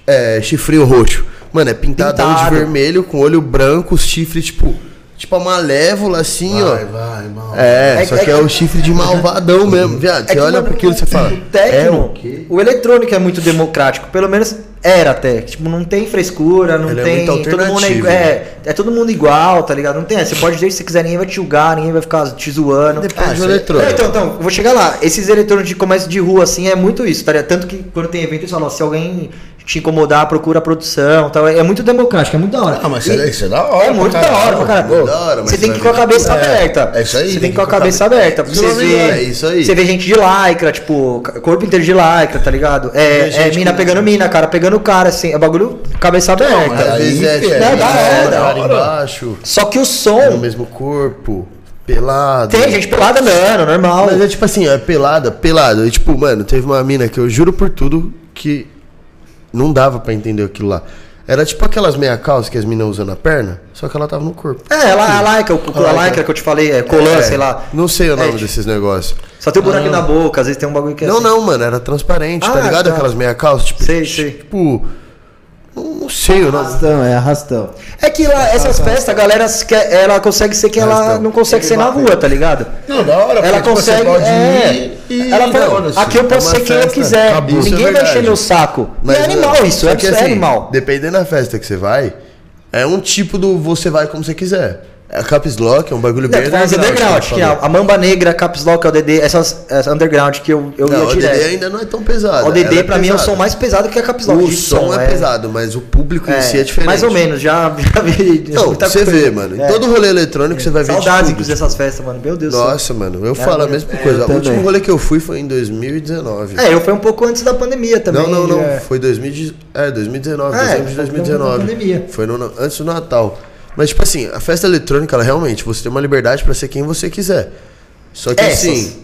[SPEAKER 2] é, chifrinho roxo. Mano, é pintadão
[SPEAKER 4] Pintado.
[SPEAKER 2] de vermelho, com olho branco, os chifres, tipo... Tipo, a malévola, assim, ó.
[SPEAKER 3] vai, mal.
[SPEAKER 2] É,
[SPEAKER 4] É-
[SPEAKER 2] só
[SPEAKER 4] é
[SPEAKER 2] que é
[SPEAKER 4] que-
[SPEAKER 2] o chifre de malvadão mesmo, viado. Você
[SPEAKER 4] É que,
[SPEAKER 2] olha
[SPEAKER 4] mano,
[SPEAKER 2] pra aquilo e você fala.
[SPEAKER 4] O tecno,
[SPEAKER 2] é o
[SPEAKER 4] o,
[SPEAKER 2] quê?
[SPEAKER 4] eletrônico é muito democrático, pelo menos era até. Tipo, não tem frescura, não
[SPEAKER 2] Ele é
[SPEAKER 4] tem.
[SPEAKER 2] muito
[SPEAKER 4] todo mundo é,
[SPEAKER 2] alternativo. né?
[SPEAKER 4] é, é todo mundo igual, tá ligado? Não tem. Você pode dizer o que você quiser, ninguém vai te julgar, ninguém vai ficar te zoando.
[SPEAKER 2] Depende do
[SPEAKER 4] você-
[SPEAKER 2] eletrônico.
[SPEAKER 4] Não, então, então, eu vou chegar lá. Esses eletrônicos de comércio de rua, assim, é muito isso, tá ligado? Tanto que quando tem evento, eles falam, ó, se alguém te incomodar, procura a produção tal. É muito democrático, é muito da hora.
[SPEAKER 3] Ah, mas
[SPEAKER 4] E-
[SPEAKER 3] isso é, isso é da hora.
[SPEAKER 4] é muito da hora pra caralho.
[SPEAKER 2] da hora, mas
[SPEAKER 4] Você tem
[SPEAKER 2] vai
[SPEAKER 4] que ir com a
[SPEAKER 2] ver.
[SPEAKER 4] cabeça aberta.
[SPEAKER 3] é isso aí,
[SPEAKER 4] Você tem que ir com a cabeça aberta. pra
[SPEAKER 2] Isso
[SPEAKER 4] Você
[SPEAKER 2] aí,
[SPEAKER 4] ver.
[SPEAKER 2] é isso aí.
[SPEAKER 4] Você vê gente de lycra, tipo, ca- corpo inteiro de lycra, tá ligado? É,
[SPEAKER 2] Tem gente
[SPEAKER 4] é mina
[SPEAKER 2] com-
[SPEAKER 4] pegando mina, cara pegando cara, assim. É bagulho cabeça aberta.
[SPEAKER 2] Às
[SPEAKER 3] aí,
[SPEAKER 2] vezes é, tipo,
[SPEAKER 3] é,
[SPEAKER 4] da hora, da
[SPEAKER 2] cara
[SPEAKER 3] hora.
[SPEAKER 2] embaixo,
[SPEAKER 4] Só que o
[SPEAKER 2] é no
[SPEAKER 4] som.
[SPEAKER 2] mesmo corpo, pelado.
[SPEAKER 4] Tem gente pelada andando, normal.
[SPEAKER 2] Mas é tipo assim, é pelada, pelado. E tipo, mano, teve uma mina que eu juro por tudo que não dava pra entender aquilo lá. Era tipo aquelas meia calça que as minas usam na perna, só que ela tava no corpo.
[SPEAKER 4] É, ela, a lycra, o- a
[SPEAKER 2] lycra.
[SPEAKER 4] lycra que eu te falei, é colã,
[SPEAKER 2] É,
[SPEAKER 4] sei lá.
[SPEAKER 2] Não sei o
[SPEAKER 4] É,
[SPEAKER 2] nome
[SPEAKER 4] tipo,
[SPEAKER 2] desses negócios.
[SPEAKER 4] Só tem um buraco na boca, às vezes tem um bagulho que é
[SPEAKER 2] Não,
[SPEAKER 4] assim.
[SPEAKER 2] não, mano, era transparente, tá
[SPEAKER 4] Ah,
[SPEAKER 2] ligado?
[SPEAKER 4] tá.
[SPEAKER 2] Aquelas meia calça, tipo.
[SPEAKER 4] Sei, sei.
[SPEAKER 2] Tipo. Não, não sei o nome.
[SPEAKER 5] Arrastão, é arrastão.
[SPEAKER 4] É que lá, essas
[SPEAKER 2] Ah, tá.
[SPEAKER 4] festas, a galera se quer- ela consegue ser
[SPEAKER 2] É,
[SPEAKER 4] quem ela
[SPEAKER 2] Arrastão.
[SPEAKER 4] não consegue ser na rua, tá ligado?
[SPEAKER 3] Não, da hora. porque,
[SPEAKER 4] Ela
[SPEAKER 3] tipo,
[SPEAKER 4] consegue.
[SPEAKER 3] Você pode
[SPEAKER 4] é.
[SPEAKER 3] ir e...
[SPEAKER 4] ela
[SPEAKER 3] e
[SPEAKER 4] fala,
[SPEAKER 3] foda-se.
[SPEAKER 4] aqui eu posso
[SPEAKER 2] é
[SPEAKER 4] ser
[SPEAKER 2] uma
[SPEAKER 4] quem eu
[SPEAKER 2] festa,
[SPEAKER 4] quiser.
[SPEAKER 2] acabou. Isso é
[SPEAKER 4] Ninguém vai
[SPEAKER 2] verdade.
[SPEAKER 4] encher meu saco. E é animal
[SPEAKER 2] mano,
[SPEAKER 4] isso,
[SPEAKER 2] só
[SPEAKER 4] é,
[SPEAKER 2] que
[SPEAKER 4] é
[SPEAKER 2] assim,
[SPEAKER 4] animal.
[SPEAKER 2] Dependendo da festa que você vai, é um tipo do você vai como você quiser. É caps lock, é um bagulho
[SPEAKER 4] Não,
[SPEAKER 2] bem assim,
[SPEAKER 4] tu fala de underground, que é a, a Mamba Negra, Caps Lock, ODD, essas, essas underground que eu, eu
[SPEAKER 2] Não,
[SPEAKER 4] ia
[SPEAKER 2] o DD
[SPEAKER 4] direto.
[SPEAKER 2] ainda não é tão pesado.
[SPEAKER 4] O DD
[SPEAKER 2] ela
[SPEAKER 4] pra mim é o
[SPEAKER 2] pesada.
[SPEAKER 4] som mais pesado que a Caps Lock.
[SPEAKER 2] O
[SPEAKER 4] de
[SPEAKER 2] som é, pesado, mas o público em si é diferente.
[SPEAKER 4] Mais ou menos, já, [LAUGHS] já vi.
[SPEAKER 2] Não,
[SPEAKER 4] muita
[SPEAKER 2] você
[SPEAKER 4] coisa.
[SPEAKER 2] vê, mano. Em
[SPEAKER 4] É.
[SPEAKER 2] todo rolê eletrônico você vai ver de
[SPEAKER 4] Saudades,
[SPEAKER 2] tudo.
[SPEAKER 4] inclusive, É, dessas festas, mano. Meu Deus do céu.
[SPEAKER 2] Nossa, mano, eu falo a mesma coisa. O
[SPEAKER 5] também.
[SPEAKER 2] último rolê que eu fui foi em 2019.
[SPEAKER 4] É, eu fui um pouco antes da pandemia também.
[SPEAKER 2] Não, não, não.
[SPEAKER 4] é.
[SPEAKER 2] Foi 2019. É, 2019,
[SPEAKER 4] É,
[SPEAKER 2] dezembro de
[SPEAKER 4] foi quando
[SPEAKER 2] 2019.
[SPEAKER 4] tava na pandemia.
[SPEAKER 2] Foi no- no- antes do Natal. Mas, tipo assim, a festa eletrônica, ela realmente, você tem uma liberdade pra ser quem você quiser. Só que
[SPEAKER 4] Essas.
[SPEAKER 2] assim,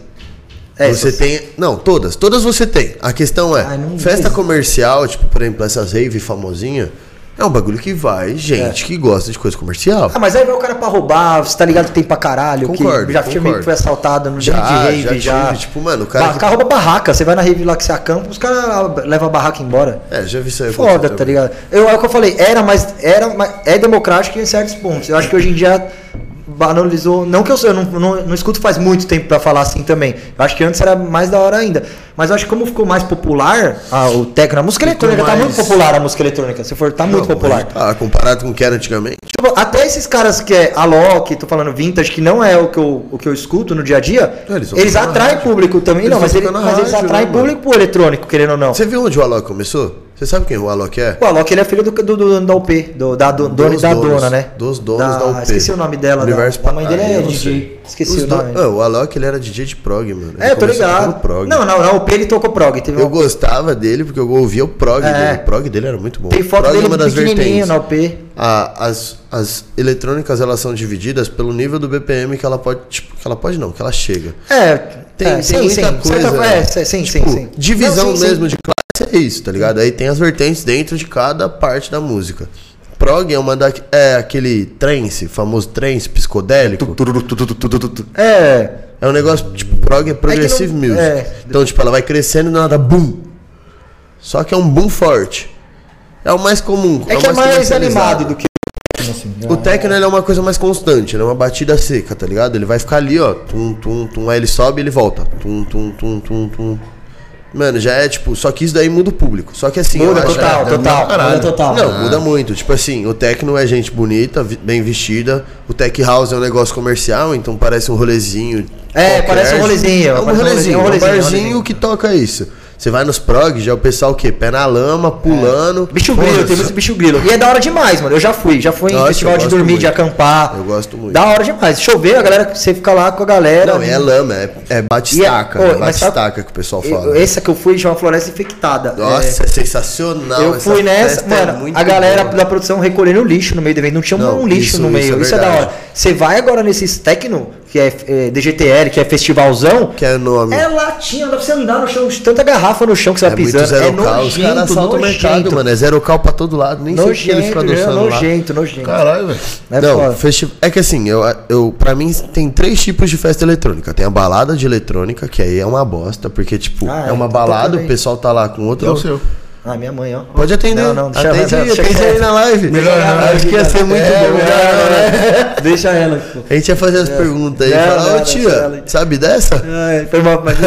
[SPEAKER 4] É,
[SPEAKER 2] você
[SPEAKER 4] essas.
[SPEAKER 2] tem. Não, todas. Todas você tem. A questão é,
[SPEAKER 4] Ah, não
[SPEAKER 2] festa
[SPEAKER 4] sei.
[SPEAKER 2] comercial, tipo, por exemplo, essas rave famosinha, é um bagulho que vai, gente que gosta de coisa comercial.
[SPEAKER 4] É. Ah, mas aí vai o cara pra roubar, você tá ligado que tem pra caralho.
[SPEAKER 2] Concordo,
[SPEAKER 4] que já tive amigo que
[SPEAKER 2] concordo.
[SPEAKER 4] foi assaltado no dia de
[SPEAKER 2] Já,
[SPEAKER 4] rave, já.
[SPEAKER 2] já tive, tipo, mano, o cara
[SPEAKER 4] Barraca,
[SPEAKER 2] que-
[SPEAKER 4] rouba barraca, você vai na rave lá que você acampa, os caras levam a barraca embora.
[SPEAKER 2] É, já vi isso aí. acontecer
[SPEAKER 4] Foda, tá
[SPEAKER 2] também.
[SPEAKER 4] ligado? Eu, é o que eu falei, era, mas era, mas é democrático em certos pontos. Eu acho que hoje em dia banalizou. Não que eu, sou- eu não, não, não escuto faz muito tempo pra falar assim também. Eu acho que antes era mais da hora ainda. Mas eu acho que como ficou mais popular a, o tecno, a música eletrônica tá
[SPEAKER 2] mais-
[SPEAKER 4] muito popular a música eletrônica. Se for, tá muito
[SPEAKER 2] Não,
[SPEAKER 4] popular.
[SPEAKER 2] mas, Ah, comparado com o que era antigamente.
[SPEAKER 4] Tipo, até esses caras que é Alok, tô falando vintage, que não é o que eu, o que eu escuto no dia a dia,
[SPEAKER 2] Não,
[SPEAKER 4] eles,
[SPEAKER 2] É, eles vão tocar na
[SPEAKER 4] atraem
[SPEAKER 2] rádio.
[SPEAKER 4] público também,
[SPEAKER 2] Eles
[SPEAKER 4] não,
[SPEAKER 2] vão
[SPEAKER 4] mas, ele-
[SPEAKER 2] tocar na
[SPEAKER 4] mas eles
[SPEAKER 2] rádio,
[SPEAKER 4] atraem
[SPEAKER 2] né,
[SPEAKER 4] público pro eletrônico, querendo ou não.
[SPEAKER 2] Você viu onde o Alok começou? Você sabe quem o Alok é?
[SPEAKER 4] O Alok, ele é filho do, do, do- da UP, do, da do, dono e
[SPEAKER 2] Dos
[SPEAKER 4] da
[SPEAKER 2] donos,
[SPEAKER 4] dona, né?
[SPEAKER 2] Dos donos da, UP.
[SPEAKER 4] Esqueci o nome dela.
[SPEAKER 2] Universo
[SPEAKER 4] da, a mãe dele
[SPEAKER 2] Ah,
[SPEAKER 4] é
[SPEAKER 2] eu não
[SPEAKER 4] DJ.
[SPEAKER 2] sei.
[SPEAKER 4] Esqueci
[SPEAKER 2] Os
[SPEAKER 4] o
[SPEAKER 2] do-
[SPEAKER 4] nome.
[SPEAKER 2] Ah, o Alok ele era DJ de prog, mano. Ele
[SPEAKER 4] é, tô
[SPEAKER 2] começou
[SPEAKER 4] ligado.
[SPEAKER 2] tocando Prog.
[SPEAKER 4] Não, não, não, o P ele tocou prog. Teve
[SPEAKER 2] Eu
[SPEAKER 4] uma-
[SPEAKER 2] gostava dele porque eu ouvia o prog
[SPEAKER 4] É.
[SPEAKER 2] dele. O prog dele era muito bom.
[SPEAKER 4] Tem foto
[SPEAKER 2] prog é
[SPEAKER 4] dele pequenininho na UP.
[SPEAKER 2] A- as, as eletrônicas elas são divididas pelo nível do BPM que ela pode. Tipo, que ela pode não, que ela chega.
[SPEAKER 4] É,
[SPEAKER 2] Tem,
[SPEAKER 4] é,
[SPEAKER 2] tem
[SPEAKER 4] sim,
[SPEAKER 2] muita
[SPEAKER 4] sim.
[SPEAKER 2] coisa.
[SPEAKER 4] Certa- é, sim, sim,
[SPEAKER 2] tipo,
[SPEAKER 4] sim, sim.
[SPEAKER 2] Divisão
[SPEAKER 4] Não, sim, sim.
[SPEAKER 2] mesmo de classe é isso, tá ligado? Aí tem as vertentes dentro de cada parte da música. Prog é uma da, é aquele trance, famoso trance psicodélico.
[SPEAKER 4] É.
[SPEAKER 2] É um negócio, tipo, prog é progressive
[SPEAKER 4] não-
[SPEAKER 2] music.
[SPEAKER 4] é.
[SPEAKER 2] Então, tipo, ela vai crescendo e nada, boom. Só que é um boom forte. É o mais comum.
[SPEAKER 4] É
[SPEAKER 2] o
[SPEAKER 4] que é mais
[SPEAKER 2] comercializado.
[SPEAKER 4] animado do que.
[SPEAKER 2] O techno ele é uma coisa mais constante, ele é uma batida seca, tá ligado? Ele vai ficar ali, ó, tum, tum, tum, aí ele sobe e ele volta. Tum, tum, tum, tum, tum. Mano, já é tipo, só que isso daí muda o público. Só que assim,
[SPEAKER 4] Muda
[SPEAKER 2] eu acho-
[SPEAKER 4] total,
[SPEAKER 2] é,
[SPEAKER 4] total.
[SPEAKER 3] caralho.
[SPEAKER 4] Muda total.
[SPEAKER 2] não, muda muito. Tipo assim, o techno é gente bonita, vi- bem vestida. O tech house é um negócio comercial, então parece um rolezinho.
[SPEAKER 4] É, parece um rolezinho,
[SPEAKER 2] É um
[SPEAKER 4] parece um rolezinho,
[SPEAKER 2] rolezinho,
[SPEAKER 4] um
[SPEAKER 2] um
[SPEAKER 4] rolezinho,
[SPEAKER 2] barzinho
[SPEAKER 4] rolezinho.
[SPEAKER 2] que toca isso. Você vai nos prog, já é o pessoal o quê? Pé na lama, pulando.
[SPEAKER 4] É. Bicho grilo, tem muito bicho grilo. E é da hora demais, mano. Eu já fui, já fui em
[SPEAKER 2] Nossa,
[SPEAKER 4] festival
[SPEAKER 2] eu
[SPEAKER 4] de
[SPEAKER 2] gosto
[SPEAKER 4] dormir, de
[SPEAKER 2] muito.
[SPEAKER 4] acampar.
[SPEAKER 2] Eu gosto muito.
[SPEAKER 4] Da hora demais. Chover, a galera, você fica lá com a galera.
[SPEAKER 2] Não, é lama, é, é batistaca.
[SPEAKER 4] E é-
[SPEAKER 2] é
[SPEAKER 4] ô, mas
[SPEAKER 2] batistaca que o pessoal
[SPEAKER 4] Eu-
[SPEAKER 2] fala.
[SPEAKER 4] Essa que eu fui chama Floresta Infectada.
[SPEAKER 2] Nossa,
[SPEAKER 4] É,
[SPEAKER 2] é, sensacional.
[SPEAKER 4] eu
[SPEAKER 2] essa
[SPEAKER 4] fui nessa,
[SPEAKER 2] festa é
[SPEAKER 4] mano,
[SPEAKER 2] muito
[SPEAKER 4] a galera
[SPEAKER 2] boa.
[SPEAKER 4] da produção recolhendo lixo no meio do evento. Não tinha
[SPEAKER 2] Não,
[SPEAKER 4] um lixo
[SPEAKER 2] isso-
[SPEAKER 4] no
[SPEAKER 2] isso
[SPEAKER 4] meio. Isso
[SPEAKER 2] é
[SPEAKER 4] é, da
[SPEAKER 2] verdade.
[SPEAKER 4] hora. Você vai agora nesses Tecno, que é, é DGTR, que é festivalzão.
[SPEAKER 2] Que é o nome.
[SPEAKER 4] É latinha, não dá pra você andar no chão, de tanta garrafa no chão que você
[SPEAKER 2] É
[SPEAKER 4] vai
[SPEAKER 2] muito
[SPEAKER 4] pisando.
[SPEAKER 2] zero
[SPEAKER 4] É
[SPEAKER 2] cal. Os
[SPEAKER 4] nojento,
[SPEAKER 2] caras assaltam o mercado,
[SPEAKER 4] nojento.
[SPEAKER 2] mano. É zero cal pra todo lado. Nem sei o que eles
[SPEAKER 4] Nojento,
[SPEAKER 2] ficam
[SPEAKER 4] nojento,
[SPEAKER 2] dançando lá.
[SPEAKER 4] nojento, nojento.
[SPEAKER 3] Caralho, velho.
[SPEAKER 4] É
[SPEAKER 2] não,
[SPEAKER 4] foda.
[SPEAKER 2] festi- é que assim, eu, eu, pra mim tem três tipos de festa eletrônica. Tem a balada de eletrônica, que aí é uma bosta, porque, tipo,
[SPEAKER 4] Ah,
[SPEAKER 2] é uma
[SPEAKER 4] então
[SPEAKER 2] balada,
[SPEAKER 4] também.
[SPEAKER 2] o pessoal tá lá com outro.
[SPEAKER 3] É o seu.
[SPEAKER 4] Ah, minha mãe, ó.
[SPEAKER 2] Pode atender.
[SPEAKER 4] Não, não, deixa
[SPEAKER 2] Atende
[SPEAKER 4] ela,
[SPEAKER 2] aí,
[SPEAKER 4] deixa
[SPEAKER 2] atende
[SPEAKER 4] ela. É, né?
[SPEAKER 2] aí na live.
[SPEAKER 3] Melhor não,
[SPEAKER 2] Acho que ia ser muito bom. né?
[SPEAKER 4] [LAUGHS] Deixa ela. pô.
[SPEAKER 2] A gente ia fazer as perguntas aí e
[SPEAKER 4] Não,
[SPEAKER 2] falar,
[SPEAKER 4] É. não,
[SPEAKER 2] ô
[SPEAKER 4] deixa ela.
[SPEAKER 2] tia, sabe dessa? É.
[SPEAKER 4] Ai, foi mal, mas...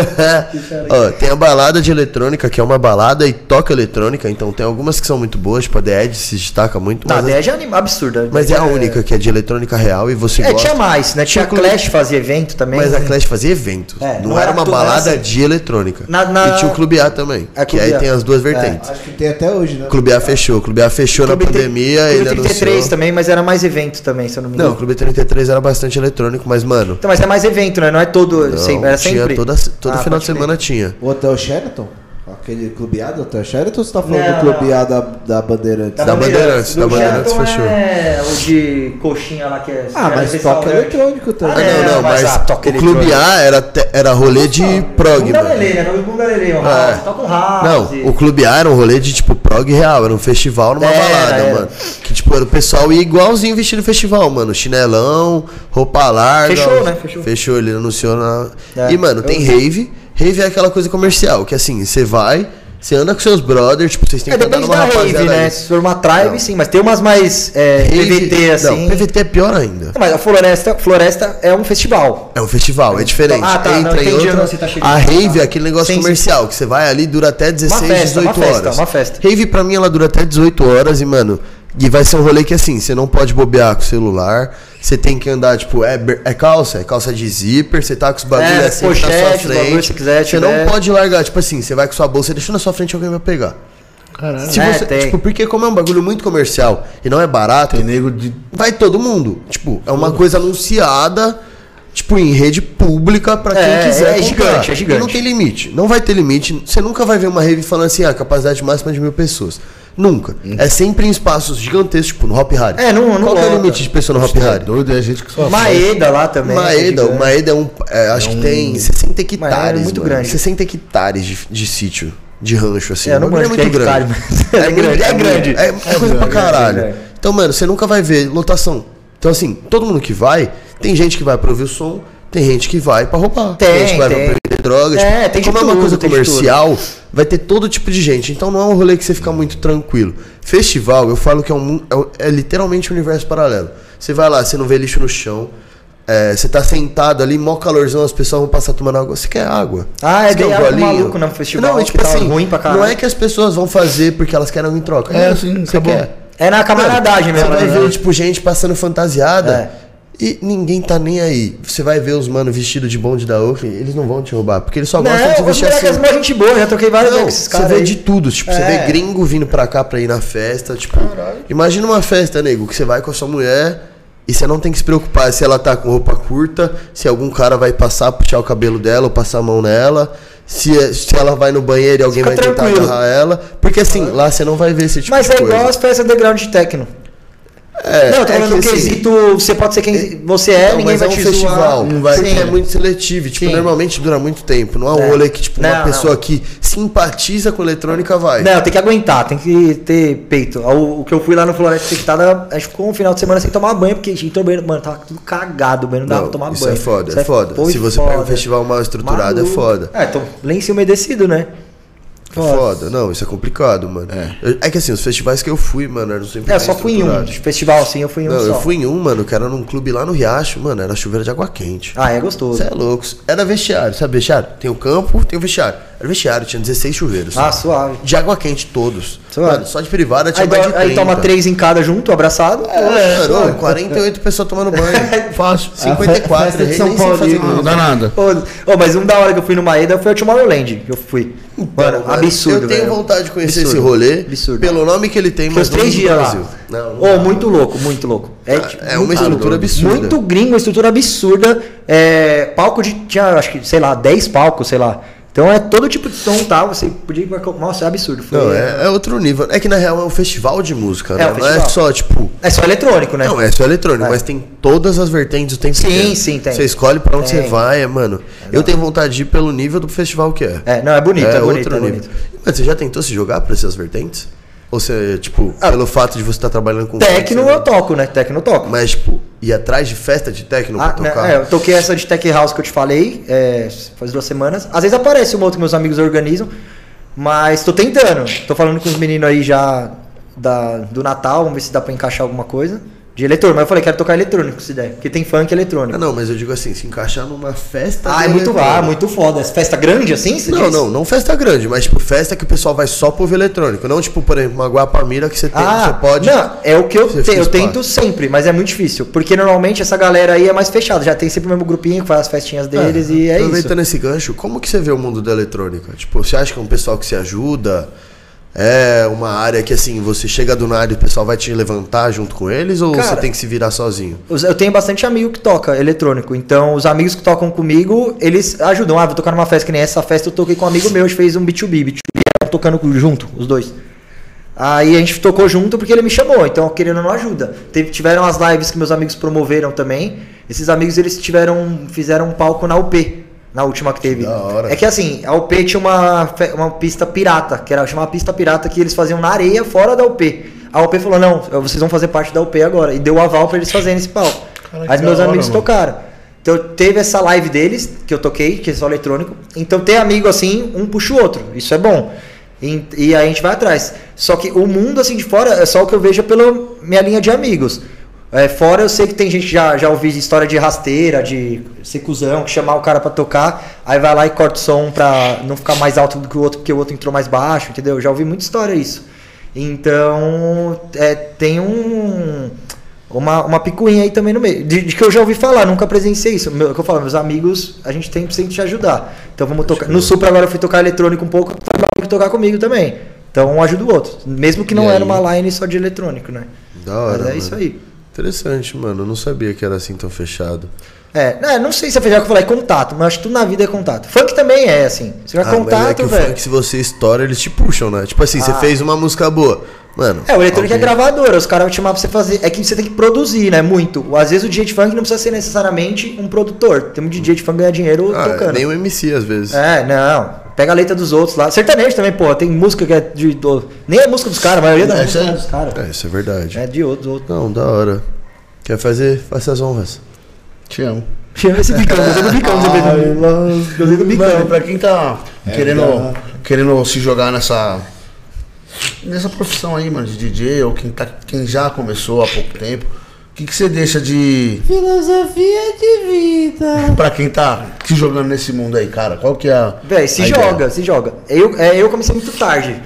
[SPEAKER 2] Ó, tem a balada de eletrônica, que é uma balada e toca eletrônica, então tem algumas que são muito boas, tipo a The Edge se destaca muito,
[SPEAKER 4] Não, a
[SPEAKER 2] mas,
[SPEAKER 4] Dead é anima- absurda.
[SPEAKER 2] mas é a única que é de eletrônica real e você
[SPEAKER 4] É,
[SPEAKER 2] gosta.
[SPEAKER 4] tinha mais, né? Tinha a Clash fazia evento também.
[SPEAKER 2] Mas a
[SPEAKER 4] né?
[SPEAKER 2] Clash fazia evento,
[SPEAKER 4] É,
[SPEAKER 2] não,
[SPEAKER 4] não
[SPEAKER 2] era
[SPEAKER 4] era
[SPEAKER 2] uma
[SPEAKER 4] tudo, era
[SPEAKER 2] balada
[SPEAKER 4] assim.
[SPEAKER 2] de eletrônica.
[SPEAKER 4] Na- na-
[SPEAKER 2] E tinha o Clube A também,
[SPEAKER 4] É,
[SPEAKER 2] que
[SPEAKER 4] Clube
[SPEAKER 2] aí
[SPEAKER 4] A.
[SPEAKER 2] tem as duas vertentes.
[SPEAKER 5] Acho que tem até hoje, né?
[SPEAKER 2] O Clube A fechou, o Clube A fechou
[SPEAKER 4] Clube
[SPEAKER 2] na
[SPEAKER 4] Tri-
[SPEAKER 2] pandemia,
[SPEAKER 4] Clube
[SPEAKER 2] ele
[SPEAKER 4] 33
[SPEAKER 2] anunciou...
[SPEAKER 4] também, mas era mais evento também, se eu não me engano.
[SPEAKER 2] Não, o Clube 33 era bastante eletrônico, mas mano,
[SPEAKER 4] Então, mas é mais evento, né? Não é todo.
[SPEAKER 2] não,
[SPEAKER 4] sempre, era
[SPEAKER 2] tinha
[SPEAKER 4] sempre.
[SPEAKER 2] toda, todo
[SPEAKER 4] Ah,
[SPEAKER 2] final de
[SPEAKER 4] pode
[SPEAKER 2] semana tinha.
[SPEAKER 5] O Hotel Sheraton? Aquele clubeado Hotel Sheraton ou você tá falando
[SPEAKER 4] Não,
[SPEAKER 5] do clubeado da, da Bandeirantes?
[SPEAKER 4] crer.
[SPEAKER 2] Da Bandeirantes, da
[SPEAKER 4] do
[SPEAKER 2] Bandeirantes
[SPEAKER 4] Sheraton
[SPEAKER 2] fechou.
[SPEAKER 4] É o de coxinha lá que é.
[SPEAKER 5] Ah,
[SPEAKER 4] é
[SPEAKER 5] mas
[SPEAKER 4] restaurante.
[SPEAKER 5] toca eletrônico
[SPEAKER 4] Ah,
[SPEAKER 5] também.
[SPEAKER 2] Ah,
[SPEAKER 4] É,
[SPEAKER 2] não, não,
[SPEAKER 4] mas
[SPEAKER 2] mas,
[SPEAKER 4] a toca
[SPEAKER 2] o Clube
[SPEAKER 4] eletrônica.
[SPEAKER 2] A era, te- era rolê de prog,
[SPEAKER 4] Bunda
[SPEAKER 2] mano.
[SPEAKER 4] Lelê, né? Não, Bunda Lelê, um
[SPEAKER 2] É.
[SPEAKER 4] house, toca um house.
[SPEAKER 2] Não, o Clube A era um rolê de tipo prog real, era um festival numa
[SPEAKER 4] Era,
[SPEAKER 2] balada,
[SPEAKER 4] era.
[SPEAKER 2] mano. Que tipo, era o pessoal ia igualzinho vestido no festival, mano. Chinelão, roupa larga.
[SPEAKER 4] Fechou, né? Fechou.
[SPEAKER 2] Fechou, ele anunciou na.
[SPEAKER 4] É,
[SPEAKER 2] e, mano, tem
[SPEAKER 4] eu-
[SPEAKER 2] rave. Rave é aquela coisa comercial, que assim, você vai, você anda com seus brothers, tipo, vocês têm
[SPEAKER 4] É,
[SPEAKER 2] que andar
[SPEAKER 4] depende
[SPEAKER 2] numa
[SPEAKER 4] da
[SPEAKER 2] rapaziada.
[SPEAKER 4] rave, né?
[SPEAKER 2] aí.
[SPEAKER 4] Se for uma tribe, sim, mas tem umas mais é,
[SPEAKER 2] Rave-
[SPEAKER 4] PVT, assim.
[SPEAKER 2] Não, PVT é pior ainda.
[SPEAKER 4] Não, Mas a floresta, floresta é um festival.
[SPEAKER 2] É um festival, é diferente.
[SPEAKER 4] Ah, tá, não,
[SPEAKER 2] Entra em
[SPEAKER 4] entendi
[SPEAKER 2] outra.
[SPEAKER 4] onde você tá chegando.
[SPEAKER 2] a rave é aquele negócio
[SPEAKER 4] Sim, sim.
[SPEAKER 2] comercial, que você vai ali, dura até 16,
[SPEAKER 4] festa,
[SPEAKER 2] 18
[SPEAKER 4] uma festa,
[SPEAKER 2] horas.
[SPEAKER 4] uma festa.
[SPEAKER 2] Rave pra mim ela dura até 18 horas e, mano, e vai ser um rolê que assim, você não pode bobear com o celular, você tem que andar, tipo, é, ber- é calça, é calça de zíper, você tá com os bagulhos
[SPEAKER 4] É,
[SPEAKER 2] assim na sua
[SPEAKER 4] pochete, os
[SPEAKER 2] frente.
[SPEAKER 4] bagulhos que quiser,
[SPEAKER 2] você
[SPEAKER 4] tiver.
[SPEAKER 2] não pode largar, tipo assim, você vai com sua bolsa, deixa na sua frente alguém vai pegar.
[SPEAKER 3] Caralho.
[SPEAKER 2] Se
[SPEAKER 4] É,
[SPEAKER 2] você-
[SPEAKER 4] tem.
[SPEAKER 2] tipo, porque como é um bagulho muito comercial e não é barato,
[SPEAKER 3] Tem nego de.
[SPEAKER 2] Vai todo mundo. Tipo, é uma coisa anunciada, tipo, em rede pública pra quem
[SPEAKER 4] É,
[SPEAKER 2] quiser.
[SPEAKER 4] é
[SPEAKER 2] comprar.
[SPEAKER 4] gigante, é gigante.
[SPEAKER 2] E não tem limite. Não vai ter limite. Você nunca vai ver uma rave falando assim, ah, capacidade máxima de mil pessoas. Nunca. É sempre em espaços gigantescos, tipo, no Hop Hari.
[SPEAKER 4] Hum. É, não- não
[SPEAKER 2] Qual que é o
[SPEAKER 4] lota.
[SPEAKER 2] limite de pessoa no Hop
[SPEAKER 3] É
[SPEAKER 2] Hari?
[SPEAKER 3] doido, é gente que só.
[SPEAKER 4] Maeda lá também. né,
[SPEAKER 2] Maeda,
[SPEAKER 4] que
[SPEAKER 2] o Maeda é um. é, acho que tem 60 hectares.
[SPEAKER 4] Maeda é muito
[SPEAKER 2] mano.
[SPEAKER 4] grande.
[SPEAKER 2] 60 hectares de, de sítio, de rancho, assim.
[SPEAKER 4] É, eu não
[SPEAKER 2] O bagulho
[SPEAKER 4] manjo que é hectare, mas [LAUGHS] é
[SPEAKER 2] É muito
[SPEAKER 4] grande,
[SPEAKER 2] grande.
[SPEAKER 4] é
[SPEAKER 2] É
[SPEAKER 4] grande.
[SPEAKER 2] grande. É muita coisa pra caralho. Então, mano, você nunca vai ver lotação. Então, assim, todo mundo que vai, tem gente que vai pra ouvir o som, tem gente que vai pra roubar.
[SPEAKER 4] Tem,
[SPEAKER 2] gente que vai
[SPEAKER 4] tem.
[SPEAKER 2] pra vender droga.
[SPEAKER 4] É, tem de
[SPEAKER 2] como é uma
[SPEAKER 4] tudo,
[SPEAKER 2] coisa
[SPEAKER 4] tem de
[SPEAKER 2] comercial, vai ter todo tipo de gente. Então não é um rolê que você fica muito tranquilo. Festival, eu falo que é, um, mu- é, um- é literalmente um universo paralelo. Você vai lá, você não vê lixo no chão. é, você tá sentado ali, mó calorzão, as pessoas vão passar tomando água. Você quer água?
[SPEAKER 4] Ah, é,
[SPEAKER 2] Você quer
[SPEAKER 4] daí
[SPEAKER 2] um
[SPEAKER 4] é algo
[SPEAKER 2] golinho?
[SPEAKER 4] maluco, né, no festival,
[SPEAKER 2] Não, é
[SPEAKER 4] que
[SPEAKER 2] tipo
[SPEAKER 4] tá
[SPEAKER 2] assim,
[SPEAKER 4] ruim pra caralho.
[SPEAKER 2] não é que as pessoas vão fazer porque elas querem algo em troca.
[SPEAKER 3] É, sim,
[SPEAKER 2] você
[SPEAKER 3] acabou.
[SPEAKER 2] quer.
[SPEAKER 4] É na
[SPEAKER 2] Você
[SPEAKER 4] camaradagem mesmo.
[SPEAKER 2] vai
[SPEAKER 4] né? É.
[SPEAKER 2] ver, tipo, gente passando fantasiada. E ninguém tá nem aí. Você vai ver os mano vestido de bonde da Oakley, eles não vão te roubar, porque eles só
[SPEAKER 4] Não,
[SPEAKER 2] gostam de se
[SPEAKER 4] os
[SPEAKER 2] vestir
[SPEAKER 4] moleques
[SPEAKER 2] assim.
[SPEAKER 4] são mó gente boa, já troquei várias vezes
[SPEAKER 2] Não,
[SPEAKER 4] com esses
[SPEAKER 2] você
[SPEAKER 4] caras
[SPEAKER 2] vê
[SPEAKER 4] aí.
[SPEAKER 2] de tudo. Tipo, você
[SPEAKER 4] É.
[SPEAKER 2] vê gringo vindo pra cá pra ir na festa. Tipo, imagina uma festa, nego, que você vai com a sua mulher e você não tem que se preocupar se ela tá com roupa curta, se algum cara vai passar, puxar o cabelo dela ou passar a mão nela, se, se ela vai no banheiro e alguém
[SPEAKER 4] Fica
[SPEAKER 2] vai tentar
[SPEAKER 4] tranquilo.
[SPEAKER 2] agarrar ela. Porque assim, lá você não vai ver esse tipo
[SPEAKER 4] Mas
[SPEAKER 2] de
[SPEAKER 4] é
[SPEAKER 2] coisa.
[SPEAKER 4] igual as festas underground de techno.
[SPEAKER 2] É,
[SPEAKER 4] não, eu tô
[SPEAKER 2] é
[SPEAKER 4] falando no
[SPEAKER 2] que, assim,
[SPEAKER 4] quesito, você pode ser quem você é,
[SPEAKER 2] Então,
[SPEAKER 4] ninguém
[SPEAKER 2] mas é
[SPEAKER 4] vai
[SPEAKER 2] um
[SPEAKER 4] te
[SPEAKER 2] festival,
[SPEAKER 4] zoar.
[SPEAKER 2] não vai,
[SPEAKER 4] Sim.
[SPEAKER 2] porque é muito seletivo. e, Tipo,
[SPEAKER 4] Sim.
[SPEAKER 2] normalmente dura muito tempo. Não é um
[SPEAKER 4] É.
[SPEAKER 2] rolê que, tipo,
[SPEAKER 4] Não,
[SPEAKER 2] uma pessoa
[SPEAKER 4] não.
[SPEAKER 2] que simpatiza com eletrônica vai.
[SPEAKER 4] Não, tem que aguentar, tem que ter peito. O, o que eu fui lá no Floresta Infectada, a gente ficou um final de semana sem tomar banho, porque a gente entrou no banheiro, mano, tava tudo cagado, o banheiro não dava pra tomar
[SPEAKER 2] isso
[SPEAKER 4] banho.
[SPEAKER 2] é foda,
[SPEAKER 4] Isso
[SPEAKER 2] é foda.
[SPEAKER 4] foi
[SPEAKER 2] Se você pega um
[SPEAKER 4] foda.
[SPEAKER 2] festival mal estruturado, é
[SPEAKER 4] Maluco.
[SPEAKER 2] foda.
[SPEAKER 4] É, tô lenço umedecido, né?
[SPEAKER 2] É Foda, não, isso é complicado, mano. É. que assim, os festivais que eu fui, mano, eram sempre
[SPEAKER 4] É, eu
[SPEAKER 2] bem
[SPEAKER 4] só fui em um.
[SPEAKER 2] estruturados.
[SPEAKER 4] De festival, assim, eu fui em um
[SPEAKER 2] Não,
[SPEAKER 4] só.
[SPEAKER 2] eu fui em um, mano, que era num clube lá no Riacho, mano, era chuveiro de água quente.
[SPEAKER 4] Ah, é gostoso.
[SPEAKER 2] Você é louco. Era vestiário, sabe vestiário? Tem o campo, tem o vestiário. Era vestiário, tinha 16 chuveiros.
[SPEAKER 4] Ah, suave.
[SPEAKER 2] De água quente todos.
[SPEAKER 4] Suave.
[SPEAKER 2] Mano, só de privada tinha
[SPEAKER 4] Aí,
[SPEAKER 2] mais
[SPEAKER 4] do-
[SPEAKER 2] de
[SPEAKER 4] aí
[SPEAKER 2] 30.
[SPEAKER 4] toma três em cada junto, abraçado.
[SPEAKER 2] É, mano, 48 pessoas tomando
[SPEAKER 3] [LAUGHS]
[SPEAKER 2] banho. Fácil.
[SPEAKER 5] A
[SPEAKER 2] 54,
[SPEAKER 5] festa de
[SPEAKER 2] errei,
[SPEAKER 5] São
[SPEAKER 2] nem sei
[SPEAKER 5] Paulo,
[SPEAKER 2] fazer
[SPEAKER 5] né?
[SPEAKER 2] gol.
[SPEAKER 3] Não dá nada.
[SPEAKER 4] Ô, ô, mas um da hora que eu fui no Maeda foi o Tomorrowland, que eu fui. Mano,
[SPEAKER 2] Mano,
[SPEAKER 4] absurdo,
[SPEAKER 2] Então, Eu tenho
[SPEAKER 4] velho.
[SPEAKER 2] vontade de conhecer
[SPEAKER 4] Absurdo,
[SPEAKER 2] esse rolê.
[SPEAKER 4] Absurdo.
[SPEAKER 2] Pelo nome que ele tem,
[SPEAKER 4] Fiquei
[SPEAKER 2] mas
[SPEAKER 4] os três
[SPEAKER 2] no
[SPEAKER 4] dias lá.
[SPEAKER 2] Brasil. Não, não
[SPEAKER 4] Ô,
[SPEAKER 2] dá.
[SPEAKER 4] muito louco, muito louco. É, tipo,
[SPEAKER 2] é uma
[SPEAKER 4] muito
[SPEAKER 2] estrutura
[SPEAKER 4] louco.
[SPEAKER 2] absurda.
[SPEAKER 4] Muito gringo, uma estrutura absurda. É, palco de, tinha, acho que, sei lá, 10 palcos, sei lá. Então é todo tipo de som, tá? Você podia... ir pra qual- Nossa, é absurdo. Foi-
[SPEAKER 2] Não, é, é outro nível. É que na real é um festival de música, né?
[SPEAKER 4] um
[SPEAKER 2] Não é
[SPEAKER 4] festival.
[SPEAKER 2] só, tipo.
[SPEAKER 4] É só eletrônico, né?
[SPEAKER 2] Não, é só eletrônico,
[SPEAKER 4] É.
[SPEAKER 2] mas tem todas as vertentes o tempo
[SPEAKER 4] Sim,
[SPEAKER 2] inteiro.
[SPEAKER 4] sim, tem.
[SPEAKER 2] Você escolhe pra onde
[SPEAKER 4] Tem.
[SPEAKER 2] você vai, é, mano. eu tenho vontade de ir pelo nível do festival que é.
[SPEAKER 4] É, não, é bonito, é, bonito, é bonito.
[SPEAKER 2] Mas você já tentou se jogar pra essas vertentes? Ou você, tipo, pelo fato de você estar trabalhando com.
[SPEAKER 4] Tecno
[SPEAKER 2] você-
[SPEAKER 4] Ah. eu toco, né? Tecno eu toco.
[SPEAKER 2] Mas, tipo, ir atrás de festa de techno
[SPEAKER 4] Ah,
[SPEAKER 2] pra tocar?
[SPEAKER 4] né, é, eu toquei essa de Tech House que eu te falei, é, faz duas semanas. Às vezes aparece uma outra que meus amigos organizam, mas tô tentando. Tô falando com os meninos aí já da, do Natal, vamos ver se dá pra encaixar alguma coisa. De eletrônico, mas eu falei, quero tocar eletrônico se der, porque tem funk eletrônico.
[SPEAKER 2] Ah, não, mas eu digo assim, se encaixar numa festa.
[SPEAKER 4] ah, é
[SPEAKER 2] de
[SPEAKER 4] muito,
[SPEAKER 2] eletrônico.
[SPEAKER 4] ah, muito foda. Festa grande assim, você
[SPEAKER 2] Não,
[SPEAKER 4] diz?
[SPEAKER 2] não, não festa grande, mas tipo festa que o pessoal vai só pro eletrônico. Não, tipo, por exemplo, uma Guapamira que você tem,
[SPEAKER 4] Ah,
[SPEAKER 2] você pode.
[SPEAKER 4] Não, é o que eu,
[SPEAKER 2] Você
[SPEAKER 4] te- eu
[SPEAKER 2] fez
[SPEAKER 4] tento sempre, mas é muito difícil. Porque normalmente essa galera aí é mais fechada, já tem sempre o mesmo grupinho que faz as festinhas deles e é isso.
[SPEAKER 2] Aproveitando esse gancho, como que você vê o mundo da eletrônica? Tipo, você acha que é um pessoal que se ajuda? É uma área que assim, você chega do nada e o pessoal vai te levantar junto com eles ou
[SPEAKER 4] Cara,
[SPEAKER 2] você tem que se virar sozinho?
[SPEAKER 4] Os- Eu tenho bastante amigo que toca eletrônico. Então, os amigos que tocam comigo, eles ajudam. Ah, vou tocar numa festa que nem essa festa. Eu toquei com um amigo meu, a gente fez um B2B. B2B era tocando junto, os dois. Aí a gente tocou junto porque ele me chamou. Então, querendo ou não ajuda. Teve- tiveram as lives que meus amigos promoveram também. Esses amigos, eles tiveram, fizeram um palco na UP. Na última que teve.
[SPEAKER 2] Da hora.
[SPEAKER 4] É que assim, a UP tinha uma, fe- uma pista pirata, que era chamada pista pirata, que eles faziam na areia fora da UP. A UP falou: não, vocês vão fazer parte da UP agora. E deu o aval pra eles fazerem esse palco.
[SPEAKER 3] Caraca,
[SPEAKER 4] Aí
[SPEAKER 3] que
[SPEAKER 4] meus
[SPEAKER 3] da hora,
[SPEAKER 4] amigos
[SPEAKER 3] mano.
[SPEAKER 4] tocaram. Então teve essa live deles, que eu toquei, que é só eletrônico. Então ter amigo assim, um puxa o outro. Isso é bom. E, e aí a gente vai atrás. Só que o mundo assim de fora é só o que eu vejo pela minha linha de amigos. É, fora eu sei que tem gente que já já ouvi história de rasteira, de ser cuzão, que chamar o cara pra tocar, aí vai lá e corta o som pra não ficar mais alto do que o outro, porque o outro entrou mais baixo, entendeu? Já ouvi muita história isso. Então, é, tem um uma, uma picuinha aí também no meio. De, de que eu já ouvi falar, nunca presenciei isso. Meu, é o que eu falo, meus amigos, a gente tem que te ajudar. Então vamos tocar.
[SPEAKER 2] é.
[SPEAKER 4] No Supra agora eu fui tocar eletrônico um pouco, foi um amigo tocar comigo também. Então um ajuda o outro. Mesmo que não era uma line só de eletrônico, né?
[SPEAKER 2] Da hora.
[SPEAKER 4] Mas é
[SPEAKER 2] mano.
[SPEAKER 4] isso aí.
[SPEAKER 2] Interessante, mano. Eu não sabia que era assim tão fechado.
[SPEAKER 4] É, né, não sei se é fechado que eu falei, é contato, mas acho que tudo na vida é contato. Funk também é, assim. Você vai
[SPEAKER 2] Ah,
[SPEAKER 4] contato,
[SPEAKER 2] mas é que o
[SPEAKER 4] velho.
[SPEAKER 2] funk, se você estoura, eles te puxam, né? Tipo assim, você
[SPEAKER 4] Ah.
[SPEAKER 2] fez uma música boa. Mano.
[SPEAKER 4] É, o eletrônico é
[SPEAKER 2] alguém-
[SPEAKER 4] gravadora, os caras vão te chamar pra você fazer. É que você tem que produzir, né? Muito. Às vezes o DJ de funk não precisa ser necessariamente um produtor. Tem um DJ de funk ganhar dinheiro
[SPEAKER 2] Hum. Ah,
[SPEAKER 4] tocando.
[SPEAKER 2] nem o MC às vezes.
[SPEAKER 4] É, não. Pega a letra dos outros lá. Sertanejo também, pô. Tem música que é de. do- Nem é música dos caras, a maioria da
[SPEAKER 2] É,
[SPEAKER 4] música
[SPEAKER 2] isso
[SPEAKER 4] é
[SPEAKER 2] é-
[SPEAKER 4] dos caras.
[SPEAKER 2] É, isso é verdade.
[SPEAKER 4] É de outros. outros.
[SPEAKER 2] Não, da hora. Quer fazer? Faça as honras.
[SPEAKER 3] Te amo.
[SPEAKER 4] Chama esse bicão, gostei do bicão, gostei
[SPEAKER 5] Ah,
[SPEAKER 4] do bicão. Gostei
[SPEAKER 3] Mano,
[SPEAKER 4] do bicão.
[SPEAKER 3] pra quem tá querendo, querendo se jogar nessa. Nessa profissão aí, mano, de DJ, ou quem, tá, quem já começou há pouco tempo, o que, que você deixa de.
[SPEAKER 6] Filosofia de vida.
[SPEAKER 3] [LAUGHS] Pra quem tá se jogando nesse mundo aí, cara? Qual que é a.
[SPEAKER 4] Véi, se
[SPEAKER 3] a ideia?
[SPEAKER 4] joga, se joga. Eu, é, eu comecei muito tarde.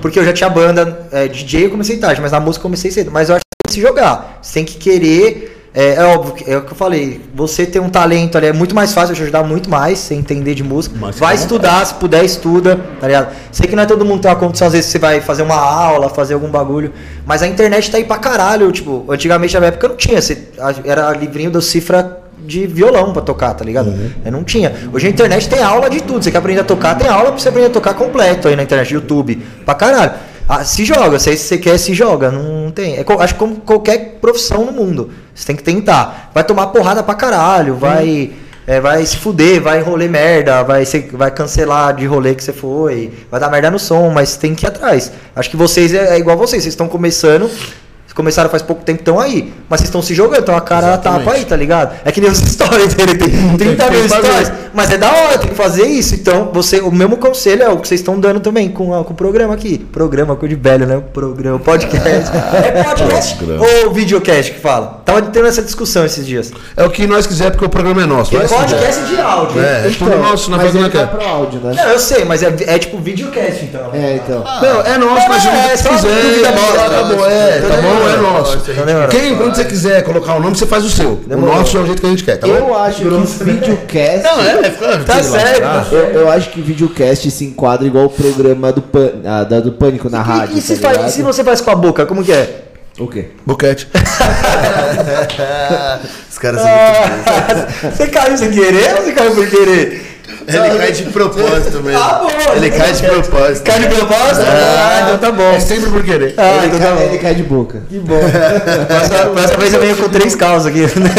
[SPEAKER 4] Porque eu já tinha banda, é, DJ eu comecei tarde, mas na música eu comecei cedo. Mas eu acho que tem que se jogar. Você tem que querer. É, é óbvio, que- é o que eu falei. Você tem um talento ali, é muito mais fácil te ajudar muito mais, você entender de música.
[SPEAKER 7] Mas fica
[SPEAKER 4] vai
[SPEAKER 7] à
[SPEAKER 4] estudar, se puder, estuda, tá ligado? Sei que não é todo mundo que tem uma condição, às vezes você vai fazer uma aula, fazer algum bagulho. Mas a internet tá aí pra caralho. Tipo, antigamente na minha época não tinha. Você, a- era livrinho da cifra de violão pra tocar, tá ligado? É, não tinha. Hoje a internet tem aula de tudo. Você quer aprender a tocar, tem aula pra você aprender a tocar completo aí na internet, YouTube, pra caralho. Ah, se joga, se é isso que você quer, se joga. Não, não tem. É, co- acho que como qualquer profissão no mundo. Você tem que tentar. Vai tomar porrada pra caralho, vai. é, vai se fuder, vai em rolê merda, vai, ser- vai cancelar de rolê que você foi, vai dar merda no som, mas tem que ir atrás. Acho que vocês é, é igual vocês, vocês estão começando, vocês começaram faz pouco tempo, estão aí. Mas vocês estão se jogando, então a cara
[SPEAKER 7] Exatamente.
[SPEAKER 4] tapa aí, tá ligado? É que nem os [LAUGHS] stories, ele tem 30 mil stories. Mas é da hora, tem que fazer isso. Então, você, o mesmo conselho é o que vocês estão dando também com, a- com o programa aqui. Programa, coisa de velho, né? Programa, [LAUGHS] podcast. é podcast
[SPEAKER 3] Programa.
[SPEAKER 4] ou videocast que fala? Tava tendo essa discussão esses dias.
[SPEAKER 3] É o que nós quiser, porque o programa é nosso.
[SPEAKER 4] É
[SPEAKER 3] vai se fuder.
[SPEAKER 4] podcast de áudio.
[SPEAKER 3] É, é tudo nosso, nós
[SPEAKER 5] Então, mas
[SPEAKER 3] fazemos
[SPEAKER 5] ele vai
[SPEAKER 3] aqui.
[SPEAKER 5] pro áudio, né?
[SPEAKER 4] Não, eu sei, mas é, é tipo videocast, então.
[SPEAKER 5] É, então.
[SPEAKER 3] Não, é nosso, nós
[SPEAKER 4] É,
[SPEAKER 3] é,
[SPEAKER 4] só dúvida bola,
[SPEAKER 3] tá bom, é, tá bom, é nosso.
[SPEAKER 4] demorou.
[SPEAKER 3] Quem, quando você quiser colocar o nome, você faz o seu.
[SPEAKER 4] Demorou.
[SPEAKER 3] O nosso é o jeito que a gente quer, tá bom?
[SPEAKER 5] Eu acho que videocast.
[SPEAKER 7] Não, é, é, fica-
[SPEAKER 4] Tá
[SPEAKER 7] sei lá.
[SPEAKER 4] certo.
[SPEAKER 5] Eu, eu acho que videocast se enquadra igual o programa do, pan, ah, da- do Pânico na rádio.
[SPEAKER 4] e, e se
[SPEAKER 5] tá
[SPEAKER 4] faz- e se
[SPEAKER 5] ligado?
[SPEAKER 4] você faz com a boca, como que é?
[SPEAKER 5] O quê?
[SPEAKER 3] Boquete.
[SPEAKER 2] Os caras
[SPEAKER 4] Ah,
[SPEAKER 2] são muito...
[SPEAKER 4] [LAUGHS] você caiu sem querer ou você caiu por querer?
[SPEAKER 2] Ele cai de propósito mesmo.
[SPEAKER 4] Ah, boa.
[SPEAKER 2] Ele cai de propósito.
[SPEAKER 4] Cai de proposta? Ah, então tá bom.
[SPEAKER 3] É sempre por querer.
[SPEAKER 4] Ah,
[SPEAKER 5] ele,
[SPEAKER 4] então tá
[SPEAKER 5] cai,
[SPEAKER 4] bom.
[SPEAKER 5] ele cai de boca.
[SPEAKER 4] Próxima, próxima vez eu venho com três calças aqui. [LAUGHS] né?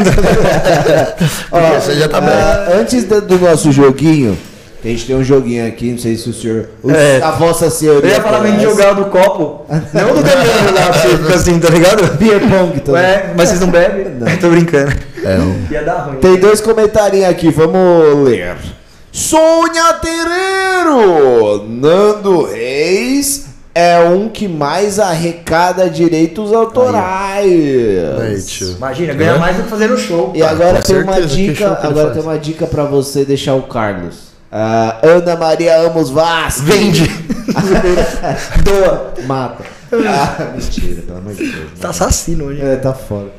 [SPEAKER 5] Ó,
[SPEAKER 3] Você já tá
[SPEAKER 5] ah, antes da- do nosso joguinho, que a gente tem um joguinho aqui, não sei se o senhor. o-
[SPEAKER 4] É.
[SPEAKER 5] A vossa
[SPEAKER 4] Eu
[SPEAKER 5] senhoria.
[SPEAKER 4] ia falar mesmo de
[SPEAKER 5] conhece.
[SPEAKER 4] jogar o do copo. Não do bebendo lá, porque fica assim, tá ligado?
[SPEAKER 5] Beer [LAUGHS] pong também.
[SPEAKER 4] Ué, mas vocês não bebem? Tô brincando. Ia dar ruim.
[SPEAKER 5] É, Tem dois comentários aqui, vamos ler. Sônia Tereiro! Nando Reis é um que mais arrecada direitos autorais.
[SPEAKER 2] Aí, tio.
[SPEAKER 4] Imagina, ganha mais do que fazer no show.
[SPEAKER 5] E agora
[SPEAKER 2] Com
[SPEAKER 5] tem uma
[SPEAKER 2] certeza, que
[SPEAKER 5] dica,
[SPEAKER 2] show que ele
[SPEAKER 5] agora
[SPEAKER 2] faz.
[SPEAKER 5] tem uma dica para você deixar o Carlos. Ah, Ana Maria Amos Vaz.
[SPEAKER 4] Vende. [LAUGHS] Doa.
[SPEAKER 5] Mata. Ah, mentira, pelo amor de Deus.
[SPEAKER 4] Tá assassino hoje.
[SPEAKER 5] É, tá fora.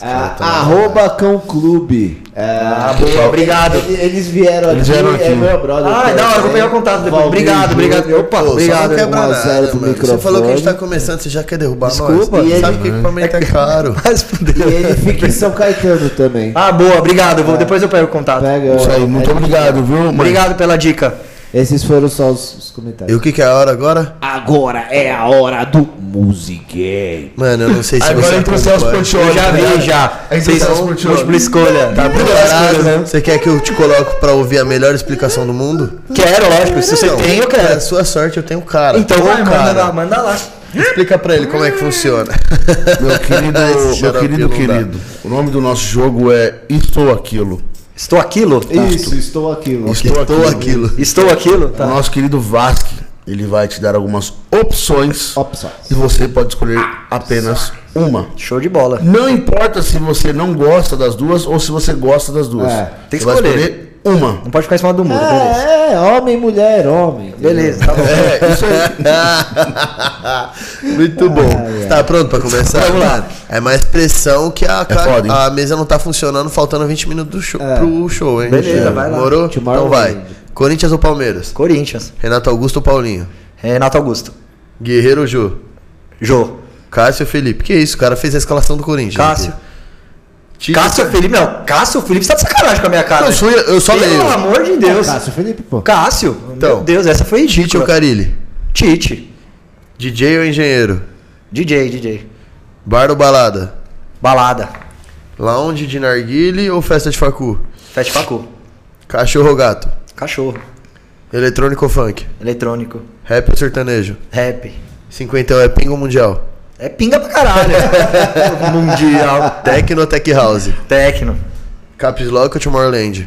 [SPEAKER 5] Ah, arroba Cão Clube. Ah,
[SPEAKER 4] boa, obrigado.
[SPEAKER 5] Eles, eles vieram
[SPEAKER 3] Eles
[SPEAKER 5] aqui,
[SPEAKER 3] vieram
[SPEAKER 5] é
[SPEAKER 3] aqui.
[SPEAKER 5] meu brother.
[SPEAKER 4] Ah, é da hora, vou pegar o contato depois. Obrigado, obrigado. Opa,
[SPEAKER 2] Pô,
[SPEAKER 4] obrigado.
[SPEAKER 2] só não quebra
[SPEAKER 5] um a
[SPEAKER 2] nada,
[SPEAKER 5] zero pro
[SPEAKER 2] mano. Você
[SPEAKER 5] microfone.
[SPEAKER 2] falou que a gente tá começando, você já quer derrubar
[SPEAKER 4] Desculpa.
[SPEAKER 2] nós?
[SPEAKER 5] E
[SPEAKER 2] Sabe
[SPEAKER 5] ele-
[SPEAKER 2] que equipamento é caro.
[SPEAKER 4] Mas
[SPEAKER 5] E
[SPEAKER 4] fudeu.
[SPEAKER 5] ele fica em São Caetano
[SPEAKER 4] [LAUGHS]
[SPEAKER 5] também.
[SPEAKER 4] Ah, boa, obrigado. Vou, depois eu pego o contato.
[SPEAKER 5] Pega,
[SPEAKER 3] Isso aí,
[SPEAKER 5] é,
[SPEAKER 3] muito
[SPEAKER 5] é,
[SPEAKER 3] obrigado, viu, mãe?
[SPEAKER 4] Obrigado pela dica.
[SPEAKER 5] Esses foram só os, os
[SPEAKER 2] E
[SPEAKER 5] comentários.
[SPEAKER 2] o que que é a hora agora?
[SPEAKER 6] Agora é a hora do Musiquei.
[SPEAKER 2] Mano, eu não sei se
[SPEAKER 3] Agora
[SPEAKER 2] você
[SPEAKER 3] entra é o Celso
[SPEAKER 2] acompanha.
[SPEAKER 3] Portioli.
[SPEAKER 4] Eu já vi,
[SPEAKER 3] né?
[SPEAKER 4] já.
[SPEAKER 3] Entra o
[SPEAKER 4] Vocês
[SPEAKER 3] Celso
[SPEAKER 4] são
[SPEAKER 3] Portioli.
[SPEAKER 4] múltipla escolha. Tá
[SPEAKER 2] Preparado? Você quer que eu te coloque pra ouvir a melhor explicação do mundo?
[SPEAKER 4] Quero, lógico. Se você
[SPEAKER 2] Não,
[SPEAKER 4] tem, eu
[SPEAKER 2] pra
[SPEAKER 4] quero.
[SPEAKER 2] Então, é sua sorte, eu tenho um cara.
[SPEAKER 4] Então vai, manda
[SPEAKER 2] cara.
[SPEAKER 4] lá, manda lá.
[SPEAKER 2] Explica pra ele como é que
[SPEAKER 4] [LAUGHS]
[SPEAKER 2] funciona.
[SPEAKER 3] Meu querido,
[SPEAKER 2] Esse
[SPEAKER 3] meu
[SPEAKER 2] xarope
[SPEAKER 3] querido,
[SPEAKER 2] não dá.
[SPEAKER 3] querido. O nome do nosso jogo é Estou Aquilo.
[SPEAKER 4] Estou aquilo? Tá.
[SPEAKER 5] Isso, estou aqui. Lu.
[SPEAKER 2] Estou aquilo. [LAUGHS]
[SPEAKER 4] Estou aquilo?
[SPEAKER 3] O
[SPEAKER 4] Tá.
[SPEAKER 3] nosso querido Vasque, ele vai te dar algumas opções
[SPEAKER 5] Opções.
[SPEAKER 3] e você pode escolher apenas uma.
[SPEAKER 4] Show de bola.
[SPEAKER 3] Não importa se você não gosta das duas ou se você gosta das duas.
[SPEAKER 5] É,
[SPEAKER 4] tem que
[SPEAKER 3] Você vai
[SPEAKER 4] escolher.
[SPEAKER 3] escolher uma.
[SPEAKER 4] Não pode ficar em cima do muro, beleza.
[SPEAKER 5] É, é, homem, mulher, homem.
[SPEAKER 4] Beleza,
[SPEAKER 2] [LAUGHS]
[SPEAKER 4] tá bom.
[SPEAKER 3] É, isso
[SPEAKER 4] [LAUGHS]
[SPEAKER 3] aí.
[SPEAKER 2] Muito bom. Tá pronto pra começar?
[SPEAKER 4] Vamos lá. É
[SPEAKER 2] É mais pressão que a, ca-
[SPEAKER 3] foda, hein?
[SPEAKER 2] a mesa não tá funcionando, faltando 20 minutos do show, pro show, hein?
[SPEAKER 4] Beleza, vai lá.
[SPEAKER 2] Morou?
[SPEAKER 5] Tomorrow
[SPEAKER 2] Então vai.
[SPEAKER 5] Land.
[SPEAKER 2] Corinthians ou Palmeiras?
[SPEAKER 4] Corinthians.
[SPEAKER 2] Renato Augusto ou Paulinho?
[SPEAKER 4] Renato Augusto.
[SPEAKER 2] Guerreiro ou Jô?
[SPEAKER 4] Jô.
[SPEAKER 2] Cássio ou Felipe? Que isso, o cara fez a escalação do Corinthians.
[SPEAKER 4] Cássio.
[SPEAKER 2] aqui. Tite-
[SPEAKER 4] Cássio Felipe, não. Cássio Felipe, você tá de sacanagem com a minha cara.
[SPEAKER 2] Eu, sou, eu só leio.
[SPEAKER 4] Pelo amor de Deus.
[SPEAKER 5] Cássio Felipe, pô.
[SPEAKER 4] Cássio.
[SPEAKER 2] Então.
[SPEAKER 4] Meu Deus, essa foi
[SPEAKER 2] Tite ou
[SPEAKER 4] ridícula.
[SPEAKER 2] Carilli?
[SPEAKER 4] Tite.
[SPEAKER 2] DJ ou Engenheiro?
[SPEAKER 4] DJ, DJ.
[SPEAKER 2] Bar ou balada?
[SPEAKER 4] Balada.
[SPEAKER 2] Lounge de narguile ou festa de facu?
[SPEAKER 4] Fete facu.
[SPEAKER 2] Cachorro ou gato?
[SPEAKER 4] Cachorro.
[SPEAKER 2] Eletrônico ou funk?
[SPEAKER 4] Eletrônico.
[SPEAKER 2] Rap ou sertanejo?
[SPEAKER 4] Rap.
[SPEAKER 2] 50 é pingo mundial.
[SPEAKER 4] É pinga pra caralho. Mundial.
[SPEAKER 2] Tecno ou Tech House?
[SPEAKER 4] Tecno.
[SPEAKER 2] Caps Lock ou Tomorrowland?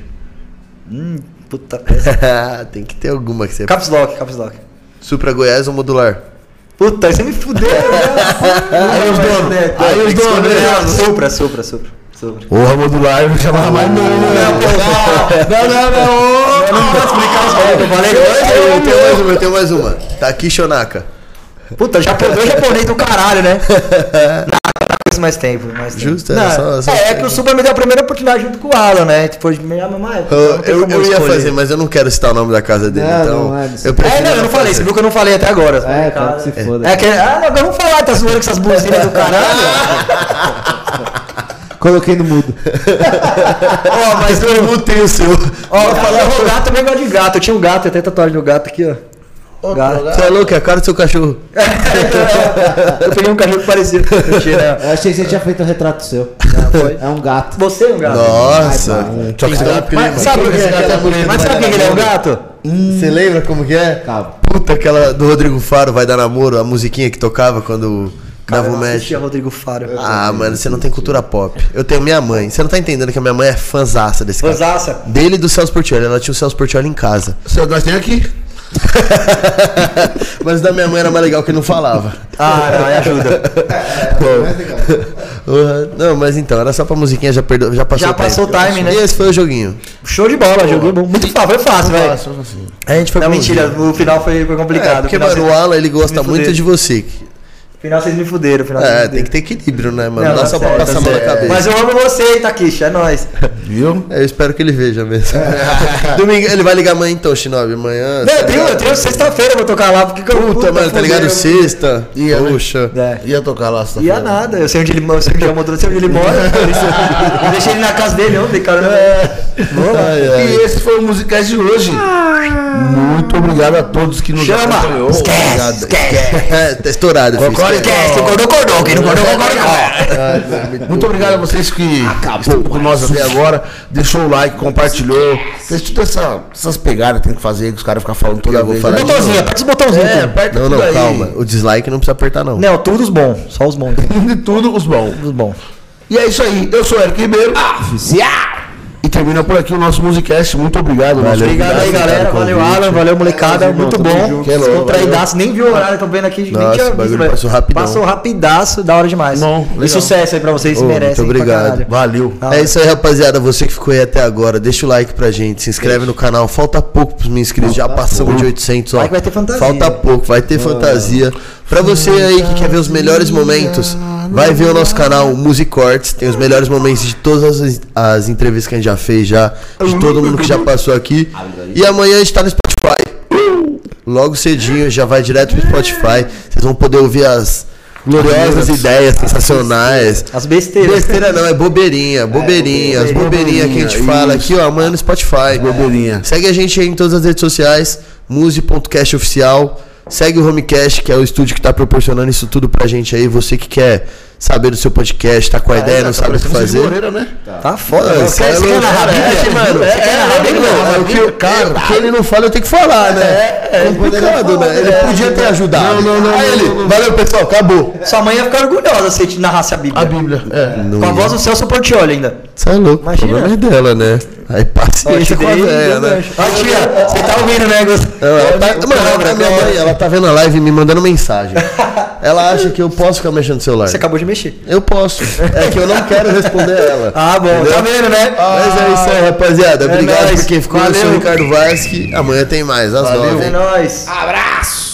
[SPEAKER 2] [LAUGHS]
[SPEAKER 4] Puta peça.
[SPEAKER 2] Tem que ter alguma que você...
[SPEAKER 4] Caps Lock, Caps Lock.
[SPEAKER 2] Supra Goiás ou Modular?
[SPEAKER 4] Puta, aí você me fudeu. Aí
[SPEAKER 3] os donos.
[SPEAKER 4] Aí os donos. Supra, supra, supra. Supra.
[SPEAKER 3] Porra, modular, eu não chamava mais Ah, não. Não, não, não. ô.
[SPEAKER 4] Não, explicar os bagulho que
[SPEAKER 2] Eu
[SPEAKER 4] eu falei.
[SPEAKER 2] tenho mais uma, eu tenho mais uma. Takishi ou Naka?
[SPEAKER 4] Puta, japonês, japonês do caralho, né? Naka, Naka, conheço mais tempo. Mais tempo.
[SPEAKER 2] Justo, era
[SPEAKER 4] Não,
[SPEAKER 2] só- só-
[SPEAKER 4] é, é que o Super me deu a primeira oportunidade junto com o Alan, né? Tipo, de melhor mesma época.
[SPEAKER 2] Eu,
[SPEAKER 4] não tem
[SPEAKER 2] eu-
[SPEAKER 4] como
[SPEAKER 2] eu ia
[SPEAKER 4] escolher.
[SPEAKER 2] fazer, mas eu não quero citar o nome da casa dele,
[SPEAKER 5] Não,
[SPEAKER 2] então.
[SPEAKER 5] não é, não sei.
[SPEAKER 2] eu
[SPEAKER 4] É,
[SPEAKER 2] prefiro
[SPEAKER 4] não, eu não falei, você
[SPEAKER 2] fazer.
[SPEAKER 4] viu que eu não falei até agora.
[SPEAKER 5] É, cara,
[SPEAKER 4] cara.
[SPEAKER 5] que se foda.
[SPEAKER 4] É que, ah, não, vamos falar, tá zoando com essas buzinhas
[SPEAKER 2] [LAUGHS]
[SPEAKER 4] do caralho.
[SPEAKER 5] Coloquei no [LAUGHS] mudo.
[SPEAKER 4] Ó, mas
[SPEAKER 2] Todo
[SPEAKER 4] eu.
[SPEAKER 2] mundo tem o seu.
[SPEAKER 4] Ó, falando gato, também gosto de gato. Eu tinha um gato, eu tenho tatuagem do
[SPEAKER 2] [LAUGHS]
[SPEAKER 4] gato aqui, ó. Gato.
[SPEAKER 2] Você é louco, é a cara do seu cachorro.
[SPEAKER 4] Eu peguei um cachorro que né? parecia. Mentira,
[SPEAKER 5] Eu achei que você tinha feito um retrato seu.
[SPEAKER 4] foi.
[SPEAKER 5] É um gato.
[SPEAKER 4] Você é um gato.
[SPEAKER 2] Nossa.
[SPEAKER 5] vai.
[SPEAKER 2] Só que você dá prima.
[SPEAKER 4] Mas sabe o que
[SPEAKER 2] Esse
[SPEAKER 4] é
[SPEAKER 2] gato
[SPEAKER 4] gato?
[SPEAKER 2] bonito,
[SPEAKER 4] Mas
[SPEAKER 2] vai
[SPEAKER 4] sabe o
[SPEAKER 2] dar
[SPEAKER 4] que ele é um
[SPEAKER 2] namoro.
[SPEAKER 4] gato?
[SPEAKER 2] Hum. Você lembra como que é?
[SPEAKER 5] Calma.
[SPEAKER 2] Puta, aquela do Rodrigo Faro, Vai Dar Namoro, a musiquinha que tocava quando dava
[SPEAKER 4] Eu
[SPEAKER 2] o
[SPEAKER 4] não
[SPEAKER 2] match.
[SPEAKER 4] assistia Rodrigo Faro.
[SPEAKER 2] É Ah, mano, você não tem cultura pop. Eu tenho minha mãe. Você não tá entendendo que a minha mãe é fanzaça desse cara.
[SPEAKER 4] Rosaça.
[SPEAKER 2] Dele e do Celso Portioli. Ela tinha o Celso Portioli em casa.
[SPEAKER 3] Você- Nós temos aqui.
[SPEAKER 2] Mas da minha mãe era mais legal que ele não
[SPEAKER 4] [LAUGHS]
[SPEAKER 2] falava.
[SPEAKER 4] Ah, não, me
[SPEAKER 2] tá.
[SPEAKER 4] ajuda. É,
[SPEAKER 2] Uhum. Não, mas então, era só pra musiquinha, já, perdo... já passou
[SPEAKER 4] Já
[SPEAKER 2] o time.
[SPEAKER 4] passou o time, né?
[SPEAKER 2] E esse foi o joguinho.
[SPEAKER 4] Show de bola, joguei bom. Muito fácil, foi fácil, velho.
[SPEAKER 2] A gente foi
[SPEAKER 4] Não,
[SPEAKER 2] pro
[SPEAKER 4] mentira,
[SPEAKER 2] jogo.
[SPEAKER 4] o final foi, foi
[SPEAKER 2] É,
[SPEAKER 4] complicado.
[SPEAKER 2] porque,
[SPEAKER 4] o final,
[SPEAKER 2] mano, o Alan, ele gosta
[SPEAKER 4] me
[SPEAKER 2] muito
[SPEAKER 4] fuderam.
[SPEAKER 2] de você.
[SPEAKER 4] final vocês me fuderam. Final vocês
[SPEAKER 2] É, tem
[SPEAKER 4] me
[SPEAKER 2] que
[SPEAKER 4] fuderam.
[SPEAKER 2] ter equilíbrio, né, mano? Não,
[SPEAKER 4] Não,
[SPEAKER 2] dá
[SPEAKER 4] tá
[SPEAKER 2] só pra
[SPEAKER 4] certo,
[SPEAKER 2] passar a mão na
[SPEAKER 4] tá
[SPEAKER 2] cabeça.
[SPEAKER 4] certo. Mas eu amo você, Itaquixa, é nóis.
[SPEAKER 3] Viu?
[SPEAKER 2] Eu espero que ele veja
[SPEAKER 4] [LAUGHS]
[SPEAKER 2] mesmo. Domingo, ele vai ligar amanhã então, Shinobi, amanhã.
[SPEAKER 4] Não, um-
[SPEAKER 2] tá
[SPEAKER 4] eu tenho, eu
[SPEAKER 2] ligado?
[SPEAKER 4] tenho sexta-feira, eu vou tocar lá, porque que eu
[SPEAKER 2] Puta, mano, tá
[SPEAKER 4] fudeu,
[SPEAKER 2] ligado?
[SPEAKER 4] eu-
[SPEAKER 2] Sexta.
[SPEAKER 3] Ia, né?
[SPEAKER 2] Puxa.
[SPEAKER 4] É.
[SPEAKER 3] Ia tocar lá, tá essa
[SPEAKER 4] E a
[SPEAKER 3] feira.
[SPEAKER 4] nada, eu sei onde ele mora, eu sei onde ele mora, [LAUGHS] eu sei onde ele mora. É, Eu deixei ele na casa dele ontem, cara. Vou lá.
[SPEAKER 2] Ai, ai.
[SPEAKER 3] E esse foi o Musicast de hoje. Muito obrigado a todos que nos
[SPEAKER 4] Chama!
[SPEAKER 3] acompanhou. Obrigado.
[SPEAKER 2] É, [LAUGHS] tá estourado, filho.
[SPEAKER 3] Concorda?
[SPEAKER 4] Esquece, concordou, concordou. Quem não concordou, concordou.
[SPEAKER 3] Muito obrigado a vocês que estão com nós até agora. Deixou o like, compartilhou. Fez todas essa, essas pegadas que tem que fazer, que os caras ficam falando toda
[SPEAKER 2] Eu vou
[SPEAKER 3] vez.
[SPEAKER 2] falar de
[SPEAKER 4] Botãozinho, aperta os botãozinhos.
[SPEAKER 3] É,
[SPEAKER 4] tudo.
[SPEAKER 3] aperta
[SPEAKER 2] Não,
[SPEAKER 3] tudo
[SPEAKER 2] não,
[SPEAKER 3] aí.
[SPEAKER 2] calma. O dislike não precisa apertar, não.
[SPEAKER 4] Não, tudo os bons, só os bons.
[SPEAKER 3] [LAUGHS] De tudo, os bons.
[SPEAKER 4] Os bons.
[SPEAKER 3] E é isso aí. Eu sou Eric Ribeiro. E termina por aqui o nosso Musicast. Muito obrigado. nosso
[SPEAKER 4] Obrigado aí,
[SPEAKER 3] convidado.
[SPEAKER 4] galera. Valeu, Alan. Valeu, molecada. Muito bom.
[SPEAKER 3] Que é louco,
[SPEAKER 4] Descontraidaço. Nem vi o horário, tô vendo aqui.
[SPEAKER 2] Nossa,
[SPEAKER 4] nem tinha
[SPEAKER 2] o bagulho
[SPEAKER 4] visto, velho.
[SPEAKER 2] passou rapidão.
[SPEAKER 4] Passou rapidaço, da hora demais.
[SPEAKER 3] Bom, legal.
[SPEAKER 4] e sucesso aí pra vocês, se merecem.
[SPEAKER 2] muito
[SPEAKER 4] pra
[SPEAKER 2] obrigado.
[SPEAKER 4] caralho.
[SPEAKER 3] Valeu.
[SPEAKER 2] É isso aí, rapaziada. Você que ficou aí até agora, deixa o like pra gente, se inscreve no canal. Falta pouco pros meus inscritos, já passamos de 800, ó.
[SPEAKER 4] Vai que vai ter fantasia. Ah.
[SPEAKER 2] Falta pouco, vai ter fantasia. Pra você aí que quer ver os melhores momentos, vai ver o nosso canal Musicortes. Tem os melhores momentos de todas as, as entrevistas que a gente já fez, já de todo mundo que já passou aqui. E amanhã a gente tá no Spotify. Logo cedinho, já vai direto pro Spotify. Vocês vão poder ouvir as gloriosas ideias sensacionais.
[SPEAKER 4] As besteiras.
[SPEAKER 2] Besteira não, é bobeirinha, bobeirinha, as bobeirinhas que a gente fala aqui, ó, mano, no Spotify.
[SPEAKER 4] É
[SPEAKER 3] Bobeirinha.
[SPEAKER 2] Segue a gente aí em todas as redes sociais, muse.cast oficial. Segue o Homecast, que é o estúdio que tá proporcionando isso tudo pra gente aí. Você que quer saber do seu podcast, tá com a
[SPEAKER 4] É,
[SPEAKER 2] ideia, não sabe o que fazer.
[SPEAKER 3] Moreira, né?
[SPEAKER 4] Tá foda.
[SPEAKER 2] Mano,
[SPEAKER 4] velho.
[SPEAKER 2] isso
[SPEAKER 4] Quer-
[SPEAKER 2] é
[SPEAKER 4] você quer
[SPEAKER 2] louco,
[SPEAKER 4] narrar a
[SPEAKER 2] cara.
[SPEAKER 4] Bíblia?
[SPEAKER 2] É, mano,
[SPEAKER 4] Você quer narrar a Bíblia?
[SPEAKER 2] é, o que- Cara, o que ele não fala, eu tenho que falar, né? É complicado, né? Ele podia ter ajudado. Não, não, não. Aí ele, valeu, pessoal, acabou.
[SPEAKER 4] Sua mãe ia ficar orgulhosa se a gente narrasse a Bíblia.
[SPEAKER 3] A Bíblia. É.
[SPEAKER 4] Com a voz do Celso Portiolli ainda.
[SPEAKER 2] Você é louco, o
[SPEAKER 4] Imagina.
[SPEAKER 2] problema é dela, né? Aí paciência com a véia, né?
[SPEAKER 4] Ó, tia, você tá ouvindo, né, Gus?
[SPEAKER 2] Ela, ela tá, mano, ela, tá,
[SPEAKER 4] Cobra,
[SPEAKER 2] minha
[SPEAKER 4] cobra.
[SPEAKER 2] mãe, ela tá vendo a live e me mandando
[SPEAKER 4] [LAUGHS]
[SPEAKER 2] mensagem. Ela acha que eu posso ficar mexendo no celular.
[SPEAKER 4] Você acabou de mexer.
[SPEAKER 2] Eu posso. É que eu não quero responder ela.
[SPEAKER 4] Ah, bom. Tá vendo, né?
[SPEAKER 2] Mas é isso aí, rapaziada.
[SPEAKER 4] É
[SPEAKER 2] Obrigado
[SPEAKER 4] nóis.
[SPEAKER 2] por quem ficou. Eu sou o
[SPEAKER 4] Valeu.
[SPEAKER 2] Ricardo Vasque. Amanhã tem mais, às
[SPEAKER 4] Valeu.
[SPEAKER 2] nove.
[SPEAKER 4] É nóis.
[SPEAKER 1] Abraço!